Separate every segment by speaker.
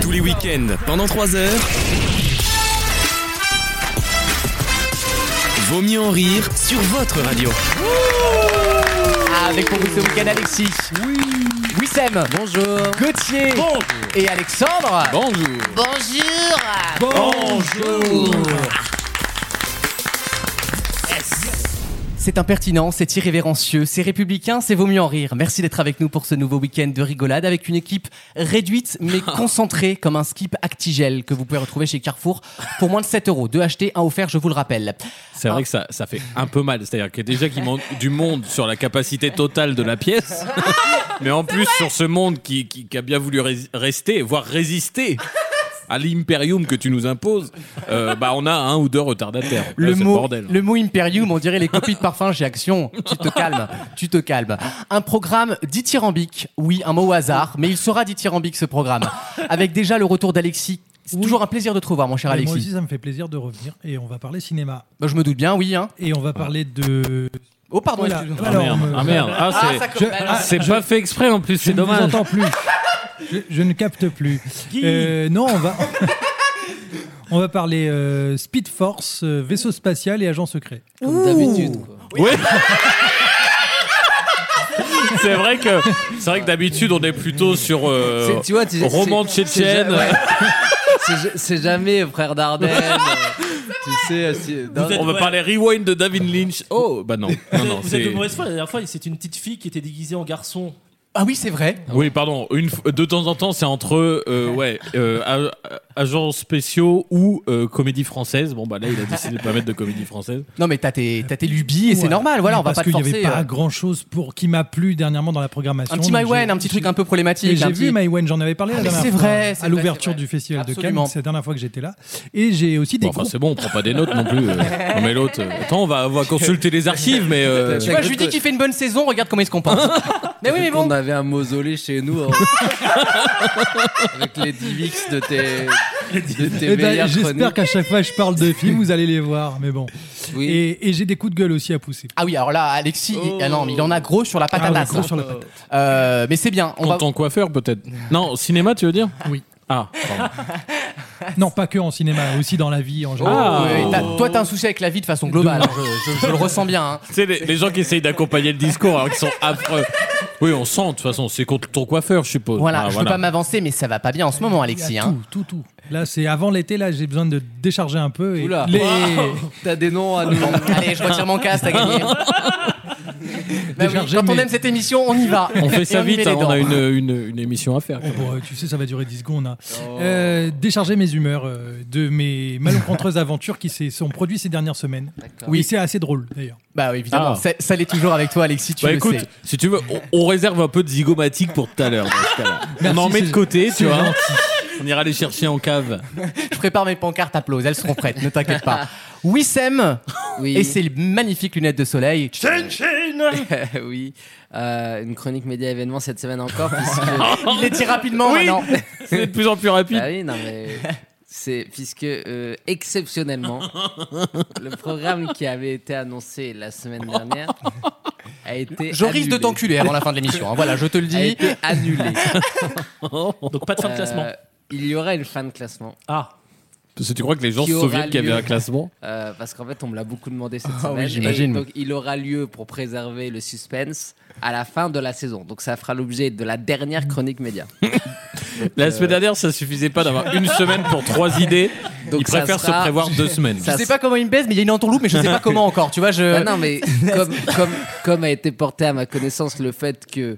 Speaker 1: Tous les week-ends, pendant 3 heures. Vaut mieux en rire sur votre radio.
Speaker 2: Ah, Avec pour vous ce week-end Alexis. Oui. Wissem. Bonjour. Gauthier. Et Alexandre.
Speaker 3: Bonjour
Speaker 2: C'est impertinent, c'est irrévérencieux, c'est républicain, c'est vaut mieux en rire. Merci d'être avec nous pour ce nouveau week-end de rigolade avec une équipe réduite mais concentrée comme un skip Actigel que vous pouvez retrouver chez Carrefour pour moins de 7 euros. Deux achetés, un offert, je vous le rappelle.
Speaker 4: C'est vrai que ça, ça fait un peu mal. C'est-à-dire que déjà qu'il manque du monde sur la capacité totale de la pièce, mais en plus sur ce monde qui, qui- qui a bien voulu rés- rester, voire résister à l'impérium que tu nous imposes, euh, bah on a un ou deux retardataires. Là,
Speaker 2: le
Speaker 4: Ah, c'est
Speaker 2: mot,
Speaker 4: bordel.
Speaker 2: le mot Imperium, on dirait les copies de parfum chez Action. Tu te calmes, tu te calmes. Un programme dithyrambique, oui, un mot au hasard, mais il sera dithyrambique ce programme. Avec déjà le retour d'Alexis. C'est toujours un plaisir de te revoir, mon cher
Speaker 5: Et
Speaker 2: Alexis.
Speaker 5: Moi aussi, ça me fait plaisir de revenir et on va parler cinéma.
Speaker 2: Bah, je me doute bien, oui. Hein.
Speaker 5: Et on va parler de.
Speaker 2: Oh, pardon,
Speaker 5: Voilà.
Speaker 2: excuse-moi.
Speaker 4: Ah
Speaker 5: Alors,
Speaker 4: merde,
Speaker 5: me-
Speaker 4: ah merde. Ah, c'est-
Speaker 2: ça Bah,
Speaker 5: Je,
Speaker 2: commence.
Speaker 5: ah,
Speaker 4: c'est pas fait exprès en plus,
Speaker 5: je
Speaker 4: c'est
Speaker 5: ne vous
Speaker 4: dommage.
Speaker 5: entends plus. Je, je ne capte plus. Euh, non, on va. On va parler euh, Speed Force, euh, vaisseau spatial et agent secret.
Speaker 6: Comme d'habitude.
Speaker 4: Oui. c'est vrai que c'est vrai que d'habitude on est plutôt sur euh,
Speaker 6: C'est- tu vois, tu-
Speaker 4: roman
Speaker 6: c'est-
Speaker 4: tchétchène.
Speaker 6: c'est ja- ouais. C'est- C'est jamais frère Dardenne.
Speaker 2: Ah,
Speaker 6: euh, tu sais, c'est- non,
Speaker 4: on va parler rewind de David Lynch. Oh bah non, non, non,
Speaker 7: Vous êtes de
Speaker 4: c'est
Speaker 7: mauvaise foi, la dernière fois, c'est une petite fille qui était déguisée en garçon.
Speaker 2: Ah oui, c'est vrai.
Speaker 4: Oui, pardon. Une, f- de temps en temps, c'est entre euh, ouais, euh, a- agents spéciaux ou euh, comédie française. Bon, bah là, il a décidé de pas mettre de comédie française.
Speaker 2: Non, mais t'as tes, t'as tes lubies et c'est
Speaker 5: Ouais.
Speaker 2: normal, voilà, on va
Speaker 5: Parce
Speaker 2: pas te
Speaker 5: qu'il n'y
Speaker 2: forcer.
Speaker 5: avait pas
Speaker 2: euh.
Speaker 5: grand chose pour qui m'a plu dernièrement dans la programmation.
Speaker 2: Un petit
Speaker 5: donc
Speaker 2: Mywen,
Speaker 5: j'ai-
Speaker 2: un petit truc un peu
Speaker 5: Et
Speaker 2: problématique.
Speaker 5: j'ai
Speaker 2: un
Speaker 5: vu
Speaker 2: petit-
Speaker 5: Maïwen, j'en avais parlé
Speaker 2: Ah,
Speaker 5: la
Speaker 2: mais
Speaker 5: dernière
Speaker 2: c'est
Speaker 5: fois,
Speaker 2: vrai, c'est
Speaker 5: à
Speaker 2: vrai, c'est
Speaker 5: l'ouverture
Speaker 2: vrai.
Speaker 5: du festival de
Speaker 2: Absolument.
Speaker 5: Cannes, c'est la dernière fois que j'étais là. Et j'ai aussi des
Speaker 4: Bon, enfin,
Speaker 5: groupes-
Speaker 4: c'est bon, on prend pas des notes non plus. euh. Non, mais l'autre. euh, Attends, on va, on va consulter les archives, mais euh,
Speaker 2: Tu vois, je lui dis qu'il fait une bonne saison, regarde comment il se comporte. mais oui, mais bon.
Speaker 6: On avait un mausolée chez nous. hein. Avec les divix de tes, de tes
Speaker 5: Eh ben,
Speaker 6: meilleures
Speaker 5: J'espère
Speaker 6: chroniques.
Speaker 5: qu'à chaque fois que je parle de films, vous allez les voir. Mais bon.
Speaker 6: Oui.
Speaker 5: Et, et j'ai des coups de gueule aussi à pousser.
Speaker 2: Ah oui, alors là, Alexis,
Speaker 6: Oh.
Speaker 2: il- ah non, mais il en a gros sur la
Speaker 5: Ah ouais,
Speaker 2: patatas.
Speaker 5: gros sur la patate.
Speaker 2: Euh, mais c'est bien. On
Speaker 4: en
Speaker 2: va...
Speaker 4: tant que coiffeur, peut-être. Non, cinéma, tu veux dire
Speaker 5: Oui.
Speaker 4: Ah, pardon.
Speaker 5: Non, pas que en cinéma, aussi dans la vie en général.
Speaker 4: Ah.
Speaker 2: Ah, Oh, Oui, t'as- toi, t'as un souci avec la vie de façon globale. hein, je, je- je le ressens bien. hein.
Speaker 4: Tu sais, les, les gens qui essayent d'accompagner le discours alors qu'ils sont affreux. Oui, on sent, de toute façon, c'est contre ton coiffeur, je
Speaker 5: Oh,
Speaker 4: suppose.
Speaker 2: Voilà,
Speaker 4: Ah,
Speaker 2: je peux pas m'avancer, mais ça va pas bien en ce moment, Alexis. hein.
Speaker 5: Tout, tout, tout. Là, c'est avant l'été, là, j'ai besoin de décharger un peu. Et
Speaker 6: Oula.
Speaker 5: les-
Speaker 6: T'as des noms à nous.
Speaker 2: Bon, allez, je retire mon casque, t'as gagné. Bah oui,
Speaker 5: Déchargé,
Speaker 2: quand on
Speaker 5: mais-
Speaker 2: aime cette émission, on y va.
Speaker 4: On fait
Speaker 2: Et
Speaker 4: ça
Speaker 2: y met
Speaker 4: vite,
Speaker 2: les
Speaker 4: hein, on a
Speaker 2: dents.
Speaker 4: une, une- une émission à faire.
Speaker 5: Oh, bon, euh, tu sais, ça va durer 10 secondes. hein.
Speaker 6: Oh.
Speaker 5: Euh, décharger mes humeurs euh, de mes malencontreuses aventures qui se sont produites ces dernières semaines. Oui, c'est assez drôle d'ailleurs.
Speaker 2: Bah oui, évidemment,
Speaker 4: Ah.
Speaker 2: ça, ça l'est toujours avec toi, Alexis, tu
Speaker 4: bah
Speaker 2: le
Speaker 4: écoute,
Speaker 2: sais.
Speaker 4: si tu veux, on, on réserve un peu de zygomatique pour tout à l'heure. dans ce cas-là. on
Speaker 5: Merci,
Speaker 4: en met de
Speaker 5: c'est-
Speaker 4: côté, tu
Speaker 5: c'est
Speaker 4: vois.
Speaker 5: gentil.
Speaker 4: On ira les chercher en cave.
Speaker 2: Je prépare mes pancartes applauses, elles seront prêtes, ne t'inquiète pas. Wissem
Speaker 6: Oui.
Speaker 2: et ses magnifiques lunettes de soleil.
Speaker 6: oui. Euh, une chronique média événement cette semaine encore. puisque-
Speaker 2: Il les tire rapidement
Speaker 4: Oui.
Speaker 2: maintenant.
Speaker 4: C'est de plus en plus rapide.
Speaker 6: Ah oui, non, mais c'est puisque euh, exceptionnellement, le programme qui avait été annoncé la semaine dernière a été.
Speaker 2: Je risque de
Speaker 6: annulé.
Speaker 2: t'enculer avant la fin de l'émission. hein. Voilà, je te le
Speaker 6: A
Speaker 2: dis.
Speaker 6: été annulé.
Speaker 7: Donc pas de fin de classement.
Speaker 6: Euh, il y aura une fin de classement
Speaker 7: Ah,
Speaker 4: Parce que tu crois que les gens
Speaker 6: Qui
Speaker 4: se
Speaker 6: aura
Speaker 4: souviennent qu'il y avait
Speaker 6: lieu.
Speaker 4: un classement
Speaker 6: euh, parce qu'en fait, on me l'a beaucoup demandé cette
Speaker 2: Ah oui,
Speaker 6: semaine. Et
Speaker 2: j'imagine.
Speaker 6: donc, il aura lieu pour préserver le suspense à la fin de la saison. Donc, ça fera l'objet de la dernière chronique média.
Speaker 4: La
Speaker 6: euh,
Speaker 4: semaine dernière, ça suffisait pas d'avoir une semaine pour trois idées.
Speaker 6: Donc
Speaker 4: Ils
Speaker 6: ça
Speaker 4: préfèrent
Speaker 6: sera-
Speaker 4: se prévoir deux semaines.
Speaker 6: Ça
Speaker 2: Je sais pas comment il me baise, mais il y a une entourloupe, mais je sais pas comment encore. Tu vois, je.
Speaker 6: Bah non, mais comme, comme, comme a été porté à ma connaissance le fait que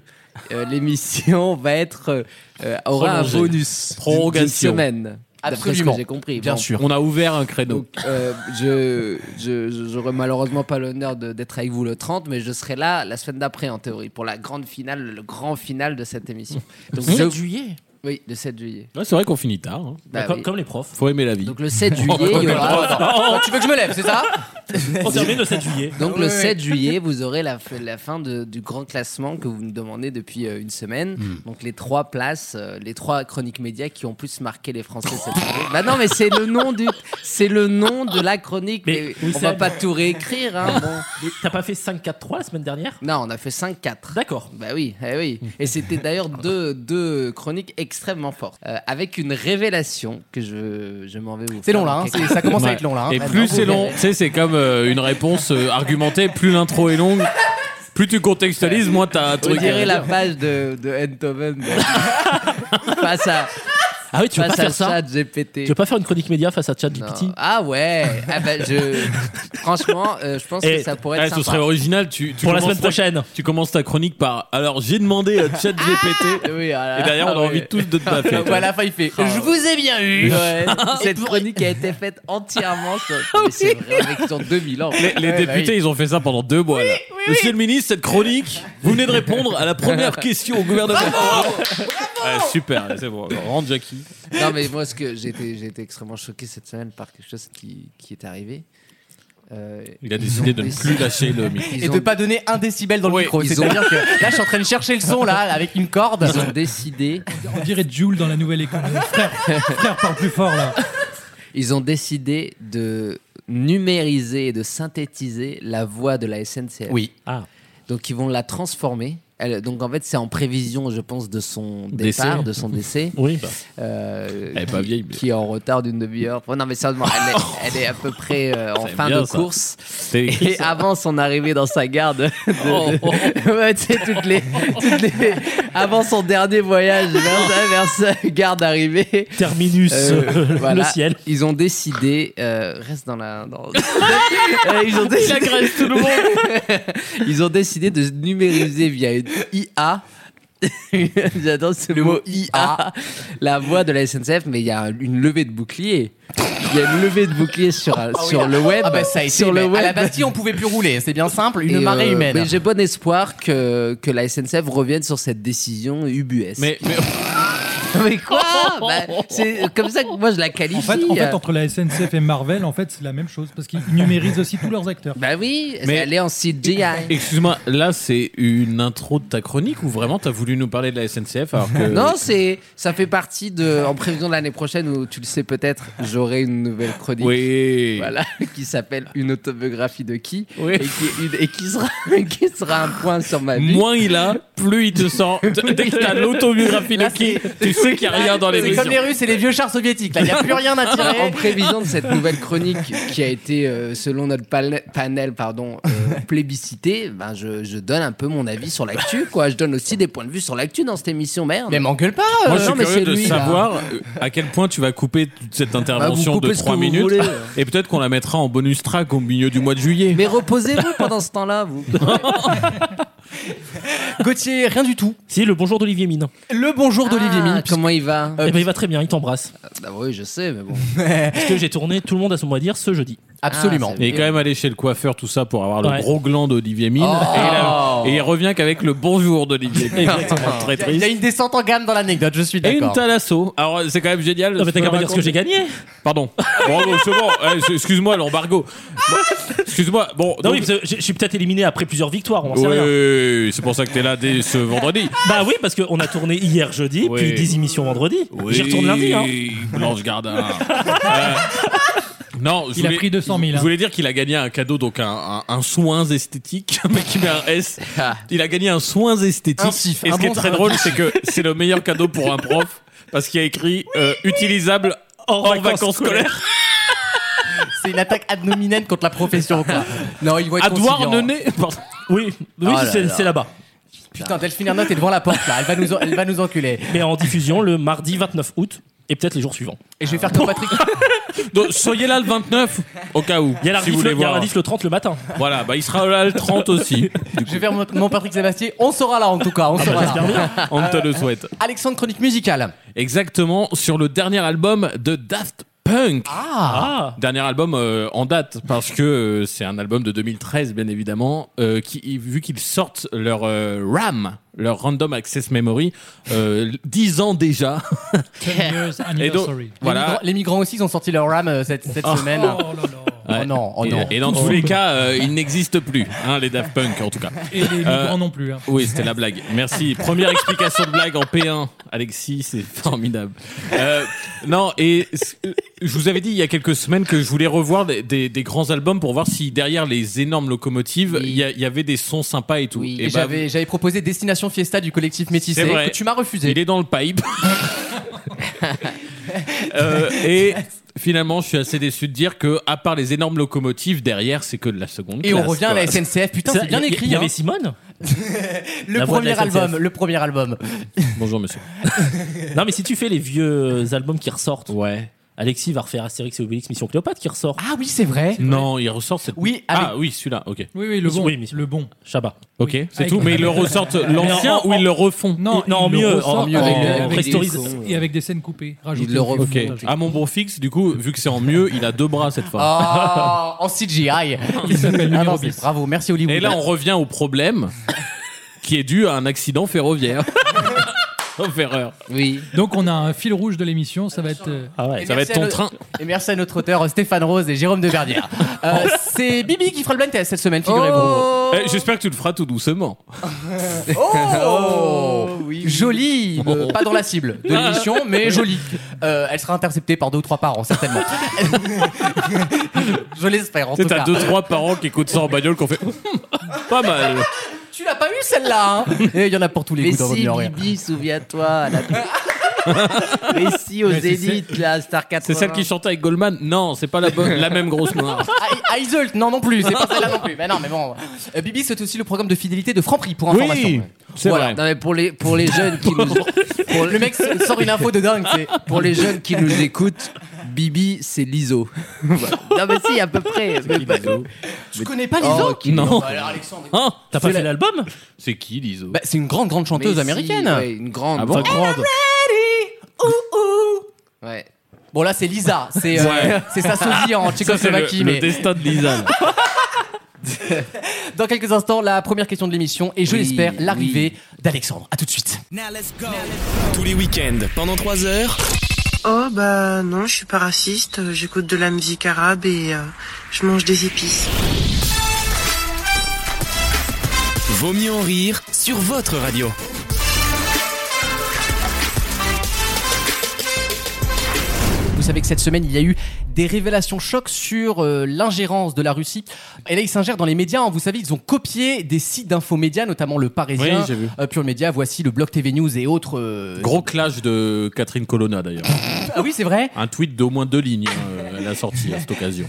Speaker 6: euh, l'émission va être euh, euh, aura
Speaker 4: Prolongée.
Speaker 6: un bonus d'une- d'une
Speaker 4: Prorogation.
Speaker 6: semaine. D'après ce que
Speaker 2: Absolument.
Speaker 6: j'ai compris.
Speaker 2: Bien
Speaker 6: Bon.
Speaker 2: sûr.
Speaker 4: On a ouvert un créneau.
Speaker 6: Donc, euh, je je- je- j'aurai malheureusement pas l'honneur de- d'être avec vous le 30, mais je serai là la semaine d'après en théorie pour la grande finale, le grand final de cette émission. Donc, je-
Speaker 7: juillet.
Speaker 6: oui, le 7 juillet.
Speaker 4: Ouais, c'est vrai qu'on finit tard. hein.
Speaker 6: Bah
Speaker 7: comme,
Speaker 6: oui.
Speaker 7: comme les profs.
Speaker 4: Faut aimer la vie.
Speaker 6: Donc le 7 juillet, il y aura-
Speaker 2: Attends, tu veux que je me lève, c'est ça
Speaker 7: Oh, On termine le 7 juillet.
Speaker 6: Donc le
Speaker 2: Ouais, ouais.
Speaker 6: 7 juillet, vous aurez la, f- la fin de- du grand classement que vous me demandez depuis euh, une semaine.
Speaker 2: Hmm.
Speaker 6: Donc les trois places, euh, les trois chroniques médias qui ont plus marqué les Français cette année. Bah non, mais c'est le nom du, c'est le nom de la chronique.
Speaker 7: Mais
Speaker 6: mais
Speaker 7: où
Speaker 6: on va
Speaker 7: c'est
Speaker 6: pas tout réécrire. hein, bon.
Speaker 7: Mais T'as pas fait 5-4-3 la semaine dernière
Speaker 6: Non, on a fait 5-4.
Speaker 7: D'accord.
Speaker 6: Bah oui, eh oui. Et c'était d'ailleurs deux, deux chroniques extrêmement forte, euh, avec une révélation que je, je m'en vais vous
Speaker 2: C'est
Speaker 6: faire
Speaker 2: long là,
Speaker 6: dans
Speaker 2: hein,
Speaker 6: quelques
Speaker 2: c'est- ça commence à
Speaker 4: Ouais.
Speaker 2: être long là. hein.
Speaker 4: Et
Speaker 2: Maintenant,
Speaker 4: plus
Speaker 2: vous
Speaker 4: c'est long,
Speaker 2: verrez.
Speaker 4: tu sais, c'est comme euh, une réponse euh, argumentée, plus l'intro est longue, plus tu contextualises, moins t'as un
Speaker 6: On
Speaker 4: truc.
Speaker 6: dirait
Speaker 4: à
Speaker 6: la
Speaker 4: dire.
Speaker 6: page de, de Enthoven face à,
Speaker 7: Ah oui, tu veux pas
Speaker 6: face à
Speaker 7: faire ça
Speaker 6: ChatGPT.
Speaker 7: Tu veux pas faire une chronique média face à ChatGPT
Speaker 6: Non. Ah ouais ah bah, je... Franchement, euh, je pense
Speaker 7: Eh,
Speaker 6: que ça pourrait
Speaker 4: Eh,
Speaker 6: être
Speaker 4: ce serait
Speaker 6: sympa.
Speaker 4: original, tu, tu
Speaker 7: Pour la
Speaker 4: commences
Speaker 7: semaine
Speaker 4: ta-
Speaker 7: prochaine.
Speaker 4: Tu commences ta chronique par Alors j'ai demandé à ChatGPT,
Speaker 6: Oui, voilà.
Speaker 4: et derrière on a
Speaker 6: Ah
Speaker 4: envie
Speaker 6: oui.
Speaker 4: tous de te baffer. Oh.
Speaker 2: Ouais, à la fin, il fait.
Speaker 6: Je vous ai bien eu Ouais. Cette chronique a été faite entièrement sur... Mais c'est vrai, avec son 2000 ans. bah
Speaker 4: Les, les députés, ils ont fait ça pendant deux mois. là. Monsieur le ministre, cette chronique, vous venez de répondre à la première question au gouvernement. Ouais, Ah, super, c'est bon. Rends Jackie.
Speaker 6: Non mais moi, ce que j'ai été, j'ai été extrêmement choqué cette semaine par quelque chose qui, qui est arrivé. Euh,
Speaker 4: Il a
Speaker 6: ils
Speaker 4: décidé
Speaker 6: ont
Speaker 4: de ne
Speaker 6: décidé-
Speaker 4: plus lâcher le micro.
Speaker 6: ils
Speaker 2: Et
Speaker 6: ont-
Speaker 2: de pas donner un décibel dans le
Speaker 4: Ouais,
Speaker 2: micro.
Speaker 6: ils
Speaker 2: C'est-à-dire que là, je suis en train de chercher le son là, avec une corde.
Speaker 6: Ils ont décidé
Speaker 5: On dirait Jules dans la nouvelle école. Frère, frère parle plus fort là.
Speaker 6: Ils ont décidé de numériser et de synthétiser la voix de la SNCF.
Speaker 2: Oui.
Speaker 7: Ah.
Speaker 6: Donc ils vont la transformer. Elle- donc en fait, c'est en prévision, je pense, de son
Speaker 4: Décès.
Speaker 6: départ, de son décès.
Speaker 7: Oui, bah.
Speaker 6: euh,
Speaker 4: Elle est
Speaker 6: qui,
Speaker 4: pas vieille, mais-
Speaker 6: qui est en retard d'une demi-heure. Enfin, non, mais sérieusement, elle est, elle est à peu près euh, en
Speaker 4: C'est
Speaker 6: fin
Speaker 4: bien,
Speaker 6: de
Speaker 4: ça.
Speaker 6: course.
Speaker 4: C'était écrit,
Speaker 6: Et avant son arrivée dans sa Oh, gare de- de- de- Ouais, tu sais, toutes les, toutes les- avant son dernier voyage vers, vers sa gare d'arrivée,
Speaker 7: Terminus,
Speaker 6: euh, voilà.
Speaker 7: le ciel.
Speaker 6: Ils ont décidé. euh, reste dans la. dans- Euh, ils ont décidé. tout le monde. ils ont décidé de numériser via une IA. J'adore ce mot IA. La voix de la SNCF, mais il y a une levée de bouclier. Il y a une levée de bouclier sur, sur le web.
Speaker 2: Ah bah ça a été.
Speaker 6: sur le
Speaker 2: mais
Speaker 6: web.
Speaker 2: À la Bastille, on pouvait plus rouler. C'est bien simple, une
Speaker 6: Et,
Speaker 2: marée
Speaker 6: euh,
Speaker 2: humaine.
Speaker 6: Mais j'ai bon espoir que, que la SNCF revienne sur cette décision UBS.
Speaker 4: Mais, mais-
Speaker 6: Mais quoi Bah, C'est comme ça que moi je la qualifie. euh,
Speaker 5: En fait, en
Speaker 2: euh.
Speaker 5: fait, entre la SNCF et Marvel, en fait, c'est la même chose parce qu'ils numérisent aussi tous leurs acteurs.
Speaker 6: Bah oui,
Speaker 4: Mais-
Speaker 6: elle est en CGI.
Speaker 4: excuse-moi, là c'est une intro de ta chronique ou vraiment t'as voulu nous parler de la SNCF alors que.
Speaker 6: Non, c'est ça fait partie de en prévision de l'année prochaine où tu le sais peut-être, j'aurai une nouvelle chronique.
Speaker 4: Oui.
Speaker 6: Voilà, qui s'appelle une autobiographie de qui
Speaker 4: Oui.
Speaker 6: et, qui est une- et qui sera qui sera un point sur ma vie.
Speaker 4: Moins il a, plus il te sent. Dès que t'as l'autobiographie de qui, tu sais qu'il n'y a rien dans
Speaker 2: C'est
Speaker 4: l'émission.
Speaker 2: comme les Russes et les vieux chars soviétiques. Là, il n'y a plus rien à
Speaker 6: En
Speaker 2: tirer.
Speaker 6: prévision de cette nouvelle chronique qui a été, euh, selon notre pal- panel, pardon, euh, plébiscitée, ben je, je donne un peu mon avis sur l'actu, quoi. Je donne aussi des points de vue sur l'actu dans cette émission, merde.
Speaker 2: Mais m'engueule pas.
Speaker 4: Moi,
Speaker 2: euh,
Speaker 4: je suis
Speaker 6: non, mais
Speaker 4: curieux
Speaker 6: c'est
Speaker 4: de
Speaker 6: lui, là. Bah,
Speaker 4: savoir euh, à quel point tu vas couper toute cette intervention
Speaker 6: coupez
Speaker 4: de
Speaker 6: ce que
Speaker 4: 3
Speaker 6: vous
Speaker 4: minutes.
Speaker 6: voulez.
Speaker 4: Et peut-être qu'on la mettra en bonus track au milieu du mois de juillet.
Speaker 6: Mais reposez-vous pendant ce temps-là, vous.
Speaker 2: Gauthier, rien du tout.
Speaker 7: Si, le bonjour d'Olivier Mine.
Speaker 2: Le bonjour d'Olivier
Speaker 6: Ah,
Speaker 2: Mine. puisque-
Speaker 6: Comment il va
Speaker 7: Eh ben, il va très bien, il t'embrasse.
Speaker 6: Bah oui, je sais, mais bon.
Speaker 7: Parce que j'ai tourné Tout le monde à son mot à dire ce jeudi.
Speaker 2: Absolument.
Speaker 6: Ah,
Speaker 4: Il est quand même allé chez le coiffeur, tout ça, pour avoir le
Speaker 7: Ouais.
Speaker 4: gros gland d'Olivier Mine.
Speaker 6: Oh.
Speaker 4: Et, il a- et il revient qu'avec le bonjour d'Olivier Mine. Très
Speaker 2: il y a
Speaker 4: triste.
Speaker 2: une descente en gamme dans l'anecdote, je suis
Speaker 4: Et une
Speaker 2: d'accord.
Speaker 4: thalasso. Alors, c'est quand même génial.
Speaker 7: Non, mais t'as qu'à me dire ce que j'ai gagné.
Speaker 4: Pardon. Bravo, c'est bon. Eh, c'est- excuse-moi, l'embargo. Bon, excuse-moi. Bon,
Speaker 7: Non,
Speaker 4: donc-
Speaker 7: oui, parce que je je suis peut-être éliminé après plusieurs victoires, on en sait
Speaker 4: Oui,
Speaker 7: rien.
Speaker 4: oui, oui, c'est pour ça que t'es là dès ce vendredi.
Speaker 7: Bah oui, parce qu'on a tourné hier jeudi,
Speaker 4: Oui.
Speaker 7: puis des émissions vendredi.
Speaker 4: Oui,
Speaker 7: J'y retourne lundi, hein.
Speaker 4: Blanche Gardin. Euh, non, je
Speaker 5: Il a
Speaker 4: voulais-
Speaker 5: pris 200 000,
Speaker 4: Je
Speaker 5: hein.
Speaker 4: voulais dire qu'il a gagné un cadeau, donc un, un, un soin esthétique. Un mec qui met un S. Il a gagné un soin esthétique.
Speaker 2: Un sif,
Speaker 4: Et
Speaker 2: un
Speaker 4: ce qui
Speaker 2: bon
Speaker 4: est très
Speaker 2: soin.
Speaker 4: drôle, c'est que c'est le meilleur cadeau pour un prof parce qu'il y a écrit euh, utilisable
Speaker 7: Hors
Speaker 4: hors
Speaker 7: vacances
Speaker 4: vacances scolaires.
Speaker 2: C'est une attaque ad nominem contre la profession. Quoi. Non, il vont être
Speaker 4: Adouard
Speaker 2: conciliants.
Speaker 4: Nenet. Pardon.
Speaker 7: Oui, oui
Speaker 6: là
Speaker 7: c'est
Speaker 6: là.
Speaker 7: c'est là-bas.
Speaker 2: Putain, Delphine Ernotte est devant la porte là. Elle va nous, en- elle va nous enculer.
Speaker 7: Mais en diffusion le mardi 29 août et peut-être les jours suivants.
Speaker 2: Et je vais faire comme Patrick.
Speaker 4: Ah Donc, soyez là le 29 au cas où.
Speaker 7: Il y a
Speaker 4: si
Speaker 7: l'arbitre
Speaker 4: vous voulez
Speaker 7: le, il y a
Speaker 4: voir.
Speaker 7: l'arbitre le 30 le matin.
Speaker 4: Voilà, bah, il sera là le 30 aussi.
Speaker 2: Je vais faire mon, mon Patrick Sébastien. On sera là en tout cas. On sera là.
Speaker 7: Ah bah, J'espère bien.
Speaker 4: On te le souhaite.
Speaker 2: Alexandre Chronique Musicale.
Speaker 4: Exactement, sur le dernier album de Daft Punk.
Speaker 7: Ah,
Speaker 4: Dernier album euh, en date, parce que euh, c'est un album de 2013, bien évidemment, euh, qui, vu qu'ils sortent leur euh, RAM, leur Random Access Memory, euh, 10 ans déjà.
Speaker 5: 10 years
Speaker 4: Et donc,
Speaker 5: anniversary.
Speaker 2: Les, migrants,
Speaker 4: voilà.
Speaker 2: les migrants aussi, ils ont sorti leur RAM euh, cette, cette
Speaker 7: Ah.
Speaker 2: semaine.
Speaker 5: Oh là là.
Speaker 4: Ouais.
Speaker 2: Oh non, oh
Speaker 4: et,
Speaker 2: non.
Speaker 4: et dans tous les cas, euh, ils n'existent plus, hein, les Daft Punk en tout cas. Euh,
Speaker 5: Et les migrants non plus. hein.
Speaker 4: Oui, c'était la blague. Merci. Première explication de blague en P1 Alexis, c'est formidable. Euh, non, et c- euh, je vous avais dit il y a quelques semaines que je voulais revoir des, des- des grands albums pour voir si derrière les énormes locomotives, il y, a- il y avait des sons sympas et tout.
Speaker 7: Eh
Speaker 2: Et,
Speaker 7: ben,
Speaker 4: Et bah,
Speaker 2: j'avais, j'avais proposé Destination Fiesta du collectif Métissé,
Speaker 4: C'est vrai.
Speaker 2: que tu m'as refusé.
Speaker 4: il est dans le pipe. Euh, et finalement, je suis assez déçu de dire que, à part les énormes locomotives, derrière, c'est que de la seconde
Speaker 2: Et on
Speaker 4: classe,
Speaker 2: revient à
Speaker 4: quoi.
Speaker 2: la SNCF. Putain,
Speaker 7: Ça,
Speaker 2: c'est bien
Speaker 7: il y-
Speaker 2: écrit.
Speaker 7: Il y
Speaker 2: hein.
Speaker 7: avait Simone
Speaker 2: Le
Speaker 7: la voix de
Speaker 2: premier
Speaker 7: la SNCF.
Speaker 2: album, le premier album.
Speaker 4: Bonjour, monsieur.
Speaker 7: Non, mais si tu fais les vieux albums qui ressortent,
Speaker 4: Ouais.
Speaker 7: Alexis va refaire Astérix et Obélix Mission Cléopâtre qui ressort.
Speaker 2: Ah oui, c'est vrai.
Speaker 4: Non, il ressort cette.
Speaker 2: Oui,
Speaker 4: Ah oui, celui-là, ok.
Speaker 5: Oui, oui, le bon.
Speaker 7: Oui, mais-
Speaker 5: le bon.
Speaker 7: Chabat.
Speaker 4: Ok, c'est
Speaker 5: Avec-
Speaker 4: tout. Mais ils le ressortent l'ancien
Speaker 7: en-
Speaker 4: ou ils le refont
Speaker 5: Non,
Speaker 7: Et- non,
Speaker 5: il le
Speaker 7: mieux,
Speaker 5: ressort
Speaker 7: en mieux,
Speaker 5: et-
Speaker 7: avec
Speaker 5: et
Speaker 7: le-
Speaker 5: avec
Speaker 7: avec
Speaker 5: des-
Speaker 7: Stories.
Speaker 5: Et avec des scènes coupées. rajoutées.
Speaker 6: Il le refait.
Speaker 4: Ok, à mon bon fixe, du coup, vu que c'est en mieux, il a deux bras cette fois.
Speaker 2: Ah, en CGI.
Speaker 5: Il s'appelle
Speaker 2: Ah
Speaker 5: numéro
Speaker 2: non, c'est-
Speaker 5: 10.
Speaker 2: bravo, merci Hollywood.
Speaker 4: Et là, on revient au problème qui est dû à un accident ferroviaire. Sauf erreur.
Speaker 6: Oui.
Speaker 5: Donc on a un fil rouge de l'émission, ça va être. euh,
Speaker 7: Ah ouais.
Speaker 2: Et
Speaker 4: Ça va
Speaker 2: merci
Speaker 4: être ton
Speaker 2: à no-
Speaker 4: train.
Speaker 2: Et merci à notre auteur Stéphane Rose et Jérôme de Verdière. Euh, c'est Bibi qui fera le blind test cette semaine, figurez-vous.
Speaker 4: Eh, J'espère que tu le feras tout doucement.
Speaker 2: Oh Jolie,
Speaker 4: Oh.
Speaker 2: euh, pas dans la cible
Speaker 4: Ah.
Speaker 2: de l'émission, mais jolie. Euh, elle sera interceptée par deux ou trois parents, certainement. Je l'espère, en
Speaker 4: Tu
Speaker 2: tout
Speaker 4: sais,
Speaker 2: cas.
Speaker 4: T'as deux, trois parents qui écoutent ça en bagnole qu'on fait Hum, pas mal.
Speaker 2: Tu l'as pas eu, celle-là hein Et il y en a pour tous les
Speaker 6: Mais
Speaker 2: goûts dans Vaut
Speaker 6: si,
Speaker 2: mieux en rire.
Speaker 6: Bibi, souviens-toi. à la- Mais si, au
Speaker 5: Mais c'est-
Speaker 6: Zénith, là, Star 4.
Speaker 4: C'est celle qui chantait avec Goldman Non, c'est pas la, bonne, la même grosse noire.
Speaker 2: Ah, ah, Iseult, non non plus, c'est pas celle-là non plus. Mais non, mais bon. Euh, Bibi, c'est aussi le programme de fidélité de Franprix, pour information.
Speaker 4: c'est
Speaker 6: Voilà. Non, mais pour les, pour les jeunes qui nous. Pour,
Speaker 2: Le mec sort une info de dingue, c'est...
Speaker 6: pour les jeunes qui nous écoutent, Bibi, c'est l'ISO. Voilà.
Speaker 2: ah,
Speaker 6: non,
Speaker 2: bah,
Speaker 6: mais si, à peu près. Mais pas-
Speaker 2: Tu connais pas l'ISO
Speaker 6: Oh, qui-
Speaker 4: Non.
Speaker 2: Bah, alors, Alexandre...
Speaker 4: Hein
Speaker 7: T'as pas fait l'album
Speaker 4: C'est qui l'ISO
Speaker 2: Bah, c'est une grande, grande
Speaker 6: Mais
Speaker 2: chanteuse
Speaker 6: si,
Speaker 2: américaine.
Speaker 6: ouais, Une grande.
Speaker 4: Ah bon
Speaker 7: Grande.
Speaker 6: Ouais.
Speaker 2: Bon, là, c'est Lisa. C'est euh,
Speaker 4: Ouais.
Speaker 2: c'est sa sosie en
Speaker 4: Ça, c'est le,
Speaker 2: Tchécoslovaquie.
Speaker 4: le
Speaker 2: mais
Speaker 4: destin de Lisa. là.
Speaker 2: dans quelques instants, la première question de l'émission et je
Speaker 6: Oui,
Speaker 2: l'espère, l'arrivée d'Alexandre. À tout de suite.
Speaker 1: Tous les week-ends, pendant 3 heures.
Speaker 8: Oh bah non, je suis pas raciste, euh, j'écoute de la musique arabe et euh, je mange des épices.
Speaker 1: Vaut mieux en rire sur votre radio.
Speaker 2: Vous savez que cette semaine, il y a eu des révélations chocs sur euh, l'ingérence de la Russie. Et là, ils s'ingèrent dans les médias. hein. Vous savez, ils ont copié des sites d'infomédia, notamment le Parisien,
Speaker 4: Oui, j'ai vu.
Speaker 2: euh, Pure Média, voici le Blog TV News et autres. euh,
Speaker 4: Gros clash de Catherine Colonna d'ailleurs.
Speaker 2: Ah oui, c'est vrai.
Speaker 4: Un tweet d'au moins deux lignes, hein, euh, elle a sorti à cette occasion.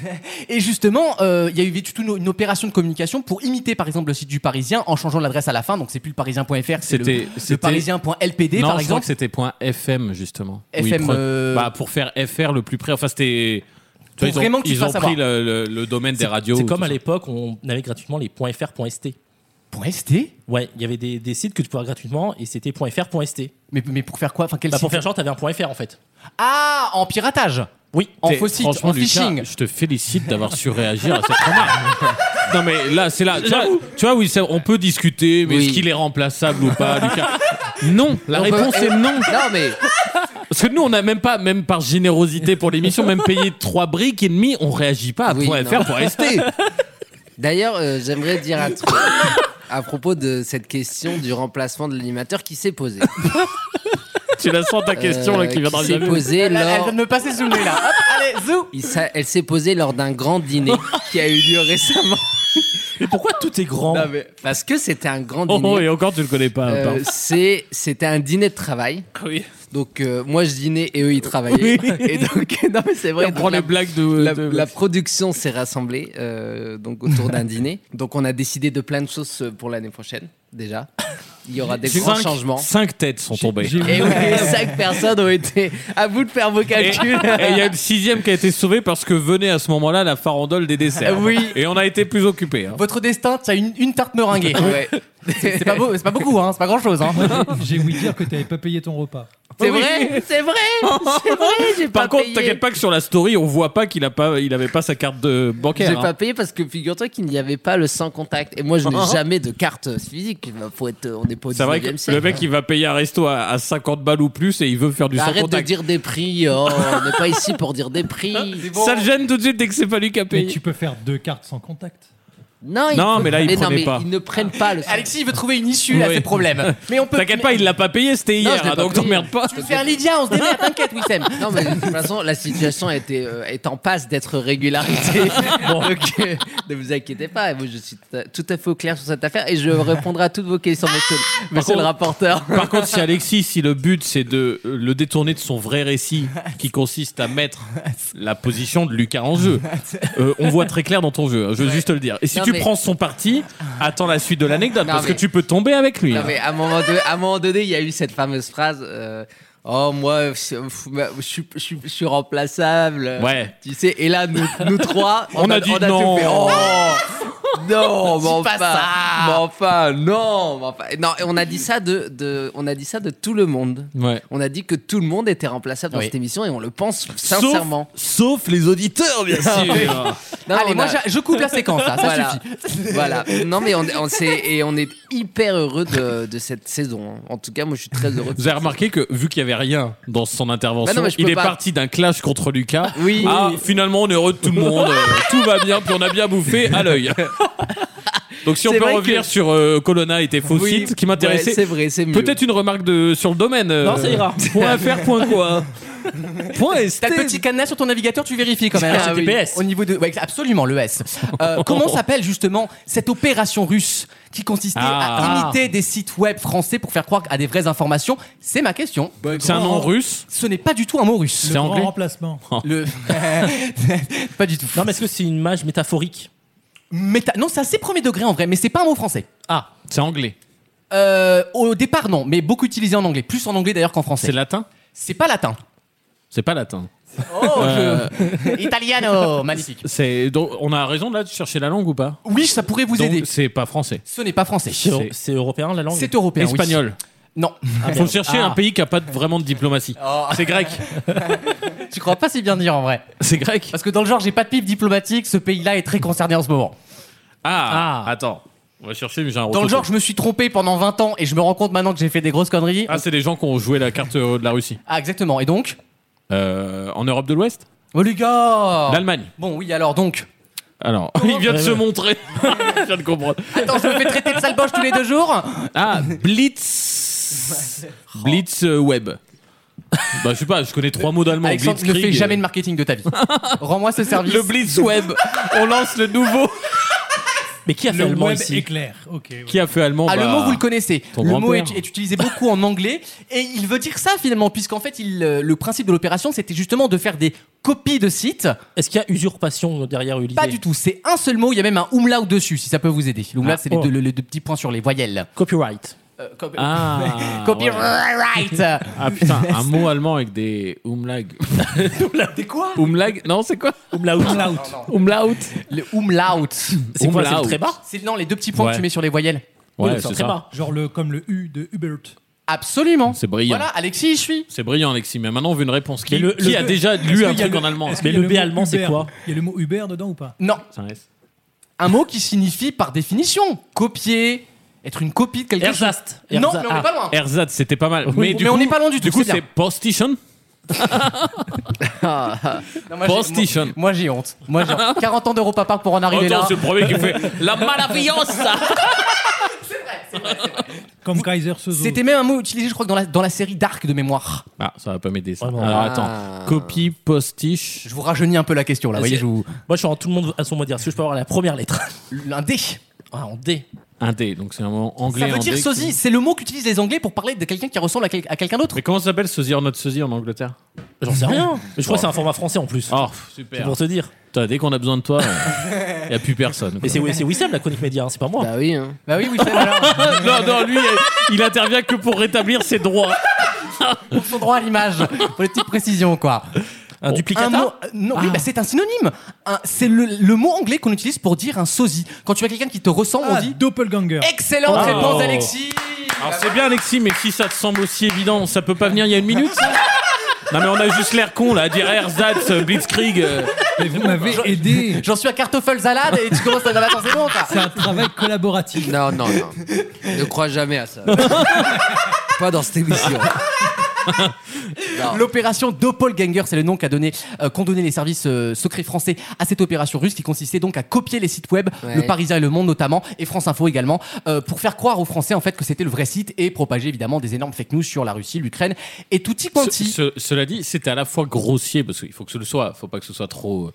Speaker 2: Et justement, euh, il y a eu vite une, une opération de communication pour imiter, par exemple, le site du Parisien en changeant l'adresse à la fin. Donc, c'est plus le parisien.fr, c'est
Speaker 4: C'était-
Speaker 2: le,
Speaker 4: c'était-
Speaker 2: le parisien.lpd,
Speaker 4: non,
Speaker 2: par
Speaker 4: je crois que
Speaker 2: exemple.
Speaker 4: c'était point .fm justement.
Speaker 2: FM,
Speaker 4: Oui, pre-
Speaker 2: euh,
Speaker 4: bah, pour faire FR le plus près. Enfin, c'était. tu
Speaker 2: Pour
Speaker 4: vois, ils ont,
Speaker 2: vraiment que tu
Speaker 4: ils ont
Speaker 2: fasses
Speaker 4: pris
Speaker 2: avoir.
Speaker 4: le, le- le domaine des radios.
Speaker 7: C'est
Speaker 4: tout
Speaker 7: comme à
Speaker 4: ça.
Speaker 7: l'époque, on avait gratuitement les .fr, .st.
Speaker 2: Point ST
Speaker 7: Ouais, il y avait des, des sites que tu pouvais avoir gratuitement et c'était .fr, .st.
Speaker 2: mais, mais pour faire quoi enfin, quel
Speaker 7: Bah, pour
Speaker 2: site
Speaker 7: faire genre, t'avais un .fr en fait.
Speaker 2: Ah, en piratage
Speaker 7: Oui.
Speaker 2: En
Speaker 4: T'es-
Speaker 2: faux site,
Speaker 4: franchement,
Speaker 2: en
Speaker 4: Lucas,
Speaker 2: phishing
Speaker 4: je te félicite d'avoir su réagir à cette remarque. Non mais là, c'est là. Tu vois, tu vois, oui, ça- on peut discuter, mais
Speaker 6: Oui.
Speaker 4: est-ce qu'il est remplaçable ou pas, Lucas Non, la
Speaker 6: On peut-
Speaker 4: réponse est non.
Speaker 6: Non, mais.
Speaker 4: Parce que nous, on n'a même pas, même par générosité pour l'émission, même payé trois briques et demi, on réagit pas à
Speaker 6: Oui,
Speaker 4: point
Speaker 6: non.
Speaker 4: .fr, point .st.
Speaker 6: D'ailleurs, euh, j'aimerais dire un truc à propos de cette question du remplacement de l'animateur qui s'est posée.
Speaker 4: Tu la sens ta question
Speaker 6: Euh,
Speaker 4: là, qui viendra
Speaker 6: s'est
Speaker 4: jamais.
Speaker 6: posée
Speaker 2: Elle, elle
Speaker 6: lors.
Speaker 2: vient de me passer sous le nez, là. Hop, allez, zou
Speaker 6: il s'a- elle s'est posée lors d'un grand dîner qui a eu lieu récemment.
Speaker 7: Mais pourquoi tout est grand
Speaker 6: Parce que c'était un grand
Speaker 4: Oh,
Speaker 6: dîner.
Speaker 4: oh, et encore, tu le connais pas.
Speaker 6: Euh,
Speaker 4: pardon.
Speaker 6: c'est- c'était un dîner de travail.
Speaker 4: Ah
Speaker 7: Oui.
Speaker 6: Donc euh, moi je dînais et eux ils travaillaient. Et donc non mais c'est vrai.
Speaker 4: on
Speaker 6: donc
Speaker 4: prend
Speaker 6: la-
Speaker 4: les blagues de.
Speaker 6: la,
Speaker 4: de-
Speaker 6: la production s'est rassemblée euh, donc autour d'un dîner. Donc on a décidé de plein de choses euh, pour l'année prochaine déjà. Il y aura des grands
Speaker 4: Cinq-
Speaker 6: changements.
Speaker 4: Cinq têtes sont tombées.
Speaker 5: j'ai-
Speaker 6: Et oui, les cinq personnes ont été à vous de faire vos
Speaker 4: Et et
Speaker 6: calculs.
Speaker 4: il y a une sixième qui a été sauvée parce que venait à ce moment-là la farandole des desserts.
Speaker 6: Oui.
Speaker 4: Et on a été plus occupés. hein.
Speaker 2: Votre destin, t'as une, une tarte meringuée.
Speaker 6: Ouais.
Speaker 2: C'est pas, beau- c'est pas beaucoup, hein, c'est pas grand-chose. Hein.
Speaker 5: Moi, j'ai- j'ai ouï dire que t'avais pas payé ton repas.
Speaker 6: C'est vrai, c'est vrai, c'est vrai. J'ai
Speaker 4: Par
Speaker 6: pas
Speaker 4: contre,
Speaker 6: payé.
Speaker 4: t'inquiète pas que sur la story, on voit pas qu'il a pas, il avait pas sa carte de
Speaker 6: J'ai
Speaker 4: bancaire. hein.
Speaker 6: pas payé parce que figure-toi qu'il n'y avait pas le sans contact. Et moi, je n'ai jamais de carte physique. Il faut être, on n'est pas au
Speaker 4: C'est vrai
Speaker 6: 19e
Speaker 4: que
Speaker 6: siècle.
Speaker 4: le mec, il va payer un resto à, à 50 balles ou plus et il veut faire du sans
Speaker 6: Arrête de
Speaker 4: contact.
Speaker 6: dire des prix. oh, on n'est pas ici pour dire des prix.
Speaker 4: Ça le gêne tout de suite dès que c'est pas lui qui a
Speaker 5: Mais
Speaker 4: payé.
Speaker 5: tu peux faire deux cartes sans contact.
Speaker 6: Non, il
Speaker 4: Non,
Speaker 6: peut-
Speaker 4: mais là, il
Speaker 6: non,
Speaker 4: prenait
Speaker 6: mais
Speaker 4: pas.
Speaker 6: Ils ne prennent pas le
Speaker 2: Alexis, il veut trouver une issue à
Speaker 4: Oui.
Speaker 2: ces problèmes. Mais on peut.
Speaker 4: T'inquiète pas, il l'a pas payé, c'était
Speaker 6: Non,
Speaker 4: hier,
Speaker 6: je l'ai
Speaker 4: hein,
Speaker 6: pas
Speaker 4: donc
Speaker 6: payé.
Speaker 4: t'emmerdes pas.
Speaker 2: Tu veux faire Lydia, on se démerde, t'inquiète, Wissem.
Speaker 6: Non, mais de toute façon, la situation était, euh, est en passe d'être régularisée. Donc, euh, ne vous inquiétez pas. Moi, je suis tout à- tout à fait au clair sur cette affaire et je répondrai à toutes vos questions, monsieur, le- monsieur le
Speaker 4: contre-
Speaker 6: rapporteur.
Speaker 4: Par contre, si Alexis, si le but c'est de euh, le détourner de son vrai récit, qui consiste à mettre la position de Lucas en jeu, euh, on voit très clair dans ton jeu, hein, je veux juste te le dire. Et si
Speaker 6: Non,
Speaker 4: tu
Speaker 6: mais-
Speaker 4: prends son parti, attends la suite de l'anecdote,
Speaker 6: Non,
Speaker 4: parce
Speaker 6: mais-
Speaker 4: que tu peux tomber avec lui. hein.
Speaker 6: Non, mais à un moment donné, à un moment donné, il y a eu cette fameuse phrase. euh, Oh moi, je, je suis- je suis- je suis remplaçable.
Speaker 4: Ouais.
Speaker 6: Tu sais, et là nous, nous trois,
Speaker 4: On a dit
Speaker 6: on a
Speaker 4: non.
Speaker 6: Tout fait. Oh, non, mais
Speaker 2: pas
Speaker 6: enfin,
Speaker 2: ça.
Speaker 6: mais enfin, non, mais enfin. non. Et on a dit ça de, de, on a dit ça de tout le monde.
Speaker 4: Ouais.
Speaker 6: On a dit que tout le monde était remplaçable dans
Speaker 2: Oui.
Speaker 6: cette émission et on le pense
Speaker 4: Sauf-
Speaker 6: sincèrement.
Speaker 4: Sauf, les auditeurs, bien sûr.
Speaker 6: Non,
Speaker 2: Ah, Allez,
Speaker 6: on
Speaker 2: moi,
Speaker 6: a-
Speaker 2: j'a- je coupe la séquence, là, ça
Speaker 6: Voilà.
Speaker 2: suffit.
Speaker 6: voilà. Non, mais on, on s'est- et on est hyper heureux de, de cette saison. hein. En tout cas, moi, je suis très heureux. de
Speaker 4: Vous avez
Speaker 6: cette
Speaker 4: remarqué que vu qu'il y avait rien dans son intervention,
Speaker 6: Bah non, mais je peux
Speaker 4: il est
Speaker 6: pas.
Speaker 4: parti d'un clash contre Lucas.
Speaker 6: Oui.
Speaker 4: Ah, finalement, on est heureux de tout le monde. euh, tout va bien, puis on a bien bouffé à l'œil. Donc si on
Speaker 6: C'est
Speaker 4: peut
Speaker 6: vrai
Speaker 4: revenir
Speaker 6: que-
Speaker 4: sur euh, Colonna et tes faux
Speaker 6: Oui,
Speaker 4: sites, qui
Speaker 6: Ouais, c'est
Speaker 4: m'intéressait.
Speaker 6: vrai, c'est mieux.
Speaker 4: Peut-être une remarque de, sur le domaine. euh,
Speaker 7: Non, ça ira.
Speaker 4: Point fr, point
Speaker 2: hein.
Speaker 4: quoi Point ST.
Speaker 2: T'as le petit cadenas sur ton navigateur, tu vérifies quand même.
Speaker 6: Ah oui.
Speaker 2: Au niveau de, ouais, absolument le S. Euh, comment s'appelle justement cette opération russe qui consistait
Speaker 4: Ah.
Speaker 2: à imiter des sites web français pour faire croire à des vraies informations C'est ma question.
Speaker 4: C'est un nom russe
Speaker 2: Ce n'est pas du tout un mot russe.
Speaker 5: Bah, Le
Speaker 4: C'est
Speaker 5: grand
Speaker 4: anglais
Speaker 5: remplacement.
Speaker 2: Le... pas du tout.
Speaker 7: Non, mais est-ce que c'est une image métaphorique
Speaker 2: Méta- Non, c'est assez premier degré en vrai, mais c'est pas un mot français.
Speaker 4: Ah, c'est anglais.
Speaker 2: Euh, au départ, non, mais beaucoup utilisé en anglais. Plus en anglais d'ailleurs qu'en
Speaker 4: C'est
Speaker 2: français.
Speaker 4: latin
Speaker 2: C'est pas latin.
Speaker 4: C'est pas latin.
Speaker 2: Oh, je- Italiano, magnifique.
Speaker 4: Euh, C'est donc, on a raison là de chercher la langue ou pas
Speaker 2: Oui, ça pourrait vous
Speaker 4: Donc,
Speaker 2: aider.
Speaker 4: C'est pas français.
Speaker 2: Ce n'est pas français.
Speaker 7: C'est c'est européen la langue
Speaker 2: C'est européen. oui.
Speaker 4: Espagnol.
Speaker 2: Non.
Speaker 4: Faut chercher
Speaker 7: Ah.
Speaker 4: un pays qui a pas de- vraiment de diplomatie. C'est grec. Ah.
Speaker 2: Tu crois pas si bien dire en vrai.
Speaker 4: C'est grec.
Speaker 2: Parce que dans le genre, j'ai pas de pipe diplomatique, ce pays-là est très concerné en ce moment.
Speaker 4: Ah,
Speaker 7: Ah.
Speaker 4: attends. On va chercher, mais j'ai un
Speaker 2: Dans le
Speaker 4: retour.
Speaker 2: genre, je me suis trompé pendant 20 ans et je me rends compte maintenant que j'ai fait des grosses conneries.
Speaker 4: Ah, c'est les gens qui ont joué la carte euh, de la Russie.
Speaker 2: Ah, exactement. Et donc
Speaker 4: Euh, en Europe de l'Ouest
Speaker 2: Oh, les gars
Speaker 4: L'Allemagne.
Speaker 2: Bon, oui, alors donc. Euh,
Speaker 4: Alors, il vient de se montrer. je viens de comprendre.
Speaker 2: Attends, je me fais traiter de sale boche tous les deux jours
Speaker 4: Ah, Blitz. Blitz euh, Web. Bah, je sais pas, je connais trois mots d'allemand.
Speaker 2: Alexandre, ne
Speaker 4: Blitzkrieg,
Speaker 2: fais jamais
Speaker 4: euh,
Speaker 2: de marketing de ta vie. Rends-moi ce service.
Speaker 4: Le Blitz Web. On lance le nouveau.
Speaker 7: Mais qui a fait
Speaker 5: Le
Speaker 7: allemand
Speaker 5: web
Speaker 7: ici
Speaker 5: éclair. Ok. ouais.
Speaker 4: Qui a fait allemand
Speaker 2: Ah, le
Speaker 4: bah,
Speaker 2: mot, vous le connaissez.
Speaker 4: ton
Speaker 2: Le mot est,
Speaker 4: grand-père.
Speaker 2: est utilisé beaucoup en anglais et il veut dire ça finalement, puisqu'en fait, il, euh, le principe de l'opération, c'était justement de faire des copies de sites.
Speaker 7: Est-ce qu'il y a usurpation derrière l'idée
Speaker 2: Pas du tout, c'est un seul mot, il y a même un umlaut dessus, si ça peut vous aider. L'umlaut,
Speaker 7: Ah,
Speaker 2: c'est les,
Speaker 7: oh.
Speaker 2: deux, le- les deux petits points sur les voyelles.
Speaker 7: Copyright.
Speaker 2: Euh, cop-
Speaker 4: Ah, ouais.
Speaker 2: Copyright
Speaker 4: Ah putain, un mot allemand avec des umlag.
Speaker 2: C'est quoi
Speaker 4: Umlag Non, c'est quoi
Speaker 7: Umlaut.
Speaker 2: Ah,
Speaker 4: Umlaut
Speaker 2: Le umlaut.
Speaker 7: C'est quoi, c'est le
Speaker 4: Umlaut.
Speaker 7: très bas
Speaker 2: C'est non, les deux petits points
Speaker 4: Ouais.
Speaker 2: que tu mets sur les voyelles.
Speaker 7: Oui,
Speaker 4: Ouais,
Speaker 7: donc c'est
Speaker 4: c'est
Speaker 7: un très
Speaker 4: ça.
Speaker 7: bas.
Speaker 5: Genre le, comme le U de Hubert.
Speaker 2: Absolument.
Speaker 4: C'est brillant.
Speaker 2: Voilà, Alexis, je suis.
Speaker 4: C'est brillant, Alexis. Mais maintenant, on veut une réponse. Qui,
Speaker 7: Mais le-
Speaker 4: qui
Speaker 7: le-
Speaker 4: a déjà
Speaker 5: Est-ce
Speaker 4: lu un
Speaker 5: qu'il y a
Speaker 4: truc en allemand
Speaker 5: est-ce
Speaker 7: Mais
Speaker 5: qu'il y a
Speaker 7: le B allemand, c'est
Speaker 5: Uber
Speaker 7: quoi
Speaker 5: Il y a le mot Uber dedans ou pas
Speaker 2: Non,
Speaker 4: C'est un S.
Speaker 2: un mot qui signifie par définition copier, être une copie de quelqu'un.
Speaker 7: Erzast.
Speaker 2: Non,
Speaker 7: Erzast.
Speaker 2: mais on est
Speaker 7: Ah.
Speaker 2: pas loin.
Speaker 4: Erzat, c'était pas mal. mais du
Speaker 2: mais
Speaker 4: coup,
Speaker 2: on n'est pas loin du tout.
Speaker 4: du coup, c'est
Speaker 2: c'est bien.
Speaker 4: Postition.
Speaker 2: Non, moi, j'ai-
Speaker 4: Postition.
Speaker 2: moi- Moi j'ai honte. Moi j'ai honte. 40 ans d'Europa Park pour en arriver
Speaker 4: Attends,
Speaker 2: là.
Speaker 4: c'est le premier qui fait la malaviosa.
Speaker 5: Comme Kaiser Sozo.
Speaker 2: C'était même un mot utilisé, je crois, que dans la, dans la série Dark de mémoire.
Speaker 4: Ah, ça va pas m'aider. ça.
Speaker 7: Oh non.
Speaker 4: Alors
Speaker 6: Ah.
Speaker 4: attends, copie postiche.
Speaker 2: Je vous rajeunis un peu la question là. Vous voyez, je vous.
Speaker 7: Moi, je suis en tout le monde à son mot dire. Est-ce que je peux avoir la première lettre
Speaker 2: L'un D.
Speaker 7: Ah, en D.
Speaker 4: Un D, donc c'est un mot
Speaker 2: Ça
Speaker 4: anglais.
Speaker 2: veut
Speaker 4: un
Speaker 2: dire
Speaker 4: D qui-
Speaker 2: sosie. C'est le mot qu'utilisent les Anglais pour parler de quelqu'un qui ressemble à, quel- à quelqu'un d'autre.
Speaker 4: Mais comment ça s'appelle sosie or not sosie en Angleterre
Speaker 7: J'en sais rien. Mais je crois que c'est un format français en plus.
Speaker 4: Oh,
Speaker 7: C'est
Speaker 4: super.
Speaker 7: pour te dire.
Speaker 4: Putain, dès qu'on a besoin de toi, il y a plus personne.
Speaker 7: Mais
Speaker 4: quoi.
Speaker 7: c'est c'est Wissem la chronique média, hein, c'est pas moi.
Speaker 6: Bah oui, hein.
Speaker 2: Bah oui, oui, c'est alors.
Speaker 4: non, non, lui, il- il intervient que pour rétablir ses droits.
Speaker 2: Son droit à l'image. Pour les petites précisions, quoi.
Speaker 7: Un
Speaker 2: Un
Speaker 7: duplicata
Speaker 2: mot, euh, non,
Speaker 6: Ah.
Speaker 2: oui, bah, c'est un synonyme. Un- C'est le, le mot anglais qu'on utilise pour dire un sosie. Quand tu as quelqu'un qui te ressemble, on
Speaker 5: Ah,
Speaker 2: dit
Speaker 5: Doppelganger.
Speaker 2: excellente
Speaker 4: Oh.
Speaker 2: réponse, Alexis.
Speaker 4: Alors c'est bien Alexis, mais si ça te semble aussi évident, ça peut pas venir il y a une minute ça Non mais on a juste l'air con là, à dire Ersatz, euh, Blitzkrieg. euh.
Speaker 5: Mais vous m'avez aidé.
Speaker 2: J'en suis à Kartoffel Salade et tu commences à dire bah, attends, c'est bon, quoi.
Speaker 5: C'est un travail collaboratif.
Speaker 6: Non, non, non. ne crois jamais à ça. Pas dans cette émission.
Speaker 2: L'opération Doppelganger, c'est le nom qu'a donné, euh, qu'ont donné les services euh, secrets français à cette opération russe qui consistait donc à copier les sites web,
Speaker 6: Ouais.
Speaker 2: le Parisien et le Monde notamment, et France Info également, euh, pour faire croire aux Français en fait que c'était le vrai site et propager évidemment des énormes fake news sur la Russie, l'Ukraine et tout y
Speaker 4: Ce-
Speaker 2: quanti.
Speaker 4: ce- cela dit, c'était à la fois grossier parce qu'il faut que ce le soit, faut pas que ce soit trop. euh,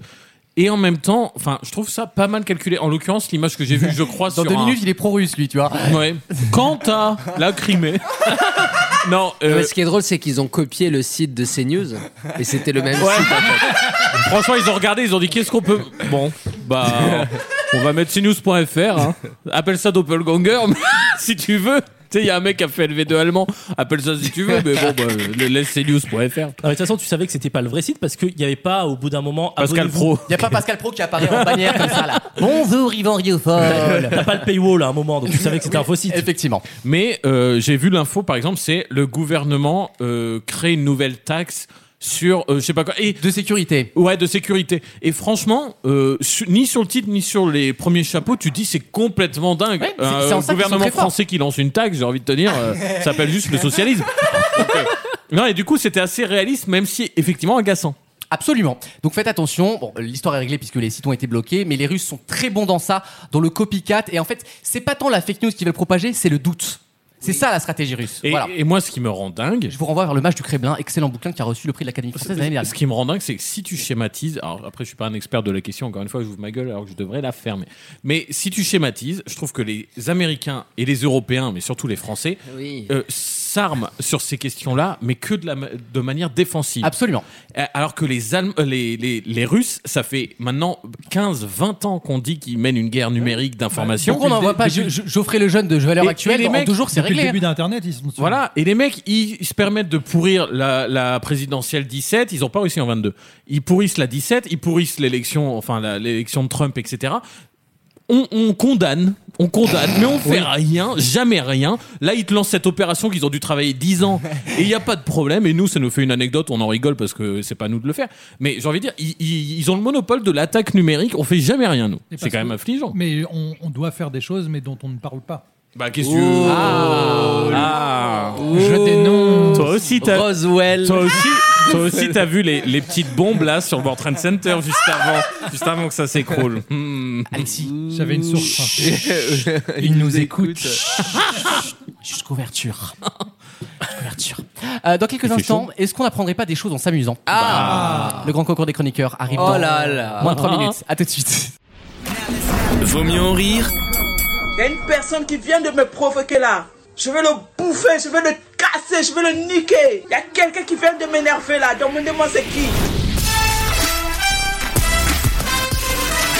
Speaker 4: Et en même temps, enfin, je trouve ça pas mal calculé. En l'occurrence, l'image que j'ai vue, je crois,
Speaker 2: Dans
Speaker 4: sur
Speaker 2: deux
Speaker 4: un-
Speaker 2: minutes, il est pro-russe lui, tu vois.
Speaker 4: Ouais. Quant à la Crimée. non, euh,
Speaker 6: Mais ce qui est drôle, c'est qu'ils ont copié le site de CNews et c'était le même
Speaker 4: Ouais.
Speaker 6: site.
Speaker 4: franchement, ils ont regardé, ils ont dit qu'est-ce qu'on peut. Bon, bah, on va mettre cnews.fr. hein. Appelle ça Doppelganger mais si tu veux. Tu sais, il y a un mec qui a fait LV2 allemand. Appelle ça si tu veux, mais bon, bah, laisse cnews.fr.
Speaker 7: Non, mais de toute façon, tu savais que c'était pas le vrai site parce qu'il n'y avait pas, au bout d'un moment,
Speaker 4: Pascal
Speaker 7: abonnez-vous.
Speaker 4: Pro.
Speaker 2: Il n'y a pas Pascal Pro qui apparaît en bannière comme ça là. Bonjour Yvan Rioufol.
Speaker 7: T'as pas le paywall à un moment, donc tu savais que c'était un faux site.
Speaker 2: Effectivement.
Speaker 4: Mais euh, j'ai vu l'info, par exemple, c'est le gouvernement euh, crée une nouvelle taxe sur, euh, je sais pas quoi, et
Speaker 2: De sécurité.
Speaker 4: ouais, de sécurité. Et franchement, euh, su- ni sur le titre ni sur les premiers chapeaux, tu dis c'est complètement dingue.
Speaker 2: Ouais, c'est-
Speaker 4: Un
Speaker 2: c'est en ça qu'ils sont
Speaker 4: gouvernement
Speaker 2: très forts.
Speaker 4: français qui lance une taxe, j'ai envie de te dire, euh, ça s'appelle juste le socialisme. Donc, euh, non, et du coup, c'était assez réaliste, même si effectivement agaçant.
Speaker 2: Absolument. Donc faites attention. Bon, l'histoire est réglée puisque les sites ont été bloqués, mais les Russes sont très bons dans ça, dans le copycat. Et en fait, c'est pas tant la fake news qu'ils veulent propager, c'est le doute. C'est ça la stratégie russe.
Speaker 4: Et,
Speaker 2: Voilà.
Speaker 4: et moi, ce qui me rend dingue,
Speaker 2: Je vous renvoie vers le match du Kremlin, excellent bouquin qui a reçu le prix de l'Académie française l'année dernière.
Speaker 4: Ce qui me rend dingue, c'est que si tu schématises, alors après, je suis pas un expert de la question, encore une fois, j'ouvre ma gueule alors que je devrais la fermer. Mais si tu schématises, je trouve que les Américains et les Européens, mais surtout les Français,
Speaker 6: Oui.
Speaker 4: euh, s'arment sur ces questions-là, mais que de, la, ma- de manière défensive.
Speaker 2: Absolument.
Speaker 4: Euh, Alors que les, Allem- euh, les, les, les Russes, ça fait maintenant 15-20 ans qu'on dit qu'ils mènent une guerre numérique d'information.
Speaker 2: Donc on n'envoie pas Jo- Jo- Geoffrey Lejeune de Valeurs
Speaker 4: Et- et
Speaker 2: Actuelles.
Speaker 4: les
Speaker 2: En
Speaker 4: mecs,
Speaker 2: deux jours, c'est
Speaker 5: Depuis le
Speaker 2: réglé.
Speaker 5: début d'Internet, ils sont sur-
Speaker 4: Voilà, et les mecs, ils, ils se permettent de pourrir la, la présidentielle 17, ils ont pas réussi en 22. Ils pourrissent la 17, ils pourrissent l'élection, enfin la- l'élection de Trump, etc. On, on condamne, on condamne, mais on fait rien, jamais rien. Là, ils te lancent cette opération qu'ils ont dû travailler 10 ans et il n'y a pas de problème. Et nous, ça nous fait une anecdote, on en rigole parce que c'est pas à nous de le faire. Mais j'ai envie de dire, ils, ils- ils ont le monopole de l'attaque numérique, on fait jamais rien, nous.
Speaker 5: Et
Speaker 4: C'est
Speaker 5: parce
Speaker 4: quand même
Speaker 5: que-
Speaker 4: affligeant.
Speaker 5: Mais on, on doit faire des choses, mais dont on ne parle pas.
Speaker 4: Bah, qu'est-ce que tu veux Ah.
Speaker 5: Je dénonce.
Speaker 4: Toi aussi, t'as.
Speaker 6: Roswell.
Speaker 4: Toi aussi, toi aussi, t'as vu les, les petites bombes là sur le World Trade Center juste avant, juste avant que ça s'écroule. Hmm.
Speaker 2: Alexis,
Speaker 5: J'avais une source.
Speaker 6: Euh, Il nous écoute.
Speaker 2: juste couverture. Juste couverture. Euh, dans quelques instants, est-ce qu'on apprendrait pas des choses en s'amusant Bah,
Speaker 6: Ah.
Speaker 2: Le grand concours des chroniqueurs arrive
Speaker 6: Oh
Speaker 2: dans
Speaker 6: là là.
Speaker 2: moins de 3 minutes. À tout de suite.
Speaker 1: Vaut mieux en rire
Speaker 9: Il y a une personne qui vient de me provoquer là. Je vais le bouffer, je vais le casser, je vais le niquer. Il y a quelqu'un qui vient de m'énerver là. Demandez-moi c'est qui.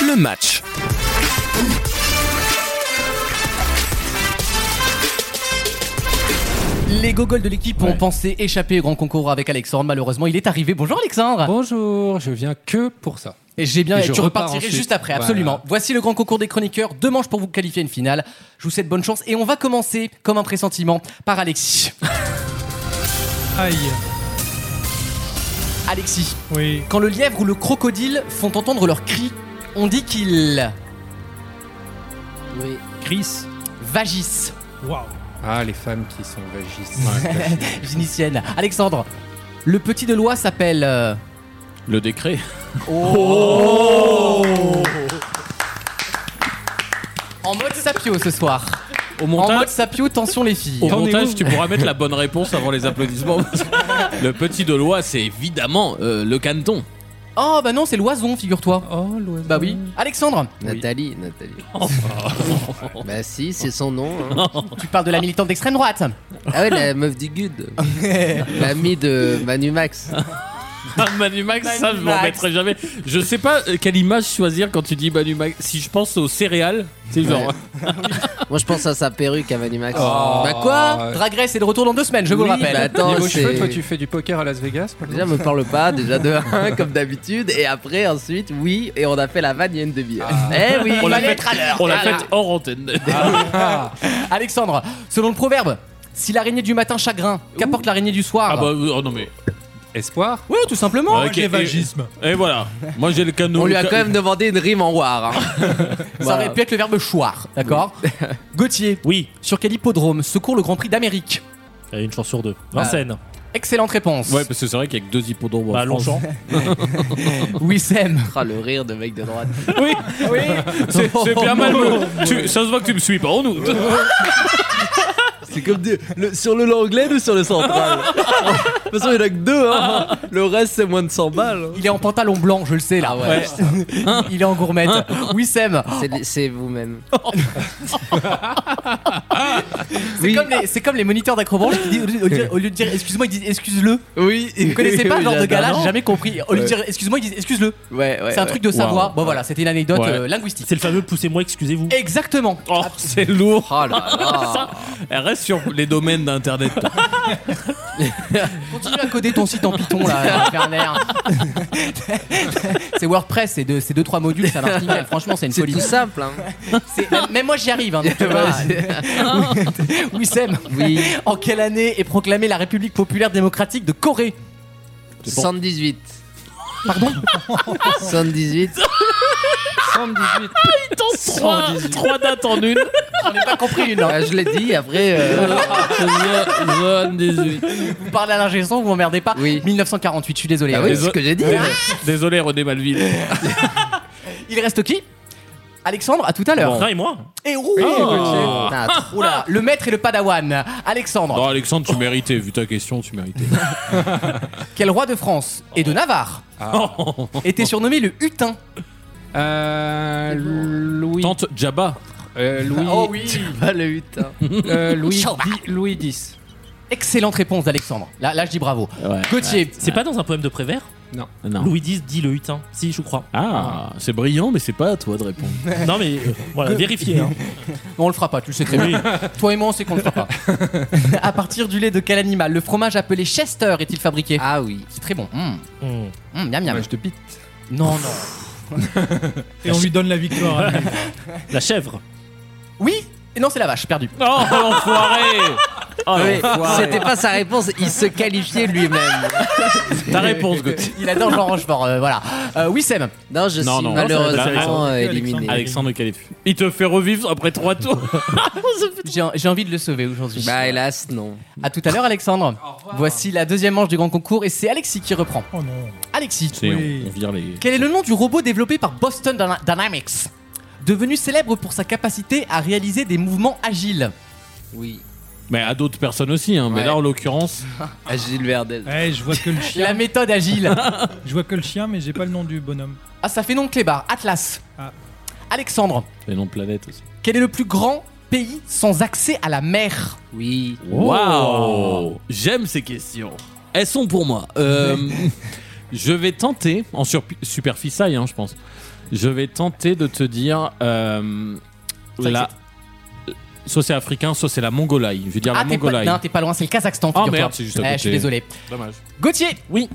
Speaker 1: le match.
Speaker 2: Les gogoles de l'équipe ont pensé échapper au grand concours avec Alexandre. Malheureusement, il est arrivé. Bonjour Alexandre.
Speaker 10: Bonjour, je viens que pour ça.
Speaker 2: Et j'ai bien.
Speaker 10: Et
Speaker 2: et
Speaker 10: je
Speaker 2: tu
Speaker 10: repars
Speaker 2: repartirais
Speaker 10: ensuite.
Speaker 2: juste après,
Speaker 10: Voilà.
Speaker 2: absolument. Voici le grand concours des chroniqueurs. Deux manches pour vous qualifier à une finale. Je vous souhaite bonne chance et on va commencer comme un pressentiment par Alexis.
Speaker 5: Aïe.
Speaker 2: Alexis,
Speaker 5: Oui.
Speaker 2: quand le lièvre ou le crocodile font entendre leurs cris, on dit qu'ils
Speaker 6: Oui.
Speaker 5: Chris.
Speaker 2: vagissent.
Speaker 5: Waouh.
Speaker 10: Ah, les femmes qui sont vagistes.
Speaker 2: Vénitienne. Alexandre, le petit de loi s'appelle. euh, Oh
Speaker 4: Le décret.
Speaker 11: Oh.
Speaker 2: En mode sapio ce soir.
Speaker 4: Au
Speaker 2: En mode
Speaker 4: montage,
Speaker 2: sapio, tension les filles.
Speaker 4: au montage, tu pourras mettre la bonne réponse avant les applaudissements. le petit de loi, c'est évidemment euh, le canton.
Speaker 2: Oh bah non, c'est l'oison, figure-toi.
Speaker 10: Oh, l'oiseau.
Speaker 2: Bah oui. Alexandre,
Speaker 6: Nathalie, Nathalie. Bah si, c'est son nom. hein.
Speaker 2: Oh. tu parles de la militante d'extrême droite.
Speaker 6: Ah ouais, la meuf du Gud. L'amie de Manu Max.
Speaker 4: Ah, Manu Max, ça, je m'en
Speaker 2: Max.
Speaker 4: remettrai jamais. Je sais pas euh, quelle image choisir quand tu dis Manu Max. Si je pense aux céréales, c'est genre.
Speaker 6: Ouais. Moi, je pense à sa perruque à Manu Max.
Speaker 4: Oh.
Speaker 2: Oh.
Speaker 6: Bah quoi
Speaker 10: Ouais.
Speaker 2: Drag Race est de retour dans deux semaines, je vous le
Speaker 6: Oui,
Speaker 2: rappelle.
Speaker 6: bah attends,
Speaker 10: Niveau cheveux,
Speaker 6: c'est-
Speaker 10: toi, tu fais du poker à Las Vegas par
Speaker 6: Déjà,
Speaker 10: exemple
Speaker 6: me parle pas, déjà de 1, comme d'habitude. Et après, ensuite, oui, et on a fait la vanne il y a une demi-heure. Eh oui,
Speaker 4: Ah. On l'a
Speaker 6: fallait
Speaker 4: fait,
Speaker 6: être à l'heure.
Speaker 4: on l'a
Speaker 6: Voilà.
Speaker 4: faite hors antenne.
Speaker 2: Ah. Alexandre, selon le proverbe, si l'araignée du matin chagrin, qu'apporte l'araignée du soir
Speaker 4: Ah bah, oh non mais.
Speaker 10: Espoir
Speaker 2: Oui, tout simplement.
Speaker 4: Ok, et- Et, voilà. Moi, j'ai le canon.
Speaker 6: On lui a
Speaker 4: le
Speaker 6: quand
Speaker 4: ca-
Speaker 6: même demandé une rime en war. hein.
Speaker 2: Ça aurait pu être le verbe choir, d'accord Gauthier,
Speaker 7: Oui,
Speaker 2: sur quel hippodrome se court le Grand Prix d'Amérique
Speaker 6: Ah.
Speaker 7: il y a une chance sur deux. Vincennes.
Speaker 2: Excellente réponse.
Speaker 4: Ouais, parce que c'est vrai qu'avec deux hippodromes en
Speaker 2: Bah,
Speaker 4: France-
Speaker 2: Longchamp. Oui, Sam.
Speaker 6: Ah, le rire de mec de droite.
Speaker 4: Oui, oui. C'est c'est bien mal. me- tu- ça se voit que tu me suis pas en nous.
Speaker 12: C'est comme dire, le- sur le Langlais ou sur le Central De toute façon, il y en a que deux. hein. Le reste, c'est moins de 100 balles.
Speaker 2: Il est en pantalon blanc, je le sais là.
Speaker 12: ouais. Hein.
Speaker 2: Il est en gourmette. Oui, Sam.
Speaker 6: C'est vous-même.
Speaker 2: C'est comme, les- c'est comme les moniteurs d'acrobranche qui disent, au lieu de dire, au lieu de dire, excuse-moi, ils disent excuse-le.
Speaker 12: Oui.
Speaker 2: Vous connaissez pas
Speaker 12: Oui,
Speaker 2: le genre de gars-là
Speaker 12: j'adore.
Speaker 2: J'ai jamais compris. Au lieu de
Speaker 12: Ouais.
Speaker 2: dire excuse-moi, ils disent excuse-le.
Speaker 12: Ouais, ouais,
Speaker 2: c'est un
Speaker 12: ouais.
Speaker 2: truc de savoir.
Speaker 12: Wow.
Speaker 2: Bon voilà, c'était une anecdote
Speaker 12: Ouais.
Speaker 2: euh, linguistique.
Speaker 7: C'est le fameux poussez-moi, excusez-vous.
Speaker 2: Exactement.
Speaker 4: Oh, c'est lourd.
Speaker 6: Oh
Speaker 2: là.
Speaker 4: Ça, elle reste sur les domaines d'internet. toi.
Speaker 2: Continue à coder ton site en Python là, Werner. c'est WordPress, c'est deux, c'est deux trois modules, ça marche nickel. Franchement, c'est une
Speaker 6: C'est
Speaker 2: folie.
Speaker 6: tout simple. hein.
Speaker 2: C'est- Même moi, j'y arrive. hein, donc, tu vois. oui, Sam. En quelle année est proclamée la République populaire démocratique de Corée
Speaker 6: 118.
Speaker 2: Pardon
Speaker 6: 118. 118.
Speaker 7: Il tente trois- trois dates en une.
Speaker 2: J'en ai pas compris une. hein.
Speaker 6: je l'ai dit, après. euh,
Speaker 2: Vous parlez à l'ingé son, vous m'emmerdez pas. 1948, je suis désolé.
Speaker 6: Ah oui, c'est ce que j'ai dit.
Speaker 4: Désolé, désolé, René Malville.
Speaker 2: Il reste qui Alexandre, à tout à l'heure.
Speaker 7: Bon. et moi
Speaker 2: Et ouh Ah, trop là. Le maître et le padawan. Alexandre,
Speaker 4: Non, Bah, Alexandre, tu méritais. Vu ta question, tu méritais.
Speaker 2: quel roi de France et de Navarre
Speaker 4: Ah.
Speaker 2: était surnommé le hutin Eh ben.
Speaker 10: Euh, Louis.
Speaker 4: Tante Jabba.
Speaker 10: Euh, Louis.
Speaker 2: Oh oui
Speaker 6: Pas le 8. hein.
Speaker 10: euh, Louis,
Speaker 2: Chauva.
Speaker 10: Di- Louis X.
Speaker 2: Excellente réponse d'Alexandre. Là, là, je dis bravo.
Speaker 4: Ouais.
Speaker 2: Gauthier,
Speaker 7: C'est pas dans un poème de Prévert
Speaker 10: Non.
Speaker 4: Non.
Speaker 7: Louis X dit le hutin. Si, je crois.
Speaker 4: Ah, c'est brillant, mais c'est pas à toi de répondre.
Speaker 7: Non, mais euh, voilà, vérifiez. hein.
Speaker 2: on le fera pas, tu le sais très bien.
Speaker 7: Oui.
Speaker 2: Toi et moi, on sait qu'on le fera pas. à partir du lait de quel animal le fromage appelé Chester est-il fabriqué
Speaker 6: Ah oui.
Speaker 2: C'est très bon. Mmh.
Speaker 7: Hmm.
Speaker 2: Mmh, miam, miam.
Speaker 10: Moi, je te pite.
Speaker 2: Non, non.
Speaker 5: Et on lui donne la victoire. à lui.
Speaker 7: La chèvre.
Speaker 2: Oui Et Non, c'est la vache, perdu.
Speaker 4: Oh, l'enfoiré
Speaker 6: Oui, C'était pas sa réponse, il se qualifiait lui-même.
Speaker 4: Ta réponse, Gauthier.
Speaker 2: Il adore Jean Rochefort, euh, voilà. Euh, oui, Sam.
Speaker 6: Non, je
Speaker 4: Non,
Speaker 6: suis
Speaker 4: non,
Speaker 6: malheureusement
Speaker 4: Alexandre.
Speaker 6: euh, éliminé.
Speaker 4: Alexandre le qualifie. Il te fait revivre après trois tours.
Speaker 2: J'ai j'ai envie de le sauver aujourd'hui.
Speaker 6: Bah hélas, non.
Speaker 2: À tout à l'heure, Alexandre. Voici la deuxième manche du grand concours et c'est Alexis qui reprend.
Speaker 5: Oh non.
Speaker 2: Alexis,
Speaker 4: C'est
Speaker 5: Oui.
Speaker 4: on, on vire les.
Speaker 2: quel est le nom du robot développé par Boston Dyna- Dynamics Devenu célèbre pour sa capacité à réaliser des mouvements agiles.
Speaker 6: Oui.
Speaker 4: Mais à d'autres personnes aussi. Hein. Mais
Speaker 6: Ouais.
Speaker 4: là, en l'occurrence,
Speaker 2: Ah,
Speaker 6: À Gilles Verdel.
Speaker 5: Ouais, Eh, je vois que le
Speaker 2: La
Speaker 5: chien.
Speaker 2: méthode agile.
Speaker 5: Je vois que le chien, mais j'ai pas le nom du bonhomme.
Speaker 2: ah, ça fait nom de clébard. Atlas.
Speaker 5: Ah.
Speaker 2: Alexandre,
Speaker 4: les noms de planète aussi.
Speaker 2: quel est le plus grand pays sans accès à la mer
Speaker 6: Oui.
Speaker 4: Waouh J'aime ces questions. Oh. Elles sont pour moi. Euh, je vais tenter, en surpi- superficie, hein, je pense, je vais tenter de te dire euh, la... euh, Soit c'est africain, soit c'est la Mongolaï. Je vais dire
Speaker 2: Ah,
Speaker 4: la
Speaker 2: t'es pas,
Speaker 4: Mongolaï.
Speaker 2: non, t'es pas loin, c'est le Kazakhstan.
Speaker 4: Ah,
Speaker 2: figure-toi.
Speaker 4: merde, c'est juste à
Speaker 2: Eh, Je suis
Speaker 4: côté.
Speaker 2: désolé.
Speaker 4: Dommage.
Speaker 2: Gauthier
Speaker 7: Oui.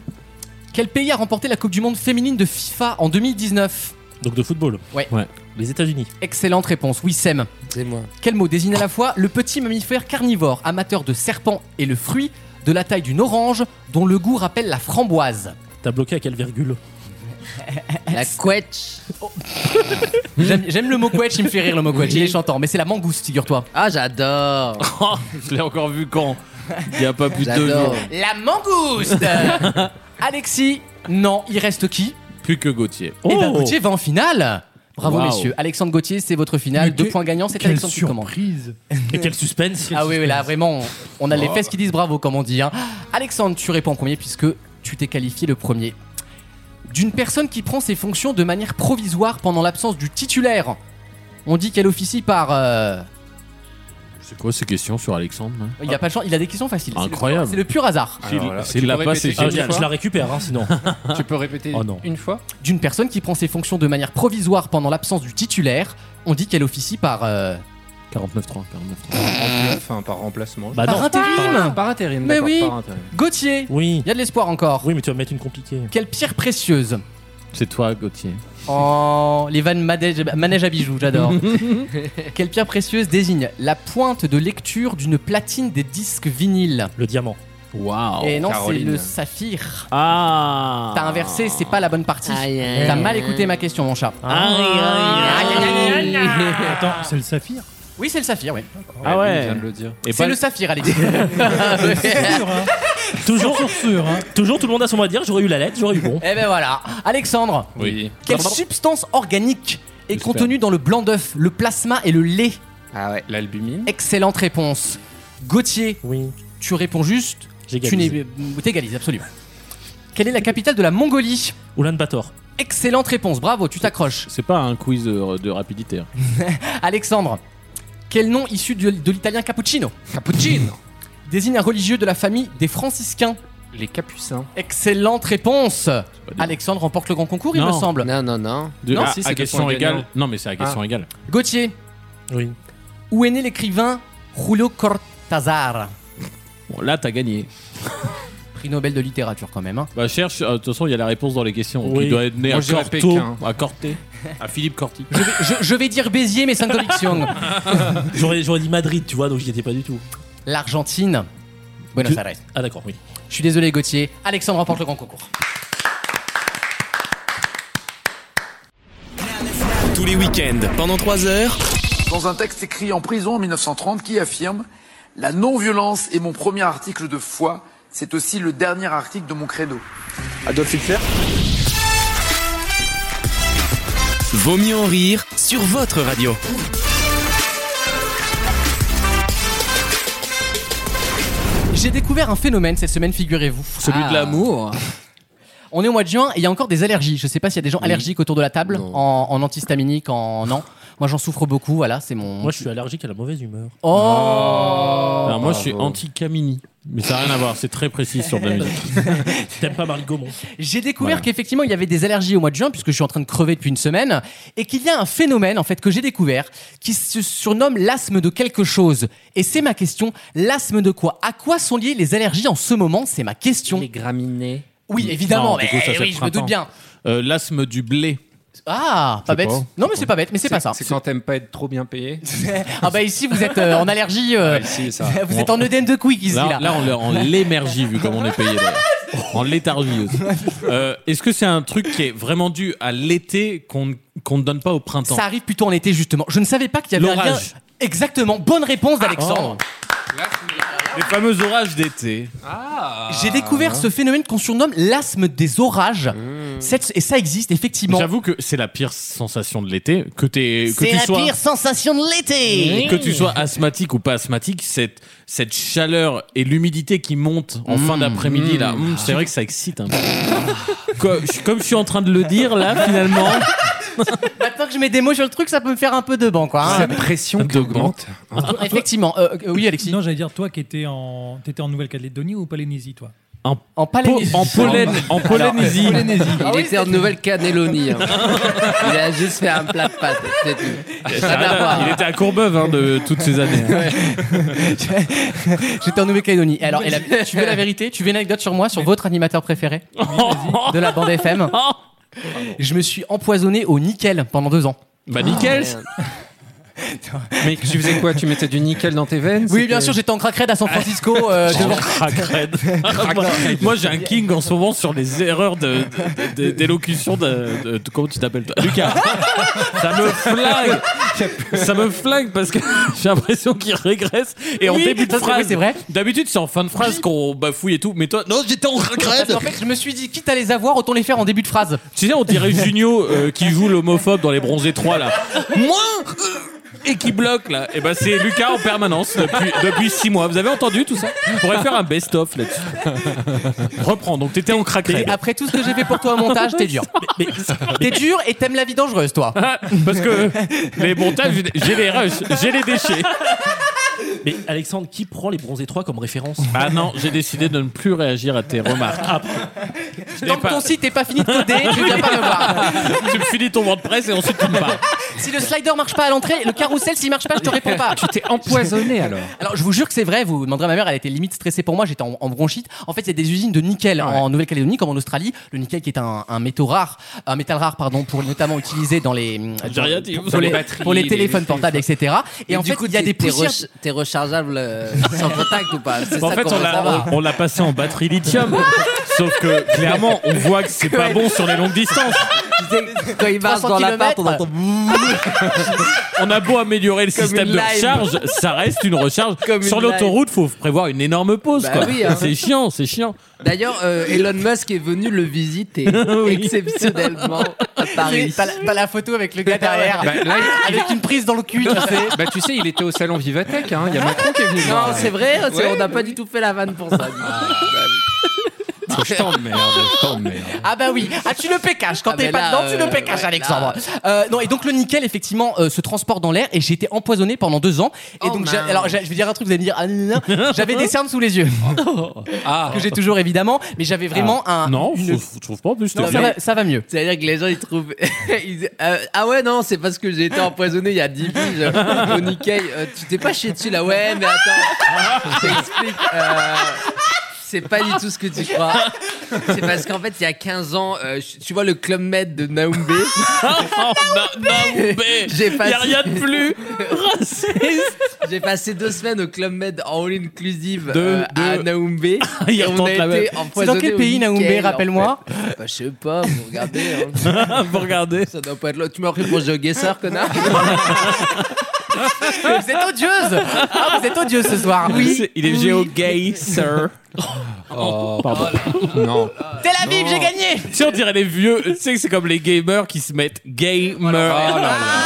Speaker 2: Quel pays a remporté la Coupe du Monde féminine de FIFA en 2019
Speaker 7: Donc de football.
Speaker 2: Ouais.
Speaker 4: Ouais.
Speaker 7: Les États-Unis.
Speaker 2: Excellente réponse, oui Sam.
Speaker 6: C'est moi.
Speaker 2: Quel mot désigne à la fois le petit mammifère carnivore, amateur de serpents et le fruit de la taille d'une orange dont le goût rappelle la framboise
Speaker 7: T'as bloqué à quelle virgule
Speaker 6: La couette.
Speaker 4: Oh.
Speaker 2: J'aime j'aime le mot quetch, il me fait rire le mot quetch, il est chantant, mais c'est la mangouste, figure-toi.
Speaker 6: Ah, j'adore.
Speaker 4: je l'ai encore vu quand Il n'y a pas plus de deux
Speaker 6: J'adore.
Speaker 4: jours.
Speaker 2: La mangouste Alexis, non, il reste qui
Speaker 4: Plus que Gauthier.
Speaker 2: Et Eh ben
Speaker 7: Oh.
Speaker 2: Gauthier va en finale Bravo
Speaker 4: Wow.
Speaker 2: messieurs, Alexandre Gauthier, c'est votre finale,
Speaker 5: Mais
Speaker 2: deux
Speaker 5: que-
Speaker 2: points gagnants, c'est
Speaker 5: Quelle
Speaker 2: Alexandre qui commence.
Speaker 5: surprise.
Speaker 7: Et quel suspense
Speaker 2: Ah oui, oui, là vraiment, on a les fesses qui disent bravo, comme on dit. hein. Alexandre, tu réponds en premier puisque tu t'es qualifié le premier. D'une personne qui prend ses fonctions de manière provisoire pendant l'absence du titulaire. On dit qu'elle officie par. euh,
Speaker 4: C'est quoi ces questions sur Alexandre hein
Speaker 2: Il a pas de chance, il a des questions faciles. c'est le-
Speaker 4: Incroyable.
Speaker 2: C'est le pur hasard.
Speaker 4: S'il-
Speaker 10: Alors là,
Speaker 4: S'il
Speaker 10: tu
Speaker 4: l'a
Speaker 10: peux
Speaker 4: pas,
Speaker 10: répéter
Speaker 4: c'est
Speaker 10: ça
Speaker 7: Ah,
Speaker 4: génial.
Speaker 7: je, la- je la récupère, hein, sinon.
Speaker 10: Tu peux répéter
Speaker 7: Oh non.
Speaker 10: une fois
Speaker 2: D'une personne qui prend ses fonctions de manière provisoire pendant l'absence du titulaire. On dit qu'elle officie par. euh,
Speaker 4: 49.3, 49.3.
Speaker 10: Enfin, par remplacement.
Speaker 7: Bah
Speaker 2: Par
Speaker 7: non.
Speaker 2: intérim
Speaker 10: Par intérim,
Speaker 2: Mais
Speaker 10: d'accord,
Speaker 2: oui.
Speaker 10: par intérim.
Speaker 2: Gauthier
Speaker 7: Oui.
Speaker 2: Il y a de l'espoir encore.
Speaker 7: Oui, mais tu vas mettre une compliquée.
Speaker 2: Quelle pierre précieuse
Speaker 4: C'est toi, Gauthier.
Speaker 2: Oh, les vannes manège, manège à bijoux, j'adore. Quelle pierre précieuse désigne la pointe de lecture d'une platine des disques vinyles
Speaker 7: Le diamant.
Speaker 4: Waouh
Speaker 2: Et non, c'est
Speaker 10: Caroline.
Speaker 2: le saphir.
Speaker 4: Ah
Speaker 2: T'as inversé, c'est pas la bonne partie.
Speaker 6: Aïe, aïe,
Speaker 2: T'as mal
Speaker 6: aïe.
Speaker 2: écouté ma question, mon chat.
Speaker 4: Ah,
Speaker 5: Attends, c'est le saphir.
Speaker 2: Oui, c'est le saphir, oui.
Speaker 4: Ah
Speaker 10: Oui,
Speaker 4: ouais.
Speaker 10: il vient de le dire.
Speaker 4: Et
Speaker 2: C'est
Speaker 4: pas-
Speaker 2: le saphir, Alexis.
Speaker 5: C'est sûr, hein.
Speaker 7: Toujours, toujours tout le monde a son mot à dire. J'aurais eu la lettre, j'aurais eu bon.
Speaker 2: Eh ben voilà. Alexandre,
Speaker 7: Oui.
Speaker 2: quelle
Speaker 7: Pardon
Speaker 2: substance organique est
Speaker 7: J'espère.
Speaker 2: contenue dans le blanc d'œuf, le plasma et le lait
Speaker 6: Ah ouais.
Speaker 4: L'albumine.
Speaker 2: Excellente réponse. Gauthier,
Speaker 7: oui.
Speaker 2: tu réponds juste.
Speaker 7: J'égalise.
Speaker 2: Tu n'es- euh, t'égalises, absolument. Quelle est la capitale de la Mongolie
Speaker 7: Ulaanbaatar.
Speaker 2: Excellente réponse, bravo, tu t'accroches.
Speaker 4: C'est pas un quiz de, de rapidité. hein.
Speaker 2: Alexandre, quel nom issu de, de l'italien cappuccino Cappuccino Désigne un religieux de la famille des franciscains.
Speaker 10: Les capucins.
Speaker 2: Excellente réponse Alexandre remporte le grand concours, il
Speaker 4: Non.
Speaker 2: me semble.
Speaker 6: Non, non, non.
Speaker 4: De-
Speaker 2: Non,
Speaker 4: à,
Speaker 2: si,
Speaker 4: à
Speaker 2: c'est deux
Speaker 4: question
Speaker 2: points
Speaker 4: égale.
Speaker 2: gagnants.
Speaker 4: Non, mais c'est à question
Speaker 2: Ah.
Speaker 4: égale.
Speaker 2: Gauthier,
Speaker 7: Oui.
Speaker 2: où est né l'écrivain Julio Cortázar
Speaker 4: Bon, là, t'as gagné.
Speaker 2: Prix Nobel de littérature quand même. hein.
Speaker 4: Bah, cherche. euh, De toute façon, il y a la réponse dans les questions. donc
Speaker 2: Oui.
Speaker 4: Il doit être né
Speaker 2: Moi,
Speaker 4: à
Speaker 2: je dirais
Speaker 4: Corto,
Speaker 2: Pékin.
Speaker 4: à Corté, à Philippe Corti.
Speaker 2: Je vais, je- je vais dire Béziers, mais sans correction.
Speaker 7: J'aurais j'aurais dit Madrid, tu vois, donc j'y étais pas du tout.
Speaker 2: L'Argentine. Buenos
Speaker 7: Tu-
Speaker 2: Aires.
Speaker 7: Ah d'accord, oui.
Speaker 2: Je suis désolé Gauthier. Alexandre remporte le grand concours.
Speaker 1: Tous les week-ends, pendant 3 heures.
Speaker 13: Dans un texte écrit en prison en 1930 qui affirme La non-violence est mon premier article de foi, c'est aussi le dernier article de mon credo.
Speaker 1: Adolf Hitler. Vaut mieux en rire sur votre radio.
Speaker 2: J'ai découvert un phénomène cette semaine, figurez-vous. Ah.
Speaker 4: Celui de l'amour.
Speaker 2: On est au mois de juin et il y a encore des allergies. Je sais pas s'il y a des gens allergiques autour de la table, en, en antihistaminique, en non. Moi j'en souffre beaucoup, voilà, c'est mon.
Speaker 7: Moi je suis allergique à la mauvaise humeur. Ah.
Speaker 2: Oh
Speaker 4: Alors, moi, je suis anti-Camini. Mais ça n'a rien à voir, c'est très précis sur de la musique.
Speaker 7: T'aimes pas Marie Gaumont
Speaker 2: J'ai découvert qu'effectivement il y avait des allergies au mois de juin puisque je suis en train de crever depuis une semaine et qu'il y a un phénomène en fait que j'ai découvert qui se surnomme l'asthme de quelque chose. Et c'est ma question, l'asthme de quoi À quoi sont liées les allergies en ce moment C'est ma question. Les
Speaker 6: graminées.
Speaker 2: Oui, évidemment,
Speaker 4: Non, du
Speaker 2: mais
Speaker 4: coup, ça, c'est
Speaker 2: oui,
Speaker 4: le
Speaker 2: je me
Speaker 4: printemps.
Speaker 2: doute bien.
Speaker 4: Euh, L'asthme du blé.
Speaker 2: Ah, pas
Speaker 4: Je sais
Speaker 2: bête.
Speaker 4: pas.
Speaker 2: Non, mais c'est pas bête, mais c'est pas ça.
Speaker 10: C'est quand t'aimes pas être trop bien payé.
Speaker 2: ah bah ici vous êtes euh, en allergie, euh,
Speaker 10: Ouais, ici, ça.
Speaker 2: vous
Speaker 10: On-
Speaker 2: êtes en E EDN de quick ici
Speaker 4: Là,
Speaker 2: là.
Speaker 4: là, on l'est en l'émergie, vu comme on est payé. d'ailleurs. En léthargie aussi. Euh, Est-ce que c'est un truc qui est vraiment dû à l'été qu'on qu'on ne donne pas au printemps
Speaker 2: Ça arrive plutôt en été justement. Je ne savais pas qu'il y avait un lien.
Speaker 4: L'orage. Ah.
Speaker 2: Exactement, bonne réponse d'Alexandre.
Speaker 4: Oh. Les fameux orages d'été. Ah.
Speaker 2: J'ai découvert ce phénomène qu'on surnomme l'asthme des orages. Cette- et ça existe effectivement.
Speaker 4: J'avoue que c'est la pire sensation de l'été. Que, t'es- que
Speaker 2: C'est
Speaker 4: tu
Speaker 2: la
Speaker 4: sois.
Speaker 2: pire sensation de l'été.
Speaker 4: Que tu sois asthmatique ou pas asthmatique, cette, cette chaleur et l'humidité qui monte en
Speaker 2: Hmm.
Speaker 4: fin d'après-midi, là, hum, c'est vrai que ça excite un peu. comme, je- comme je suis en train de le dire, là, finalement.
Speaker 2: Maintenant que je mets des mots sur le truc, ça peut me faire un peu de banc
Speaker 5: Ah,
Speaker 2: quoi. hein.
Speaker 10: pression qui augmente.
Speaker 2: Effectivement. Euh, euh, oui, Alexis.
Speaker 5: Non, j'allais dire, toi qui étais en, t'étais en Nouvelle-Calédonie ou Polynésie, toi
Speaker 4: En,
Speaker 2: en Polynésie.
Speaker 4: en Pollen- en Polynésie. Ah
Speaker 6: Il
Speaker 5: Ah
Speaker 6: était en Nouvelle-Calédonie. hein. Il a juste fait un plat de pâtes. c'est tout. Rien à voir.
Speaker 4: Il était à Courbeuve hein, de toutes ces années.
Speaker 2: J'étais en Nouvelle-Calédonie. Alors, et la- tu veux la vérité Tu veux une anecdote sur moi, sur votre animateur préféré de la bande FM Je me suis empoisonné au nickel pendant deux ans.
Speaker 4: Bah nickel.
Speaker 2: Ah,
Speaker 10: Mais tu faisais quoi Tu mettais du nickel dans tes veines
Speaker 2: Oui, bien sûr, j'étais en craquerade à San Francisco.
Speaker 4: Ah,
Speaker 2: euh, devant-
Speaker 4: Crackhead. Crackhead. Moi, j'ai un king en ce moment sur les erreurs de- de- de- d'élocution de, de- de- Comment tu t'appelles toi Lucas. Ça me flingue. Ça me flingue parce que j'ai l'impression qu'il régresse. Et en
Speaker 2: Oui,
Speaker 4: début de
Speaker 2: ça, c'est- oui,
Speaker 4: phrase,
Speaker 2: c'est vrai.
Speaker 4: D'habitude, c'est en fin de phrase qu'on bafouille et tout. Mais toi, non, j'étais en
Speaker 2: Parce
Speaker 4: crackhead.
Speaker 2: qu'en fait, je me suis dit, quitte à les avoir, autant les faire en début de phrase.
Speaker 4: Tu sais, on dirait Junio euh, qui joue l'homophobe dans les bronzés 3 là. Moi euh, et qui bloque là. Et ben c'est Lucas en permanence depuis, depuis 6 mois. Vous avez entendu tout ça On pourrait faire un best-of là-dessus. Reprends, donc t'étais en
Speaker 2: Et
Speaker 4: craquerette.
Speaker 2: après tout ce que j'ai fait pour toi au montage, t'es dur.
Speaker 7: Mais-
Speaker 2: T'es dur et t'aimes la vie dangereuse, toi.
Speaker 4: Ah, Parce que les montages, j'ai les rushs, j'ai les déchets.
Speaker 7: Mais Alexandre, qui prend les bronzés 3 comme référence Ah,
Speaker 4: Ah non, j'ai décidé de ne plus réagir à tes remarques.
Speaker 7: bah,
Speaker 4: Je
Speaker 2: Tant
Speaker 4: n'ai
Speaker 2: que ton
Speaker 4: pas-
Speaker 2: site n'est pas fini de coder, tu viens pas me voir.
Speaker 4: Tu me finis ton WordPress et ensuite tu me parles.
Speaker 2: Si le slider marche pas à l'entrée, le carrousel s'il marche pas, je te réponds pas.
Speaker 10: Tu t'es empoisonné alors.
Speaker 2: Alors je vous jure que c'est vrai, vous demanderez à ma mère, elle était limite stressée pour moi, j'étais en, en bronchite. En fait, il y a des usines de nickel
Speaker 10: Ah
Speaker 2: en Nouvelle-Calédonie comme en Australie, le nickel qui est un, un métaux rare, un métal rare pardon, pour notamment utilisé dans les
Speaker 4: J'ai rien dit.
Speaker 2: pour les, pour les téléphones portables, etc. Et, en
Speaker 6: du
Speaker 2: fait,
Speaker 6: coup,
Speaker 2: il y a
Speaker 6: t'es-
Speaker 2: des
Speaker 6: t'es
Speaker 2: poussières.
Speaker 6: recha- T'es rechargeable euh, sans contact ou pas Ah, C'est
Speaker 4: En
Speaker 6: ça
Speaker 4: fait,
Speaker 6: qu'on
Speaker 4: on
Speaker 6: veut savoir.
Speaker 4: l'a, on, on l'a passé en batterie lithium. Sauf que clairement, on voit que c'est pas bon sur les longues distances.
Speaker 6: Quand il marche dans l'appart, on entend.
Speaker 4: On a beau améliorer le
Speaker 6: Comme
Speaker 4: système
Speaker 6: une
Speaker 4: de
Speaker 6: lime.
Speaker 4: recharge, ça reste une recharge.
Speaker 6: Comme une
Speaker 4: Sur
Speaker 6: lime.
Speaker 4: l'autoroute, faut prévoir une énorme pause.
Speaker 6: Bah
Speaker 4: quoi.
Speaker 6: oui, hein.
Speaker 4: C'est chiant, c'est chiant.
Speaker 6: D'ailleurs, euh, Elon Musk est venu le visiter exceptionnellement à Paris.
Speaker 2: T'as la, t'as la photo avec le gars derrière,
Speaker 10: Bah, là, il-
Speaker 2: avec une prise dans le cul, tu sais.
Speaker 10: Bah, tu sais, il était au salon Vivatech, hein. Il y a Macron qui est venu.
Speaker 6: Non, c'est vrai, c'est-
Speaker 10: Ouais.
Speaker 6: on n'a pas du tout fait la vanne pour ça.
Speaker 4: Ah, je t'emmerde, je t'emmerde.
Speaker 2: Ah bah oui, ah, tu le pécaches quand
Speaker 6: Ah
Speaker 2: t'es
Speaker 6: mais
Speaker 2: pas
Speaker 6: là,
Speaker 2: dedans, tu le
Speaker 6: euh,
Speaker 2: pécaches
Speaker 6: ouais,
Speaker 2: Alexandre.
Speaker 6: là.
Speaker 2: Euh, non et donc le nickel effectivement euh, se transporte dans l'air et j'ai été empoisonné pendant deux ans et
Speaker 6: Oh
Speaker 2: donc j'ai-
Speaker 6: mince.
Speaker 2: alors j'ai- je vais dire un truc vous allez me dire ah, non, non. j'avais des cernes sous les yeux que j'ai toujours évidemment mais j'avais vraiment un
Speaker 4: Ah. Non,
Speaker 2: une-
Speaker 4: je trouve- je trouve pas. en plus,
Speaker 2: Non,
Speaker 4: t'es
Speaker 2: ça,
Speaker 4: bien.
Speaker 2: va, ça va mieux.
Speaker 6: C'est-à-dire que les gens ils trouvent. ils disent, euh, ah ouais, non, c'est parce que j'ai été empoisonné il y a 10 piges au Nikkei. Euh, tu t'es pas chié dessus là Ouais, mais attends, je t'explique. euh, c'est pas du tout ce que tu crois. C'est parce qu'en fait, il y a 15 ans, euh, je- tu vois le club med de Naoumbé. J'ai
Speaker 4: Il y a
Speaker 6: passé-
Speaker 4: rien de plus.
Speaker 6: J'ai passé deux semaines au Club Med en all inclusive
Speaker 4: De-
Speaker 6: euh, à
Speaker 4: de-
Speaker 6: Naoumbé.
Speaker 4: Ah, il
Speaker 6: Et on
Speaker 4: retente
Speaker 6: a
Speaker 4: la même.
Speaker 6: été
Speaker 4: C'est dans
Speaker 6: empoisonnés
Speaker 2: quel
Speaker 6: au
Speaker 2: pays,
Speaker 6: nickel,
Speaker 2: Naoumbé,
Speaker 6: en fait.
Speaker 2: rappelle-moi
Speaker 6: Bah, Je sais pas, vous regardez. hein.
Speaker 4: Vous regardez.
Speaker 6: Ça doit pas être l'autre. Tu m'as pris pour jogger sœur, connard
Speaker 2: vous êtes odieuse Ah, Vous êtes odieuse ce soir
Speaker 4: C'est- Il est géo-gay, sir.
Speaker 10: Oh, pardon. Non.
Speaker 2: Tel Aviv, j'ai gagné
Speaker 4: Tu sais, on dirait les vieux. Tu sais que c'est comme les gamers qui se mettent
Speaker 2: Oh
Speaker 4: gamer.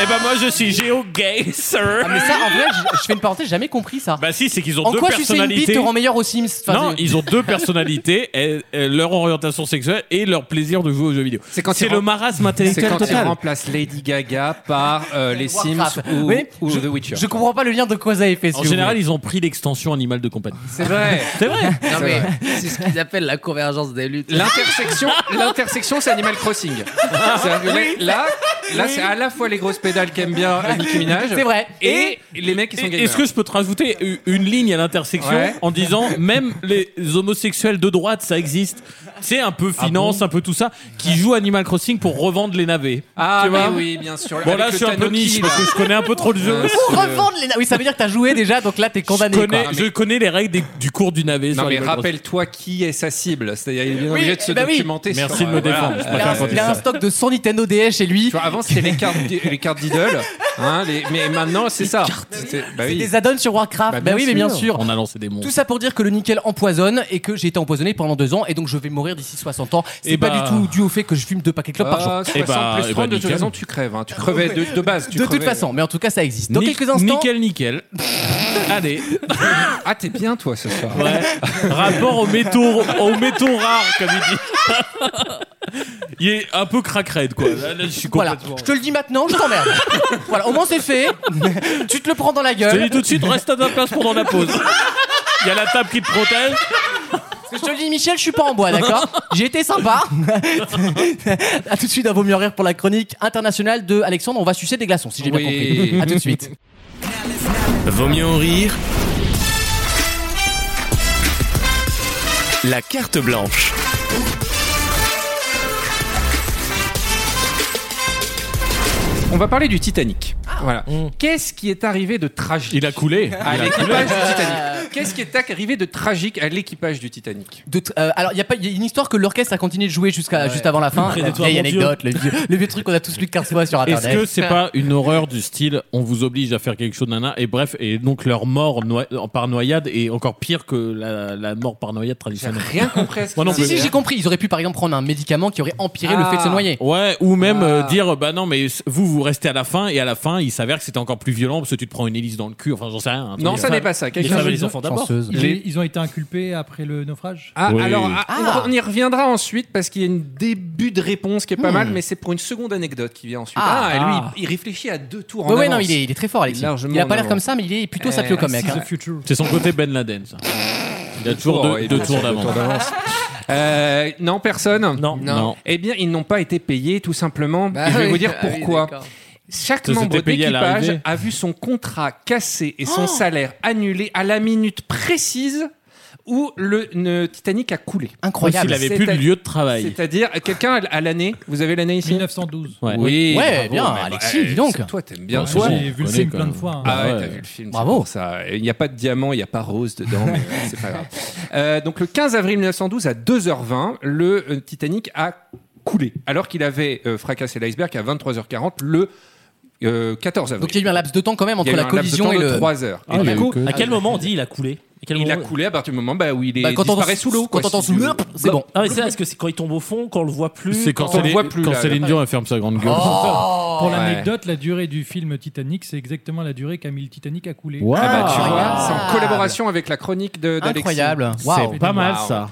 Speaker 4: Et ben moi, je suis géo-gay, sir.
Speaker 2: Ah, mais ça en vrai je- je fais une parenthèse j'ai jamais compris ça.
Speaker 4: Bah si, c'est qu'ils ont
Speaker 2: En
Speaker 4: deux
Speaker 2: quoi tu sais une bite
Speaker 4: personnalités.
Speaker 2: te rend meilleur aux Sims Enfin,
Speaker 4: non,
Speaker 2: c'est-
Speaker 4: ils ont deux personnalités, et- et leur orientation sexuelle et leur plaisir de jouer aux jeux vidéo. C'est
Speaker 10: quand ils
Speaker 4: le
Speaker 10: rem-
Speaker 4: marasme
Speaker 10: C'est
Speaker 4: intellectuel
Speaker 10: quand il
Speaker 4: total.
Speaker 10: remplace Lady Gaga par euh, les Sims
Speaker 2: Warcraft.
Speaker 10: ou,
Speaker 2: Oui,
Speaker 10: ou
Speaker 2: je-
Speaker 10: The Witcher.
Speaker 2: Je comprends pas le lien de cause à effet. si
Speaker 4: En
Speaker 2: vous
Speaker 4: général,
Speaker 2: voulez.
Speaker 4: ils ont pris l'extension animale de compagnie.
Speaker 10: C'est vrai.
Speaker 4: C'est vrai.
Speaker 6: Non, mais c'est ce qu'ils appellent la convergence des luttes.
Speaker 10: L'intersection, l'intersection, c'est Animal Crossing. C'est-à-dire que là- Là, là, c'est à la fois les grosses pédales qu'aime bien euh, Nicki Minaj.
Speaker 2: C'est vrai.
Speaker 10: Et les mecs qui sont gamers.
Speaker 4: Est-ce que je peux te rajouter u- une ligne à l'intersection
Speaker 10: Ouais.
Speaker 4: en disant même les homosexuels de droite, ça existe C'est un peu
Speaker 10: Ah
Speaker 4: finance, un peu tout ça, qui jouent Animal Crossing pour revendre les navets.
Speaker 10: Ah,
Speaker 4: tu
Speaker 10: mais
Speaker 4: vois
Speaker 10: oui, bien sûr.
Speaker 4: Bon,
Speaker 10: Avec
Speaker 4: là,
Speaker 10: le
Speaker 4: je suis un peu
Speaker 10: Tanuki, là.
Speaker 4: niche parce que je connais un peu trop le jeu.
Speaker 10: Euh,
Speaker 2: Pour
Speaker 10: Euh,
Speaker 2: revendre les na- Oui, ça veut dire que t'as joué déjà, donc là t'es condamné.
Speaker 4: Je connais,
Speaker 2: quoi.
Speaker 4: je connais les règles des- du cours du navet. sur
Speaker 10: Non, mais
Speaker 4: Animal Crossing.
Speaker 10: rappelle-toi qui est sa cible. C'est-à-dire, il est bien
Speaker 2: Oui,
Speaker 10: obligé de se
Speaker 2: eh ben oui.
Speaker 10: documenter.
Speaker 4: Merci
Speaker 10: sur,
Speaker 4: de me
Speaker 10: euh, voilà.
Speaker 4: défendre, je
Speaker 2: Il
Speaker 4: préfère
Speaker 2: a,
Speaker 4: quand
Speaker 2: il a un stock de 100 Nintendo DS chez lui.
Speaker 10: Tu vois, avant, c'était les cartes, les cartes Diddle. Hein, les- mais maintenant, c'est ça. C'est- Bah oui.
Speaker 2: Des add-ons sur Warcraft. Bah,
Speaker 10: Bah, bien
Speaker 2: oui, mais bien
Speaker 10: sûr.
Speaker 2: sûr.
Speaker 4: On a lancé des monstres.
Speaker 2: Tout ça pour dire que le nickel empoisonne et que j'ai été empoisonné pendant deux ans et donc je vais mourir d'ici 60 ans. C'est
Speaker 4: Eh
Speaker 2: pas
Speaker 4: bah.
Speaker 2: du tout dû au fait que je fume deux paquets de clopes par jour. Ah,
Speaker 10: Ah,
Speaker 4: Eh
Speaker 10: 60
Speaker 4: bah, eh
Speaker 10: plus
Speaker 4: bah,
Speaker 10: 30, de toute
Speaker 4: nickel.
Speaker 10: façon, tu crèves. hein. Tu crevais de, de base. Tu
Speaker 2: De toute
Speaker 10: crevais.
Speaker 2: façon, mais en tout cas ça existe. Dans quelques instants,
Speaker 4: Nickel, nickel. Allez,
Speaker 10: Ah, t'es bien, toi, ce soir.
Speaker 4: ouais. rapport aux métaux, aux métaux rares, comme il dit. Il est un peu crack-red, quoi. Là, là, je suis
Speaker 2: voilà,
Speaker 4: complètement.
Speaker 2: je te le dis maintenant, je t'emmerde. voilà, au moins c'est fait. tu te le prends dans la
Speaker 4: Je te
Speaker 2: gueule.
Speaker 4: dis tout de suite, reste à ta place pendant la pause. Il y a la table qui te protège.
Speaker 2: Parce que je te le dis, Michel, je suis pas en bois, d'accord J'ai été sympa. à tout de suite, un vaut mieux rire pour la chronique internationale de Alexandre. On va sucer des glaçons, si j'ai bien
Speaker 10: Oui.
Speaker 2: compris. À tout de suite.
Speaker 1: Vaut mieux en rire. La carte blanche.
Speaker 10: On va parler du Titanic. Voilà. Qu'est-ce qui est arrivé de tragique
Speaker 4: Il a coulé.
Speaker 10: à
Speaker 4: Il a coulé.
Speaker 10: l'équipage du Titanic Qu'est-ce qui est arrivé de tragique à l'équipage du Titanic
Speaker 2: De tr- euh, alors, il y, a pas- y a une histoire que l'orchestre a continué de jouer jusqu'à juste avant la fin.
Speaker 4: Près
Speaker 2: La
Speaker 4: des toits,
Speaker 2: vieille
Speaker 4: mon
Speaker 2: anecdote, le vieux, le vieux truc qu'on a tous lu 15 fois sur
Speaker 4: Est-ce
Speaker 2: Internet.
Speaker 4: que c'est pas une horreur du style on vous oblige à faire quelque chose nana et bref et donc leur mort noi- par noyade est encore pire que la, la mort par noyade traditionnelle.
Speaker 10: Rien compris à ce
Speaker 4: Moi non
Speaker 10: qui
Speaker 2: Si,
Speaker 10: s'est
Speaker 2: si,
Speaker 10: passé.
Speaker 2: j'ai compris. Ils auraient pu, par exemple, prendre un médicament qui aurait empiré le
Speaker 10: Ah.
Speaker 2: fait de se noyer.
Speaker 4: Ouais, ou même
Speaker 10: Ah.
Speaker 4: euh, dire bah non mais s- vous vous restez à la fin et à la fin il s'avère que c'était encore plus violent parce que tu te prends une hélice dans le cul enfin j'en sais rien. un truc
Speaker 10: Non,
Speaker 4: comme
Speaker 10: ça n'est pas ça.
Speaker 4: Les
Speaker 10: Quelqu'un
Speaker 4: femmes et
Speaker 10: veut-
Speaker 4: les enfants d'abord.
Speaker 2: Chanceuse.
Speaker 5: Ils,
Speaker 10: Les-
Speaker 5: ils ont été inculpés après le naufrage
Speaker 10: Ah,
Speaker 4: Oui.
Speaker 10: alors ah,
Speaker 2: Ah.
Speaker 10: on y reviendra ensuite parce qu'il y a une début de réponse qui est pas mal, mais c'est pour une seconde anecdote qui vient ensuite.
Speaker 2: Ah.
Speaker 10: Ah, et lui, il, il réfléchit à deux tours en
Speaker 2: Ouais, ouais, non,
Speaker 10: avance.
Speaker 2: il est, il est très fort, Alexis.
Speaker 10: Largement
Speaker 2: Il a pas
Speaker 10: en
Speaker 2: l'air
Speaker 10: avance.
Speaker 2: comme ça, mais il est plutôt
Speaker 10: Euh,
Speaker 2: sapio comme mec.
Speaker 5: C'est
Speaker 2: hein.
Speaker 5: the future.
Speaker 4: C'est son côté Ben Laden ça. Il a toujours
Speaker 10: Oh,
Speaker 4: deux,
Speaker 10: il
Speaker 4: deux
Speaker 10: a
Speaker 4: tours
Speaker 10: toujours deux
Speaker 4: d'avant.
Speaker 10: tours d'avance. Euh, non, personne.
Speaker 4: Non. Non.
Speaker 10: Eh bien, ils n'ont pas été payés, tout simplement.
Speaker 6: Bah
Speaker 10: Et je vais
Speaker 6: oui,
Speaker 10: vous dire
Speaker 6: ah oui,
Speaker 10: pourquoi.
Speaker 6: d'accord.
Speaker 10: Chaque
Speaker 4: Ça,
Speaker 10: membre
Speaker 4: c'était payé à
Speaker 10: d'équipage
Speaker 4: l'arrivée.
Speaker 10: a vu son contrat cassé et
Speaker 2: Oh
Speaker 10: son salaire annulé à la minute précise où le ne- Titanic a coulé.
Speaker 4: Parce qu'il
Speaker 2: Incroyable.
Speaker 4: avait plus de
Speaker 10: C'est-
Speaker 4: lieu de travail.
Speaker 10: C'est-à-dire, quelqu'un à- à l'année, vous avez l'année ici
Speaker 5: 1912.
Speaker 4: Ouais.
Speaker 10: Oui,
Speaker 2: Ouais,
Speaker 10: bravo,
Speaker 2: bien,
Speaker 10: mais bah,
Speaker 2: Alexis,
Speaker 10: eh,
Speaker 2: dis donc.
Speaker 10: c'est- Toi, t'aimes bien.
Speaker 4: Ouais,
Speaker 10: toi.
Speaker 4: j'ai-
Speaker 5: J'ai vu le
Speaker 4: connais
Speaker 5: film
Speaker 4: quand
Speaker 5: plein de
Speaker 4: même.
Speaker 5: fois. hein.
Speaker 10: Ah ouais,
Speaker 4: ouais.
Speaker 10: t'as vu le film.
Speaker 2: Bravo.
Speaker 10: c'est pour ça. Il n'y a pas de diamant, il n'y a pas rose dedans, mais euh, c'est pas grave. Euh, donc le 15 avril 1912 à 2h20, le euh, Titanic a coulé, alors qu'il avait euh, fracassé l'iceberg à 23h40 le euh, 14 avril.
Speaker 2: Donc il y a eu un laps de temps quand même
Speaker 10: Il
Speaker 2: entre
Speaker 10: y a eu
Speaker 2: la
Speaker 10: un laps de
Speaker 2: collision
Speaker 10: temps
Speaker 2: et
Speaker 10: de
Speaker 2: le.
Speaker 10: 3 heures.
Speaker 7: Ah,
Speaker 10: Et
Speaker 7: mais
Speaker 10: du coup-
Speaker 7: à quel moment on dit il a coulé À quel
Speaker 10: Il a
Speaker 7: moment-
Speaker 10: coulé à partir du moment bah, où il est
Speaker 7: Bah,
Speaker 10: disparu sous l'eau.
Speaker 7: Quand
Speaker 10: quoi,
Speaker 7: on entend
Speaker 10: si
Speaker 7: sous
Speaker 10: tu
Speaker 7: l'eau.
Speaker 10: veux. Bah,
Speaker 7: bon. Ah, mais c'est là, est-ce que c'est quand il tombe au fond, qu'on le voit plus
Speaker 4: Bah, C'est quand,
Speaker 7: on
Speaker 4: Céline- quand Céline Dion elle ferme sa grande gueule.
Speaker 2: Oh.
Speaker 5: Pour l'anecdote, la durée du film Titanic, c'est exactement la durée qu'a mis le Titanic à couler.
Speaker 4: Wow. Ah bah, tu
Speaker 10: Voilà, c'est en collaboration avec la chronique de- d'Alexis.
Speaker 5: Incroyable. Wow. C'est pas mal,
Speaker 10: Wow.
Speaker 5: ça.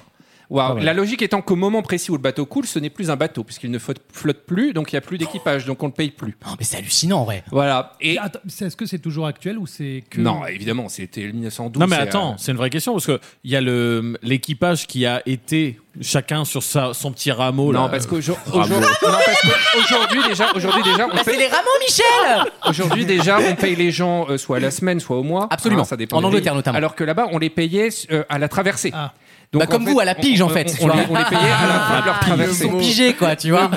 Speaker 10: Wow.
Speaker 5: Pas mal.
Speaker 10: La logique étant qu'au moment précis où le bateau coule, ce n'est plus un bateau, puisqu'il ne flotte, flotte plus, donc il n'y a plus d'équipage, donc on ne le paye plus.
Speaker 2: mais c'est hallucinant, ouais.
Speaker 10: Voilà. Et
Speaker 5: Attends, c'est- Est-ce que c'est toujours actuel ou c'est que.
Speaker 10: Non, évidemment, c'était 1912.
Speaker 4: Non mais
Speaker 10: c'est, euh,
Speaker 4: attends, c'est une vraie question parce que il y a le l'équipage qui a été chacun sur sa, son petit rameau.
Speaker 10: Non,
Speaker 4: là. Euh,
Speaker 10: parce qu'aujourd'hui-
Speaker 4: Rameau.
Speaker 10: aujourd'hui- non, parce qu'aujourd'hui, déjà, aujourd'hui déjà, on Ah.
Speaker 2: Bah,
Speaker 10: paye-
Speaker 2: c'est les Rameaux, Michel
Speaker 10: Aujourd'hui, déjà, on paye les gens euh, soit à la semaine, soit au mois.
Speaker 2: Absolument.
Speaker 10: ça dépend
Speaker 2: En
Speaker 10: des pays.
Speaker 2: Angleterre, notamment.
Speaker 10: Alors que là-bas, on les payait euh, à la traversée.
Speaker 2: Bah,
Speaker 10: en
Speaker 2: comme vous, à la pige,
Speaker 10: on-
Speaker 2: en fait,
Speaker 10: on-
Speaker 2: tu
Speaker 10: On,
Speaker 2: vois.
Speaker 10: les, on les payait à la fin de leur
Speaker 2: Ah, ils
Speaker 10: traversée.
Speaker 2: sont pigés, quoi, tu vois.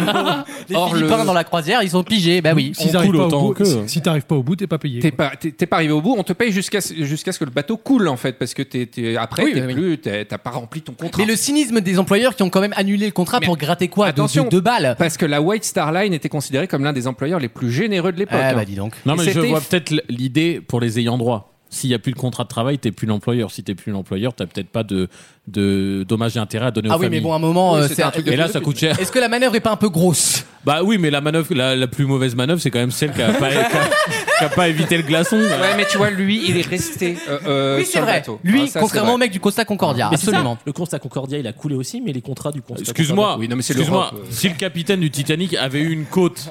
Speaker 2: Les
Speaker 10: Or,
Speaker 2: Philippins
Speaker 10: le-
Speaker 2: dans la croisière, ils sont pigés, bah oui.
Speaker 5: S'ils arrivent pas, au bout- si- si t'arrives pas au bout, t'es pas payé.
Speaker 10: T'es
Speaker 5: quoi.
Speaker 10: pas, t'es- t'es pas arrivé au bout, on te paye jusqu'à ce- jusqu'à ce que le bateau coule en fait, parce que t'es t'es- après,
Speaker 2: Oui,
Speaker 10: t'es
Speaker 2: oui,
Speaker 10: plus- t'es- t'as pas rempli ton contrat.
Speaker 2: Mais le cynisme des employeurs qui ont quand même annulé le contrat pour gratter quoi de- de-
Speaker 10: Attention,
Speaker 2: de- balles.
Speaker 10: Parce que la White Star Line était considérée comme l'un des employeurs les plus généreux de l'époque.
Speaker 2: Ah, bah,
Speaker 10: hein.
Speaker 2: dis donc.
Speaker 4: Non mais
Speaker 10: Et
Speaker 4: je
Speaker 10: c'était-
Speaker 4: vois peut-être l- l'idée pour les ayants droit. S'il n'y a plus de contrat de travail, t'es plus l'employeur. Si t'es plus l'employeur, t'as peut-être pas de, de dommages et intérêts à donner
Speaker 2: Ah
Speaker 4: aux
Speaker 2: oui, mais
Speaker 4: familles.
Speaker 2: bon, à un moment, euh, c'est
Speaker 4: Et là, ça coûte cher.
Speaker 2: Est-ce que la manœuvre est pas un peu grosse
Speaker 4: Bah oui, mais la manœuvre, la, la plus mauvaise manœuvre, c'est quand même celle qui a pas, qui a- qui a pas évité le glaçon.
Speaker 10: Ouais, mais tu vois, lui, il est resté euh, euh,
Speaker 2: Oui, c'est
Speaker 10: sur le
Speaker 2: vrai.
Speaker 10: bateau.
Speaker 2: Lui,
Speaker 10: Ah, ça, c'est
Speaker 2: contrairement
Speaker 10: vrai.
Speaker 2: au mec du Costa Concordia,
Speaker 7: Mais c'est ça,
Speaker 2: absolument.
Speaker 7: Le constat Concordia, il a coulé aussi, mais les contrats du constat.
Speaker 4: Excuse-moi,
Speaker 7: Concordia-
Speaker 4: excuse-moi. Si le capitaine du Titanic avait eu une côte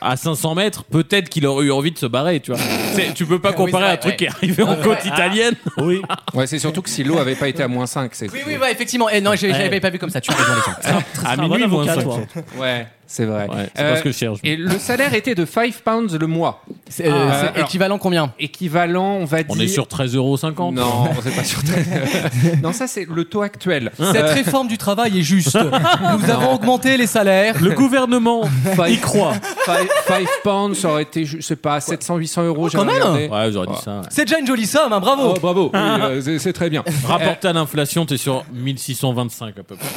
Speaker 4: à 500 mètres, peut-être qu'il aurait eu envie de se barrer, tu vois. C'est- tu peux pas
Speaker 10: Oui, c'est
Speaker 4: comparer
Speaker 10: vrai,
Speaker 4: un truc
Speaker 10: ouais.
Speaker 4: qui est arrivé en
Speaker 10: Ouais,
Speaker 4: côte
Speaker 10: ouais.
Speaker 4: italienne.
Speaker 7: Oui.
Speaker 10: Ouais, c'est surtout que si l'eau avait pas été à moins 5, c'est.
Speaker 2: Oui, oui, ouais, effectivement. Eh, non, je je
Speaker 10: Ouais.
Speaker 2: l'avais pas vu comme ça, tu as raison, les gens.
Speaker 4: À
Speaker 7: un bon
Speaker 4: minuit, moins
Speaker 7: avocat,
Speaker 4: 5.
Speaker 7: toi.
Speaker 10: Ouais, c'est vrai.
Speaker 4: c'est pas ce que je cherche.
Speaker 10: Et le salaire était de 5 pounds le mois.
Speaker 2: C'est euh,
Speaker 10: Ah,
Speaker 2: c'est
Speaker 10: alors-
Speaker 2: équivalent combien
Speaker 10: Équivalent, on va dire.
Speaker 4: On est sur 13,50€.
Speaker 10: Non, on n'est pas sur. non, ça c'est le taux actuel.
Speaker 2: Cette
Speaker 10: Euh,
Speaker 2: réforme du travail est juste. Nous avons augmenté les salaires.
Speaker 4: Le gouvernement
Speaker 10: Five-
Speaker 4: y croit.
Speaker 10: 5 pounds, ça aurait été, je sais pas, 700, 800 euros. j'ai
Speaker 2: Oh, quand même
Speaker 10: regardé.
Speaker 4: Ouais, j'aurais dit ça. ouais.
Speaker 2: C'est déjà une jolie somme, hein, bravo.
Speaker 10: Oh, bravo, oui, euh, c'est- c'est très bien.
Speaker 4: Rapporté à l'inflation, t'es sur 1625 à peu près.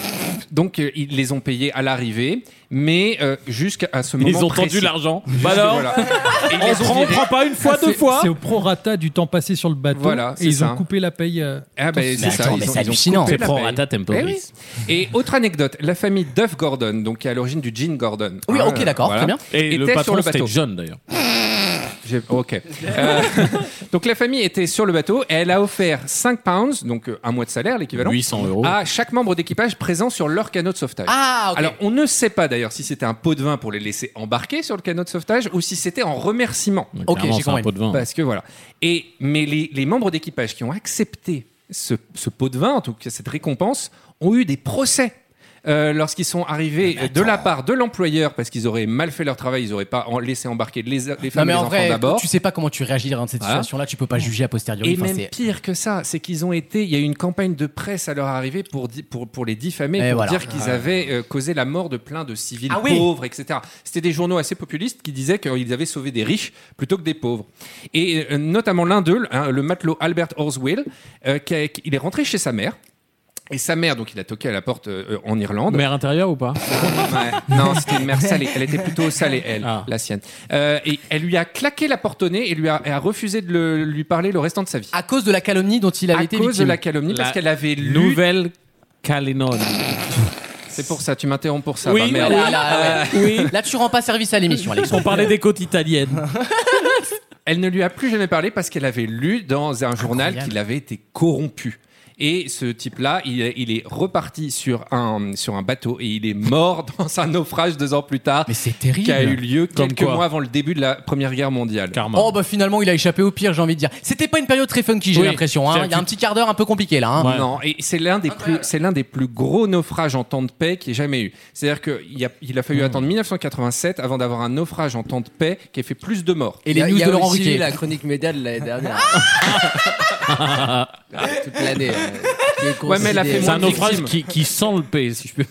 Speaker 10: Donc, euh, ils les ont payés à l'arrivée, mais euh, jusqu'à ce
Speaker 4: Ils
Speaker 10: moment.
Speaker 4: ont tendu
Speaker 10: précis.
Speaker 4: l'argent.
Speaker 10: Juste,
Speaker 4: Bah alors,
Speaker 10: voilà. Et ils
Speaker 4: on
Speaker 10: les ont
Speaker 4: prend, on
Speaker 10: virés.
Speaker 4: prend pas une
Speaker 2: Ah,
Speaker 4: fois,
Speaker 5: C'est-
Speaker 4: deux fois.
Speaker 5: C'est au prorata du temps passé sur le bateau.
Speaker 10: Voilà,
Speaker 5: et
Speaker 10: c'est
Speaker 5: ils
Speaker 10: ça.
Speaker 5: ont coupé la paye. euh,
Speaker 10: Ah ben
Speaker 5: Mais
Speaker 10: c'est ça,
Speaker 5: attends,
Speaker 10: ils
Speaker 5: mais c'est
Speaker 10: ont- ils ont
Speaker 5: hallucinant.
Speaker 10: coupé
Speaker 5: C'est
Speaker 10: la
Speaker 5: pro
Speaker 10: paye.
Speaker 4: rata temporis.
Speaker 10: Eh oui. Et autre anecdote, la famille Duff Gordon, donc qui est à l'origine du Gene Gordon. Ah,
Speaker 2: Oui, ok, d'accord, très bien.
Speaker 4: Et le
Speaker 10: était
Speaker 4: patron,
Speaker 10: sur le
Speaker 4: c'était
Speaker 10: bateau.
Speaker 4: John d'ailleurs.
Speaker 10: J'ai- Ok. Euh, donc la famille était sur le bateau et elle a offert 5 pounds, donc euh, un mois de salaire, l'équivalent,
Speaker 4: 800 euros.
Speaker 10: à chaque membre d'équipage présent sur leur canot de sauvetage.
Speaker 2: Ah, ok.
Speaker 10: Alors on ne sait pas d'ailleurs si c'était un pot de vin pour les laisser embarquer sur le canot de sauvetage ou si c'était en remerciement.
Speaker 2: Ok,
Speaker 4: Clairement,
Speaker 2: j'ai
Speaker 4: c'est un
Speaker 2: compris.
Speaker 4: pot de vin.
Speaker 10: Parce que voilà. Et, mais les, les membres d'équipage qui ont accepté ce, ce pot de vin, en tout cas cette récompense, ont eu des procès. euh, lorsqu'ils sont arrivés de la part de l'employeur parce qu'ils auraient mal fait leur travail, ils n'auraient pas en- laissé embarquer les, les
Speaker 2: Non
Speaker 10: femmes et
Speaker 2: mais
Speaker 10: les
Speaker 2: en
Speaker 10: enfants
Speaker 2: vrai,
Speaker 10: d'abord.
Speaker 2: tu sais pas comment tu réagirais dans cette
Speaker 10: Voilà.
Speaker 2: situation-là, tu peux pas juger a posteriori.
Speaker 10: Et
Speaker 2: Enfin,
Speaker 10: même
Speaker 2: c'est-
Speaker 10: pire que ça, c'est qu'ils ont été. Il y a eu une campagne de presse à leur arrivée pour, di- pour, pour les diffamer,
Speaker 2: Et
Speaker 10: pour
Speaker 2: voilà.
Speaker 10: dire qu'ils avaient euh, causé la mort de plein de civils
Speaker 2: Ah oui.
Speaker 10: pauvres, etc. C'était des journaux assez populistes qui disaient qu'ils avaient sauvé des riches plutôt que des pauvres. Et euh, notamment l'un d'eux, hein, le matelot Albert Horswell, euh, qui a- qui- il est rentré chez sa mère. Et sa mère, donc il a toqué à la porte euh, euh, en Irlande.
Speaker 4: Mer intérieure ou pas
Speaker 10: Ouais. Non, c'était une mère salée. Elle était plutôt salée, elle,
Speaker 4: Ah.
Speaker 10: la sienne. Euh, et elle lui a claqué la porte au nez et lui a, et a refusé de le- lui parler le restant de sa vie
Speaker 2: À cause de la calomnie dont il avait
Speaker 10: à
Speaker 2: été
Speaker 10: cause
Speaker 2: victime.
Speaker 10: de la calomnie parce
Speaker 4: La
Speaker 10: qu'elle avait lu.
Speaker 4: Nouvelle Calénone.
Speaker 10: C'est pour ça, tu m'interromps pour ça.
Speaker 4: Oui,
Speaker 10: bah
Speaker 2: Là,
Speaker 10: merde.
Speaker 2: Ah, là, là, ouais.
Speaker 4: Oui.
Speaker 2: Là, tu rends pas service à l'émission, Alex.
Speaker 4: On parlait des côtes italiennes.
Speaker 10: Elle ne lui a plus jamais parlé parce qu'elle avait lu dans un journal qu'il avait été corrompu. Et ce type-là, il, est- il est reparti sur un, sur un bateau et il est mort dans un naufrage deux ans plus tard.
Speaker 2: Mais c'est terrible.
Speaker 10: Qui a eu lieu
Speaker 4: Comme
Speaker 10: quelques
Speaker 4: quoi.
Speaker 10: mois avant le début de la Première Guerre mondiale.
Speaker 4: Karma.
Speaker 2: Oh bah finalement il a échappé au pire j'ai envie de dire. C'était pas une période très funky j'ai
Speaker 4: Oui.
Speaker 2: l'impression. hein.
Speaker 4: C'est-à-dire
Speaker 2: Il y a un petit quart d'heure un peu compliqué là. hein.
Speaker 4: Ouais.
Speaker 10: Non, et c'est l'un des plus, c'est l'un des plus gros naufrages en temps de paix qui ait jamais eu. C'est-à-dire qu'il a, il a fallu attendre 1987 avant d'avoir un naufrage en temps de paix qui ait fait plus de morts.
Speaker 2: Et
Speaker 6: Il
Speaker 2: les
Speaker 6: y a-
Speaker 2: news
Speaker 6: il y a
Speaker 2: de Laurent
Speaker 6: aussi
Speaker 2: Ruquier.
Speaker 6: la chronique média de l'année dernière. Ah, Toute l'année. euh, qui est
Speaker 10: Ouais, mais elle a fait
Speaker 6: considérée-
Speaker 4: C'est un
Speaker 10: moins de
Speaker 4: naufrage
Speaker 10: victimes.
Speaker 4: qui, qui sent le paix, si je peux.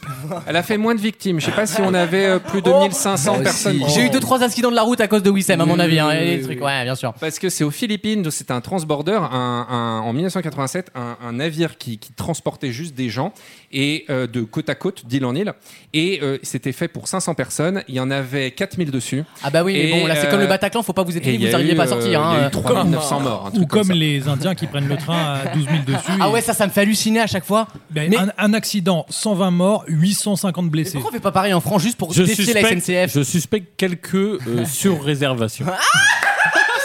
Speaker 10: Elle a fait moins de victimes. Je sais pas si on avait euh, plus de 1500
Speaker 6: Oh, Moi aussi.
Speaker 10: personnes.
Speaker 2: J'ai eu deux trois accidents de la route à cause de Wissem à mon
Speaker 10: Oui,
Speaker 2: avis. hein.
Speaker 10: oui,
Speaker 2: Et les
Speaker 10: oui,
Speaker 2: trucs,
Speaker 10: oui.
Speaker 2: ouais bien sûr.
Speaker 10: Parce que c'est aux Philippines, donc c'est un transborder, un, un- en 1987, un, un navire qui, qui transportait juste des gens. et euh, de côte à côte, d'île en île. Et euh, c'était fait pour 500 personnes. Il y en avait 4000 dessus.
Speaker 2: Ah bah oui, mais bon, là, c'est comme le Bataclan, faut pas vous étonner, vous arrivez
Speaker 10: n'arrivez
Speaker 2: pas à sortir,
Speaker 10: euh, Il y
Speaker 2: hein.
Speaker 10: a eu 3900 morts. un
Speaker 5: Ou
Speaker 10: truc
Speaker 5: comme,
Speaker 10: ça.
Speaker 5: les Indiens qui prennent le train à 12 000 dessus.
Speaker 2: Ah ouais, ça, ça me fait halluciner à chaque fois.
Speaker 5: Ben, un, un accident, 120 morts, 850 blessés.
Speaker 2: Pourquoi on fait pas pareil en France juste pour
Speaker 4: Je
Speaker 2: tester la
Speaker 4: suspecte-
Speaker 2: SNCF
Speaker 4: Je suspecte quelques euh, surréservations.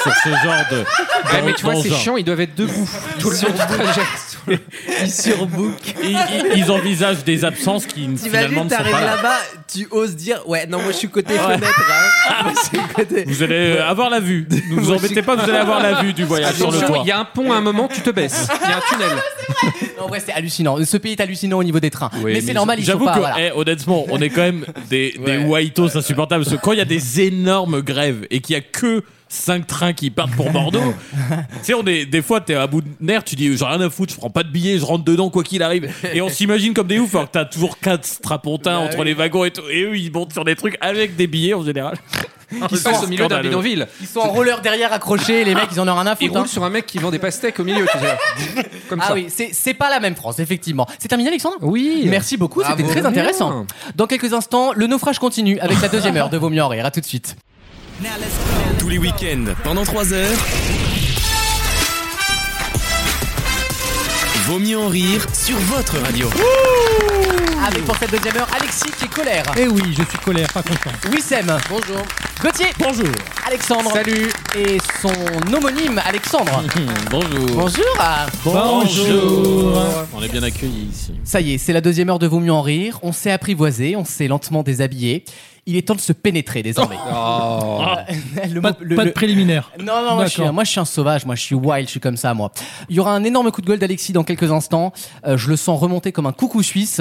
Speaker 4: sur ce genre de.
Speaker 10: Ah Ouais,
Speaker 4: dans-
Speaker 10: mais tu vois,
Speaker 4: dans
Speaker 10: ces
Speaker 4: genre.
Speaker 10: chiants, ils doivent être debout tout le long du trajet.
Speaker 12: Ils surbookent.
Speaker 4: Ils, ils- ils envisagent des absences qui finalement
Speaker 12: T'imagines,
Speaker 4: ne sont
Speaker 12: t'arrives
Speaker 4: pas là.
Speaker 12: là-bas, tu oses dire Ouais, non, moi je suis côté
Speaker 4: Ouais.
Speaker 12: fenêtre. hein. Moi, je suis côté-
Speaker 4: Vous allez euh, avoir la vue. Ne vous
Speaker 12: Moi,
Speaker 4: embêtez
Speaker 12: j'ai-
Speaker 4: pas, vous allez avoir la vue du voyage sur le
Speaker 10: Attention,
Speaker 4: toit.
Speaker 10: Il y a un pont à un moment, tu te baisses. Il y a un tunnel.
Speaker 2: Non, ouais, c'est hallucinant. Ce pays est hallucinant au niveau des trains.
Speaker 4: Oui,
Speaker 2: mais c'est normal, ils sont
Speaker 4: J'avoue
Speaker 2: pas.
Speaker 4: que,
Speaker 2: voilà.
Speaker 4: eh, honnêtement, on est quand même des, des whitos insupportables. Parce que quand il y a des énormes grèves et qu'il y a que 5 trains qui partent pour Bordeaux, tu sais, on est, des fois, t'es à bout de nerfs, tu dis, j'ai rien à foutre, je prends pas de billets, je rentre dedans, quoi qu'il arrive. Et on s'imagine comme des oufs, alors que t'as toujours 4 strapontins
Speaker 10: Bah
Speaker 4: entre
Speaker 10: oui.
Speaker 4: les wagons et tout. Et eux, ils montent sur des trucs avec des billets en général.
Speaker 10: Ils sont au milieu d'un
Speaker 4: Scandaleux.
Speaker 10: bidonville.
Speaker 2: Ils sont en roller derrière accrochés, les mecs, ils en ont rien à
Speaker 10: Ils
Speaker 2: foutre. hein.
Speaker 10: roulent sur un mec qui vend des pastèques au milieu. tu sais. Comme
Speaker 2: ah
Speaker 10: ça.
Speaker 2: oui, c'est c'est pas la même France, effectivement. C'est terminé, Alexandre
Speaker 10: Oui.
Speaker 2: Merci beaucoup, c'était
Speaker 12: Bravo.
Speaker 2: très intéressant. Dans quelques instants, le naufrage continue avec la deuxième heure de Vaut mieux en rire. À tout de suite.
Speaker 1: Tous les week-ends, pendant 3 heures. Vaut mieux en rire sur votre radio.
Speaker 2: Avec pour cette deuxième heure, Alexis qui est colère.
Speaker 5: Eh oui, je suis colère, pas content.
Speaker 2: Wissem. Bonjour. Gauthier. Bonjour. Alexandre. Salut. Et son homonyme, Alexandre.
Speaker 4: Bonjour.
Speaker 2: Bonjour.
Speaker 4: Bonjour. On est bien accueillis ici.
Speaker 2: Ça y est, c'est la deuxième heure de Vaut mieux en rire. On s'est apprivoisé, on s'est lentement déshabillé. Il est temps de se pénétrer désormais.
Speaker 6: Oh.
Speaker 4: Oh.
Speaker 2: Ah. Le
Speaker 5: Pas,
Speaker 2: mot- le-
Speaker 5: pas de
Speaker 2: le-
Speaker 5: préliminaire.
Speaker 2: Non, non, moi je, suis,
Speaker 5: D'accord.
Speaker 2: moi, je suis un sauvage, moi je suis wild, je suis comme ça, moi. Il y aura un énorme coup de gueule d'Alexis dans quelques instants. Euh, je le sens remonter comme un coucou suisse.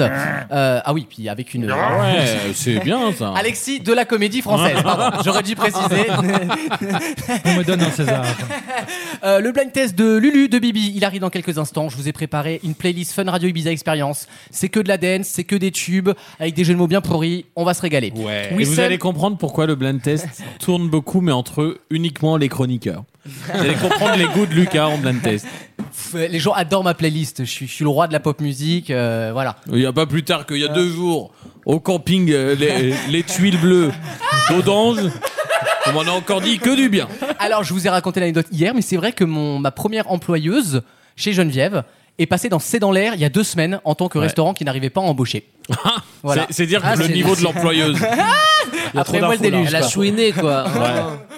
Speaker 2: Euh, ah oui, puis avec une.
Speaker 4: Ouais, c'est bien ça.
Speaker 2: Alexis de la comédie française, pardon, j'aurais dû préciser.
Speaker 5: On me donne un César.
Speaker 2: Euh, le blind test de Lulu, de Bibi, il arrive dans quelques instants. Je vous ai préparé une playlist Fun Radio Ibiza Experience. C'est que de la dance, c'est que des tubes, avec des jeux de mots bien pourris. On va se régaler.
Speaker 4: Ouais.
Speaker 2: Oui,
Speaker 4: et vous
Speaker 2: Sam.
Speaker 4: allez comprendre pourquoi le blind test tourne beaucoup, mais entre eux, uniquement les chroniqueurs. Vous allez comprendre les goûts de Lucas en blind test.
Speaker 2: Pff, euh, Les gens adorent ma playlist. Je suis, je suis le roi de la pop musique. euh, voilà.
Speaker 4: Il n'y a pas plus tard qu'il y a deux jours, au camping, euh, les, les tuiles bleues d'Audange, on m'en a encore dit que du bien.
Speaker 2: Alors, je vous ai raconté l'anecdote hier, mais c'est vrai que mon, ma première employeuse chez Geneviève est passée dans C'est dans l'air il y a deux semaines en tant que
Speaker 4: Ouais.
Speaker 2: restaurant qui n'arrivait pas à embaucher. Voilà.
Speaker 4: C'est c'est dire
Speaker 2: Ah,
Speaker 4: le
Speaker 2: c'est-
Speaker 4: niveau de l'employeuse. Il y a
Speaker 2: Après
Speaker 4: trop
Speaker 2: moi le
Speaker 4: d'infos, là.
Speaker 2: déluge.
Speaker 6: Elle a chouiné, quoi.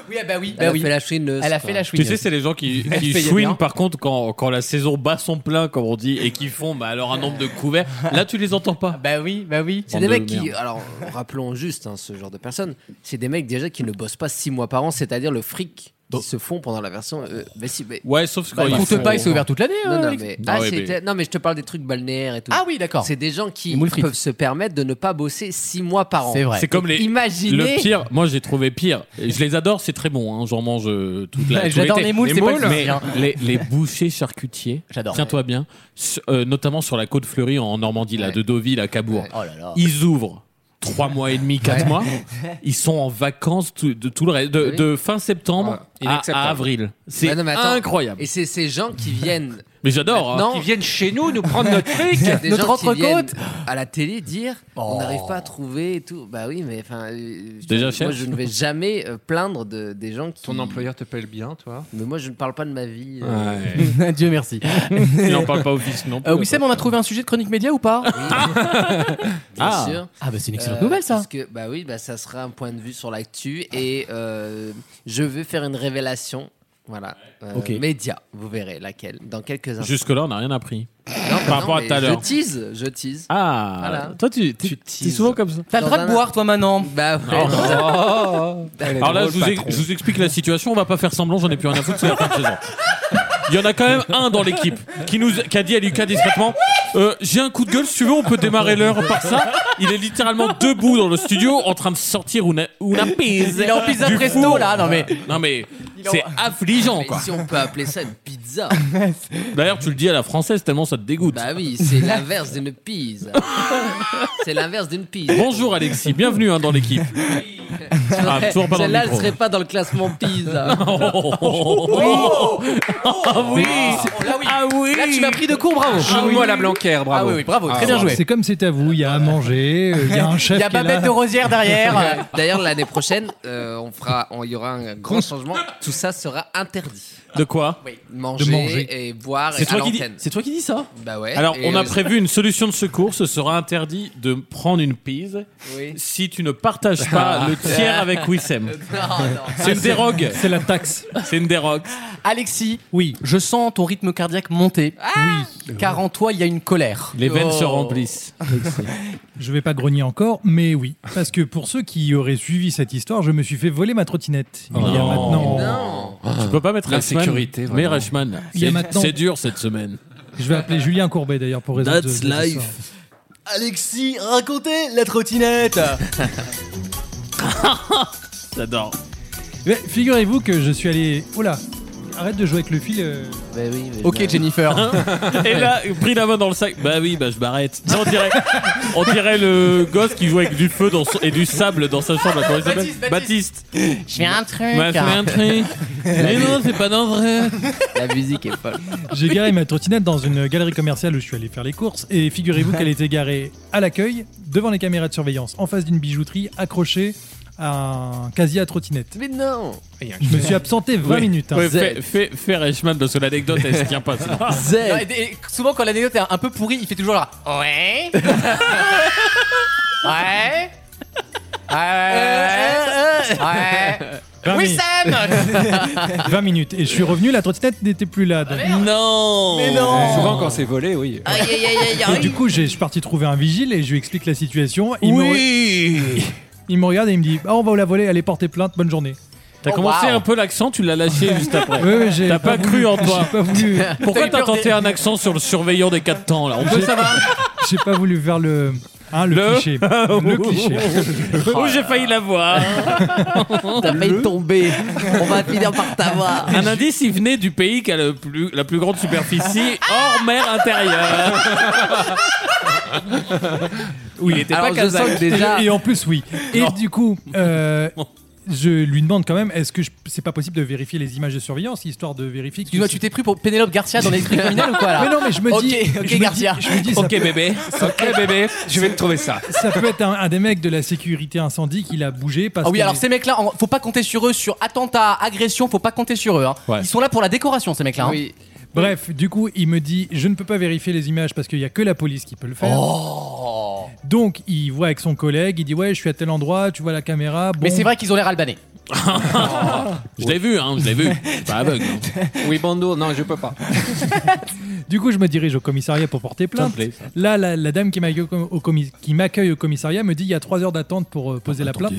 Speaker 2: Oui, ah bah oui,
Speaker 6: Elle
Speaker 2: bah
Speaker 6: a
Speaker 2: oui.
Speaker 6: fait la euh, chouineuse.
Speaker 2: Elle a
Speaker 6: quoi.
Speaker 2: fait la chouine.
Speaker 4: Tu sais, c'est les gens qui,
Speaker 2: Elle
Speaker 4: qui
Speaker 2: payait bien.
Speaker 4: chouinent par contre quand, quand la saison bat son plein, comme on dit, et qui font bah, alors un nombre de couverts. Là, tu les entends pas.
Speaker 2: Bah oui, bah oui.
Speaker 6: C'est des mecs qui, alors rappelons juste hein, ce genre de personnes, c'est des mecs déjà qui ne bossent pas six mois par an, c'est-à-dire le fric qu'ils se font pendant la version. euh, mais si, mais-
Speaker 4: Ouais, sauf que
Speaker 6: Bah,
Speaker 4: quand
Speaker 2: Ils
Speaker 4: ils
Speaker 2: comptent
Speaker 4: font-
Speaker 2: pas, ils sont ouverts toute l'année.
Speaker 6: non,
Speaker 2: euh,
Speaker 6: non,
Speaker 2: les-
Speaker 6: mais,
Speaker 4: Ah
Speaker 6: ah,
Speaker 4: ouais,
Speaker 6: c'était- non, mais je te parle des trucs balnéaires et tout.
Speaker 2: Ah oui, d'accord.
Speaker 6: C'est des gens qui
Speaker 2: Les moules frites.
Speaker 6: peuvent se permettre de ne pas bosser six mois par an.
Speaker 2: C'est vrai.
Speaker 4: C'est comme les.
Speaker 6: Imaginez.
Speaker 4: Le pire, moi j'ai trouvé pire. Et Je les adore, c'est très bon. hein. J'en mange euh, toute la.
Speaker 2: Ouais,
Speaker 4: tout l'été.
Speaker 2: j'adore les moules, c'est pas le
Speaker 4: mais
Speaker 2: souci, hein.
Speaker 4: les, les bouchers charcutiers.
Speaker 2: J'adore.
Speaker 4: Tiens-toi bien. Sur- euh, notamment sur la côte fleurie en Normandie, là,
Speaker 6: Ouais.
Speaker 4: de Deauville à Cabourg.
Speaker 2: Oh là là.
Speaker 4: Ils ouvrent. Trois mois et demi, quatre mois. Ils sont en vacances tout- de tout le reste, de,
Speaker 6: Oui.
Speaker 4: de fin septembre
Speaker 10: Ouais,
Speaker 4: à-
Speaker 10: inacceptable.
Speaker 4: à, avril. C'est
Speaker 6: Bah non, mais attends.
Speaker 4: incroyable.
Speaker 6: Et c'est ces gens qui viennent.
Speaker 4: Mais j'adore. hein.
Speaker 6: non,
Speaker 10: Ils viennent chez nous nous prendre notre fric.
Speaker 6: Il y a des
Speaker 2: Notre Oh.
Speaker 6: gens qui viennent
Speaker 2: entrecôte.
Speaker 6: à la télé dire on n'arrive pas à trouver et tout. Bah oui, mais enfin. euh, je-
Speaker 4: Déjà,
Speaker 6: moi,
Speaker 4: chef.
Speaker 6: je ne vais jamais euh, plaindre de, des gens qui.
Speaker 10: Ton employeur te paye bien, toi
Speaker 6: Mais moi, je ne parle pas de ma vie. euh.
Speaker 2: Dieu merci.
Speaker 4: Il n'en parle pas au fils non plus.
Speaker 2: Euh, Wissem, on a trouvé un sujet de chronique média ou pas
Speaker 6: Bien
Speaker 4: Ah.
Speaker 6: sûr.
Speaker 2: Ah bah c'est une excellente
Speaker 6: Euh,
Speaker 2: nouvelle ça.
Speaker 6: Parce que, bah oui, bah, ça sera un point de vue sur l'actu et euh, je vais faire une révélation. Voilà. Euh,
Speaker 2: Ok.
Speaker 6: Média, vous verrez laquelle. Dans quelques instants.
Speaker 4: Jusque-là, on n'a rien appris.
Speaker 6: Non,
Speaker 4: par rapport à
Speaker 6: mais
Speaker 4: tout à l'heure.
Speaker 6: Je tease, je tease.
Speaker 4: Ah,
Speaker 6: Voilà.
Speaker 4: toi, tu, t'es-
Speaker 6: Tu
Speaker 4: t'es
Speaker 6: teases.
Speaker 4: souvent comme ça.
Speaker 2: T'as le droit
Speaker 6: dans
Speaker 2: de
Speaker 6: un-
Speaker 2: boire toi maintenant.
Speaker 6: Bah ouais.
Speaker 4: Alors là, je vous, ex- je vous explique la situation. On va pas faire semblant, j'en ai plus rien à foutre, c'est la fin de saison. Il y en a quand même un dans l'équipe qui nous qui a dit à Lucas discrètement euh, J'ai un coup de gueule, si tu veux, on peut démarrer l'heure par ça. Il est littéralement debout dans le studio en train de sortir une, une pizza.
Speaker 2: Il est en pizza
Speaker 4: du
Speaker 2: presto,
Speaker 4: four. Euh,
Speaker 2: là, non, mais-
Speaker 4: Non mais,
Speaker 2: Il est en-
Speaker 4: c'est affligeant
Speaker 6: Mais
Speaker 4: quoi.
Speaker 6: si on peut appeler ça une pizza.
Speaker 4: D'ailleurs, tu le dis à la française tellement ça te dégoûte.
Speaker 6: bah oui, c'est l'inverse d'une pizza. c'est l'inverse d'une pizza.
Speaker 4: Bonjour Alexis, bienvenue hein, dans l'équipe. Ah, toujours pas dans le
Speaker 6: Celle-là, elle
Speaker 4: micro.
Speaker 6: serait pas dans le classement PISA.
Speaker 4: oui.
Speaker 6: oui.
Speaker 7: euh.
Speaker 6: Ah oui. Là, tu m'as pris de court, bravo.
Speaker 10: Joue-moi la Blanquer, bravo.
Speaker 6: Ah oui, oui, bravo, très
Speaker 10: Ah,
Speaker 6: bien joué.
Speaker 5: C'est comme c'est à vous, il y a à manger, euh, il y a un chef. qui est là.
Speaker 6: D'ailleurs, l'année prochaine, euh, on fera, on- il y aura un grand changement. Tout ça sera interdit.
Speaker 4: De quoi
Speaker 6: Oui, manger,
Speaker 4: De manger.
Speaker 6: et boire
Speaker 4: C'est
Speaker 6: et à
Speaker 4: toi qui dis-
Speaker 6: l'antenne.
Speaker 7: C'est toi qui dis ça
Speaker 6: Bah ouais.
Speaker 4: Alors,
Speaker 6: Et,
Speaker 4: on a
Speaker 6: euh,
Speaker 4: prévu une solution de secours. Ce sera interdit de prendre une pise
Speaker 6: Oui.
Speaker 4: si tu ne partages pas
Speaker 6: Ah.
Speaker 4: le tiers avec Wissem. C'est une
Speaker 2: C'est-
Speaker 4: dérogue.
Speaker 2: c'est
Speaker 5: la taxe.
Speaker 4: C'est une dérogue.
Speaker 2: Alexis,
Speaker 5: oui.
Speaker 2: je sens ton rythme cardiaque monter.
Speaker 6: Ah
Speaker 2: oui. Car en toi, il y a une colère.
Speaker 4: Les veines
Speaker 6: Oh.
Speaker 4: se remplissent.
Speaker 5: Je vais pas grogner encore, mais oui. Parce que pour ceux qui auraient suivi cette histoire, je me suis fait voler ma trottinette. Il y
Speaker 4: Oh.
Speaker 5: a maintenant.
Speaker 4: Tu peux pas mettre
Speaker 5: La
Speaker 4: Reichmann,
Speaker 5: sécurité,
Speaker 4: Mais
Speaker 5: vraiment.
Speaker 4: Reichmann,
Speaker 5: Il y a
Speaker 4: c'est-
Speaker 5: maintenant-
Speaker 4: c'est dur cette semaine.
Speaker 5: Je vais appeler Julien Courbet d'ailleurs pour résoudre
Speaker 4: That's
Speaker 5: cette histoire.
Speaker 4: life.
Speaker 2: Alexis, racontez la trottinette.
Speaker 4: J'adore.
Speaker 5: Mais Figurez-vous que je suis allé. Oh là Arrête de jouer avec le fil. euh.
Speaker 4: Bah
Speaker 2: Ok, Jennifer.
Speaker 4: Et là, pris la main dans le sac. Bah oui, bah je m'arrête. Ça, On dirait, on dirait le gosse qui joue avec du feu dans son- et du sable dans sa chambre. Comment il s'appelle Baptiste.
Speaker 2: Je fais un truc. hein.
Speaker 4: Ouais, fais un truc. Mais non, c'est pas dangereux.
Speaker 6: La musique est folle.
Speaker 5: J'ai garé ma trottinette dans une galerie commerciale où je suis allé faire les courses et figurez-vous qu'elle était garée à l'accueil, devant les caméras de surveillance, en face d'une bijouterie, accrochée à un casier à trottinette.
Speaker 6: Mais non
Speaker 5: Je me suis absenté 20
Speaker 4: Oui.
Speaker 5: minutes. hein.
Speaker 4: Ouais, fais, fais, fais Reichmann parce que l'anecdote elle se tient pas. sinon.
Speaker 2: Non, et- et souvent, quand l'anecdote est un peu pourrie, il fait toujours là. Ouais. ouais. Ouais. Ouais.
Speaker 5: Vingt
Speaker 2: Oui,
Speaker 5: minutes.
Speaker 2: Sam
Speaker 5: 20 minutes. Et je suis revenu, la trottinette n'était plus là. donc-
Speaker 4: Non
Speaker 5: Ah, Mais non
Speaker 10: Souvent quand c'est volé, oui.
Speaker 5: Et du coup, j'ai- je suis parti trouver un vigile et je lui explique la situation. Il me re- Il me regarde et il me dit Ah, On va la voler, allez porter plainte, bonne journée.
Speaker 6: Oh,
Speaker 4: T'as commencé un peu l'accent, tu l'as lâché juste après.
Speaker 5: Oui, oui, j'ai
Speaker 4: t'as pas,
Speaker 5: pas
Speaker 4: cru
Speaker 5: voulu.
Speaker 4: en toi.
Speaker 5: J'ai pas voulu.
Speaker 4: Pourquoi
Speaker 5: T'as eu
Speaker 4: t'as
Speaker 5: peur
Speaker 4: tenté
Speaker 5: des-
Speaker 4: un accent sur le surveillant des 4 temps là On peut
Speaker 5: J'ai-
Speaker 4: savoir
Speaker 5: J'ai pas voulu faire le. hein, le,
Speaker 4: Le-
Speaker 5: cliché. Le cliché.
Speaker 4: Oh, j'ai failli l'avoir.
Speaker 6: T'as failli tomber. On va finir par t'avoir.
Speaker 4: Un indice, il venait du pays qui a le plus- la plus grande superficie hors mer intérieure. Où il était
Speaker 6: Alors,
Speaker 4: pas
Speaker 6: je
Speaker 4: kazakh.
Speaker 6: sens que déjà-
Speaker 5: Et, et en plus, oui. Et du coup, euh, je lui demande quand même est-ce que je- c'est pas possible de vérifier les images de surveillance histoire de vérifier.
Speaker 2: Excuse-moi, tu t'es pris pour Pénélope Garcia dans l'esprit criminel ou quoi là
Speaker 5: Mais non, mais je me dis.
Speaker 2: Ok, ok,
Speaker 5: je me
Speaker 2: Garcia.
Speaker 5: dis- je me dis, ça
Speaker 10: Ok,
Speaker 5: peut-
Speaker 10: bébé. Ok, bébé. Je vais te trouver ça.
Speaker 5: Ça peut être un, un des mecs de la sécurité incendie qui l'a bougé parce
Speaker 2: Ah oui,
Speaker 5: que-
Speaker 2: alors ces mecs-là, en- faut pas compter sur eux sur attentat, agression, faut pas compter sur eux. hein. Ils sont là pour la décoration, ces mecs-là. hein.
Speaker 5: Bref, du coup, il me dit je ne peux pas vérifier les images parce qu'il y a que la police qui peut le faire.
Speaker 2: Oh.
Speaker 5: Donc, il voit avec son collègue, il dit ouais, je suis à tel endroit, tu vois la caméra.
Speaker 2: Mais
Speaker 5: bon.
Speaker 2: c'est vrai qu'ils ont l'air albanais.
Speaker 4: Je l'ai vu, hein, je l'ai vu. C'est Pas aveugle. hein.
Speaker 10: Oui, Bando, non, je peux pas.
Speaker 5: Du coup, je me dirige au commissariat pour porter plainte.
Speaker 10: S'il te plaît.
Speaker 5: Là, la, la dame qui m'accueille au, au commis- qui m'accueille au commissariat me dit il y a 3 heures d'attente pour euh, poser la plainte.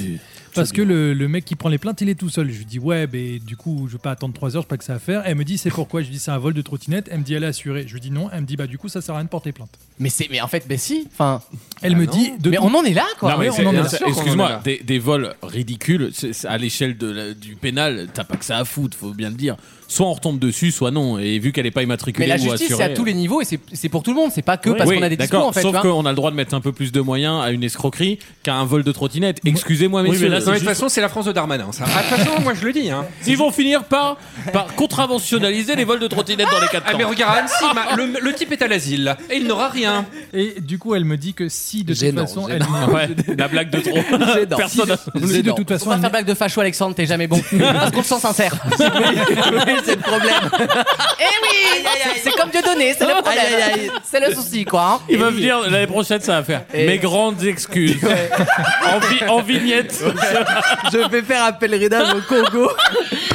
Speaker 5: Parce que le, le mec qui prend les plaintes, il est tout seul. Je lui dis ouais, mais du coup, je vais pas attendre 3 heures, j'ai pas que ça à faire. Elle me dit c'est pourquoi Je lui dis c'est un vol de trottinette. Elle me dit elle est assurée. Je lui dis non. Elle me dit bah du coup, ça sert à rien de porter plainte.
Speaker 2: Mais c'est, mais en fait, mais si. Enfin,
Speaker 5: Elle
Speaker 10: Ah
Speaker 5: me dit de
Speaker 2: mais
Speaker 5: tout-
Speaker 2: on en est là, quoi.
Speaker 4: Non, mais
Speaker 5: Oui,
Speaker 4: c'est-
Speaker 5: on en est
Speaker 4: c'est-
Speaker 5: là. Sûr qu'on en est
Speaker 4: excuse-moi,
Speaker 5: là.
Speaker 4: des, des vols ridicules, c'est- c'est à l'échelle de la- du pénal, t'as pas que ça à foutre, faut bien le dire. Soit on retombe dessus, soit non. Et vu qu'elle est pas
Speaker 2: Mais
Speaker 4: immatriculée
Speaker 2: la
Speaker 4: ou
Speaker 2: justice,
Speaker 4: assurée.
Speaker 2: c'est à tous les niveaux et c'est c'est pour tout le monde. C'est pas que
Speaker 4: Oui,
Speaker 2: parce
Speaker 4: oui,
Speaker 2: qu'on a des discours
Speaker 4: d'accord,
Speaker 2: en fait.
Speaker 4: Sauf
Speaker 2: tu vois.
Speaker 4: qu'on a le droit de mettre un peu plus de moyens à une escroquerie qu'à un vol de trottinette. Excusez-moi,
Speaker 10: Oui,
Speaker 4: messieurs.
Speaker 10: mais là,
Speaker 4: Non,
Speaker 10: de
Speaker 4: mais
Speaker 10: toute façon, c'est la France de Darmanin. Ça. Ah, De toute façon, moi, je le dis. Hein.
Speaker 4: Ils vont finir par, par contraventionnaliser les vols de trottinettes dans les 4
Speaker 10: Ah, mais regarde, Annecy, ma- le, le type est à l'asile et il n'aura rien.
Speaker 5: Et du coup, elle me dit que si de toute
Speaker 10: Gênant,
Speaker 5: façon, elle
Speaker 10: gênant.
Speaker 4: Ouais, la blague de trop.
Speaker 2: Gênant.
Speaker 4: Personne. n'a-
Speaker 5: si de toute façon,
Speaker 2: Faut pas
Speaker 5: elle-
Speaker 2: faire blague de facho, Alexandre, t'es jamais bon. Parce qu'on le sent sincère. C'est le problème. Eh oui c'est- C'est comme Dieu donné, c'est le problème. C'est le souci, quoi. hein.
Speaker 4: Ils va venir l'année prochaine, ça va faire. Mes grandes excuses. en, vi- en vignette.
Speaker 6: Je vais faire un pèlerinage au Congo,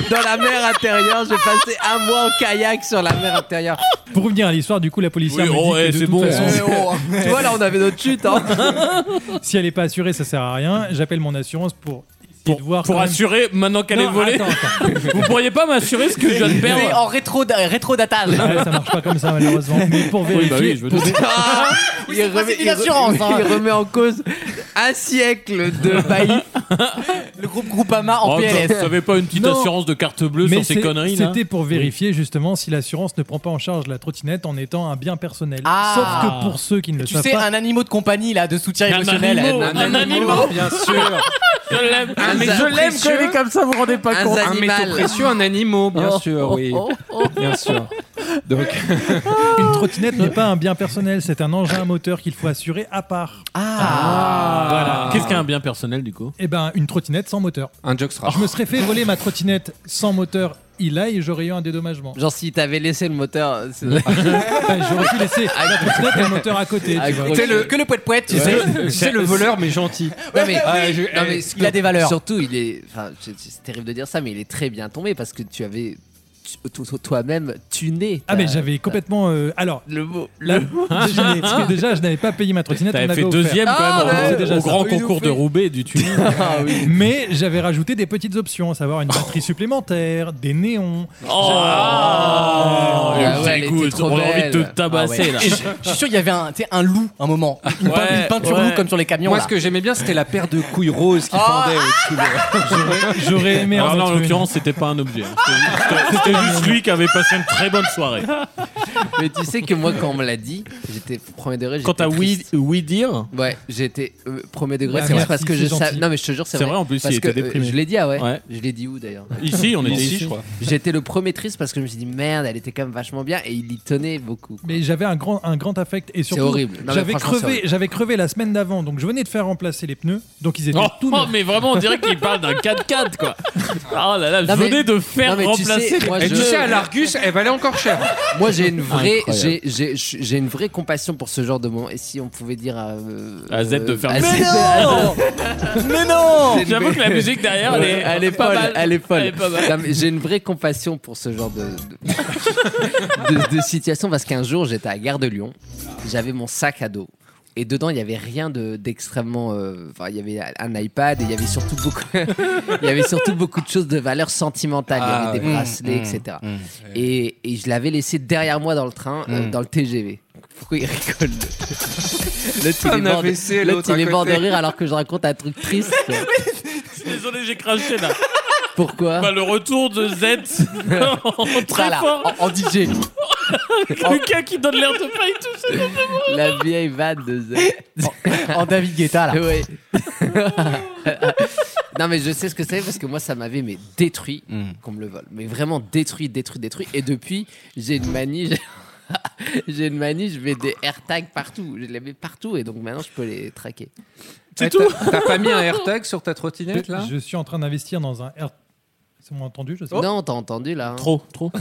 Speaker 6: dans la mer intérieure. Je vais passer un mois en kayak sur la mer intérieure.
Speaker 5: Pour revenir à l'histoire, du coup, la policière
Speaker 4: Oui,
Speaker 5: me dit
Speaker 4: oh,
Speaker 5: que
Speaker 4: eh, oh.
Speaker 5: de
Speaker 4: c'est
Speaker 5: toute
Speaker 4: bon.
Speaker 5: façon,
Speaker 6: tu vois, là, on avait notre chute. Hein.
Speaker 5: si elle n'est pas assurée, ça sert à rien. J'appelle mon assurance pour essayer de voir.
Speaker 4: Pour
Speaker 5: quand même-
Speaker 4: assurer, maintenant qu'elle est
Speaker 5: Non,
Speaker 4: volée,
Speaker 5: attends, attends.
Speaker 4: vous pourriez pas m'assurer ce que je viens de
Speaker 2: C'est
Speaker 4: perdre
Speaker 2: en rétro, rétro-datage.
Speaker 5: Ouais, ça marche pas comme ça, malheureusement. Mais pour
Speaker 4: Oui,
Speaker 5: vérifier.
Speaker 4: bah oui, je veux
Speaker 5: pour
Speaker 4: dire.
Speaker 5: vé-
Speaker 6: il, remet,
Speaker 2: c'est une
Speaker 6: il re-
Speaker 2: assurance, hein.
Speaker 6: il remet en cause un siècle de baillis.
Speaker 2: Le groupe Groupama Ah, en
Speaker 4: Oh,
Speaker 2: PLS.
Speaker 4: Vous avez pas une petite
Speaker 5: Non.
Speaker 4: assurance de carte bleue
Speaker 5: Mais
Speaker 4: sur ces
Speaker 5: c'est-
Speaker 4: conneries là
Speaker 5: c'était pour vérifier justement si l'assurance ne prend pas en charge la trottinette en étant un bien personnel.
Speaker 2: Ah.
Speaker 5: Sauf que pour ceux qui ne le
Speaker 2: Tu
Speaker 5: savent
Speaker 2: sais,
Speaker 5: pas,
Speaker 2: un animal de compagnie, là, de soutien
Speaker 4: Un
Speaker 2: émotionnel.
Speaker 4: animal, un animal.
Speaker 10: bien sûr. Je l'aime.
Speaker 6: Un
Speaker 10: Ah, Mais
Speaker 6: métaux
Speaker 10: je l'aime
Speaker 6: précieux.
Speaker 10: quand il est comme ça, vous vous rendez
Speaker 4: Ah,
Speaker 10: pas
Speaker 6: Un
Speaker 10: compte. Un
Speaker 6: animal.
Speaker 10: métaux précieux, un animal, bien
Speaker 5: Oh,
Speaker 10: sûr,
Speaker 5: oh,
Speaker 10: oui.
Speaker 5: oh,
Speaker 10: Bien sûr. Donc,
Speaker 5: Une trottinette n'est pas un bien personnel, c'est un engin à moteur qu'il faut assurer à part.
Speaker 6: Ah.
Speaker 5: Ah.
Speaker 4: Voilà.
Speaker 2: ah.
Speaker 5: Voilà.
Speaker 4: Qu'est-ce qu'un bien personnel du coup
Speaker 5: Eh ben, une trottinette sans moteur.
Speaker 10: Un jockstrap.
Speaker 5: Je me serais fait voler ma trottinette sans moteur. Il a et j'aurais eu un dédommagement.
Speaker 6: Genre si t'avais laissé le moteur. c'est-
Speaker 5: J'aurais pu laisser la trottinette et le moteur à côté.
Speaker 6: Ah,
Speaker 5: tu vois.
Speaker 6: gros. Que le poète poète, tu sais.
Speaker 10: C'est le voleur, mais gentil.
Speaker 6: Ouais, mais,
Speaker 10: Ah, je-
Speaker 6: non, mais
Speaker 5: euh,
Speaker 10: eh,
Speaker 6: sur- Surtout, il est. Enfin, c'est- c'est terrible de dire ça, mais il est très bien tombé parce que tu avais tu- to- to- toi-même tuné.
Speaker 5: Ah
Speaker 6: ta-
Speaker 5: mais j'avais complètement euh, alors
Speaker 6: le mot
Speaker 5: là, déjà, je n'ai- déjà, je n'avais pas payé ma trottinette on
Speaker 4: T'avais
Speaker 5: m'avait
Speaker 4: fait
Speaker 5: offert.
Speaker 4: deuxième
Speaker 6: Ah,
Speaker 4: quand même au-
Speaker 5: C'est déjà
Speaker 4: au
Speaker 5: ça.
Speaker 4: grand concours de Roubaix du Tunis.
Speaker 5: Ah mais j'avais rajouté des petites options à savoir une batterie supplémentaire des néons
Speaker 4: Oh,
Speaker 2: Ah ouais, elle
Speaker 4: écoute,
Speaker 2: était trop
Speaker 4: on a envie
Speaker 2: belle.
Speaker 4: de te tabasser
Speaker 2: Ah ouais.
Speaker 4: là.
Speaker 2: Et Je je suis sûr, il y avait un, tu sais, un loup un moment. Une, peint-
Speaker 4: Ouais,
Speaker 2: une peinture
Speaker 4: ouais.
Speaker 2: loup comme sur les camions.
Speaker 10: Moi,
Speaker 2: là.
Speaker 10: ce que j'aimais bien, c'était la paire de couilles roses qui
Speaker 5: Ah.
Speaker 10: pendait au-dessus de-
Speaker 5: J'aurais aimé
Speaker 4: Alors
Speaker 5: en
Speaker 4: là, en
Speaker 5: mettre une.
Speaker 4: l'occurrence, c'était pas un objet. C'était- c'était- C'était juste lui qui avait passé une très bonne soirée.
Speaker 6: Mais tu sais que moi, quand on me l'a dit, j'étais premier degré.
Speaker 4: Quand t'as oui, oui dire.
Speaker 6: Ouais, j'étais euh, premier degré.
Speaker 4: Ah,
Speaker 6: c'est
Speaker 4: merci,
Speaker 6: parce que
Speaker 4: c'est
Speaker 6: je
Speaker 4: gentil.
Speaker 6: savais. Non, mais je te jure, c'est
Speaker 4: C'est
Speaker 6: vrai.
Speaker 4: vrai, en plus, il
Speaker 6: parce
Speaker 4: était
Speaker 6: que, euh,
Speaker 4: déprimé.
Speaker 6: je l'ai dit, ah ouais.
Speaker 4: Ouais.
Speaker 6: Je l'ai dit où d'ailleurs
Speaker 4: Ici, on était Ici, ici. je crois.
Speaker 6: J'étais le premier triste parce que je me suis dit, merde, elle était quand même vachement bien et il y tenait beaucoup.
Speaker 5: mais j'avais un grand, un grand affect et surtout
Speaker 6: horrible. Non, mais
Speaker 5: j'avais
Speaker 6: franchement, c'est
Speaker 5: crevé
Speaker 6: horrible.
Speaker 5: j'avais crevé la semaine d'avant donc je venais de faire remplacer les pneus donc ils étaient
Speaker 4: Oh,
Speaker 5: tout
Speaker 4: oh, mais vraiment, on dirait qu'il parle d'un 4x4 quoi. Ah là là, je venais de faire remplacer.
Speaker 10: Et tu sais, à l'Argus, elle valait encore cher.
Speaker 6: Moi, j'ai une vraie,
Speaker 10: Incroyable.
Speaker 6: j'ai, j'ai- j'ai une vraie compassion pour ce genre de moment. Et si on pouvait dire à, euh,
Speaker 4: À Z de
Speaker 6: euh,
Speaker 4: faire Mais
Speaker 6: à Z-
Speaker 4: non
Speaker 6: à Z-
Speaker 4: Mais non J'avoue que la musique derrière, elle est-
Speaker 6: elle est
Speaker 4: pas
Speaker 6: folle,
Speaker 4: mal.
Speaker 6: elle est folle.
Speaker 4: Elle est pas mal.
Speaker 6: Non, mais j'ai une vraie compassion pour ce genre de de, de- de situation parce qu'un jour, j'étais à Gare de Lyon, j'avais mon sac à dos. Et dedans, il n'y avait rien de, d'extrêmement. euh, Enfin, il y avait un iPad et il y avait surtout beaucoup. il y avait surtout beaucoup de choses de valeur sentimentale. Il y
Speaker 3: Ah
Speaker 6: avait des
Speaker 3: ouais.
Speaker 6: bracelets,
Speaker 4: Mmh,
Speaker 3: Mm,
Speaker 6: etc. Et, et je l'avais laissé derrière moi dans le train, euh,
Speaker 10: Hmm.
Speaker 3: Mm.
Speaker 6: dans le TGV. Pourquoi il rigole L'autre, il est
Speaker 10: Un
Speaker 6: mort de-
Speaker 10: AVC,
Speaker 6: l'autre,
Speaker 10: l'autre
Speaker 6: il
Speaker 10: à
Speaker 6: est mort de
Speaker 10: côté.
Speaker 6: rire alors que je raconte un truc triste.
Speaker 4: Désolé, j'ai craché là.
Speaker 6: Pourquoi
Speaker 4: Bah, le retour de Z en très
Speaker 6: Voilà,
Speaker 4: fort.
Speaker 6: en, en DJ.
Speaker 4: Lucas qui donne l'air de pas y toucher.
Speaker 6: La vieille vanne de Z.
Speaker 2: En David Guetta là.
Speaker 6: Ouais. non mais je sais ce que c'est parce que moi ça m'avait mais détruit
Speaker 2: Mm.
Speaker 6: qu'on me le vole. Mais vraiment détruit, détruit, détruit. Et depuis j'ai une manie. j'ai- J'ai une manie, je mets des AirTags partout. Je les mets partout et donc maintenant je peux les traquer.
Speaker 10: Eh, t'as- T'as pas mis un AirTag sur ta trottinette là
Speaker 5: je Oh. suis en train d'investir dans un air c'est moins entendu je sais pas.
Speaker 6: Non, t'as entendu là. hein.
Speaker 4: Trop, trop.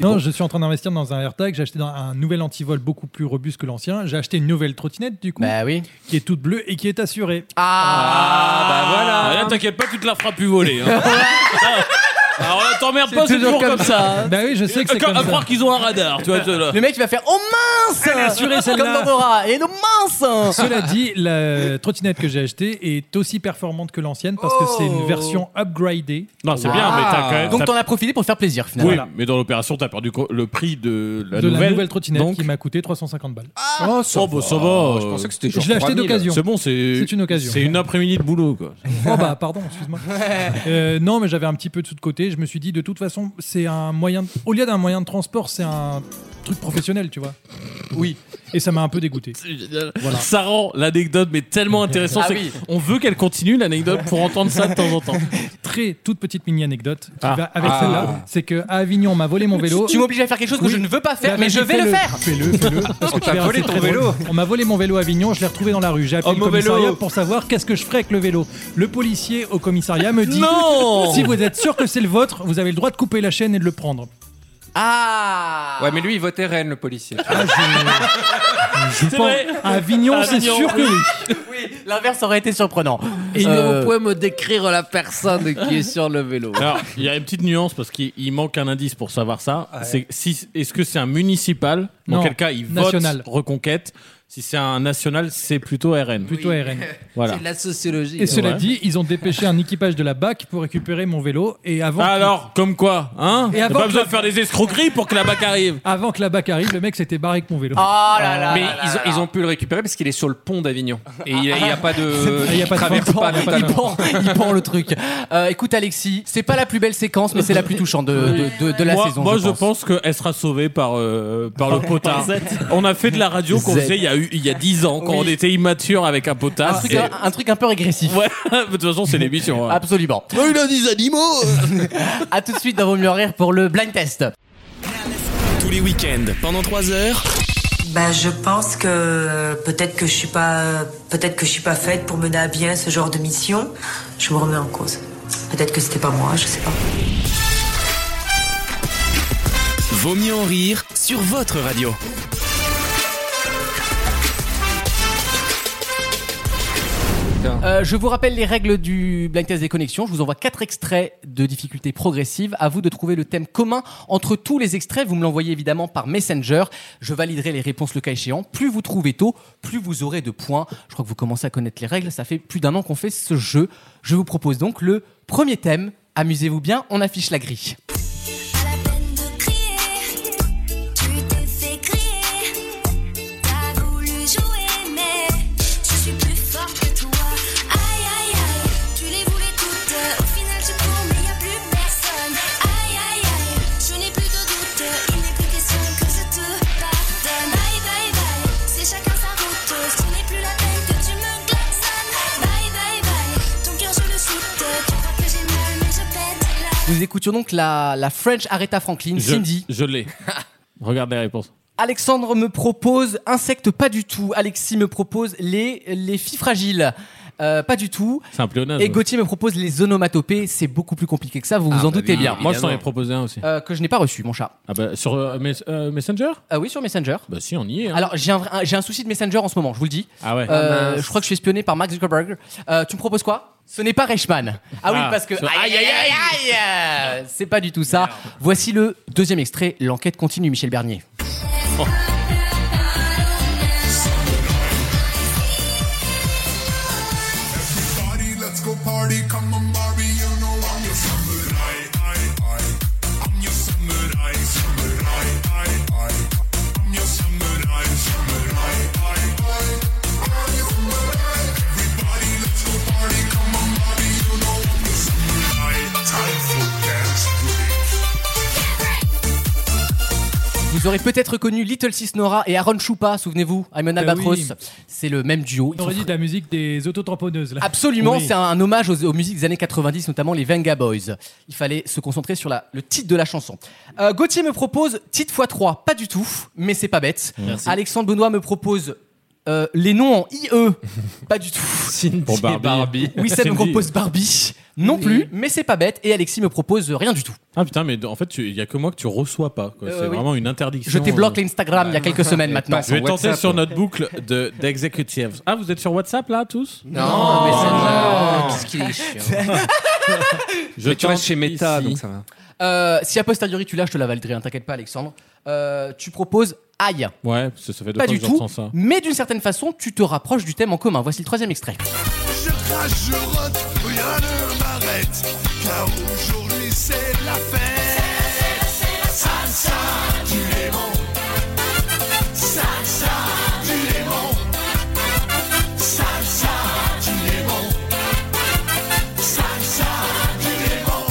Speaker 5: Non, je suis en train d'investir dans un AirTag. J'ai acheté dans un nouvel antivol beaucoup plus robuste que l'ancien. J'ai acheté une nouvelle trottinette, du coup, qui est toute bleue et qui est assurée.
Speaker 4: Ah, bah voilà. là, t'inquiète pas, tu te la feras plus voler. hein. Alors là, t'emmerdes pas, c'est toujours comme ça.
Speaker 5: Bah oui, je sais que c'est
Speaker 4: À
Speaker 5: comme ça.
Speaker 4: croire qu'ils ont un radar, tu vois. tu vois, là.
Speaker 2: Le mec il va faire Oh mince
Speaker 5: Elle est assurée,
Speaker 2: Comme
Speaker 5: celle-là.
Speaker 2: dans Dora. Et non mince
Speaker 5: Cela dit, la trottinette que j'ai achetée est aussi performante que l'ancienne parce que c'est une version upgradée.
Speaker 4: Non, c'est bien, mais t'as quand même.
Speaker 2: Donc
Speaker 4: t'as-
Speaker 2: t'en as profité pour te faire plaisir
Speaker 4: Oui,
Speaker 2: finalement.
Speaker 4: mais dans l'opération, t'as perdu co- le prix de la
Speaker 5: de
Speaker 4: nouvelle.
Speaker 5: la nouvelle trottinette
Speaker 4: Donc,
Speaker 5: qui m'a coûté 350 balles.
Speaker 4: oh, ça, va, ça va.
Speaker 10: Je pensais que c'était genre
Speaker 5: Je l'ai acheté
Speaker 10: 3000.
Speaker 5: d'occasion.
Speaker 4: C'est bon, c'est.
Speaker 5: C'est une occasion.
Speaker 4: C'est une après-midi de boulot, quoi.
Speaker 5: Oh bah pardon, excuse-moi. Euh, non, mais j'avais un petit peu de sous de côté. Je me suis dit, de toute façon, c'est un moyen. de- Au lieu d'un moyen de transport, c'est un truc professionnel, tu vois. Oui. Et ça m'a un peu dégoûté. Voilà.
Speaker 4: Ça rend l'anecdote mais tellement intéressante.
Speaker 5: Ah
Speaker 4: c'est
Speaker 5: oui.
Speaker 4: que On veut qu'elle continue l'anecdote pour entendre ça de temps en temps.
Speaker 5: Très toute petite mini anecdote qui
Speaker 4: Ah.
Speaker 5: va avec
Speaker 4: Ah.
Speaker 5: celle-là, c'est que à Avignon on m'a volé mon vélo.
Speaker 2: Tu m'obliges à faire quelque chose que je ne veux pas faire,
Speaker 5: Bah,
Speaker 2: mais je
Speaker 5: vas-y,
Speaker 2: vais le
Speaker 5: fais-le.
Speaker 2: faire.
Speaker 5: Fais-le, fais-le. Parce
Speaker 10: On
Speaker 5: que
Speaker 10: t'a
Speaker 5: tu verras,
Speaker 10: volé
Speaker 5: c'est
Speaker 10: ton
Speaker 5: très drôle.
Speaker 10: vélo.
Speaker 5: On m'a volé mon vélo à Avignon, je l'ai retrouvé dans la rue. J'ai
Speaker 2: Oh,
Speaker 5: appelé
Speaker 10: Homme
Speaker 5: le
Speaker 10: au vélo.
Speaker 5: commissariat pour savoir qu'est-ce que je ferais avec le vélo. Le policier au commissariat me dit
Speaker 4: Non
Speaker 5: si vous êtes sûr que c'est le vôtre, vous avez le droit de couper la chaîne et de le prendre.
Speaker 6: Ah
Speaker 10: Ouais, mais lui, il votait Rennes, le policier.
Speaker 5: Ah, Je pense-
Speaker 10: vrai.
Speaker 5: à Avignon, c'est
Speaker 10: Avignon,
Speaker 5: sûr que
Speaker 10: oui.
Speaker 5: oui.
Speaker 2: L'inverse aurait été surprenant.
Speaker 6: Et
Speaker 2: Euh,
Speaker 6: vous pouvez me décrire la personne qui est sur le vélo.
Speaker 4: Alors, il y a une petite nuance parce qu'il il manque un indice pour savoir ça. C'est si est-ce que c'est un municipal Dans
Speaker 5: Non,
Speaker 4: quel cas, il
Speaker 5: national.
Speaker 4: vote Reconquête. Si c'est un national, c'est plutôt RN.
Speaker 5: Plutôt RN.
Speaker 4: Voilà.
Speaker 6: C'est de la sociologie.
Speaker 5: Et cela
Speaker 4: Ouais.
Speaker 5: dit, ils ont dépêché un équipage de la BAC pour récupérer mon vélo. Et avant, qu'il-
Speaker 4: Alors, comme quoi, hein
Speaker 5: Et
Speaker 4: T'as
Speaker 5: avant
Speaker 4: pas
Speaker 5: que
Speaker 4: besoin
Speaker 5: la-
Speaker 4: de faire des escroqueries pour que la BAC arrive.
Speaker 5: avant que la BAC arrive, le mec s'était barré avec mon vélo.
Speaker 2: Ah là là
Speaker 10: Mais
Speaker 2: là là
Speaker 10: ils, ont,
Speaker 2: là.
Speaker 10: ils ont pu le récupérer parce qu'il est sur le pont d'Avignon. Et il n'y a, pas
Speaker 2: Ah,
Speaker 10: de.
Speaker 5: Il y a pas de
Speaker 10: traverse
Speaker 5: pont,
Speaker 10: pas
Speaker 5: il y a
Speaker 10: le
Speaker 5: pas de
Speaker 10: tunnel.
Speaker 2: pend- il pend le truc. Euh, écoute Alexis, c'est pas la plus belle séquence, mais c'est la plus touchante de, de- de- de la
Speaker 4: moi,
Speaker 2: saison.
Speaker 4: moi,
Speaker 2: je pense.
Speaker 4: qu'elle sera sauvée par, euh, par le potard.
Speaker 2: Z.
Speaker 4: On a fait de la radio qu'on
Speaker 2: Z.
Speaker 4: faisait il y a eu il y a 10 ans, quand
Speaker 2: Oui.
Speaker 4: on était immature avec un potard.
Speaker 2: Un truc,
Speaker 4: et-
Speaker 2: un, un truc un peu régressif.
Speaker 4: Ouais, de toute façon, c'est l'émission. hein. ouais.
Speaker 2: Absolument. il a des animaux A tout de suite dans Vos mieux en rire pour le blind test.
Speaker 1: Tous les week-ends, pendant 3 heures.
Speaker 14: Bah, je pense que peut-être que je suis pas, peut-être que je suis pas faite pour mener à bien ce genre de mission. Je me remets en cause. Peut-être que c'était pas moi, je sais pas.
Speaker 1: Vaut mieux en rire sur votre radio.
Speaker 2: Euh, je vous rappelle les règles du blind test des connexions. Je vous envoie quatre extraits de difficulté progressive. À vous de trouver le thème commun entre tous les extraits. Vous me l'envoyez évidemment par Messenger. Je validerai les réponses le cas échéant. Plus vous trouvez tôt, plus vous aurez de points. Je crois que vous commencez à connaître les règles. Ça fait plus d'un an qu'on fait ce jeu. Je vous propose donc le premier thème. Amusez-vous bien. On affiche la grille.
Speaker 11: Tu t'es fait crier, t'as voulu jouer, mais je suis plus forte que toi. Aïe aïe aïe, tu les voulais toutes. Au final, je cours, mais y a plus personne. Aïe aïe aïe, je n'ai plus de doute. Il n'est plus question que je te pardonne. Bye bye bye, c'est chacun sa route. Ce n'est plus la peine que tu me glaçonnes. Bye bye bye, ton cœur, je le shoot. Tu crois que j'ai mal, mais je pète la.
Speaker 2: Nous écoutions donc la, la French Aretha Franklin,
Speaker 4: Je-
Speaker 2: Cindy.
Speaker 4: Je l'ai. Regarde les réponses.
Speaker 2: Alexandre me propose insectes pas du tout. Alexis me propose les, les filles fragiles. Euh, pas du tout.
Speaker 4: C'est un pléonasme.
Speaker 2: Et Gauthier me propose les onomatopées. C'est beaucoup plus compliqué que ça, vous
Speaker 4: Ah,
Speaker 2: vous en
Speaker 4: bah
Speaker 2: doutez
Speaker 4: oui,
Speaker 2: bien.
Speaker 4: Moi, je t'en ai proposé un aussi.
Speaker 2: Euh, que je n'ai pas reçu, mon chat.
Speaker 4: Ah bah, sur euh, mes- euh, Messenger
Speaker 2: Ah oui, sur Messenger.
Speaker 4: Bah si, on y est. hein.
Speaker 2: Alors, j'ai un, vrai- un- j'ai un souci de Messenger en ce moment, je vous le dis.
Speaker 4: Ah ouais.
Speaker 2: Euh,
Speaker 4: Ah mince.
Speaker 2: je crois que je suis espionné par Max Zuckerberg. Euh, tu me proposes quoi Ce n'est pas Reichmann. Ah, oui,
Speaker 4: Ah,
Speaker 2: parce que.
Speaker 4: ce-
Speaker 2: Aïe, aïe, aïe, aïe euh, C'est pas du tout ça. Voici le deuxième extrait. L'enquête continue, Michel Bernier.
Speaker 4: Oh.
Speaker 15: Party, let's go party, come on Barbie, you know I'm your samurai, I, I, I'm your samurai, samurai, I, I, I'm your samurai, samurai, I, I, I'm your samurai. Everybody, let's go party, come on Barbie, you know I'm your samurai. Time for dance break.
Speaker 2: Vous aurez peut-être reconnu Little Sis Nora et Aaron Choupa, souvenez-vous,
Speaker 4: Bah
Speaker 2: Ayman Albatros.
Speaker 5: oui.
Speaker 2: C'est le même duo. Ils
Speaker 5: On
Speaker 2: sont
Speaker 5: aurait dit de la musique des autotamponneuses. là.
Speaker 2: Absolument,
Speaker 5: Oui.
Speaker 2: c'est un, un hommage aux, aux musiques des années 90, notamment les Venga Boys. Il fallait se concentrer sur la- le titre de la chanson. Euh, Gauthier me propose titre x3, pas du tout, mais c'est pas bête.
Speaker 7: Merci.
Speaker 2: Alexandre Benoît me propose euh, les noms en IE, pas du tout.
Speaker 4: Pour Barbie. Barbie.
Speaker 2: Oui, ça me
Speaker 4: Cindy.
Speaker 2: propose Barbie, non plus, mais c'est pas bête. Et Alexis me propose euh, rien du tout.
Speaker 4: Ah putain, mais en fait, tu- il y a que moi que tu reçois pas. quoi.
Speaker 2: Euh,
Speaker 4: c'est
Speaker 2: oui.
Speaker 4: vraiment une interdiction.
Speaker 2: Je t'ai bloqué
Speaker 4: euh.
Speaker 2: l'Instagram il y a quelques semaines maintenant.
Speaker 4: Je vais tenter sur notre boucle de- d'executives. ah, vous êtes sur WhatsApp là, tous
Speaker 2: Non, Messenger. Qu'est-ce qu'il est chiant.
Speaker 4: Je
Speaker 10: Ah. Mais tu restes
Speaker 4: tente
Speaker 10: chez Meta,
Speaker 4: ici.
Speaker 10: donc ça va.
Speaker 2: Euh, si a posteriori tu l'as, je te la validerai, hein, t'inquiète pas Alexandre. Euh, tu proposes aïe.
Speaker 4: Ouais, parce que ça fait deux
Speaker 2: Pas
Speaker 4: fois
Speaker 2: du
Speaker 4: que
Speaker 2: tout,
Speaker 4: j'entends ça.
Speaker 2: mais d'une certaine façon, tu te rapproches du thème en commun. Voici le troisième extrait.
Speaker 15: Je crache, je rote, rien ne m'arrête, car aujourd'hui c'est la fête. Salsa du démon, salsa du démon, salsa du démon, salsa du démon.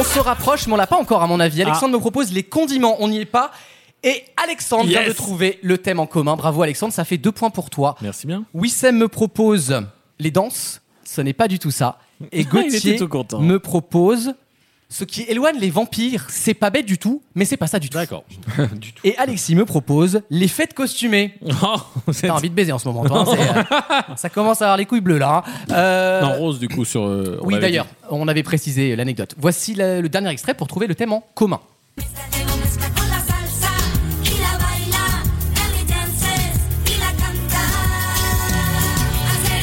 Speaker 2: On se rapproche, mais on l'a pas encore à mon avis.
Speaker 4: Ah.
Speaker 2: Alexandre me propose les condiments, on n'y est pas. Et Alexandre vient
Speaker 4: Yes.
Speaker 2: de trouver le thème en commun. Bravo Alexandre, ça fait deux points pour toi.
Speaker 4: Merci bien.
Speaker 2: Wissem me propose les danses, ce n'est pas du tout ça. Et
Speaker 4: Il
Speaker 2: Gauthier
Speaker 4: était tout content.
Speaker 2: me propose ce qui éloigne les vampires, c'est pas bête du tout, mais c'est pas ça du tout. D'accord. Et Alexis me propose les fêtes costumées.
Speaker 4: Oh,
Speaker 2: T'as envie de baiser en ce moment, toi. hein, c'est, euh, ça commence à avoir les couilles bleues là. hein. Euh,
Speaker 4: Non, Rose, du coup, sur. euh, on
Speaker 2: oui,
Speaker 4: l'avait
Speaker 2: d'ailleurs,
Speaker 4: dit.
Speaker 2: on avait précisé l'anecdote. Voici la- le dernier extrait pour trouver le thème en commun.
Speaker 11: Tengo mezcla con la salsa y la baila, dale dances y la canta. Haceré,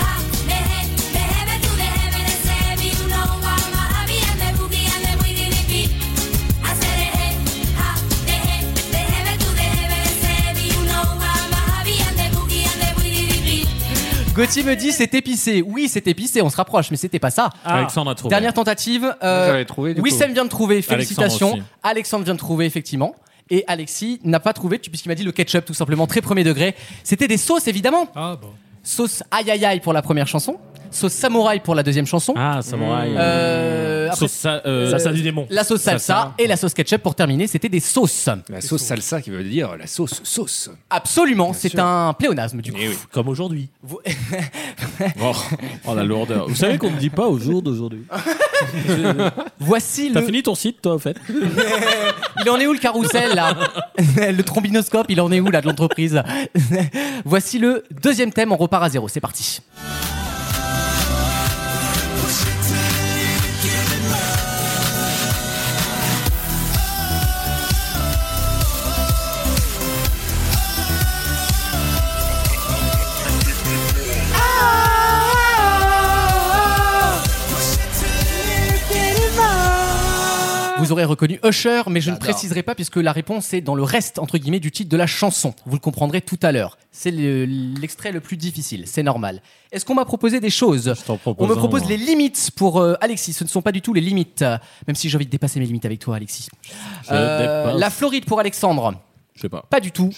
Speaker 11: ha, deje, déjeme tú, déjeme de ser, you know I'm a happy, ande boogie, ande muy diripi. Haceré, ha, deje, déjeme tú, déjeme de ser, you know I'm a happy, ande boogie, ande muy diripi.
Speaker 2: Gauthier me dit c'est épicé. Oui, c'est épicé, on se rapproche, mais c'était pas ça.
Speaker 4: Ah. Alexandre a trouvé.
Speaker 2: Dernière tentative. euh,
Speaker 4: Vous avez trouvé, du
Speaker 2: Wissem
Speaker 4: coup.
Speaker 2: vient de trouver,
Speaker 4: Alexandre
Speaker 2: félicitations.
Speaker 4: aussi.
Speaker 2: Alexandre, vient de trouver, effectivement. Et Alexis n'a pas trouvé, tu- puisqu'il m'a dit le ketchup, tout simplement, très premier degré. C'était des sauces, évidemment.
Speaker 4: Ah,
Speaker 2: Sauce aïe aïe aïe pour la première chanson. Sauce samouraï pour la deuxième chanson.
Speaker 4: Ah, samouraï.
Speaker 2: Euh, après-
Speaker 4: Sauce sa- euh, Salsa du démon.
Speaker 2: La sauce salsa,
Speaker 4: Salsa.
Speaker 2: et la sauce ketchup pour terminer. C'était des sauces.
Speaker 10: La sauce salsa qui veut dire la sauce sauce. Eh
Speaker 2: Absolument, c'est un pléonasme du coup.
Speaker 7: Comme aujourd'hui.
Speaker 4: Oh, oh, la lourdeur. Vous savez qu'on ne dit pas au jour d'aujourd'hui.
Speaker 2: Voici le.
Speaker 4: T'as fini ton site, toi, en fait
Speaker 2: il en est où le carrousel là Le trombinoscope, il en est où là de l'entreprise Voici le deuxième thème, on repart à zéro, c'est parti. Vous aurez reconnu Usher, mais je ne préciserai pas puisque la réponse est dans le reste entre guillemets du titre de la chanson. Vous le comprendrez tout à l'heure. C'est le- l'extrait le plus difficile, c'est normal. Est-ce qu'on m'a proposé des choses On me propose les limites pour euh, Alexis. Ce ne sont pas du tout les limites, euh, même si j'ai envie de dépasser mes limites avec toi, Alexis.
Speaker 4: Je
Speaker 2: Euh,
Speaker 4: dépasse.
Speaker 2: la Floride pour Alexandre.
Speaker 4: Je sais pas.
Speaker 2: Pas du tout.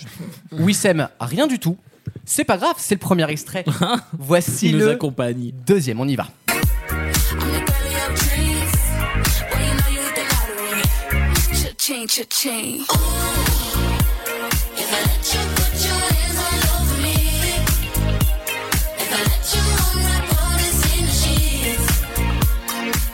Speaker 2: Wissem, rien du tout. C'est pas grave, c'est le premier extrait. Voici
Speaker 4: Il nous
Speaker 2: le
Speaker 4: accompagne.
Speaker 2: deuxième, on y va.
Speaker 11: Cha-ching, cha-ching. Ooh, if I let you put your hands all over me, if I let you on my borders in the sheets,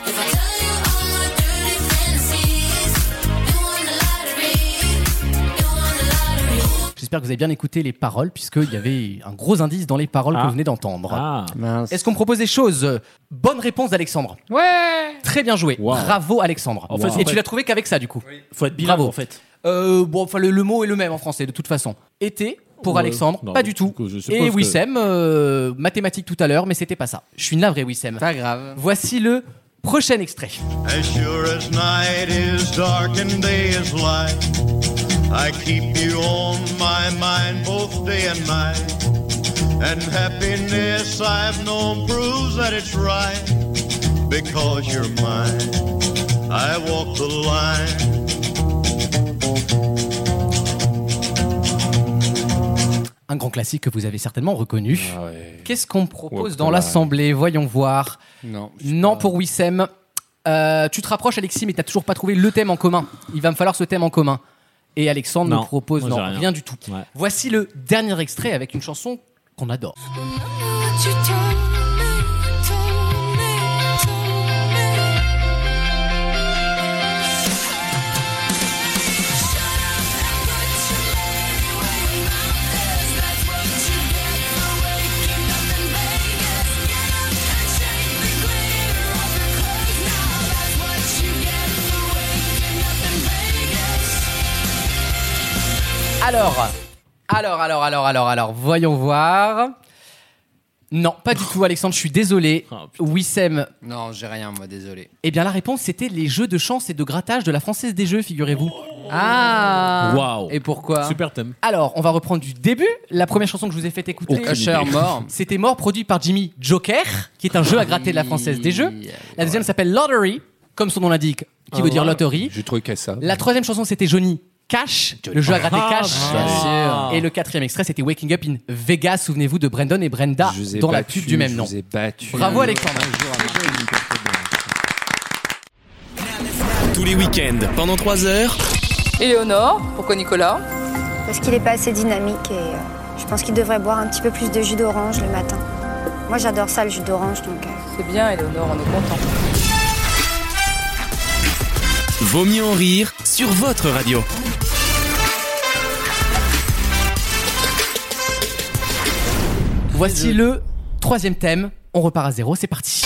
Speaker 11: if I tell you all my dirty fantasies, you won the lottery, you won the lottery.
Speaker 2: J'espère que vous avez bien écouté les paroles, puisqu'il y avait un gros indice dans les paroles
Speaker 7: Ah.
Speaker 2: que vous venez d'entendre. Est-ce qu'on propose des choses Bonne réponse d'Alexandre.
Speaker 10: Ouais
Speaker 2: Très bien joué. Bravo Alexandre.
Speaker 7: En fait,
Speaker 2: Et
Speaker 7: faut
Speaker 2: tu
Speaker 7: être-
Speaker 2: l'as trouvé qu'avec ça, du coup.
Speaker 7: Faut être bilingue,
Speaker 2: Bravo.
Speaker 7: en fait.
Speaker 2: Euh, bon, enfin, le, le mot est le même en français, de toute façon. Été pour
Speaker 7: Ouais.
Speaker 2: Alexandre,
Speaker 7: Non,
Speaker 2: pas du tout.
Speaker 7: coup, je suppose
Speaker 2: Et
Speaker 7: que-
Speaker 2: Wissem, euh, mathématiques tout à l'heure, mais c'était pas ça. Je suis navré, Wissem. Pas grave. Voici le prochain extrait.
Speaker 16: As sure as night is dark and day is light, I keep you on my mind both day and night. And happiness I've known proves that it's right because you're mine. I walk the line.
Speaker 2: Un grand classique que vous avez certainement reconnu.
Speaker 7: Ah
Speaker 2: Qu'est-ce qu'on propose
Speaker 6: Walk
Speaker 2: dans
Speaker 6: the
Speaker 2: l'Assemblée Voyons voir.
Speaker 6: Non.
Speaker 2: Non pour Wissem. Euh, tu te rapproches, Alexis, mais t'as toujours pas trouvé le thème en commun. Il va me falloir ce thème en commun. Et Alexandre
Speaker 4: Non,
Speaker 2: nous propose
Speaker 4: moi, j'ai
Speaker 2: non, rien.
Speaker 4: rien.
Speaker 2: du tout. Voici le dernier extrait avec une chanson qu'on adore.
Speaker 11: What you told me, told me, told me. Shut up and put your money where your mouth is. That's what you get for waking up in Vegas. Get up and shake the glitter off your clothes now. That's what you get for waking up in Vegas.
Speaker 2: Alors, alors, alors, alors, alors, alors, voyons voir. Non, pas du tout, Alexandre, je suis désolé.
Speaker 4: Oh,
Speaker 2: Wissem.
Speaker 6: Non, j'ai rien, moi, désolé.
Speaker 2: Eh bien, la réponse, c'était les jeux de chance et de grattage de la Française des Jeux, figurez-vous.
Speaker 6: Ah
Speaker 4: Waouh.
Speaker 2: Et pourquoi
Speaker 4: Super thème.
Speaker 2: Alors, on va reprendre du début. La première chanson que je vous ai fait écouter,
Speaker 6: Aucune Usher, idée. Mort.
Speaker 2: C'était Mort, produit par Jimmy Joker, qui est un jeu à gratter de la Française des Jeux. La deuxième s'appelle Lottery, comme son nom l'indique, qui
Speaker 10: Ah.
Speaker 2: veut dire loterie.
Speaker 10: J'ai trouvé qu'à ça.
Speaker 2: La troisième chanson, c'était Johnny Cash, le jeu à gratter
Speaker 10: Ah,
Speaker 2: Cash.
Speaker 10: bien sûr.
Speaker 2: Et le quatrième extrait, c'était Waking Up in Vegas. Souvenez-vous de Brandon et Brenda dans la pub du même nom. Bravo Alexandre.
Speaker 1: Tous les week-ends, pendant 3 heures.
Speaker 17: Éléonore, pourquoi Nicolas
Speaker 18: Parce qu'il est pas assez dynamique et euh, je pense qu'il devrait boire un petit peu plus de jus d'orange le matin. Moi j'adore ça le jus d'orange donc. euh. C'est bien Eleonore, on est content.
Speaker 1: Vaut mieux en rire sur votre radio.
Speaker 2: Voici le troisième thème. On repart à zéro, c'est parti.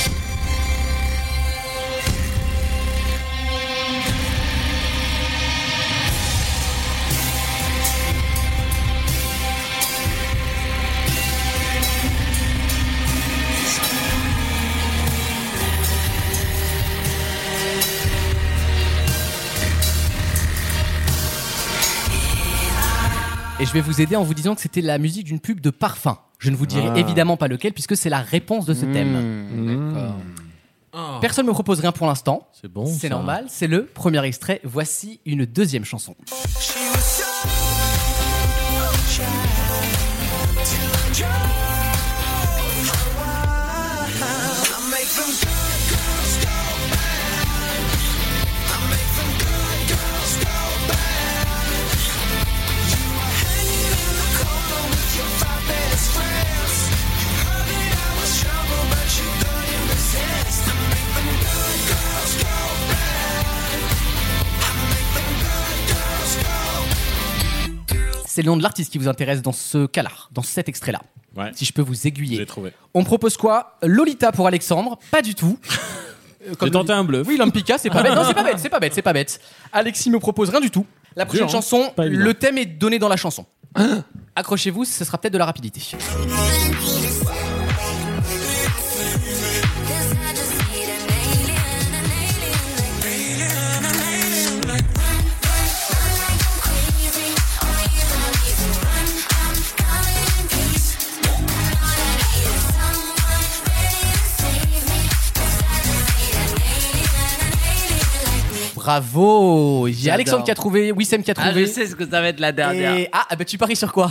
Speaker 2: Et je vais vous aider en vous disant que c'était la musique d'une pub de parfum. Je ne vous dirai
Speaker 6: Ah.
Speaker 2: évidemment pas lequel puisque c'est la réponse de ce
Speaker 4: Hmm.
Speaker 2: thème.
Speaker 11: Oh.
Speaker 2: Personne ne me propose rien pour l'instant. C'est
Speaker 4: bon, ça.
Speaker 2: C'est normal. C'est le premier extrait. Voici une deuxième chanson.
Speaker 11: I make them good girls go bad.
Speaker 2: C'est le nom de l'artiste qui vous intéresse dans ce cas-là, dans cet extrait-là. Si je peux vous aiguiller. On propose quoi Lolita pour Alexandre Pas du tout. Euh, comme
Speaker 4: J'ai tenté
Speaker 2: le-
Speaker 4: un bluff.
Speaker 2: Oui, Lampica, c'est pas bête. Non, c'est pas bête, c'est pas bête, c'est pas bête. Alexis me propose rien du tout. La prochaine
Speaker 4: Dur, hein.
Speaker 2: chanson,
Speaker 4: Pas évident.
Speaker 2: le thème est donné dans la chanson.
Speaker 6: Hein
Speaker 2: Accrochez-vous, ce sera peut-être de la rapidité. Bravo Il y a
Speaker 6: J'adore.
Speaker 2: Alexandre qui a trouvé, Wissem qui a
Speaker 6: Ah, je
Speaker 2: trouvé.
Speaker 6: sais ce que ça va être la dernière.
Speaker 2: Et- Ah, ah, bah tu paries sur quoi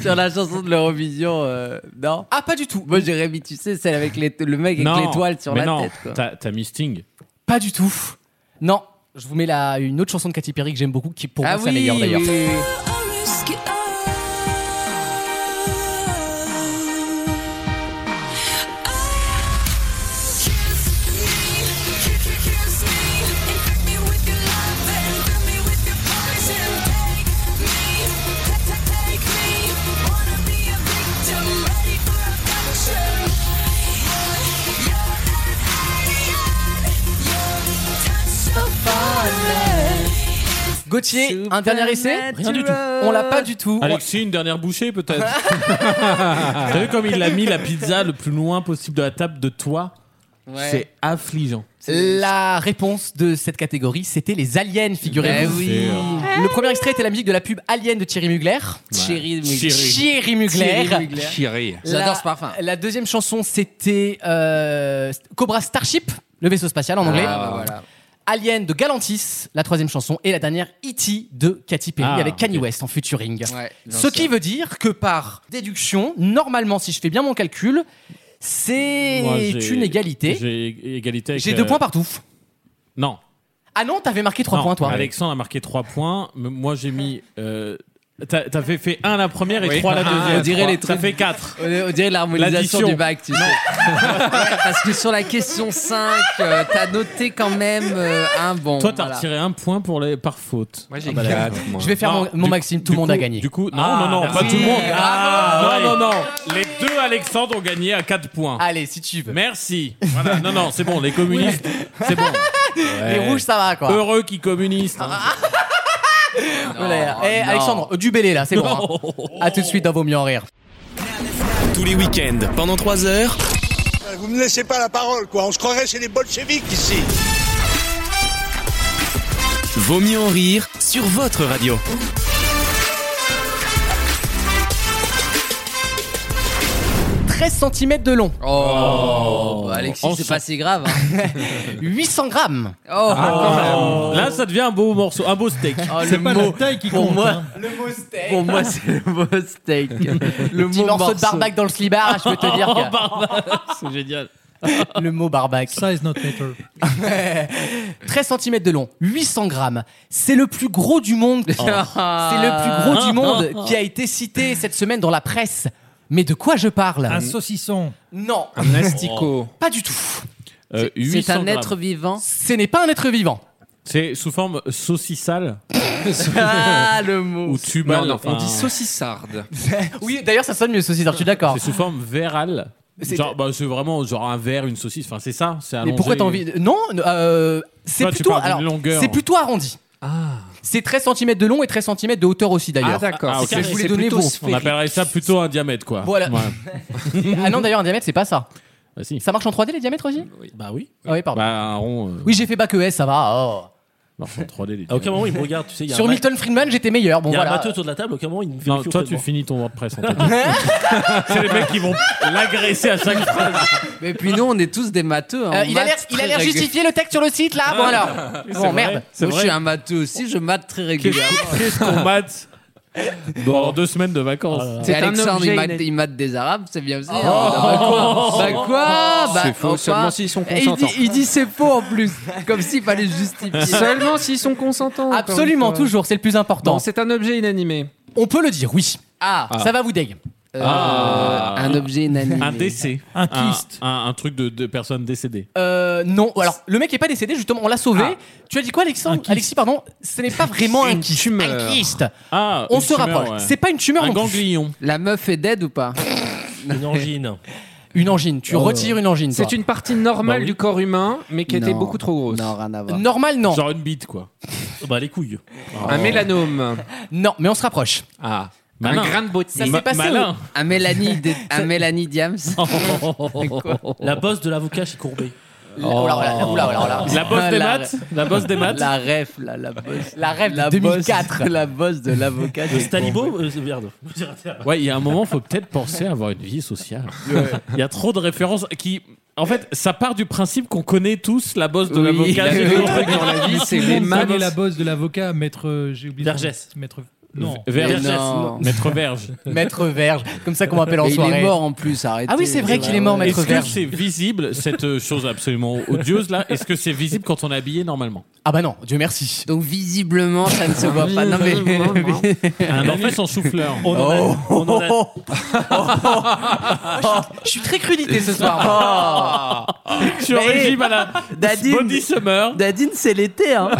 Speaker 6: Sur la chanson de l'Eurovision, euh, non
Speaker 2: Ah, pas du tout.
Speaker 6: Moi, j'aurais mis, tu sais, celle avec les- le mec
Speaker 4: Non,
Speaker 6: avec l'étoile sur
Speaker 4: mais
Speaker 6: la
Speaker 4: non,
Speaker 6: tête. quoi.
Speaker 4: T'as, t'as mis Sting.
Speaker 2: Pas du tout. Non, je vous mets la, une autre chanson de Katy Perry que j'aime beaucoup, qui pour
Speaker 6: Ah
Speaker 2: moi c'est la
Speaker 6: oui,
Speaker 2: meilleure d'ailleurs.
Speaker 6: oui, oui,
Speaker 2: Gauthier, un dernier essai Rien du tout. On l'a pas du tout.
Speaker 4: Alexis, une dernière bouchée peut-être. T'as vu comme il a mis la pizza le plus loin possible de la table de toi
Speaker 2: Ouais.
Speaker 4: C'est affligeant.
Speaker 2: La réponse de cette catégorie, c'était les aliens, figurez-vous.
Speaker 4: Mais oui.
Speaker 2: Le premier extrait était la musique de la pub Alien de Thierry Mugler.
Speaker 6: Thierry Mugler.
Speaker 2: Thierry Mugler.
Speaker 6: Thierry Mugler. Thierry. J'adore ce parfum.
Speaker 2: La deuxième chanson, c'était euh, Cobra Starship, le vaisseau spatial en anglais.
Speaker 6: Ah, bah voilà.
Speaker 2: Alien de Galantis, la troisième chanson, et la dernière E.T. de Katy Perry
Speaker 6: Ah,
Speaker 2: avec Kanye West en featuring.
Speaker 6: non,
Speaker 2: Ce
Speaker 6: c'est
Speaker 2: qui veut dire que par déduction, normalement, si je fais bien mon calcul, c'est
Speaker 4: Moi, j'ai-
Speaker 2: une égalité.
Speaker 4: J'ai égalité avec,
Speaker 2: J'ai deux
Speaker 4: euh,
Speaker 2: points partout.
Speaker 4: Non.
Speaker 2: Ah non, t'avais marqué trois
Speaker 4: Non, Ah,
Speaker 2: points, toi.
Speaker 4: Alexandre a marqué 3 points. mais Moi, j'ai mis. euh, t'as- T'as fait, fait 1 la première et
Speaker 6: Oui.
Speaker 4: 3 la
Speaker 6: Ah,
Speaker 4: deuxième.
Speaker 6: on dirait les
Speaker 4: Ça
Speaker 6: trucs-
Speaker 4: fait 4.
Speaker 6: On dirait l'harmonisation du bac, tu sais. Parce que sur la question 5, euh, t'as noté quand même euh, un bon.
Speaker 4: Toi, t'as
Speaker 6: voilà.
Speaker 4: retiré un point pour les... par faute. Ah, bah, Moi,
Speaker 6: j'ai quatre, moi. Je vais faire mon- mon
Speaker 2: maxime,
Speaker 4: tout le monde a gagné. Du coup, non, non, non,
Speaker 6: Ah, merci.
Speaker 4: pas tout le monde. non,
Speaker 6: Ah, ouais.
Speaker 4: non, non. Les deux Alexandre ont gagné à 4 points.
Speaker 2: Allez, si tu veux.
Speaker 4: Merci. Voilà, non, non, c'est bon, les communistes, c'est bon.
Speaker 2: Les rouges, ça va, quoi.
Speaker 4: Heureux qui communistes. hein.
Speaker 2: Voilà. Eh,
Speaker 4: non.
Speaker 2: Alexandre, du bélé là, c'est bon. hein. À tout de suite dans Vaut mieux en rire.
Speaker 1: Tous les week-ends, pendant 3 heures.
Speaker 19: Vous me laissez pas la parole, Oh, quoi. On se croirait chez les bolcheviks ici.
Speaker 1: Vaut mieux en rire sur votre radio.
Speaker 2: Oh. 13 cm de long.
Speaker 6: Oh, bah, Alexis,
Speaker 2: En
Speaker 6: c'est
Speaker 2: son-
Speaker 6: pas si grave. hein.
Speaker 2: 800 grammes.
Speaker 6: Oh,
Speaker 4: Ah, Là, ça devient un beau morceau, un beau steak.
Speaker 6: C'est le pas la mot- taille qui pour compte, moi- hein.
Speaker 2: Le mot steak.
Speaker 6: Pour moi, c'est le mot steak.
Speaker 2: le petit
Speaker 6: mot
Speaker 2: morceau, de
Speaker 6: morceau.
Speaker 2: barbac dans le slibard, Ah, je peux te dire. que-
Speaker 4: Oh, c'est génial.
Speaker 2: le mot barbac.
Speaker 5: Size not matter.
Speaker 2: 13 cm de long, 800 grammes. C'est le plus gros du monde. qui-
Speaker 6: Oh.
Speaker 2: C'est le plus gros du monde qui a été cité cette semaine dans la presse. Mais de quoi je parle
Speaker 5: Un saucisson.
Speaker 2: Non.
Speaker 5: Un asticot.
Speaker 2: Pas du tout.
Speaker 4: Euh, 800 grammes.
Speaker 2: vivant. Ce n'est pas un être vivant.
Speaker 4: C'est sous forme saucissale.
Speaker 2: Ah, le mot.
Speaker 4: Ou tubale.
Speaker 10: Non, non, on
Speaker 4: enfin.
Speaker 10: dit saucissarde.
Speaker 2: oui, d'ailleurs, ça sonne mieux saucisse. alors Je suis d'accord.
Speaker 4: C'est sous forme vérale.
Speaker 2: C'est-
Speaker 4: Genre, bah, c'est vraiment genre un verre, une saucisse. Enfin, c'est ça. C'est
Speaker 2: Mais pourquoi
Speaker 4: allongé.
Speaker 2: t'as envie de- Non, euh, c'est
Speaker 4: Toi, tu
Speaker 2: plutôt
Speaker 4: parles d'une
Speaker 2: alors,
Speaker 4: longueur.
Speaker 2: c'est plutôt arrondi. C'est 13 cm de long et 13 cm de hauteur aussi d'ailleurs.
Speaker 4: Ah, ok.
Speaker 2: Je voulais donner vos.
Speaker 4: On appellerait ça plutôt un diamètre, quoi.
Speaker 2: Voilà. ah non d'ailleurs un diamètre c'est pas ça. Ça marche en 3D les diamètres aussi
Speaker 4: Bah oui.
Speaker 2: Ah oui pardon.
Speaker 4: Bah, un rond. euh,
Speaker 2: Oui j'ai fait bac ES ça va. oh.
Speaker 4: marche en 3D. les
Speaker 7: À
Speaker 4: diamètres.
Speaker 7: aucun moment, il me regarde, tu sais. il y a
Speaker 2: Sur
Speaker 7: un
Speaker 2: Milton Friedman j'étais meilleur. Bon
Speaker 7: Il y a un
Speaker 2: voilà.
Speaker 7: bateau autour de la table, au moment il me fait
Speaker 4: Non,
Speaker 7: des
Speaker 4: toi,
Speaker 7: fiottes
Speaker 4: tu
Speaker 7: devant.
Speaker 4: finis ton WordPress. en fait. c'est les mecs qui vont l'agresser à chaque phrase.
Speaker 6: Mais puis nous, on est tous des matheux. hein.
Speaker 2: Euh,
Speaker 6: On
Speaker 2: il a l'air
Speaker 6: mate
Speaker 2: il
Speaker 6: très
Speaker 2: a l'air
Speaker 6: régulier-
Speaker 2: justifié le texte sur le site là. Bon
Speaker 6: Ah,
Speaker 2: alors.
Speaker 6: c'est
Speaker 2: Bon
Speaker 6: vrai,
Speaker 2: merde.
Speaker 6: c'est
Speaker 2: Moi,
Speaker 6: vrai.
Speaker 2: je suis un-
Speaker 6: matheux aussi, je mate très régulièrement.
Speaker 4: Qu'est-ce qu'on mate Pendant deux semaines de
Speaker 2: Ah
Speaker 4: vacances.
Speaker 6: C'est Alexandre, il mate, il mate des Arabes, c'est bien aussi. hein. bah
Speaker 7: Oh.
Speaker 6: quoi Bah,
Speaker 10: Oh. C'est faux,
Speaker 6: enfin.
Speaker 10: seulement s'ils sont
Speaker 6: Et il dit-
Speaker 10: consentants.
Speaker 6: Il dit, c'est faux en plus, comme s'il fallait justifier.
Speaker 10: Seulement s'ils sont consentants. encore
Speaker 2: Absolument
Speaker 10: une fois.
Speaker 2: toujours c'est le plus important.
Speaker 10: Bon, c'est un objet inanimé.
Speaker 2: On peut le dire oui.
Speaker 6: Ah.
Speaker 2: Ça va vous dégue.
Speaker 6: Euh,
Speaker 7: Ah.
Speaker 6: un objet inanimé.
Speaker 4: Ah. Un décès.
Speaker 6: Un kyste.
Speaker 4: Un, un truc de, de personnes décédées.
Speaker 2: Euh, Euh, non, alors le mec est pas décédé, justement, on l'a sauvé.
Speaker 7: Ah.
Speaker 2: Tu as dit quoi, Alexandre Alexis, pardon, ce n'est pas vraiment un kyste. Un kyste.
Speaker 4: Ah,
Speaker 2: on
Speaker 4: une
Speaker 2: se
Speaker 4: tumeur,
Speaker 2: rapproche.
Speaker 4: ouais.
Speaker 2: C'est pas une tumeur
Speaker 4: Un
Speaker 2: non plus.
Speaker 4: ganglion.
Speaker 6: La meuf est dead ou pas
Speaker 7: Une angine.
Speaker 2: Une angine. Tu
Speaker 6: Oh.
Speaker 2: retires une angine.
Speaker 6: C'est
Speaker 2: toi.
Speaker 6: une partie normale Bah oui. du corps humain,
Speaker 10: mais qui était beaucoup trop grosse.
Speaker 6: Non, rien à voir.
Speaker 2: Normal, non.
Speaker 4: Genre une bite, quoi.
Speaker 7: Bah, les couilles.
Speaker 10: Un mélanome.
Speaker 2: Non, mais on se rapproche.
Speaker 10: Ah.
Speaker 6: Malin.
Speaker 10: Un grain de beauté.
Speaker 6: Ça s'est passé au- à Mélanie, Dé- à Mélanie Diams.
Speaker 10: Oh.
Speaker 6: Quoi
Speaker 7: La bosse de l'avocat chez Courbet.
Speaker 6: Oh là là, oula, oula, oula.
Speaker 7: La bosse des
Speaker 6: La-
Speaker 7: maths La bosse des maths
Speaker 6: La ref, la, la bosse.
Speaker 2: La ref de
Speaker 6: la
Speaker 2: 2004.
Speaker 6: Bosse, la bosse de l'avocat.
Speaker 7: Le
Speaker 6: j'ai
Speaker 7: Stalibo
Speaker 6: compris.
Speaker 7: euh, c'est- Merde.
Speaker 4: Ouais, il y a un moment, faut peut-être penser à avoir une vie sociale. Il
Speaker 7: Ouais.
Speaker 4: y a trop de références qui. En fait, ça part du principe qu'on connaît tous la bosse de l'avocat.
Speaker 5: Le truc
Speaker 4: Dans la vie, c'est
Speaker 5: Tout le
Speaker 4: les
Speaker 5: monde
Speaker 4: maths.
Speaker 5: connaît la bosse de l'avocat, maître. euh, J'ai oublié. son
Speaker 7: Vergès.
Speaker 5: nom. Maître. Non.
Speaker 4: Vergès.
Speaker 5: Vergès,
Speaker 4: Non.
Speaker 5: non.
Speaker 4: Maître Verge.
Speaker 2: Maître Verge, comme ça qu'on m'appelle en
Speaker 6: Et il est
Speaker 2: soirée.
Speaker 6: mort en plus, arrêtez.
Speaker 2: Ah oui, c'est vrai qu'il est mort, Maître
Speaker 4: Est-ce que
Speaker 2: Verge.
Speaker 4: c'est visible, cette euh, chose absolument odieuse là Est-ce que c'est visible quand on est habillé normalement
Speaker 2: Ah bah non, Dieu merci.
Speaker 6: Donc visiblement, ça ne se voit pas. Non mais.
Speaker 4: Un anus en souffleur.
Speaker 6: On en a- on en a-
Speaker 2: Je suis très crudité ce soir.
Speaker 4: Je suis au
Speaker 2: Mais-
Speaker 4: régime à la
Speaker 2: Dadine-
Speaker 4: body summer.
Speaker 6: Dadine, c'est l'été. Hein.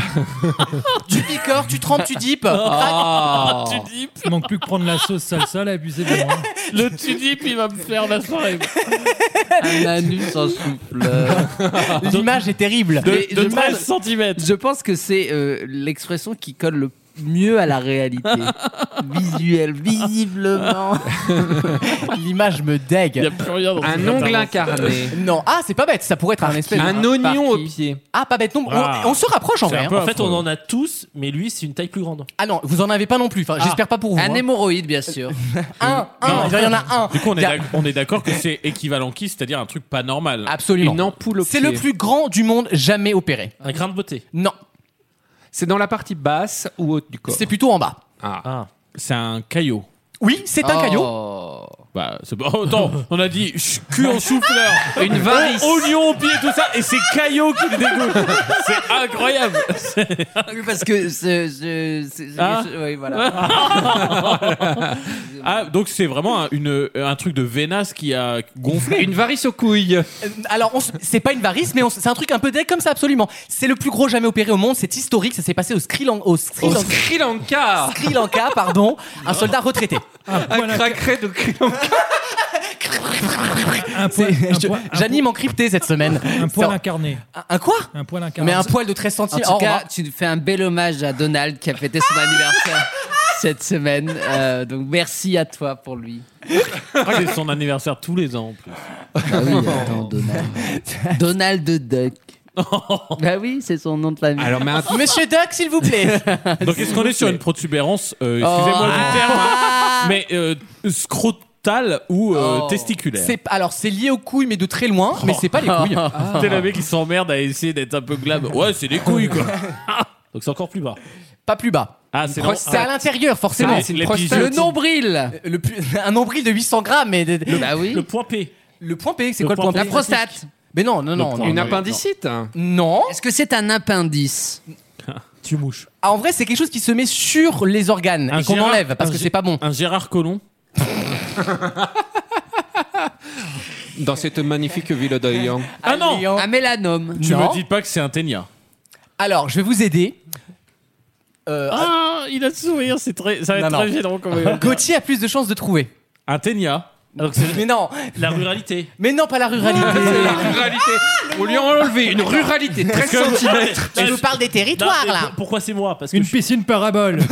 Speaker 2: tu picores, tu trempes, tu dipes.
Speaker 4: Oh.
Speaker 2: Crac.
Speaker 5: Il manque plus que prendre la sauce salsa, là, et puis c'est bon. hein.
Speaker 4: Le tudip, il va me faire la soirée.
Speaker 6: Un anus en souffleur.
Speaker 2: L'image est terrible.
Speaker 4: De-
Speaker 6: Mais
Speaker 4: de
Speaker 6: je pense-
Speaker 4: 13 centimètres.
Speaker 6: Je pense que c'est euh, l'expression qui colle le mieux à la réalité. Visuel, visiblement.
Speaker 2: L'image me dègue.
Speaker 6: Y a plus rien dans Un cette ongle intervention. incarné.
Speaker 2: Non, ah c'est pas bête, ça pourrait être un espèce
Speaker 7: Un
Speaker 2: de-
Speaker 7: oignon
Speaker 2: par
Speaker 7: au
Speaker 2: qui
Speaker 7: pied.
Speaker 2: Ah pas bête non, on- on, se rapproche en vrai. hein.
Speaker 7: En fait, on en a tous, mais lui, c'est une taille plus grande. Ah.
Speaker 2: Ah non, vous en avez pas non plus. Enfin, j'espère pas pour vous.
Speaker 6: Un
Speaker 2: hein.
Speaker 6: hémorroïde, bien sûr.
Speaker 2: un, un, il y en a un.
Speaker 4: Du coup, on est
Speaker 2: Il y a-
Speaker 4: d'ac- on est d'accord que c'est équivalent qui, c'est-à-dire un truc pas normal.
Speaker 2: Absolument. C'est le plus grand du monde jamais opéré.
Speaker 7: Un grain de beauté.
Speaker 2: Non.
Speaker 10: C'est dans la partie basse ou haute du corps
Speaker 2: C'est plutôt en bas.
Speaker 10: Ah.
Speaker 4: C'est un caillot.
Speaker 2: Oui, c'est un caillot.
Speaker 4: Bah, c'est pas- oh, attends, on a dit ch- cul en souffleur,
Speaker 10: Une varice.
Speaker 7: Oh,
Speaker 4: o- oignon au pied, tout ça, et c'est caillot qui les dégoûte. C'est incroyable.
Speaker 6: Oui, parce que ce, ce- ce-
Speaker 4: Ah.
Speaker 6: ce- oui, voilà.
Speaker 4: Ah, donc c'est vraiment un, une- un truc de vénasse qui a gonflé.
Speaker 10: Une varice aux couilles.
Speaker 2: Euh, Alors, on s- c'est pas une varice, mais on s- c'est un truc un peu deg comme ça, absolument. C'est le plus gros jamais opéré au monde, c'est historique, ça s'est passé au Sri Lanka. Au Sri
Speaker 10: Au
Speaker 2: Lanka.
Speaker 10: Sri Lanka.
Speaker 2: Sri Lanka, pardon, un soldat retraité.
Speaker 10: Un cracré de Sri Lanka.
Speaker 2: C'est- je- J'anime en crypté cette semaine.
Speaker 5: Un poil
Speaker 2: Ça-
Speaker 5: incarné.
Speaker 2: un quoi
Speaker 5: Un poil incarné.
Speaker 2: Mais un poil de Oh, 13
Speaker 6: En
Speaker 2: centimes.
Speaker 6: tout cas, tu fais un bel hommage à Donald qui a fêté son anniversaire cette semaine. Euh, donc merci à toi pour lui.
Speaker 4: Je crois que Ah, c'est son anniversaire tous les ans en plus.
Speaker 2: Ah
Speaker 10: Ah
Speaker 4: Ah
Speaker 6: Donald Duck. bah oui, c'est son nom de famille.
Speaker 4: Alors, mais un-
Speaker 2: Monsieur Duck, s'il vous plaît.
Speaker 4: Donc est-ce qu'on est sur une protubérance, euh, excusez-moi
Speaker 2: Oh.
Speaker 4: du terme, hein, mais euh, scrotale ou euh, testiculaire
Speaker 2: oh. C'est- alors, c'est lié aux couilles, mais de très loin, mais c'est pas les couilles.
Speaker 4: T'es le mec qui s'emmerde à essayer d'être un peu glab. Ouais, c'est des couilles quoi.
Speaker 7: Donc c'est encore plus bas.
Speaker 2: Pas plus bas.
Speaker 4: Ah, c'est
Speaker 2: Pro- C'est à l'intérieur, forcément.
Speaker 4: Ah, c'est une Les prostate.
Speaker 2: Le
Speaker 4: pigeons.
Speaker 2: nombril. Le pu- un nombril de 800 grammes. Mais de-
Speaker 6: bah oui.
Speaker 7: Le point P.
Speaker 2: Le point P, c'est
Speaker 7: Le
Speaker 2: quoi le point P
Speaker 6: La prostate.
Speaker 2: Mais non, non, non. non,
Speaker 10: Une
Speaker 2: non.
Speaker 10: appendicite. hein.
Speaker 2: Non.
Speaker 6: Est-ce que c'est un appendice
Speaker 7: Tu mouches.
Speaker 2: Ah, en vrai, c'est quelque chose qui se met sur les organes et qu'on
Speaker 4: Gérard-
Speaker 2: enlève parce
Speaker 4: un
Speaker 2: que
Speaker 4: Gé-
Speaker 2: c'est pas bon.
Speaker 4: Un Gérard Collomb
Speaker 10: Dans cette magnifique ville d'Orient.
Speaker 4: Ah non
Speaker 6: Un mélanome.
Speaker 4: Tu
Speaker 2: Non.
Speaker 4: me dis pas que c'est un ténia.
Speaker 2: Alors, je vais vous aider. Euh,
Speaker 4: Ah, il a le sourire, c'est très, ça va être
Speaker 2: Non,
Speaker 4: très
Speaker 2: non.
Speaker 4: gênant quand même.
Speaker 2: Gauthier a plus de chances de trouver.
Speaker 4: Un ténia.
Speaker 7: Donc c'est
Speaker 2: Mais non,
Speaker 7: la ruralité.
Speaker 2: mais non, pas la
Speaker 4: Ah,
Speaker 10: La
Speaker 2: ruralité.
Speaker 10: ruralité. On lui a enlevé une ruralité de 13 cm.
Speaker 2: Tu nous parles des territoires
Speaker 7: Non, mais
Speaker 2: là.
Speaker 7: pour- Pourquoi c'est moi Parce que
Speaker 5: Une
Speaker 7: je
Speaker 5: piscine parabole.